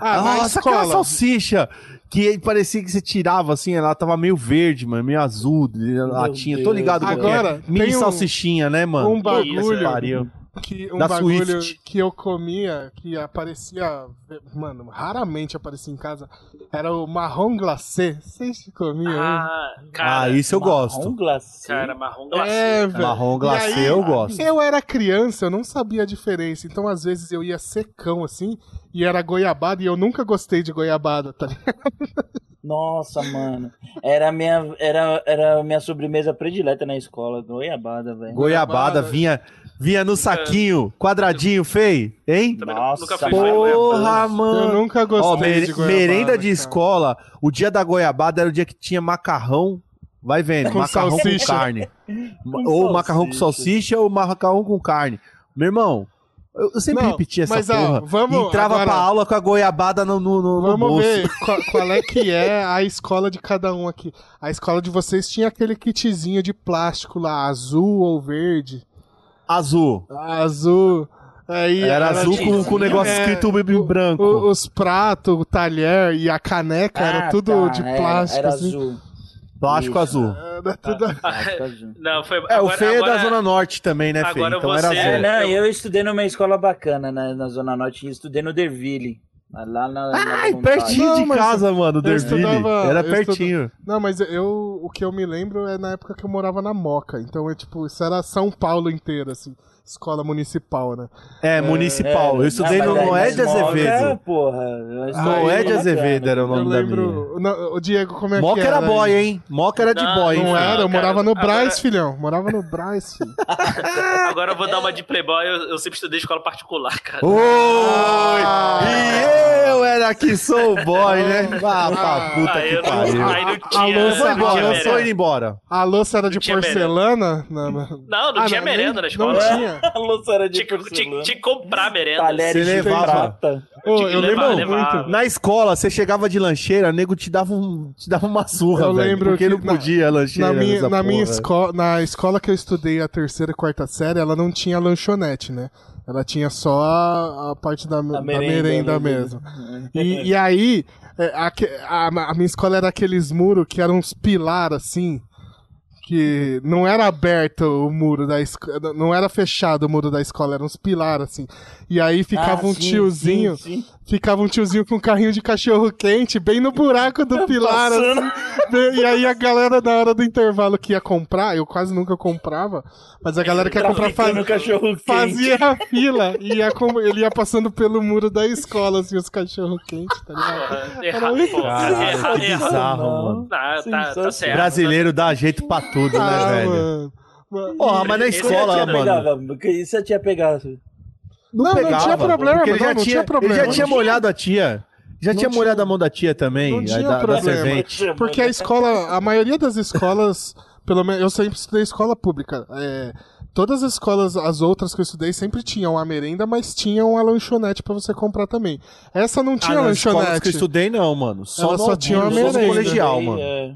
S1: Ah, na
S2: Nossa, aquela
S1: escola.
S2: salsicha que parecia que você tirava assim, ela tava meio verde, mano, meio azul, de- latinha. Tô
S4: Deus.
S2: ligado com
S1: Agora,
S2: que é. Mini
S1: tem um-
S2: salsichinha, né, mano?
S1: um bagulho
S2: Que pariu.
S1: que um
S2: Da
S1: bagulho
S2: Swift.
S1: que eu comia que aparecia, mano, raramente aparecia em casa, era o marrom glacê. Vocês comiam? hein?
S3: Ah, cara.
S2: ah, isso eu gosto.
S4: Um glacê.
S3: Cara, marrom glacê.
S1: é,
S3: cara.
S1: velho.
S2: Marrom glacê
S1: E aí, ah,
S2: eu gosto.
S1: Eu era criança, eu não sabia a diferença. Então, às vezes, eu ia secão assim, e era goiabada, e eu nunca gostei de goiabada, tá ligado?
S4: Nossa, mano. Era a minha, era, era a minha sobremesa predileta na escola, goiabada, velho.
S2: Goiabada
S1: Goiabada.
S2: vinha, vinha no saquinho, quadradinho, feio, hein?
S3: Também
S4: Nossa,
S3: nunca fui né? fã de goiabada.
S2: Porra,
S1: Eu
S2: mano.
S1: nunca gostei
S2: Ah. Ó, mere-
S1: de goiabada. né,
S2: merenda de
S1: cara.
S2: escola, o dia da goiabada era o dia que tinha macarrão. Vai vendo,
S1: Com
S2: macarrão
S1: salsicha.
S2: com carne. Ma- ou macarrão com salsicha ou macarrão com carne. Meu irmão, eu, eu sempre
S1: Não,
S2: repetia essa
S1: mas, ó,
S2: porra.
S1: vamos
S2: Entrava
S1: agora-
S2: pra aula com a goiabada no, no, no- no
S1: Vamos
S2: bolso.
S1: ver qual, qual é que é a escola de cada um aqui. A escola de vocês tinha aquele kitzinho de plástico lá, azul ou verde.
S2: Azul.
S1: Azul. Aí
S2: Era azul
S1: tipo,
S2: com com o negócio
S1: É,
S2: escrito em branco.
S1: o- os pratos, o talher e a caneca era
S4: Ah,
S1: tudo
S4: tá,
S1: de
S4: era-
S1: plástico.
S4: Era,
S1: assim.
S4: azul. Tá.
S2: plástico
S4: Isso.
S2: azul.
S1: Era tudo-
S4: Plástico azul.
S3: Não, foi.
S2: É, o
S3: agora-
S2: Fê é
S3: agora-
S2: da Zona Norte também, né, Fê?
S3: agora
S2: Então
S3: você-
S2: era azul.
S4: É,
S3: É,
S4: não,
S3: eu-
S4: né, eu estudei numa escola bacana na, na Zona Norte, eu estudei no Derville. Lá na. na
S2: Ai,
S4: vontade.
S2: pertinho
S1: Não,
S2: de
S1: mas
S2: casa, mano, Derville.
S1: estudava- eu
S2: Era
S1: estuda-
S2: pertinho.
S1: Não, mas eu o que eu me lembro é na época que eu morava na Moca. Então é tipo, isso era São Paulo inteiro, assim, escola municipal, né?
S2: É, municipal. eu estudei
S4: Ah,
S2: no
S4: mas aí
S2: Noé de
S4: na escola,
S2: Azevedo.
S4: porra,
S1: Ah,
S2: Noé de Azevedo era É o
S1: Eu
S2: nome da minha.
S1: lembro. Não, o Diego, como é
S2: Moca
S1: que
S2: era
S1: era?
S2: boy,
S1: aí?
S2: hein? Moca era de
S3: Não,
S2: boy, hein?
S1: Não
S2: filho?
S1: era, eu
S3: Cara,
S1: morava no
S3: agora-
S1: Braz, filhão. Morava no Braz, filho.
S3: Agora eu vou dar uma de playboy, eu, eu sempre estudei escola particular, cara.
S2: Oi!
S1: Ah.
S2: E eu era que sou o boy, né? Ah, pra
S1: Ah,
S2: puta
S3: aí, eu
S2: que
S3: não,
S2: pariu.
S3: aí não tinha.
S1: Alô,
S2: Eu vou
S3: não
S2: embora,
S3: tinha
S2: eu sou
S3: merenda.
S2: indo embora.
S1: A louça era de
S3: Não tinha
S1: porcelana? Não, não.
S3: Não, não
S1: Ah,
S3: tinha
S1: nem-
S3: merenda na escola.
S1: Não tinha.
S4: A louça de
S3: Tinha que- tinha- tinha que comprar merenda.
S4: Talheres
S2: Se
S4: de
S2: levava.
S4: prata.
S1: Ô,
S3: tinha que
S1: eu lembro
S3: levar, né?
S1: muito.
S3: levar.
S2: Na escola, você chegava de lancheira, nego te dava, um, te dava uma surra,
S1: Eu
S2: velho.
S1: lembro
S2: porque
S1: que
S2: não
S1: na-
S2: podia lancheira
S1: Na minha,
S2: nessa
S1: na, minha
S2: porra.
S1: esco na escola que eu estudei a terceira e quarta série, ela não tinha lanchonete, né? Ela tinha só a, a parte da, da merenda,
S4: né?
S1: mesmo. E, e aí, é, aque- a, a minha escola era aqueles muros que eram uns pilar assim, que não era aberto o muro da escola, não era fechado o muro da escola, eram uns pilar assim. E aí ficava
S4: Ah,
S1: um
S4: sim,
S1: tiozinho,
S4: sim, sim.
S1: ficava um tiozinho com um carrinho de cachorro quente bem no buraco do pilar assim,
S4: Passando.
S1: e aí a galera na hora do intervalo que ia comprar, eu quase nunca comprava, mas a galera que ia comprar
S4: Traficando
S1: fazia,
S4: cachorro quente.
S1: fazia a fila e ia com- ele ia passando pelo muro da escola, assim, os cachorro quentes, tá ligado?
S3: Porra, Errado, pô.
S2: Caralho,
S3: Errado,
S2: que
S3: errado.
S2: bizarro,
S4: Ah, Não.
S2: mano.
S3: Tá, tá, tá
S4: Sensacional.
S3: certo.
S2: Brasileiro dá jeito pra tudo, né,
S1: Ah,
S2: velho?
S1: mano. Mano,
S2: Porra, mas na
S3: Esse
S2: escola,
S3: é
S2: mano.
S4: Pegava, porque isso eu tinha pegado.
S1: Não, não
S2: pegava,
S1: tinha problema,
S2: porque ele
S1: não,
S2: já
S1: não tinha problema.
S2: Ele já tinha molhado a tia. Já
S1: Não
S2: tinha
S1: tinha-
S2: molhado a mão da tia também,
S1: Não
S2: a
S1: tinha
S2: da, da
S1: problema.
S2: servente.
S1: Porque a escola, a maioria das escolas, pelo menos eu sempre estudei escola pública. é, todas as escolas, as outras que eu estudei, sempre tinham a merenda, mas tinham a lanchonete pra você comprar também. Essa não tinha
S2: Ah, nas escolas que eu
S1: lanchonete.
S2: estudei, não, mano. Só
S1: Ela
S2: no
S1: só tinha é uma
S2: só no
S1: merenda.
S2: colegial,
S4: Aí,
S2: mano.
S4: é,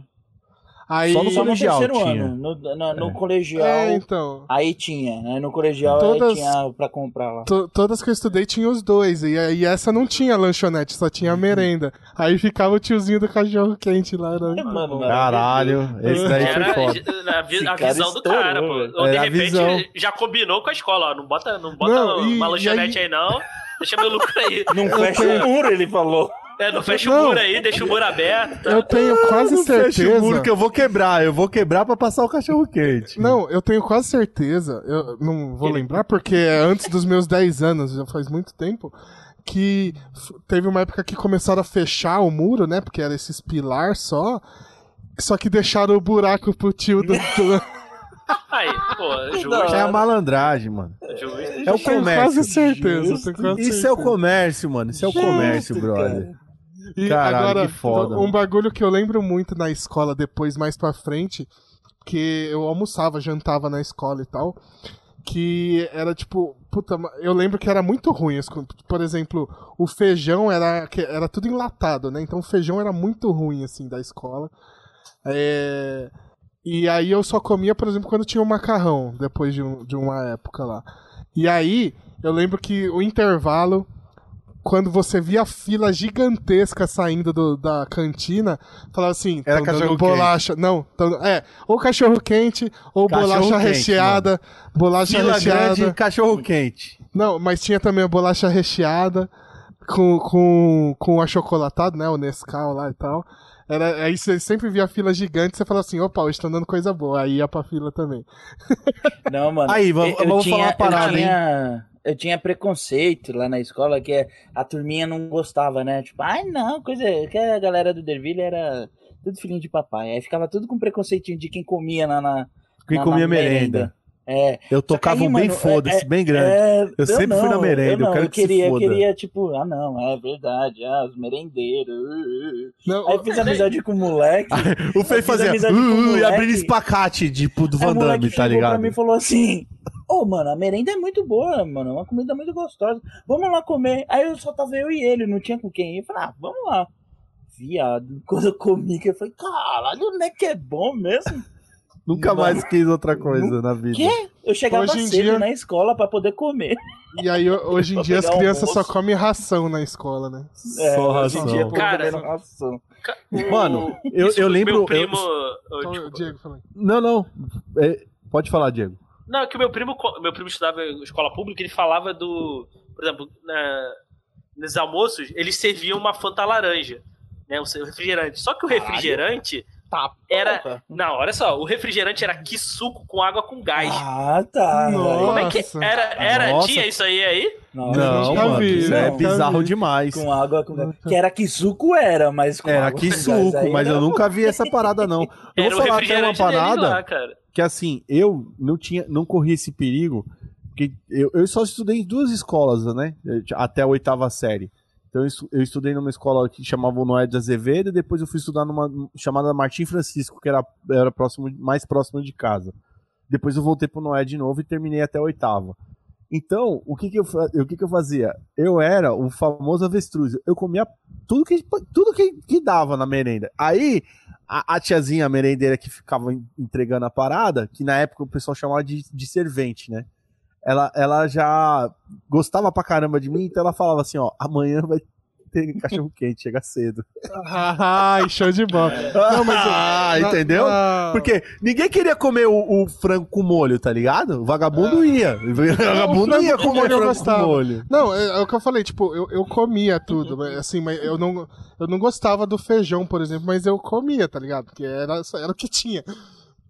S1: Aí,
S2: Só no
S4: Só no
S2: colegial
S4: terceiro
S2: tinha.
S4: ano. No, na- no colegial.
S1: É, então.
S4: Aí tinha, né? No colegial
S1: Todas-
S4: aí tinha pra comprar lá.
S1: To- todas que eu estudei tinham os dois. E, aí essa não tinha lanchonete, só tinha
S2: Uhum.
S1: merenda. Aí ficava o tiozinho do cachorro quente lá. né? Era muito
S4: Mano,
S1: bom.
S4: mano.
S2: Caralho, esse daí foi
S3: Era
S2: foda.
S3: a, vi- a
S4: Esse cara
S3: visão do
S4: estourou,
S3: cara, pô.
S4: velho.
S3: Ou de
S2: Era a
S3: repente
S2: visão.
S3: já combinou com a escola, ó. Não bota, não bota
S1: Não, e-
S3: uma
S1: e
S3: lanchonete aí... não. Deixa meu lucro aí.
S4: Não fecha o muro, um ele falou.
S3: É, não fecha
S1: Não.
S3: o muro aí, deixa o muro aberto. tá?
S1: Eu tenho quase
S2: Ah, Não fecha
S1: certeza.
S2: o muro Um que eu vou quebrar. Eu vou quebrar pra passar o cachorro quente.
S1: Não, eu tenho quase certeza, eu não vou lembrar porque é antes dos meus 10 anos, já faz muito tempo, que f- teve uma época que começaram a fechar o muro, né? Porque era esses pilar só. Só que deixaram o buraco pro tio do. do...
S3: Aí, pô, justo,
S2: É a malandragem, mano.
S3: justo.
S2: É
S1: tenho
S2: o
S1: quase
S2: comércio.
S1: certeza. eu tenho quase
S2: Isso é o comércio, mano. Isso é o comércio, brother.
S1: E
S2: Caralho,
S1: agora,
S2: que foda,
S1: um
S2: mano.
S1: bagulho que eu lembro muito na escola, depois, mais pra frente, que eu almoçava, jantava na escola e tal, que era tipo, puta, ma- eu lembro que era muito ruim. as co- Por exemplo, o feijão era, que- era tudo enlatado, né? Então o feijão era muito ruim, assim, da escola. É, E aí eu só comia, por exemplo, quando tinha o macarrão, depois de, um- de uma época lá. E aí, eu lembro que o intervalo, quando você via a fila gigantesca saindo do- da cantina, falava assim,
S2: Era
S1: "Tão dando
S2: cachorro
S1: bolacha. Não, tão- é, ou cachorro quente, ou
S2: Cachorro
S1: bolacha
S2: quente,
S1: recheada, bolacha
S2: Fila
S1: recheada.
S2: grande, cachorro quente.
S1: Não, mas tinha também a bolacha recheada com, com, com achocolatado, né? O Nescau lá e tal. Era, aí você sempre via a fila gigante você falava assim, opa, hoje estão dando coisa boa. Aí ia pra fila também.
S4: Não, mano.
S2: Aí, vamos-
S4: eu- eu
S2: vamos falar uma
S4: eu
S2: parada,
S4: tinha- Eu tinha preconceito lá na escola, que a turminha não gostava, né? Tipo, ai não, coisa. Que a galera do Derville era tudo filhinho de papai. Aí ficava tudo com preconceitinho de quem comia lá na.
S2: Quem
S4: na- na
S2: comia merenda.
S4: É.
S2: Eu tocava
S4: aí,
S2: um bem
S4: mano,
S2: foda-se,
S4: é-
S2: bem grande.
S4: é,
S2: Eu sempre fui na
S4: não,
S2: merenda, eu
S4: não,
S2: quero
S4: eu
S2: que se
S4: queria,
S2: foda.
S4: Eu queria, tipo, ah não, é verdade, ah, os merendeiros. uh, uh, uh.
S1: Não,
S4: Aí eu fiz amizade com o moleque.
S2: O Fê
S4: eu fiz
S2: fazia
S4: amizade
S2: "Uh,
S4: com
S2: uh",
S4: um
S2: e abrindo
S4: moleque.
S2: espacate, tipo, do
S4: Aí
S2: Van
S4: o moleque
S2: Damme, tá
S4: chegou pra
S2: ligado?
S4: mim e falou assim: Ô, mano, a merenda é muito boa, mano. é Uma comida muito gostosa. Vamos lá comer. Aí eu só tava eu e ele, não tinha com quem ir. Eu falei, ah, vamos lá. Viado, quando eu comi, que eu falei, caralho, né que é bom mesmo?
S2: Nunca
S4: Mano.
S2: mais quis outra coisa na vida.
S4: Quê? Eu chegava
S1: Hoje em
S4: cedo
S1: dia-
S4: na escola pra poder comer.
S1: E aí ho- hoje em
S4: Pra
S1: dia as
S4: pegar
S1: crianças só
S4: almoço.
S1: comem ração na escola, né?
S2: Só
S4: É, hoje em
S2: razão.
S4: dia, pô,
S3: Cara,
S4: comendo ração.
S2: Mano, eu,
S3: Isso
S2: eu
S3: do
S2: lembro.
S3: Meu
S2: eu-
S3: primo. eu,
S1: Então,
S3: tipo,
S1: Diego, fala aí.
S2: Não, não. É, pode falar, Diego.
S3: Não, é que o meu primo, co- meu primo estudava em escola pública, ele falava do. Por exemplo, na, nos almoços, eles serviam uma Fanta laranja, né? O seu refrigerante. Só que o
S4: Caralho.
S3: refrigerante
S4: Tá,
S3: era.
S4: porra.
S3: Não, olha só, o refrigerante era que suco com água com gás.
S4: Ah, tá.
S1: Nossa.
S3: Como é que era? Era
S2: Nossa.
S3: tinha isso aí aí?
S4: Não,
S2: Não,
S1: nunca
S2: mano,
S1: vi,
S2: isso é
S1: nunca
S2: bizarro
S1: vi.
S2: demais.
S4: Com água, com gás. Que era que suco era, mas com
S2: Era
S4: água,
S2: que
S4: com gás
S2: suco,
S4: aí né?
S2: mas
S4: não.
S2: eu nunca vi essa parada, não. Eu
S3: Era
S2: vou falar até
S3: o
S2: uma
S3: refrigerante deles
S2: parada.
S3: lá, cara.
S2: que assim, eu não tinha, não corri esse perigo, porque eu, eu só estudei em duas escolas, né? Eu ti- Até a oitava série. Então eu estu- eu estudei numa escola que chamava Noé de Azevedo, e depois eu fui estudar numa chamada Martim Francisco, que era, era próximo, mais próximo de casa. Depois eu voltei pro Noé de novo e terminei até a oitava. Então, o que que eu, fa- o que que eu fazia? Eu era o famoso avestruz. Eu comia tudo que, tudo que, que dava na merenda. Aí, a, a tiazinha a merendeira que ficava en- entregando a parada, que na época o pessoal chamava de, de servente, né? Ela, ela já gostava pra caramba de mim, então ela falava assim, ó, amanhã vai ter cachorro quente, chega cedo.
S1: Ai, show de bola. Não, mas eu-
S2: ah,
S1: Na-
S2: entendeu?
S1: na-
S2: Porque ninguém queria comer o, o frango com molho, tá ligado? O vagabundo ia. O vagabundo
S1: Ah. frango
S2: ia
S1: com
S2: comer
S1: molho eu
S2: frango
S1: gostava.
S2: com molho.
S1: Não, é, é o que eu falei, tipo, eu, eu comia tudo,
S3: Uhum.
S1: mas, assim, mas eu não, eu não gostava do feijão, por exemplo, mas eu comia, tá ligado? Porque era, só- era o que tinha.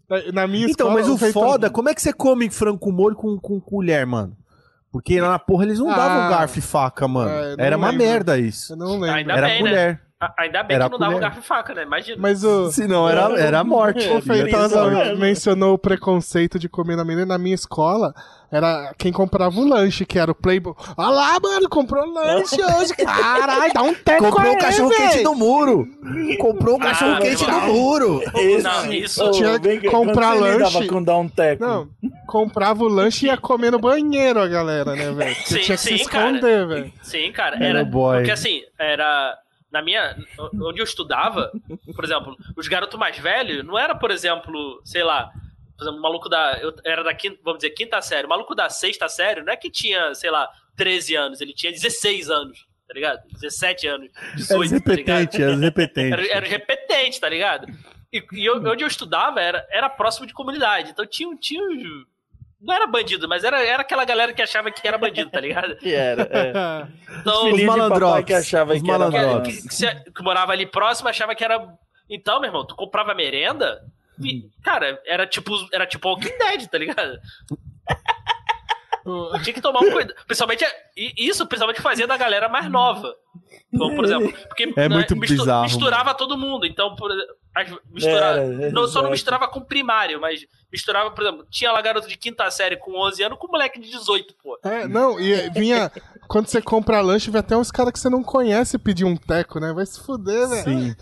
S1: Na- Na minha
S2: Então,
S1: escola,
S2: mas o
S1: feijão-
S2: foda, como é que você come frango com molho com, com colher, mano? Porque lá na porra eles não davam
S1: Ah,
S2: garfo e faca, mano.
S1: é, não
S2: Era uma
S1: lembro.
S2: merda isso.
S1: Eu não lembro.
S3: Ainda
S2: Era
S3: bem, né?
S2: colher.
S3: A- Ainda bem
S2: Era
S3: que não dava
S2: colher.
S3: garfo e faca, né? Imagina.
S1: Mas o,
S2: Se não, era, era a morte.
S1: o
S2: Era
S1: Feitosa mencionou o preconceito de comer na menina. Na minha escola, era quem comprava o lanche, que era o Playboy. Ah lá, mano, comprou lanche hoje. Caralho, dá um teco aí, véi.
S2: muro. Comprou
S3: Ah,
S2: um
S3: cachorro-quente do
S2: muro.
S4: Esse,
S3: Não, isso-
S1: Tinha
S4: vem cá,
S1: comprar
S4: quando você
S1: lanche.
S4: lidava com dar um teco.
S1: Não, comprava o lanche e ia comer no banheiro a galera, né, velho? Porque
S3: Sim,
S1: Tinha que se
S3: sim, cara.
S1: esconder, velho.
S3: Sim, cara.
S2: Era
S3: Era,
S2: boy.
S3: Porque assim, era. Na minha. Onde eu estudava, por exemplo, os garotos mais velhos, não era, por exemplo, sei lá. Por exemplo, o maluco da. Eu era da quinta, vamos dizer, quinta série. O maluco da sexta série não é que tinha, sei lá, 13 anos, ele tinha 16 anos, tá ligado? 17 anos,
S2: Era
S3: 18, tá ligado?
S1: é
S2: repetente, era
S3: Era,
S2: repetente.
S3: era repetente, tá ligado? E, e eu- onde eu estudava era, era próximo de comunidade. Então tinha um. Tinha um- não era bandido, mas era, era aquela galera que achava que era bandido, tá ligado?
S4: Que era, é.
S3: Então,
S2: Os
S4: Filhinho de
S2: malandrox,
S4: papai que achava
S2: os
S4: que era
S2: malandrox.
S3: que, que- que se- que morava ali próximo achava que era. Então, meu irmão, tu comprava merenda. e, cara, era tipo, era tipo Walking Dead, tá ligado?
S1: O-
S3: Tinha que tomar um cuidado. Principalmente, e isso principalmente fazia da galera mais nova. Então, por exemplo, porque
S2: É muito bizarro,
S3: misturava todo mundo. Então, por exemplo, as- misturava,
S4: Era, é,
S3: não, só não
S4: exato.
S3: misturava com primário, mas misturava, por exemplo, tinha lá garoto de quinta série com 11 anos com moleque de 18, pô.
S1: É, não, e vinha. Quando você compra lanche, vem até uns caras que você não conhece pedir um teco, né? Vai se fuder, velho.
S2: Sim.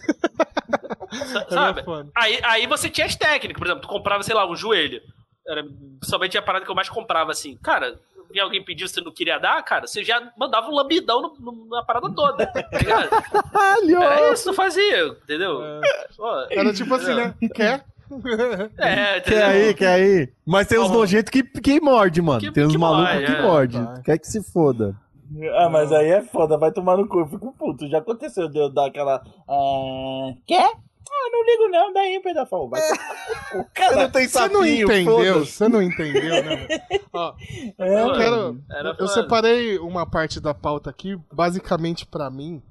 S3: Sa-
S1: Era
S3: Sabe?
S1: foda.
S3: Aí, aí você tinha as técnicas, por exemplo, tu comprava, sei lá, um joelho. Era somente a parada que eu mais comprava, assim. Cara, vinha alguém pedir, você não queria dar, cara, você já mandava um lambidão no- no- na parada toda, tá ligado? Era isso, tu fazia, entendeu? Pô,
S1: Era tipo assim, né? Quer?
S3: É,
S2: Quer
S3: entendeu?
S2: aí, quer aí. Mas tem uns
S3: Como?
S2: nojentos que, que morde, mano.
S3: Que-
S2: tem uns
S3: que
S2: malucos
S3: morde,
S2: que
S3: é.
S2: morde.
S1: Vai.
S2: Quer que se foda.
S4: Ah, mas aí é foda, vai tomar no cu. Eu fico puto. Já aconteceu de eu dar aquela. ah, Quer? Ah, não ligo não, daí, pedafal. Vai tomar no cu, cara.
S2: tem
S1: Você não entendeu, você não entendeu, né? velho? Ó,
S4: É,
S1: eu
S3: Mano,
S1: quero.
S3: era
S1: Eu
S3: foda.
S1: separei uma parte da pauta aqui, basicamente pra mim,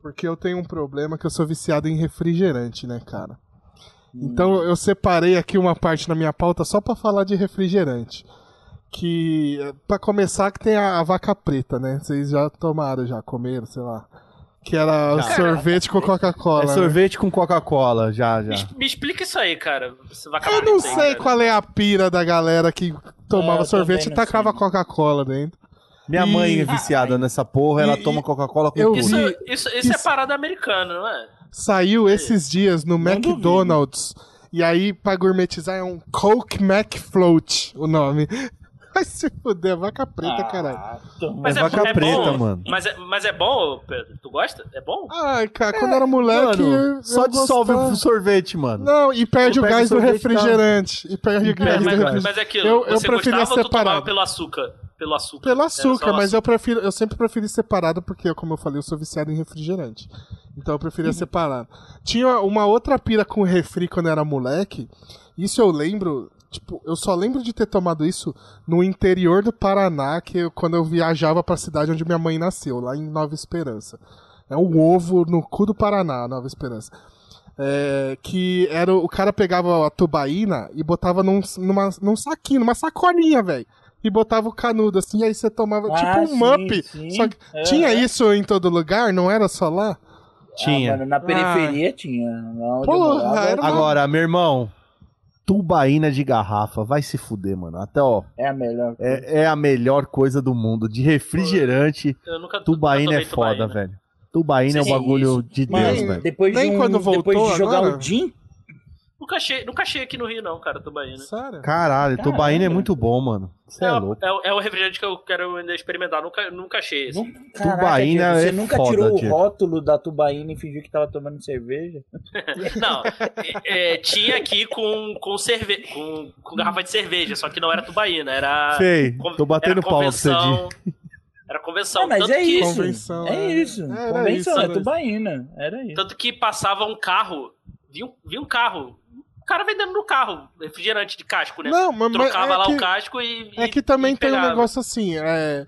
S1: porque eu tenho um problema que eu sou viciado em refrigerante, né, cara? Então eu separei aqui uma parte na minha pauta só pra falar de refrigerante. Que, eh, pra começar, que tem a, a vaca preta, né? Vocês já tomaram, já comeram, sei lá. Que era o sorvete com Coca-Cola.
S2: É
S1: né?
S2: sorvete com Coca-Cola, já, já.
S3: Me, es- me explica isso aí, cara. Você vai acabar
S1: Eu não
S3: com isso aí,
S1: sei
S3: cara.
S1: qual é a pira da galera que tomava
S4: É, eu
S1: sorvete e
S4: também não
S1: tacava
S4: sei.
S1: Coca-cola dentro.
S2: Minha
S1: E-
S2: mãe é viciada nessa porra, ela
S1: E-
S2: toma Coca-Cola com
S1: eu
S2: tudo.
S3: Isso,
S1: vi-
S3: isso, isso é
S1: isso-
S3: parada americana, não é?
S1: Saiu esses dias no
S4: Não
S1: McDonald's. E aí, pra gourmetizar, é um Coke McFloat o nome. Vai se fuder, vaca
S4: Ah,
S1: preta, caralho.
S3: Mas é,
S2: vaca
S3: é
S2: preta,
S3: bom,
S2: mano.
S3: Mas é, mas é bom, Pedro? Tu gosta? É bom?
S1: Ai, cara, quando eu era moleque.
S2: Mano,
S1: eu-
S2: só
S1: eu
S2: dissolve
S1: gostava.
S2: o sorvete, mano.
S1: Não, e perde
S2: Eu
S1: o
S2: pego
S1: gás do
S2: sorvete,
S1: refrigerante. E perde o
S2: É,
S1: gás do
S3: mas,
S1: refrigerante.
S3: mas é aquilo.
S1: Eu- eu
S3: você
S1: preferia
S3: gostava ou tu
S1: separado.
S3: tomava pelo açúcar? Pelo açúcar.
S1: Pelo
S3: Era
S1: açúcar,
S3: só
S1: mas
S3: açúcar.
S1: eu prefiro, eu sempre preferi separado, porque, como eu falei, eu sou viciado em refrigerante. Então eu preferia separado. Tinha uma outra pira com refri quando eu era moleque. Isso eu lembro Tipo, eu só lembro de ter tomado isso no interior do Paraná, que eu- quando eu viajava pra cidade onde minha mãe nasceu, lá em Nova Esperança. É um ovo no cu do Paraná, Nova Esperança. É, que era o o cara pegava a tubaína e botava num, numa, num saquinho, numa sacolinha, velho. E botava o canudo assim, e aí você tomava
S4: Ah,
S1: tipo um
S4: sim,
S1: mup.
S4: sim.
S1: Só que
S4: É.
S1: tinha isso em todo lugar, não era só lá?
S2: Tinha.
S4: Ah, mano, na periferia tinha. Na onde eu
S1: Porra,
S4: morava,
S1: era- um
S2: Agora, meu irmão, tubaína de garrafa, vai se fuder, mano. Até, ó,
S4: É a melhor. coisa.
S2: é, é a melhor coisa do mundo. De refrigerante,
S3: Eu nunca
S2: tubaína
S3: nunca
S2: é
S3: tomei
S2: foda,
S3: tubaína.
S2: velho. Tubaína é um
S4: Sim,
S2: bagulho de
S4: Mas
S2: Deus,
S1: Nem-
S2: velho.
S4: depois,
S1: nem
S4: de um-
S1: quando
S4: depois
S1: voltou
S4: de jogar
S1: agora?
S4: o dia inteiro.
S3: Nunca achei, nunca achei aqui no Rio, não, cara, tubaína.
S1: Sério?
S2: Caralho, tubaína é
S4: Caramba.
S2: muito bom, mano. Você é
S3: uma-
S2: louco.
S3: é o- é o refrigerante que eu quero ainda experimentar. Nunca, nunca achei esse.
S4: Caraca,
S2: Tubaína
S4: Diego, você
S2: é
S4: nunca
S2: foda,
S4: tirou
S2: Diego.
S4: o rótulo da tubaína e fingiu que tava tomando cerveja?
S3: Não, é, é, tinha aqui com, com, cerve com, com garrafa de cerveja, só que não era tubaína, era.
S2: Sei,
S3: con-
S2: tô batendo
S3: era
S2: pau pra você, Di.
S3: convenção. Era convenção.
S4: Ah, mas
S3: tanto,
S4: é
S3: que,
S4: isso.
S1: Convenção,
S4: é
S1: é.
S4: isso.
S1: É, era
S4: Convenção,
S1: isso,
S4: é
S1: era isso.
S4: tubaína. Era isso.
S3: tanto que passava um carro, vinha um, vinha um carro, um cara vendendo no carro, refrigerante de casco, né?
S1: Não, mas mas
S3: Trocava
S1: é
S3: lá
S1: que,
S3: o casco e.
S1: é
S3: e-
S1: que também
S3: e
S1: tem um
S3: pegava.
S1: negócio assim, é,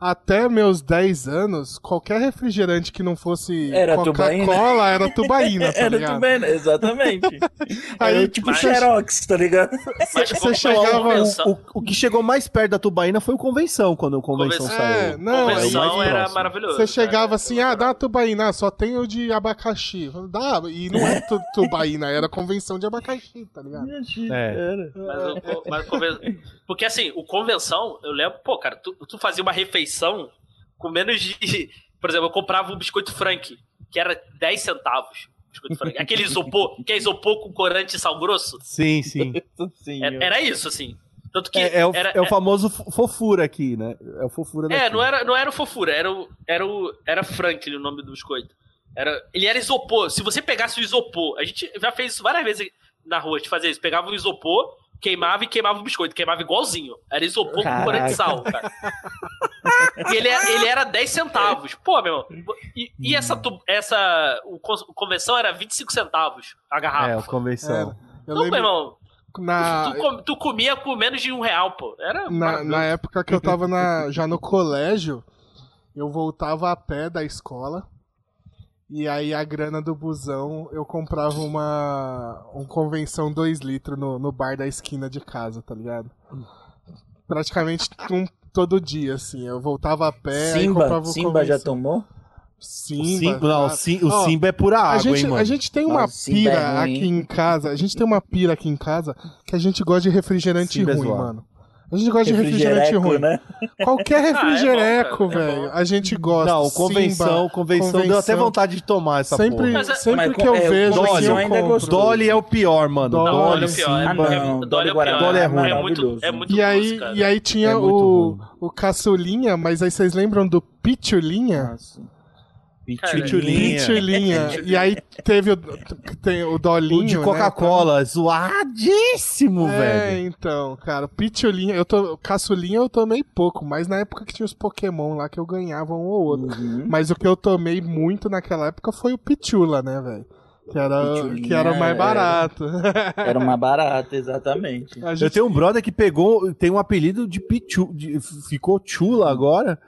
S1: até meus 10 anos, qualquer refrigerante que não fosse
S4: Era
S1: Coca-Cola
S4: tubaína.
S1: era tubaína, tá
S4: É, era
S1: ligado?
S4: tubaína, exatamente.
S1: Aí,
S4: Era tipo
S3: mas-
S4: Xerox, tá ligado?
S3: Mas é
S1: Você
S3: como- mas
S1: chegava-
S3: convenção-
S2: O, o- o que chegou mais perto da tubaína foi o convenção, quando o convenção,
S3: Convenção.
S1: É,
S2: saiu.
S1: não,
S2: é o mais
S3: convenção era
S2: próximo.
S3: maravilhoso.
S1: Você chegava
S3: cara.
S1: assim, ah, dá uma tubaína, só tem o de abacaxi. Dá, e não é tu- tubaína, era convenção de abacaxi, tá ligado?
S2: É.
S4: Era.
S3: Mas o co- mas o conven- Porque assim, o convenção, eu lembro, pô, cara, tu, tu fazia uma refeição com menos de. Por exemplo, eu comprava um biscoito Frank, que era 10 centavos. Biscoito Frank. Aquele isopor, que é isopor com corante e sal grosso.
S2: Sim, sim.
S4: Sim,
S3: É- Era, isso, assim. Tanto que.
S2: É, é o,
S3: era,
S2: é o famoso fo- fofura aqui, né? É o fofura daqui.
S3: é, não era, não era o fofura, era o, era o. Era Franklin o nome do biscoito. Era, ele era isopor. Se você pegasse o isopor, a gente já fez isso várias vezes na rua, de fazer isso. Pegava o isopor, queimava e queimava o biscoito. Queimava igualzinho. Era isopor com
S4: Caraca.
S3: corante de sal, cara. e ele, era- ele era 10 centavos. Pô, meu irmão. E, e essa, tu- essa. O, con- o convenção era 25 centavos a garrafa.
S2: É, o convenção.
S1: Eu
S3: não, meu
S1: lembro
S3: irmão.
S1: na,
S3: tu, com- tu comia com menos de um real, pô. Era.
S1: na,
S3: maravilhoso.
S1: na época que eu tava na- já no colégio, eu voltava a pé da escola. E aí a grana do busão eu comprava uma um convenção 2 litros no, no bar da esquina de casa, tá ligado? Praticamente um- todo dia, assim. Eu voltava a pé aí
S4: Simba,
S1: comprava o
S4: Simba já
S1: convenção.
S4: tomou?
S2: O
S1: Simba,
S2: Simba, não, o
S1: cara.
S2: Sim- o
S1: Ó,
S2: Simba é pura
S1: A
S2: água,
S1: gente,
S2: hein, mano?
S1: a gente tem uma
S4: Nossa, Simba
S1: pira
S4: é ruim,
S1: aqui
S4: hein?
S1: em casa. A gente tem uma pira aqui em casa que a gente gosta de refrigerante
S2: Simba é
S1: ruim,
S2: zoado.
S1: mano. A gente gosta de refrigerante
S4: Refrigereco,
S1: ruim.
S4: né?
S1: Qualquer
S2: Ah, é
S1: refrigereco,
S3: bom, cara, é
S1: velho.
S3: bom.
S1: a gente gosta.
S2: Não, convenção,
S1: Simba,
S2: convenção, deu até vontade de tomar essa
S1: Sempre,
S2: porra.
S3: Mas é-
S1: sempre
S4: mas
S1: que eu
S4: é, o
S1: vejo,
S2: Dolly
S1: assim, eu
S4: ainda é
S1: compro.
S4: gostoso.
S2: Dolly é o pior, mano.
S1: Não,
S3: Não,
S2: Dolly,
S3: olha o pior. é-
S2: Simba.
S4: Ah, não.
S3: é-
S4: Dolly
S3: é o pior,
S4: Guaraná
S2: é
S3: É muito,
S4: maravilhoso.
S3: é muito
S1: E aí,
S3: doce, cara.
S1: e aí tinha
S2: É muito
S1: o,
S2: ruim.
S1: o caçulinha, mas aí vocês lembram do Pitulinha?
S2: Pitulinha.
S1: Pitulinha. e aí teve o, tem o Dolinho,
S2: O de
S1: né?
S2: Coca-Cola, zoadíssimo,
S1: É,
S2: velho.
S1: então, cara, Pitulinha, eu to... caçulinha eu tomei pouco, mas na época que tinha os Pokémon lá que eu ganhava um ou outro.
S4: Uhum.
S1: Mas o que eu tomei muito naquela época foi o Pichula, né, velho? Que era,
S4: Pitulinha
S1: que era o mais
S2: é.
S4: era-
S1: barato.
S4: Era uma barata, exatamente.
S1: A
S2: Eu
S1: gente-
S2: tenho um brother que pegou, tem um apelido de Pichu, de- ficou Chula agora,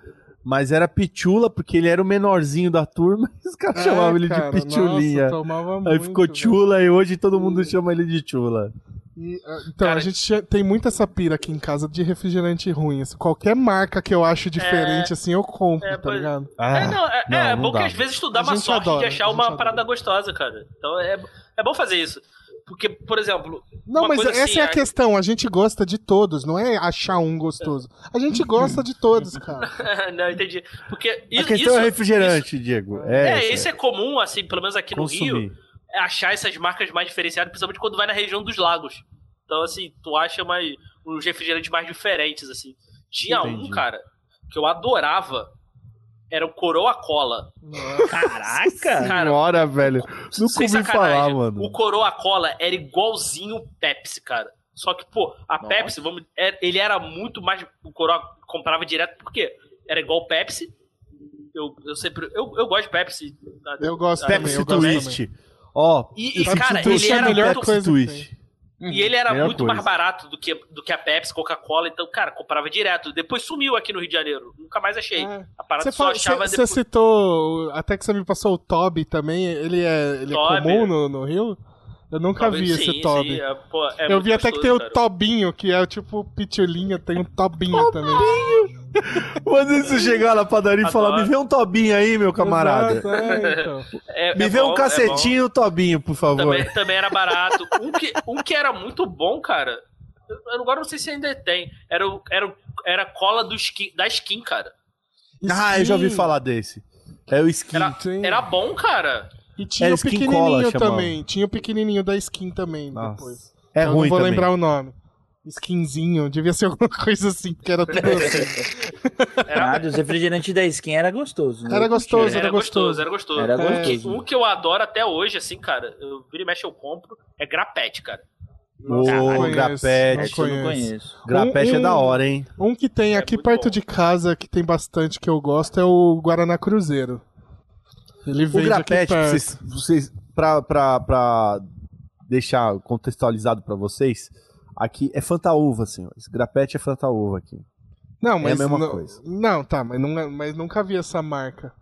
S2: mas era Pichula porque ele era o menorzinho da turma e os caras
S1: É,
S2: chamavam ele
S1: cara,
S2: de Pichulinha.
S1: nossa, tomava
S2: Aí
S1: muito,
S2: ficou
S1: velho. Hum.
S2: Chula e hoje todo mundo chama ele de Chula.
S1: E, ah, então,
S3: Cara,
S1: a gente tinha- tem muito essa pira aqui em casa de refrigerante ruim. assim, qualquer marca que eu
S2: É.
S1: acho diferente, assim, eu compro,
S3: é,
S1: tá
S3: pois-
S1: ligado?
S2: Ah,
S3: É, não, é,
S2: não,
S3: é
S2: não
S3: bom
S2: dá.
S3: que às vezes tu dá
S1: A
S3: uma
S1: gente
S3: sorte
S1: adora,
S3: de
S1: a
S3: achar
S1: gente
S3: uma
S1: adora.
S3: parada gostosa, cara. Então é, é bom fazer isso. Porque, por exemplo,
S1: Não,
S3: Uma
S1: mas
S3: coisa
S1: essa
S3: assim,
S1: é a
S3: a-
S1: questão. A gente gosta de todos, não é achar um gostoso. A
S3: É.
S1: gente gosta de todos, cara.
S3: não entendi. Porque
S2: A
S3: isso,
S2: questão
S3: isso,
S2: é refrigerante, Diego.
S3: é,
S2: É,
S3: isso é comum, assim, pelo menos aqui no Rio,
S2: consumir.
S3: é achar essas marcas mais diferenciadas, principalmente quando vai na região dos lagos. Então, assim, tu acha mais, uns refrigerantes mais diferentes, assim. Tinha um,
S2: Entendi.
S3: cara, que eu adorava, era o Coroa Cola.
S4: Caraca!
S3: Cara,
S2: Senhora, velho. Nunca
S3: Sem
S2: ouvi
S3: sacanagem,
S2: falar, mano.
S3: O Coroa Cola era igualzinho o Pepsi, cara. Só que, pô, a
S4: Nossa.
S3: Pepsi, vamos, é- ele era muito mais. O Coroa comprava direto, por quê? Era igual o Pepsi. Eu, eu sempre. Eu, eu gosto de Pepsi.
S1: Eu gosto
S3: Ah,
S1: também.
S2: Pepsi
S1: eu gosto
S2: Twist. Ó,
S3: E, e,
S1: Pepsi
S3: cara,
S1: Twist
S3: ele
S1: é a
S3: era
S1: melhor
S3: muito.
S1: coisa
S2: Pepsi Twist.
S3: E ele era
S2: Melhor
S3: muito
S2: coisa.
S3: mais barato do que, do que a Pepsi, Coca-Cola, então, cara, comprava direto. Depois sumiu aqui no Rio de Janeiro. Nunca mais achei.
S1: É.
S3: A parada
S1: Você
S3: só
S1: fala-
S3: achava
S1: você- você
S3: depois.
S1: citou, até que você me passou o Toby também, ele é, ele é
S3: Toby.
S1: comum no, no Rio? Eu nunca
S3: Talvez
S1: vi
S3: sim,
S1: esse Toby.
S3: sim, é, pô, é
S1: Eu
S3: muito
S1: vi até que tem o
S3: gostoso, cara.
S1: Tobinho, que é tipo pitulinha, tem um Tobinho também. é,
S2: Quando isso chegar na padaria e falar,
S3: Adoro.
S2: me vê um Tobinho aí,
S1: então.
S2: meu camarada.
S1: Exato, é, então.
S3: É-
S2: Me
S3: é
S2: vê
S3: bom,
S2: um
S3: é
S2: cacetinho Tobinho, por
S3: bom.
S2: favor.
S3: Também, também era barato. Um que, um que era muito bom, cara. Eu eu agora não sei se ainda tem. Era, o- era, o- era cola do skin, da skin, cara.
S2: Ah, eu já ouvi
S1: Skin,
S2: falar desse. É o skin.
S3: Era,
S1: sim.
S3: era bom, cara.
S1: E tinha
S2: É,
S1: o
S2: skin
S1: pequenininho
S2: cola, chamava.
S1: também. Tinha o pequenininho da skin também
S2: Nossa.
S1: depois.
S2: É
S1: eu
S2: ruim
S1: não vou
S2: também.
S1: lembrar o nome. Skinzinho, devia ser alguma coisa assim, que era tudo assim.
S4: Nada, os refrigerantes da skin era gostoso. né?
S1: Era gostoso, É,
S3: Era,
S1: era
S3: gostoso,
S1: gostoso.
S3: era gostoso.
S4: Era
S3: Um que-
S4: gostoso.
S3: Um que eu adoro até hoje, assim, cara. Eu vira e mexe, eu compro. É grapete, cara.
S2: Ô,
S1: Não
S2: grapete.
S4: Essa eu não conheço.
S2: Grapete
S1: Um-
S2: é da hora, hein?
S1: Um que tem
S3: É
S1: aqui
S3: muito
S1: perto
S3: bom.
S1: de casa, que tem bastante que eu gosto, é o Guaraná Cruzeiro. Ele
S2: O
S1: vende aqui
S2: grapete,
S1: perto.
S2: vocês, vocês pra, pra, pra deixar contextualizado pra vocês, aqui é fantaúva, senhores. Grapete é fantaúva aqui.
S1: Não, mas
S2: é mesma
S1: não,
S2: coisa.
S1: Não, tá, mas, nunca- mas nunca vi essa marca.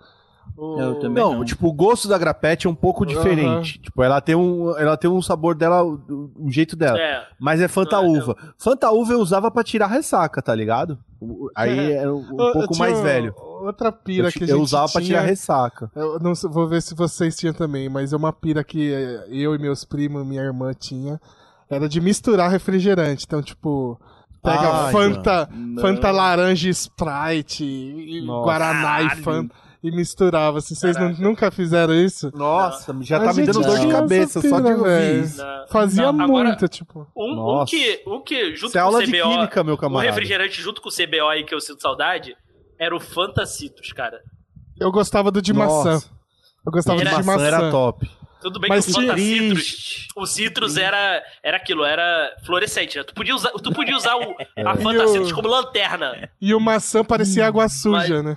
S1: O-
S4: Eu também.
S2: Não,
S4: não.
S2: tipo, o gosto da grapete é um pouco
S1: Aham.
S2: diferente. Tipo, ela tem um, ela tem um sabor dela, um um jeito dela.
S3: É.
S2: Mas é fantaúva. Fantaúva eu usava pra tirar ressaca, tá ligado? O- Aí era um um
S1: Eu- eu
S2: pouco
S1: Ah, tinha
S2: mais velho.
S1: Outra pira
S2: Eu,
S1: que a
S2: ti-
S1: gente
S2: eu usava pra
S1: tinha-
S2: tirar ressaca.
S1: Eu não sei- vou ver se vocês tinham também, mas é uma pira que eh, eu e meus primos, minha irmã tinha, era de misturar refrigerante. Então, tipo, pega
S2: Ai,
S1: Fanta,
S4: mano.
S1: Fanta
S4: Não.
S1: laranja e Sprite, e e
S2: Nossa.
S1: Guaraná e
S3: Caralho.
S1: Fanta, e misturava. Assim, vocês nu-
S3: Caraca.
S1: nunca fizeram isso?
S2: Nossa, já
S1: A
S2: tá me
S1: gente
S2: dando dor de
S1: tinha
S2: cabeça
S1: essa
S2: só de
S1: pira,
S2: ouvir
S1: velho.
S2: isso.
S3: na-
S1: Fazia
S3: Não,
S1: muito,
S3: agora-
S1: tipo...
S3: Um, um
S2: Nossa.
S3: que, um que junto
S2: Isso é
S3: com o
S2: aula de
S3: CBO.
S2: química, meu
S3: Um
S2: camarada.
S3: refrigerante junto com o CBO aí que eu sinto saudade era o Fantacitos, cara.
S1: Eu gostava do de
S2: Nossa.
S1: maçã. Eu gostava
S2: De
S1: do
S3: Era-
S1: de
S2: maçã
S1: maçã.
S2: era top.
S3: Tudo bem
S1: Mas
S3: que o
S1: tinha-
S3: Fantacitrus. O Citrus era, era aquilo, era fluorescente, né? Tu podia usar, tu podia usar o, a Fantacitrus como lanterna.
S1: E o maçã
S3: Hum,
S1: parecia água suja, né?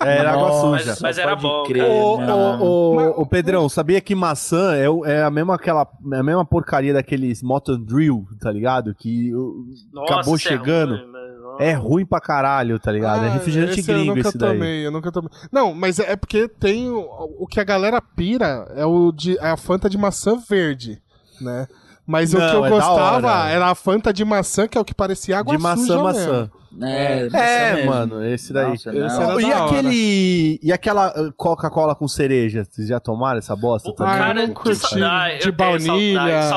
S2: É, Era água
S4: Nossa,
S2: suja.
S3: Mas era
S4: pode
S3: bom,
S2: Ô,
S4: crer, É, mano.
S2: ô, ô, ô, Pedrão, sabia que maçã é, o- é a, mesma aquela, é a mesma porcaria daqueles Motor Drill, tá ligado? Que o-
S3: Nossa,
S2: Acabou
S3: isso é ruim,
S2: chegando.
S3: mas, nossa.
S2: é ruim pra caralho, tá ligado? é
S1: Ah,
S2: refrigerante
S1: esse eu
S2: gringo
S1: nunca
S2: esse daí.
S1: Tomei, eu nunca tomei. Não, mas é é porque tem o, o que a galera pira é o de é a Fanta de maçã verde, né? Mas o
S2: Não,
S1: que eu
S2: é da
S1: gostava
S2: hora.
S1: era a Fanta de maçã, que é o que parecia água
S2: De maçã,
S1: suja mesmo.
S2: maçã.
S4: É,
S2: É,
S4: maçã mesmo.
S2: mano, esse daí.
S4: Nossa,
S1: Esse
S4: não.
S1: era
S2: e
S1: da hora.
S2: aquele. E aquela ah, Coca-Cola com cereja? Vocês já tomaram essa bosta
S3: O
S2: também?
S1: Ah, eu
S3: cara,
S1: não
S3: que
S1: é curti.
S3: saudade,
S1: De
S3: eu tenho
S1: baunilha.
S3: Saudade,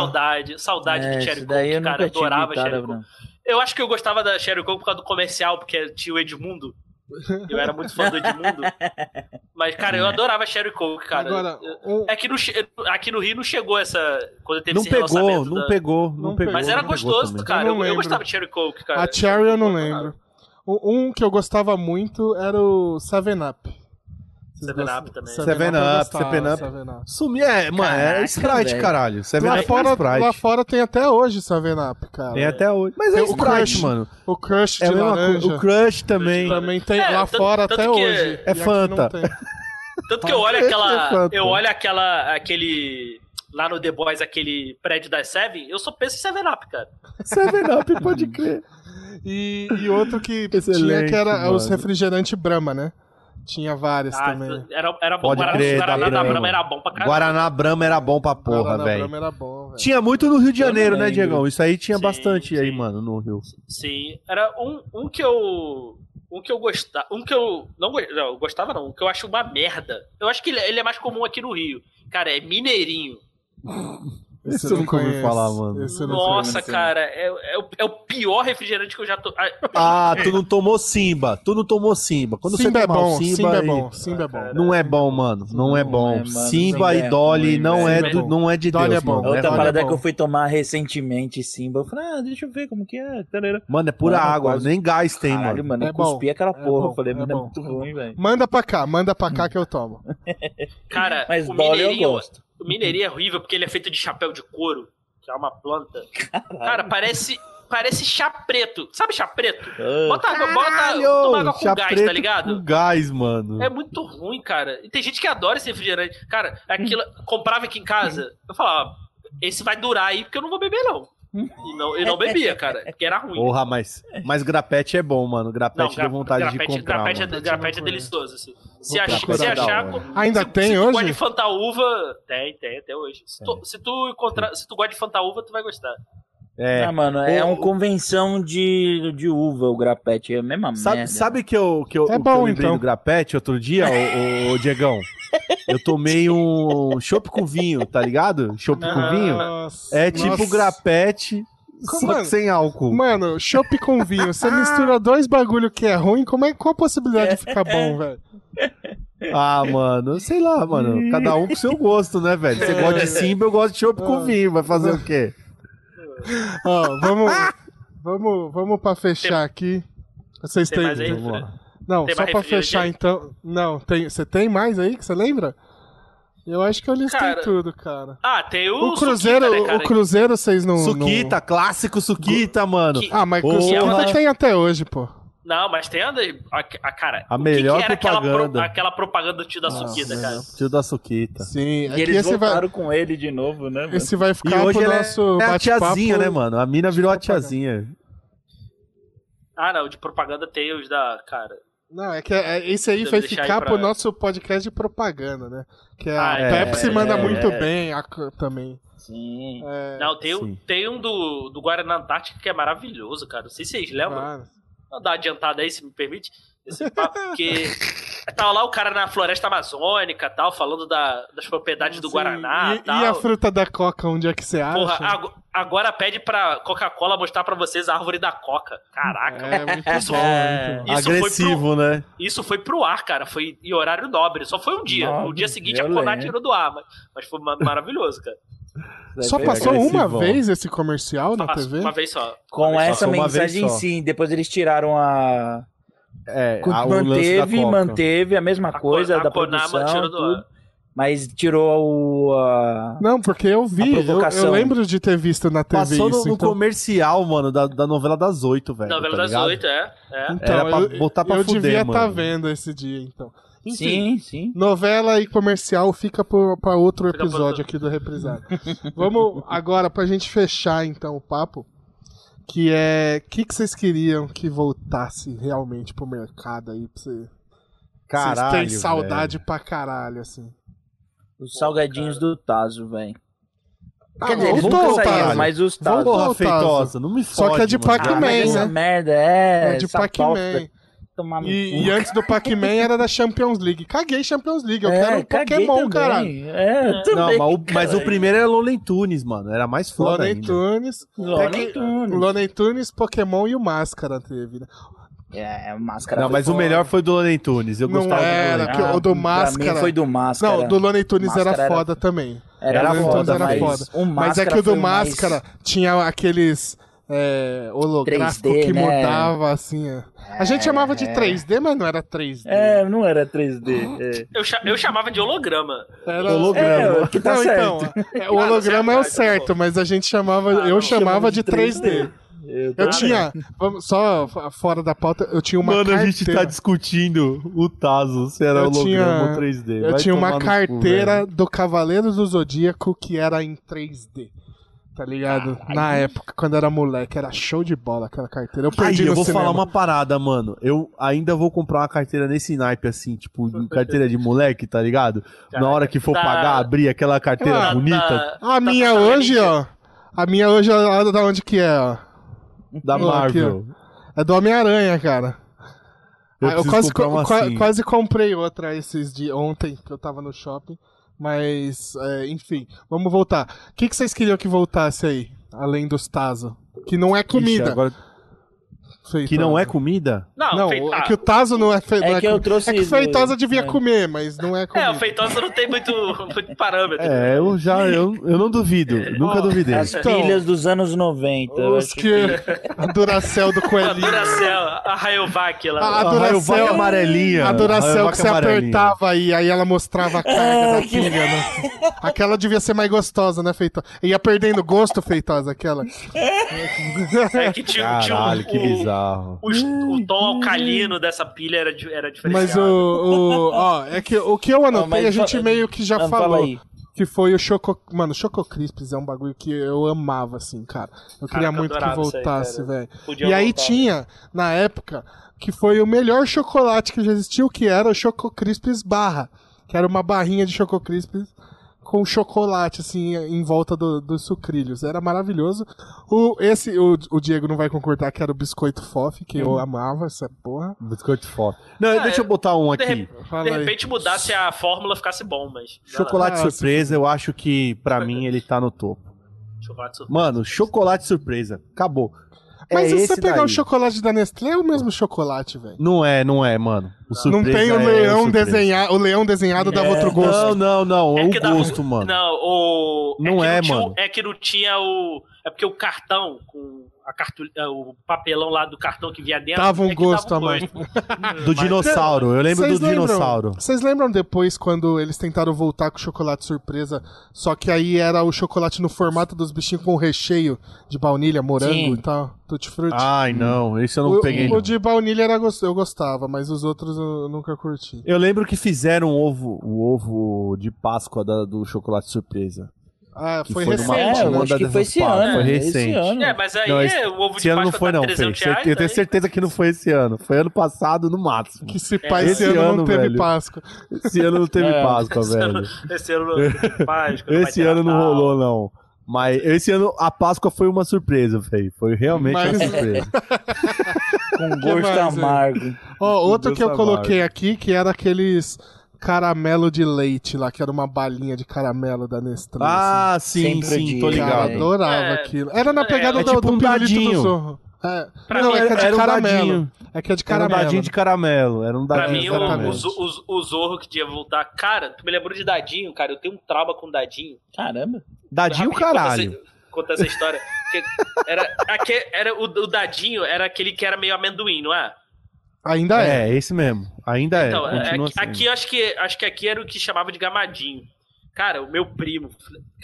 S3: saudade, saudade
S4: É,
S3: do Cherry
S4: isso daí eu
S3: Coke, cara.
S4: nunca
S3: Eu
S4: tinha
S3: adorava
S4: evitado,
S3: Cherry Coke.
S4: Bruno.
S3: Eu acho que eu gostava da Sherry Coke por causa do comercial, porque tinha o Edmundo. Eu era muito fã do Edmundo. Mas, cara, eu adorava Sherry Coke, cara.
S1: Agora, um-
S3: É que no, che- aqui no Rio não chegou essa. Quando teve
S2: Não
S3: esse
S2: pegou,
S3: relançamento
S2: não
S3: da-
S2: pegou, não
S1: Não
S2: pegou.
S1: pegou,
S3: Mas era
S2: não pegou
S3: gostoso,
S2: também.
S3: cara.
S1: Eu
S3: Eu,
S1: não
S3: eu
S1: lembro.
S3: gostava de Cherry Coke, cara. é
S1: a Cherry eu não lembro. Um, um que eu gostava muito era o Seven Up. Vocês
S3: Seven
S1: gostam?
S3: Up também.
S2: Seven
S1: eu
S2: Up,
S1: gostava,
S2: Seven Up.
S1: Seven Up.
S2: Sumi é, mano, é
S4: Caraca,
S2: Sprite,
S4: velho.
S2: caralho. Seven
S1: Lá
S2: Up é
S1: fora, lá
S2: Sprite.
S1: fora tem até hoje Seven Up, cara.
S2: Tem até hoje. Mas é
S1: Tem o
S2: Sprite,
S1: Crush.
S2: mano.
S1: O Crush de
S2: É a mesma
S1: laranja.
S2: coisa. O Crush também.
S1: Também tem
S3: É,
S1: lá
S3: tanto-
S1: fora
S3: tanto
S1: até
S3: que
S1: hoje.
S2: é
S1: E aqui não
S2: Fanta.
S1: tem.
S3: Tanto que eu olho
S2: É fato.
S3: aquela. Eu olho aquela. aquele. Lá no The Boys, aquele prédio da Seven, eu só penso em Seven Up, cara.
S2: Seven Up, pode
S1: Uhum.
S2: crer.
S1: E, e outro que tinha
S2: Excelente,
S1: que era os
S2: mano.
S1: refrigerantes Brahma, né? Tinha várias
S3: Ah,
S1: também.
S3: era, era bom.
S2: Pode
S3: Guaraná,
S2: crer, da
S3: Guaraná da
S2: Brahma.
S3: Brahma era bom pra caralho.
S2: Guaraná Brahma era bom pra porra,
S1: Guaraná
S2: velho.
S1: Brahma era bom, velho.
S2: Tinha muito no Rio de
S4: Eu não
S2: Janeiro, né,
S4: lembro.
S2: Diegão? Isso aí tinha
S3: Sim,
S2: bastante aí,
S3: sim.
S2: mano, no Rio.
S3: Sim, era um, um que eu. Um que eu gostava. Um que eu. Não, go- não, eu gostava, não. Um que eu acho uma merda. Eu acho que ele, ele é mais comum aqui no Rio. Cara, é Mineirinho.
S2: Esse
S1: eu
S2: eu nunca ouvi
S1: conheço.
S2: falar, mano.
S1: Esse eu não
S3: Nossa,
S1: conheço.
S3: cara, é, é o, é o pior refrigerante que eu já tô.
S2: Ah, tu não tomou Simba. Tu não tomou Simba. Quando
S1: Simba
S2: você
S1: é
S2: tomar
S1: bom,
S2: um Simba,
S1: Simba é
S2: aí-
S1: bom, Simba é bom.
S2: Não é bom, mano. Não é
S4: Não
S2: bom.
S4: é, mano.
S2: Simba
S4: Simba
S2: e
S4: é
S2: Dolly
S4: ruim,
S2: não, é
S1: velho.
S2: do, não é de
S1: Dolly
S2: Deus,
S1: é bom.
S2: mano.
S4: A Outra
S2: É ruim.
S4: parada
S1: bom.
S4: que eu fui tomar recentemente, Simba, eu falei, ah, deixa eu ver como que é. tarará.
S2: Mano, é pura
S4: Mano,
S2: água.
S4: quase-
S2: Nem gás tem,
S4: Caralho,
S2: mano.
S4: mano,
S1: É
S4: eu cuspi
S1: bom,
S4: aquela
S1: é
S4: porra.
S1: bom,
S4: eu falei,
S1: é
S4: mano, é
S1: bom.
S4: muito ruim, velho.
S1: Manda pra cá, manda pra cá que eu tomo.
S3: Cara,
S4: Mas
S3: o
S4: Dolly eu
S3: Mineirinho.
S4: gosto.
S3: O Mineirinho é horrível porque ele é feito de chapéu de couro, que é uma planta. Cara, parece. Parece chá preto. Sabe chá preto?
S4: É.
S3: Bota água, bota. Toma água com
S2: chá
S3: gás,
S2: preto
S3: tá ligado?
S2: Com gás, mano.
S3: É muito ruim, cara. E tem gente que adora esse refrigerante. Cara, aquilo comprava aqui em casa. Eu falava, esse vai durar aí porque eu não vou beber, não. E não, e não bebia, cara, porque era ruim.
S2: Porra, mas, mas grapete é bom, mano. Grapete deu
S3: gra-
S2: vontade
S3: grapete-
S2: de comprar.
S3: Grapete,
S2: mano.
S3: é, grapete é delicioso, assim. Se, ach-
S2: procurar
S3: se
S2: da
S3: achar.
S2: hora.
S1: Ainda
S3: se,
S1: tem
S3: se
S1: hoje?
S3: Tu gosta de fantaúva, tem, tem até hoje. Se tu, se tu, encontrar, se tu gosta de fantaúva, tu vai gostar.
S2: É.
S4: Ah, mano, é
S2: O-
S4: uma convenção de, de uva o grapete, é a mesma
S2: Sabe,
S4: merda.
S2: sabe que eu, que eu,
S1: É
S2: o que
S1: bom,
S2: eu lembrei
S1: então.
S2: do grapete outro dia, ô, ô, ô, Diegão? Eu tomei um chopp com vinho, tá ligado? Chopp com
S3: Ah,
S2: vinho.
S1: Nossa,
S2: É tipo
S1: nossa.
S2: grapete,
S1: Como,
S2: só
S1: mano?
S2: que sem álcool.
S1: Mano, chopp com vinho. Você mistura dois bagulho que é ruim, como é, qual a possibilidade de ficar bom, velho?
S2: Ah, mano, sei lá,
S1: Hum.
S2: mano. Cada um com seu gosto, né, velho? Você gosta
S1: É.
S2: de simba, eu gosto de chopp
S1: Ah.
S2: com vinho. Vai fazer o quê?
S1: Ó, vamos, vamos, vamos pra fechar aqui. Vocês
S3: Tem
S1: têm.
S3: mais aí,
S2: Vamos
S3: Fran?
S2: lá.
S1: Não,
S3: Tem
S1: só
S3: mais
S1: pra
S3: refrigerante
S1: fechar
S3: aí?
S1: então. Não, tem. Você tem mais aí que você lembra? Eu acho que eu listei
S3: Cara,
S1: tudo, cara.
S3: Ah, tem o.
S1: O Cruzeiro,
S3: Suquita, né, cara?
S1: o Cruzeiro vocês não.
S2: Suquita, clássico suquita, mano.
S1: Não... Ah, mas
S2: Porra.
S1: Cruzeiro tem até hoje, pô.
S3: Não, mas tem a. a, a cara,
S2: A
S3: o que
S2: melhor
S3: que era aquela pro-
S2: propaganda.
S3: Aquela propaganda do tio da Suquita, cara.
S2: Tio da suquita.
S1: Sim, é
S4: E
S1: que
S4: eles
S1: esse vai,
S4: voltaram com ele de novo, né? mano?
S1: esse vai
S2: E
S1: ficar
S2: hoje
S1: pro
S2: ela
S1: nosso
S2: é a
S1: bate-papo.
S2: tiazinha, né, mano? A mina virou a
S1: propaganda.
S2: tiazinha.
S3: Ah, não, de propaganda tem os da. Cara.
S1: Não, é que é- esse aí
S3: Deve
S1: vai
S3: deixar
S1: ficar
S3: aí pra-
S1: pro nosso podcast de propaganda, né? Que a
S3: Ah, é,
S1: Pepsi manda
S2: é,
S1: muito
S4: é.
S1: bem a co- também.
S4: Sim.
S1: É,
S3: Não, tem, o-
S2: sim.
S3: tem um do, do Guaraná Antártica que é maravilhoso, cara. Não sei se vocês lembram.
S1: claro.
S3: Vou dar uma adiantada aí, se me permite. Esse papo, porque tava lá o cara na floresta amazônica tal, falando da- das propriedades do
S1: Sim,
S3: Guaraná
S1: e,
S3: tal.
S1: e a fruta da coca, onde é que você acha?
S3: Porra, ago- agora pede pra Coca-Cola mostrar pra vocês a árvore da Coca. É. Caraca,
S1: É muito
S3: Isso-
S1: bom. muito bom.
S3: Isso foi
S2: Agressivo, né?
S3: isso foi pro ar, cara. Foi em horário nobre. Só foi um dia.
S4: Nobre,
S3: o dia seguinte a
S4: violento.
S3: Conar tirou do ar, mas, mas foi ma- maravilhoso, cara.
S2: é
S4: Vai
S1: Só
S4: ver,
S1: passou
S4: cara.
S1: uma
S2: agressivão.
S1: vez esse comercial na
S3: Passou
S1: TV?
S3: Uma vez só.
S4: Com essa
S2: Passou uma vez
S4: mensagem
S2: só.
S4: sim, depois eles tiraram a.
S2: É, a- o lance da
S4: manteve,
S2: Coca.
S4: manteve a mesma
S3: A
S4: coisa
S3: Co- a
S4: da
S3: Conar
S4: produção,
S3: tirou do ar.
S4: tudo, mas tirou o. a-
S1: Não, porque eu vi,
S4: A
S1: eu,
S4: provocação.
S1: eu lembro de ter visto na TV
S2: Passou no,
S1: isso.
S2: no
S1: então,
S2: comercial, mano, da, da novela das oito, velho.
S3: Novela
S2: tá
S3: das
S2: ligado?
S3: oito, é. é.
S1: então,
S2: Era pra
S1: eu,
S2: botar pra
S1: eu
S2: fuder,
S1: devia estar
S2: mano.
S1: vendo esse dia, então. Enfim,
S4: Sim, sim.
S1: novela e comercial fica pro- pra outro
S3: Fica pra
S1: episódio aqui do Reprisado. Vamos agora, pra gente fechar então o papo, que é, o que, que vocês queriam que voltasse realmente pro mercado aí? Pra você,
S2: Caralho.
S1: vocês têm
S2: velho.
S1: saudade pra caralho, assim.
S4: Os salgadinhos do Tazo, velho.
S1: Ah,
S4: Quer dizer, eles
S1: voltou,
S4: nunca saíram,
S1: Tazo.
S4: mas os Tazo.
S1: Voltou.
S2: Porra,
S1: Tazo.
S2: feitosa, não me
S1: Só
S2: fode,
S1: que é de
S2: mano.
S4: Ah, mas
S1: Pac-Man,
S4: essa
S1: né?
S4: merda é.
S1: É de
S4: essa bosta, tá
S1: Pac-Man.
S4: Tomar no
S1: E,
S4: cu.
S1: e antes do Pac-Man era da Champions League. Caguei Champions League, eu
S4: É,
S1: quero um
S4: caguei
S1: Pokémon,
S4: também.
S1: caralho.
S4: É, eu
S2: Não, mas o,
S4: também.
S2: mas o
S4: caralho.
S2: primeiro era Looney Tunes, mano. Era mais foda
S1: Looney
S2: ainda.
S1: Tunes,
S4: Looney
S1: É que-
S4: Tunes.
S1: Looney Tunes, Pokémon e o Máscara teve, né?
S4: É, o máscara.
S2: Não,
S4: foi
S2: mas o
S4: foda. Ah,
S2: melhor foi do Looney Tunes. Eu
S1: Não
S2: gostava
S1: era,
S2: do Looney
S1: é que
S2: Tunes.
S1: o do
S4: pra
S1: Máscara-
S4: Mim foi do máscara.
S1: Não, do Looney Tunes era,
S4: Máscara era-
S1: foda também.
S4: Era,
S2: Era
S4: foda,
S2: foda,
S4: mas
S2: era
S1: foda.
S4: o máscara
S1: Mas é que o
S4: foi
S1: do
S4: o mais-
S1: Máscara tinha aqueles é, holográfico
S4: 3D,
S1: que
S4: né?
S1: mudava, assim. é. A gente chamava de
S4: é.
S1: 3D, mas não era 3D.
S4: É, não era 3D.
S3: Eu, cha- eu chamava de holograma.
S1: Era...
S4: É,
S2: Holograma.
S4: é o que tá
S1: não,
S4: certo.
S1: então, é, o
S3: Ah, não,
S1: holograma é o
S3: certo, tá bom.
S1: certo, mas a gente chamava,
S3: Ah,
S1: eu
S3: não,
S1: chamava de 3D.
S4: Eu,
S1: Eu
S4: também.
S1: tinha, vamos, só f- fora da pauta, eu tinha uma
S2: Mano,
S1: carteira.
S2: a gente tá discutindo o Tazo, se era
S1: Eu
S2: holograma
S1: tinha-
S2: ou 3D.
S1: Eu
S2: Vai
S1: tinha
S2: tomar
S1: uma
S2: no cu,
S1: carteira do Cavaleiros do Zodíaco que era em 3D. Tá ligado? Na época, quando era moleque, era show de bola aquela carteira. Eu perdi
S2: Aí, eu
S1: no
S2: vou
S1: cinema.
S2: falar uma parada, mano. Eu ainda vou comprar uma carteira nesse naipe, assim, tipo, de carteira de moleque, tá ligado? Na hora que for
S3: Tá.
S2: pagar, abrir aquela carteira
S1: Ah,
S2: bonita
S3: Da-
S1: A
S3: da
S1: minha hoje, ó. A minha hoje, olha da onde que é, ó.
S2: da
S1: Ó, aqui,
S2: Marvel.
S1: É do Homem-Aranha, cara.
S2: Eu
S1: Ah, eu
S2: preciso
S1: quase,
S2: comprar
S1: co-
S2: uma
S1: qua-
S2: assim.
S1: quase comprei outra esses de ontem, que eu tava no shopping. Mas, é, enfim, vamos voltar. O que, que vocês queriam que voltasse aí? Além dos Tazo? Que não é comida.
S2: Ixi, agora-
S1: feitosa.
S2: Que não é comida?
S3: Não, ah,
S1: Não,
S3: feita-
S1: é que o Tazo não é feitosa.
S4: É que eu trouxe
S1: É que feitosa devia
S4: é.
S1: comer, mas não é comida.
S3: É, o Feitosa não tem muito, muito parâmetro.
S2: É, eu já, eu, eu não duvido, nunca duvidei.
S4: As
S1: Então,
S4: filhas dos anos 90. eu
S1: Os
S3: né?
S4: acho
S1: que... A Duracel do
S3: A
S1: coelhinho.
S3: Duracell, assim, a Rayovac lá.
S1: A- a
S2: Raio
S1: Duracell-
S2: vaca amarelinha.
S1: A Duracell
S2: Raio
S1: que
S2: vaca
S1: você
S2: amarelinha.
S1: apertava aí, aí ela mostrava a carga da pilha, né? Aquela devia ser mais gostosa, né, Feitosa? Ia perdendo gosto, Feitosa, aquela.
S3: É que tinha, tinha
S2: Ah, Caralho,
S3: o,
S2: que bizarro.
S3: O, o tom alcalino dessa pilha era, di- era
S1: Mas
S3: diferenciado.
S1: o, o- Ó, é que o que eu
S4: Ó,
S1: anotei,
S4: mas
S1: a gente
S4: fa-
S1: meio que já
S4: Não, Ah, fala
S1: falou.
S4: aí.
S1: Que foi o Choco. Mano, Choco Crisps é um bagulho que eu amava, assim, cara. Eu
S3: Caraca,
S1: queria muito que
S3: adorava isso aí,
S1: voltasse,
S3: cara.
S1: velho.
S3: Podia
S1: E aí
S3: voltar. né?
S1: tinha, na época, que foi o melhor chocolate que já existiu, que era o Choco Crisps barra. Que era uma barrinha de Choco Crisps com chocolate, assim, em volta do- dos sucrilhos. Era maravilhoso. O, esse, o, o Diego não vai concordar que era o biscoito fof, que eu amava essa porra.
S2: Biscoito foda. Não,
S3: Ah,
S2: deixa eu botar um
S3: de
S2: aqui.
S3: repente-
S1: Fala
S3: De
S1: aí.
S3: repente mudasse a fórmula, ficasse bom, mas. sei lá,
S2: Chocolate
S1: Ah,
S2: surpresa, eu acho que pra mim ele tá no topo.
S3: Chocolate surpresa.
S2: Mano, chocolate surpresa. Acabou.
S1: Mas
S2: é
S1: e se você
S2: esse
S1: pegar
S2: daí.
S1: o chocolate da Nestlé, é o mesmo chocolate, velho.
S2: Não é, não é, mano. O
S1: Não
S2: surpresa
S1: tem o
S2: é
S1: leão
S2: surpresa.
S1: desenhado, o leão desenhado dava outro gosto.
S2: É, Não, não, não.
S3: É
S2: o
S3: que dava-
S2: gosto, mano.
S3: Não, o.
S2: Não
S3: que
S2: é,
S3: tinha o-
S2: mano.
S3: É que não tinha o. É porque o cartão, com a cartu... é, o papelão lá do cartão que vinha dentro.
S1: Dava um
S3: é que
S1: gosto a mais.
S3: Hum,
S2: Do
S3: mas-
S2: dinossauro. Eu lembro do
S1: Vocês lembram-
S2: dinossauro.
S1: Vocês lembram depois quando eles tentaram voltar com chocolate surpresa, só que aí era o chocolate no formato dos bichinhos com recheio de baunilha, morango
S4: Sim.
S1: e tal, tutti frutti?
S2: Ai, não. Esse Ah, eu não
S1: o,
S2: peguei.
S1: o
S2: não.
S1: de baunilha era gos- eu gostava, mas os outros eu nunca curti.
S2: Eu lembro que fizeram o ovo, o ovo de Páscoa da- do chocolate surpresa.
S1: Ah,
S2: Que
S1: foi,
S2: foi numa-
S1: recente,
S4: É, eu
S1: né?
S2: uma
S4: acho que
S2: dessas
S4: foi esse
S2: partes,
S4: ano.
S2: foi
S4: né? Esse
S2: recente.
S3: É,
S4: ano.
S3: mas aí
S2: Não, esse-
S3: é, o ovo
S2: Esse
S3: de
S2: ano não
S3: Páscoa
S2: foi,
S3: tá
S2: não, Fê.
S3: 300 reais.
S2: Eu tenho
S3: aí-
S2: certeza que não foi esse ano. Foi ano passado, no máximo.
S1: Que se pá, esse,
S2: esse
S1: ano, não
S2: ano,
S1: teve
S2: velho.
S1: Páscoa.
S2: Esse ano não teve
S4: É,
S2: Páscoa,
S3: esse
S2: velho.
S3: ano- Esse ano não tem Páscoa, não vai
S2: Esse
S3: ter
S2: ano não
S3: Natal.
S2: rolou, não. Mas esse ano a Páscoa foi uma surpresa, velho. Foi realmente
S1: Mas-
S2: uma surpresa.
S4: Com
S1: Que
S4: gosto
S1: mais, hein?
S4: amargo.
S1: Ó,
S2: Meu
S1: outro
S2: Deus
S1: que eu
S2: amado.
S1: coloquei aqui, que era aqueles caramelo de leite lá, que era uma balinha de caramelo da Nestlé. assim.
S2: ah, sim,
S4: Sempre
S2: sim, tô
S4: digo,
S1: Cara,
S2: ligado.
S4: hein?
S1: adorava
S3: É,
S1: aquilo. Era na pegada
S2: é
S1: do,
S2: tipo
S1: do
S2: um
S1: pirulito
S2: dadinho.
S1: do zorro. É.
S3: Pra
S1: não,
S3: mim
S1: é que é de
S2: era um
S1: caramelo.
S2: dadinho.
S1: É que é de
S2: Era um
S1: caramelo.
S2: dadinho de caramelo. Era um
S3: Pra
S2: dadinho
S3: mim,
S2: de
S3: o,
S2: caramelo.
S3: o,
S1: exatamente.
S3: Zo- o, o Zorro que devia voltar. Cara, tu me lembrou de Dadinho, cara. Eu tenho um trauma com Dadinho.
S4: Caramba.
S2: Dadinho,
S3: Rapidinho, conta
S2: caralho.
S3: essa- Conta essa história. Porque era, aque- era, o, o Dadinho era aquele que era meio amendoim, não é?
S1: Ainda é.
S2: É, esse mesmo. Ainda é.
S3: Então, é-
S2: continua
S3: aqui,
S2: sendo.
S3: aqui eu acho que, acho que aqui era o que chamava de gamadinho. Cara, o meu primo.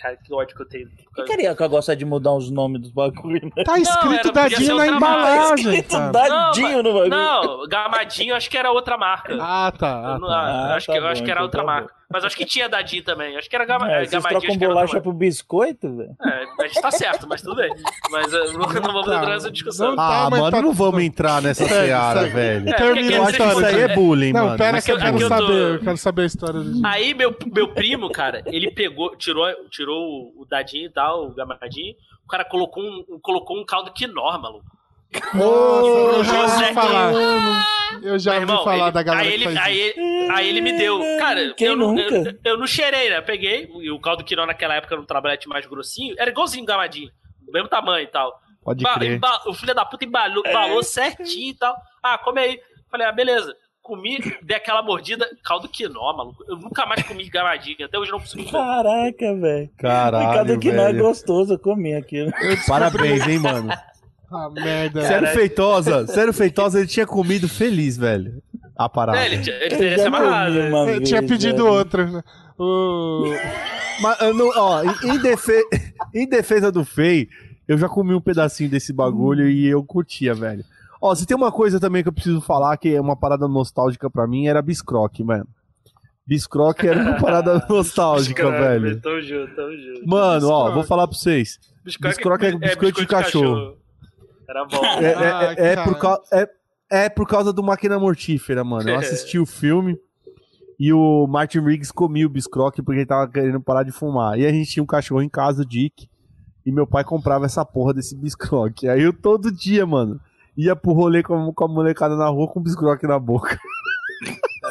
S3: Cara, que ódio que eu tenho.
S4: Que carioca gosta de mudar os nomes dos bagulho, né?
S1: Tá escrito
S3: era- um podia ser
S1: dadinho na
S3: outra marca.
S1: embalagem. Ah.
S4: Escrito
S1: cara.
S4: dadinho no bagulho.
S3: Não, gamadinho eu acho que era outra marca.
S1: Ah, tá.
S3: Eu
S1: Ah,
S3: não-
S1: tá.
S3: ah, eu acho,
S4: Ah,
S3: que,
S4: tá
S3: eu acho
S4: bom,
S3: que era
S4: então
S3: outra
S4: tá
S3: marca. Mas eu acho que tinha dadinho também. Eu Acho que era gama,
S4: É,
S3: é,
S4: vocês
S3: gamadinho.
S4: trocam
S3: Acho que era outra
S4: bolacha
S3: marca.
S4: pro biscoito, velho?
S3: É, mas tá certo, mas tudo bem. Mas eu não, não
S1: Tá.
S3: vamos entrar nessa discussão.
S1: Não
S2: Ah,
S1: tá, mas
S2: mano,
S1: tá-
S2: não vamos entrar nessa
S1: Segue,
S2: seara,
S1: segue.
S2: velho.
S3: É,
S1: Termina
S3: porque
S1: a
S2: Eu acho que isso
S1: história.
S2: aí é bullying,
S1: Não,
S2: mano.
S1: pera
S2: Mas
S1: que eu
S3: aqui eu
S1: quero
S3: tô-
S1: saber. Eu quero saber a história do
S3: Aí meu, meu primo, cara, ele pegou, tirou, tirou o dadinho e tal, o gamadinho. O cara colocou um, um- colocou um caldo quinó, maluco.
S1: Nossa, eu já
S3: José
S1: ouvi
S3: que-
S1: falar. Eu já
S3: Meu
S1: ouvi
S3: irmão,
S1: falar
S3: ele-
S1: da galera
S3: aí ele,
S1: que faz
S3: aí,
S1: isso.
S3: ele- aí ele me deu. Cara,
S4: Quem
S3: eu, não-
S4: nunca?
S3: eu, eu não cheirei, né? Peguei, e o caldo quinó naquela época era um trabalhete mais grossinho. Era igualzinho o gamadinho, do mesmo tamanho e tal.
S2: Pode
S3: Ba-
S2: crer.
S3: emba- o filho da puta embalou,
S2: É
S3: embalou certinho e tal. Ah, come aí. Falei, ah, beleza. Comi, dei aquela mordida, caldo quinó, maluco. Eu nunca mais comi gamadinho, até hoje eu não consigo comer.
S4: Caraca, velho.
S2: Caralho,
S4: Cada que não é
S2: velho.
S4: gostoso, eu comi aquilo.
S2: Parabéns, hein, mano.
S1: Ah, merda.
S2: Sério Feitosa, Sério Feitosa, ele tinha comido feliz, velho. A parada.
S3: É, ele, tinha- ele
S4: Eu
S3: teria
S4: já
S3: se amarrado.
S4: comi
S3: né?
S4: uma
S1: Eu tinha
S4: vez,
S1: pedido
S4: velho.
S1: outra, né? O...
S2: Mas, eu não- ó, em, em defe- em defesa do Fei, eu já comi um pedacinho desse bagulho e eu curtia, velho. Ó, se tem uma coisa também que eu preciso falar, que é uma parada nostálgica pra mim, era Biscroque, mano. Biscroque era uma parada nostálgica,
S3: Caralho,
S2: velho.
S3: Tamo junto, tamo junto.
S2: Mano, ó,
S1: Biscroque.
S2: vou falar pra vocês. Biscroque é biscoito de
S3: Era bom. né,
S2: É, é-
S1: Ah,
S2: é- é
S1: cara.
S2: por cau- é- é por causa do Máquina Mortífera, mano. Eu assisti o filme e o Martin Riggs comia o biscroque porque ele tava querendo parar de fumar. E a gente tinha um cachorro em casa, o Dick, e meu pai comprava essa porra desse biscroque. Aí eu todo dia, mano, ia pro rolê com a, com a molecada na rua com o biscroque na boca.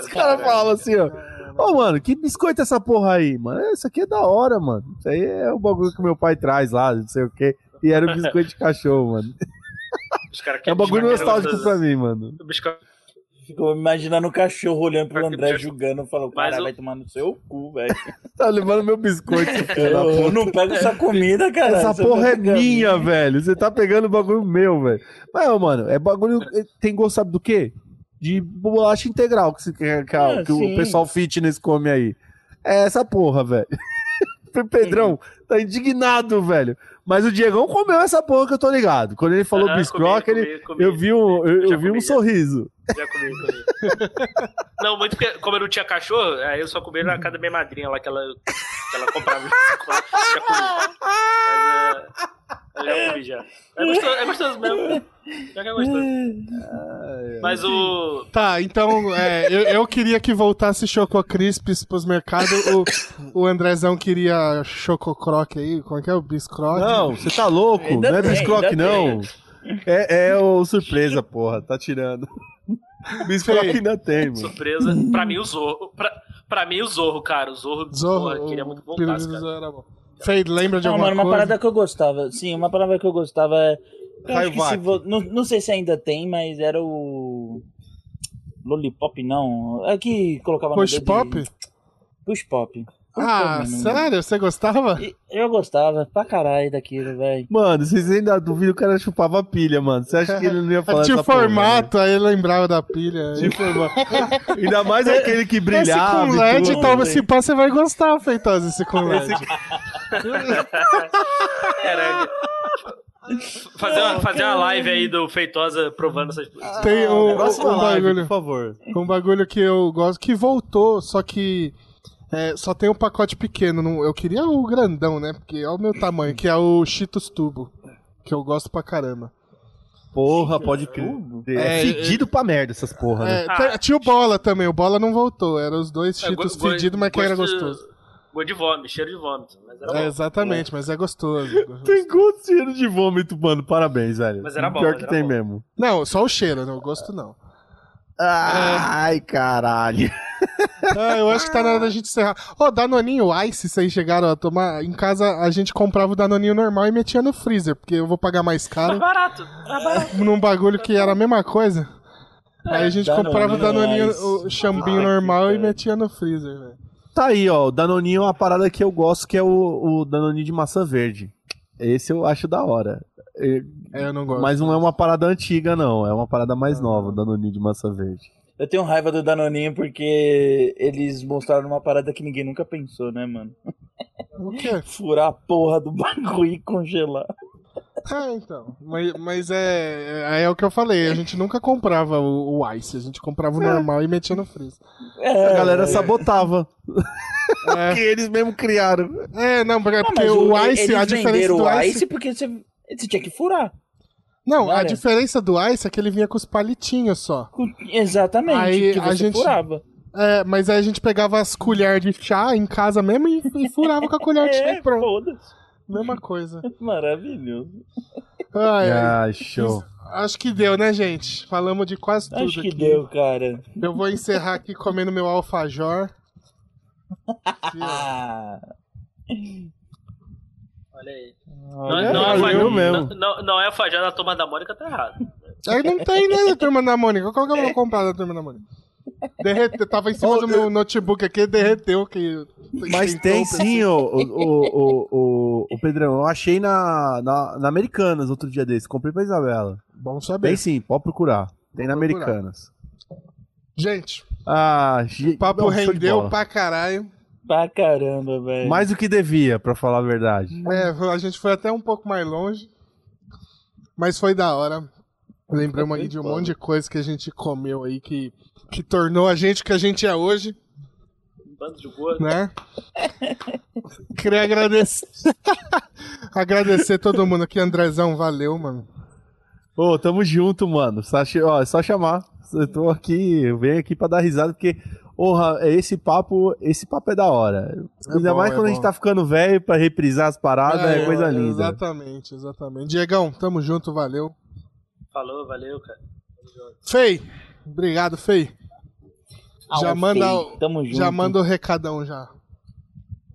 S2: Os caras
S3: né?
S2: falavam assim, ó. Ô, mano, que biscoito é essa porra aí, mano? Isso aqui é da hora, mano. Isso aí é o bagulho que meu pai traz lá, não sei o quê. E era o biscoito de cachorro, mano.
S3: Os caras
S2: É um bagulho nostálgico pra mim, mano.
S3: Biscoito.
S4: Ficou imaginando um cachorro olhando pro André julgando, falou,
S3: Mas
S4: cara,
S3: o-
S4: vai tomar no seu cu, velho.
S2: Tá levando meu biscoito, filho da
S4: Eu
S2: puta.
S4: não pego essa comida, cara.
S2: Essa
S4: Você
S2: porra
S4: tá
S2: é
S4: pegando.
S2: minha, velho. Você tá pegando o bagulho meu, velho. Mas, ó, mano, é bagulho. Tem gosto, sabe do quê? De bolacha integral que, se- que- que-
S4: Ah,
S2: que o
S4: sim.
S2: pessoal fitness come aí. É essa porra, velho. O Pedrão tá indignado, velho. Mas o Diegão comeu essa porra que eu tô ligado. Quando ele falou
S3: Ah,
S2: biscroque,
S3: comi,
S2: ele.
S3: comi, comi.
S2: Eu vi um, eu,
S3: Já
S2: eu vi um
S3: comi, já.
S2: sorriso.
S3: Já comi, comi. Não, muito porque, como eu não tinha cachorro, aí eu só comi na casa da minha madrinha lá, que ela que ela comprava em chocolate. Já comi. Mas é. Eu já comi já. É gostoso, é gostoso mesmo. Já que é gostoso. Mas o.
S1: Tá, então é, eu, eu queria que voltasse Choco Crisps pros mercados. O, o Andrezão queria Choco Croc aí. Como é que é? O Biscroc?
S2: Não, você tá louco?
S4: Ainda
S2: não é
S4: tem,
S2: Biscroc,
S4: ainda
S2: não. É, é o surpresa, porra. Tá tirando. Biscroc
S1: Sei.
S2: ainda tem, mano.
S3: Surpresa. Pra mim, o Zorro. Pra, pra mim, o Zorro, cara. O Zorro,
S1: Zorro.
S3: porra, queria muito
S1: o pirulito
S3: voltar,
S1: do
S3: cara.
S1: Zorro era bom. Você lembra de
S4: Não,
S1: alguma
S4: mano, uma
S1: coisa?
S4: parada que eu gostava. Sim, uma parada que eu gostava é. eu acho que
S2: Raiovac.
S4: se vo- não, não sei se ainda tem, mas era o. Lollipop não. É que colocava no
S1: Push
S4: dedo
S1: Pop?
S4: e- Push Pop.
S1: Ah,
S4: Push Pop, mano.
S1: sério? Você gostava?
S4: E- Eu gostava pra caralho daquilo, velho.
S2: Mano, vocês ainda duvidam que o cara chupava pilha, mano. Você acha que ele não ia falar
S1: Tinha
S2: essa
S1: o
S4: né?
S1: formato, aí eu lembrava da pilha.
S2: Porra, né? Tinha formato. Ainda mais aquele que brilhava.
S1: esse
S2: e
S1: com LED,
S2: tudo. né?
S1: então, se pá, você vai gostar, Feitosa, esse com LED.
S3: Caralho. Fazer uma, fazer uma live aí do Feitosa provando essas coisas.
S1: Tem um,
S2: Ah, Próxima
S1: um
S2: live,
S1: bagulho.
S2: por favor.
S1: Um bagulho que eu gosto, que voltou, só que é, só tem um pacote pequeno. não- eu queria o grandão, né? Porque é o meu tamanho, que é o Cheetos Tubo. Que eu gosto pra caramba.
S2: Porra, pode crer. É,
S1: É,
S2: fedido pra merda essas porra, né?
S1: É, t- tinha o Bola também, o Bola não voltou. Eram os dois
S3: É, go-
S1: Cheetos
S3: go-
S1: fedidos, mas que
S3: gosto
S1: era
S3: de-
S1: gostoso.
S3: Gosto de vômito, cheiro de vômito. Mas era
S1: É,
S3: bom.
S1: exatamente, mas é gostoso.
S2: Tem gosto de cheiro de vômito, mano. Parabéns, velho.
S3: Mas era bom,
S2: Pior
S3: mas
S2: que
S3: era
S2: tem
S3: bom.
S2: mesmo.
S1: Não, só o cheiro, né? O gosto não.
S2: Ai, caralho.
S1: Ah, eu acho que tá na hora da gente encerrar. Ô, Danoninho Ice, vocês chegaram a tomar. Em casa a gente comprava o Danoninho normal e metia no freezer, porque eu vou pagar mais
S3: Mas
S1: caro
S3: barato. Era barato.
S1: num bagulho que era a mesma coisa. Aí a gente
S4: Danoninho
S1: comprava o Danoninho,
S4: Ice.
S1: o chambinho
S2: Ah, que
S1: normal e
S2: cara.
S1: metia no freezer, velho.
S2: Tá aí, ó. O Danoninho é uma parada que eu gosto, que é o, o Danoninho de maçã verde. Esse eu acho da hora. É,
S1: É, eu não gosto.
S2: Mas não é uma parada antiga, não. É uma parada mais nova, o Danoninho de maçã verde.
S4: Eu tenho raiva do Danoninho porque eles mostraram uma parada que ninguém nunca pensou, né, mano?
S1: O quê?
S4: Furar a porra do bagulho e congelar.
S1: Ah, então. Mas, mas é, é, é o que eu falei, a gente nunca comprava o, o Ice, a gente comprava o normal e metia no freezer.
S2: A
S4: É,
S2: galera
S4: velho.
S2: sabotava.
S1: É.
S2: Que eles mesmo criaram.
S1: É, não, porque,
S4: Ah,
S1: porque
S4: mas
S1: o,
S4: e-
S1: Ice,
S4: eles
S1: a diferença
S4: venderam
S1: do
S4: o
S1: Ice.
S4: Ice porque você, você tinha que furar.
S1: Não, a
S4: Olha.
S1: diferença do Ice é que ele vinha com os palitinhos só.
S4: Com- Exatamente,
S1: Aí,
S4: que
S1: a
S4: você
S1: gente-
S4: furava.
S1: É, mas aí a gente pegava as colheres de chá em casa mesmo e, e furava com a colher de chá e
S4: É,
S1: pronto.
S4: foda-se.
S1: Mesma coisa.
S4: Maravilhoso.
S1: Ai, ai.
S2: Ah, show.
S1: Acho que deu, né, gente? Falamos de quase tudo
S4: Acho que
S1: aqui.
S4: deu, cara.
S1: Eu vou encerrar aqui comendo meu alfajor. Aqui, ó.
S4: Ah,
S3: Olha aí. Não,
S2: Olha
S3: não é
S2: aí,
S3: fajada-
S2: eu mesmo.
S3: não- não- não é a fajada da turma da Mônica, tá errado.
S1: Aí não tem, né, da turma da Mônica? Qual que eu vou comprar da turma da Mônica? Derreteu, tava em cima do meu notebook aqui, derreteu. Que
S2: Mas tem sim, o, o, o, o, o Pedrão. Eu achei na, na, na Americanas outro dia desse. Comprei pra Isabela.
S1: Bom
S2: Tem
S1: saber.
S2: sim, pode procurar. Tem na
S1: Tá procurar.
S2: Americanas.
S1: Gente,
S2: Ah, gi-
S1: o papo
S2: não, show de
S1: rendeu
S2: bola.
S1: pra caralho.
S4: pra caramba, velho.
S2: Mais do que devia, pra falar a verdade.
S1: É, a gente foi até um pouco mais longe, mas foi da hora. Lembramos aí de um monte de coisa que a gente comeu aí que, que tornou a gente o que a gente é hoje,
S3: Um bando de gordo.
S1: né? Queria agradecer. agradecer todo mundo aqui, Andrezão, valeu, mano.
S2: Ô, tamo junto, mano. Só, che- ó, é só chamar. Eu tô aqui, eu venho aqui pra dar risada, porque, porra, é esse papo, esse papo é da hora.
S1: É
S2: Ainda
S1: bom,
S2: mais
S1: é
S2: quando a gente
S1: bom.
S2: tá ficando velho pra reprisar as paradas, é,
S1: É,
S2: coisa
S1: é,
S2: linda.
S1: Exatamente, exatamente. Diegão, tamo junto, valeu.
S3: Falou, valeu, cara.
S1: Fei, obrigado, Fei.
S4: Ah,
S1: já
S4: um
S1: manda
S4: feio.
S1: o-
S4: Tamo junto.
S1: Já manda o recadão já.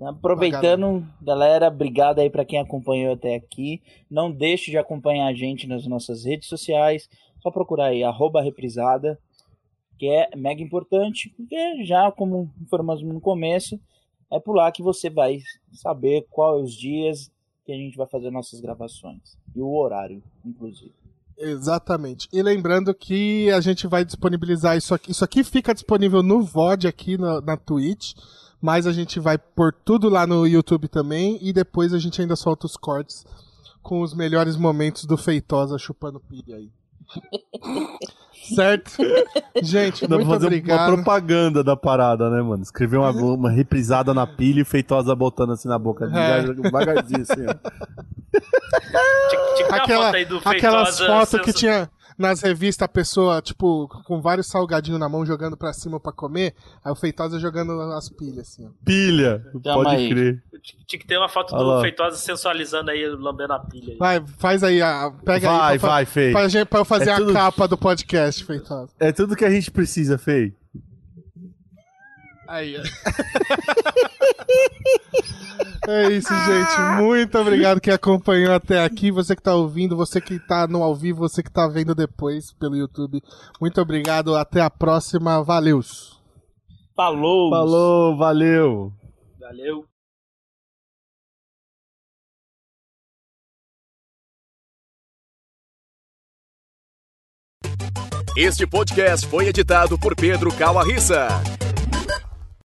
S4: Aproveitando, galera, obrigado aí pra quem acompanhou até aqui. Não deixe de acompanhar a gente nas nossas redes sociais. Só procurar aí, arroba reprisada, que é mega importante, porque já como informamos no começo, é por lá que você vai saber quais os dias que a gente vai fazer nossas gravações. E o horário, inclusive.
S1: Exatamente. E lembrando que a gente vai disponibilizar isso aqui. Isso aqui fica disponível no VOD aqui na, na Twitch, mas a gente vai pôr tudo lá no YouTube também e depois a gente ainda solta os cortes com os melhores momentos do Feitosa chupando pilha aí. Certo? Gente,
S2: Dá pra
S1: muito
S2: fazer uma
S1: obrigado.
S2: propaganda da parada, né, mano? Escrever uma, uma reprisada na pilha e feitosa botando assim na boca.
S1: É.
S2: Devagarzinho, assim, ó.
S3: Tinha, tinha que ter uma
S1: Aquela-
S3: foto aí do
S1: Aquelas
S3: Feitosa
S1: fotos que
S3: sensu-
S1: tinha nas revistas a pessoa, tipo, com vários salgadinhos na mão jogando pra cima pra comer, aí o Feitosa jogando as pilhas, assim, ó.
S2: Pilha,
S4: Calma
S2: pode
S4: aí.
S2: crer.
S3: Tinha que ter uma foto
S2: Olha
S3: do
S2: lá.
S3: Feitosa sensualizando aí, lambendo a pilha. aí.
S1: Vai, faz aí, a, pega
S2: vai,
S1: aí pra, fa-
S2: vai, Fei.
S1: pra gente, pra eu fazer
S2: É
S1: a
S2: tudo-
S1: capa do podcast, Feitosa.
S2: É tudo que a gente precisa, Fei.
S1: Aí, ó. É isso, gente. Muito obrigado que acompanhou até aqui. Você que tá ouvindo, você que tá no ao vivo, você que tá vendo depois pelo YouTube. Muito obrigado. Até a próxima. Valeus.
S3: Falou!
S2: Falou, valeu.
S3: Valeu!
S5: Este podcast foi editado por Pedro Calarissa.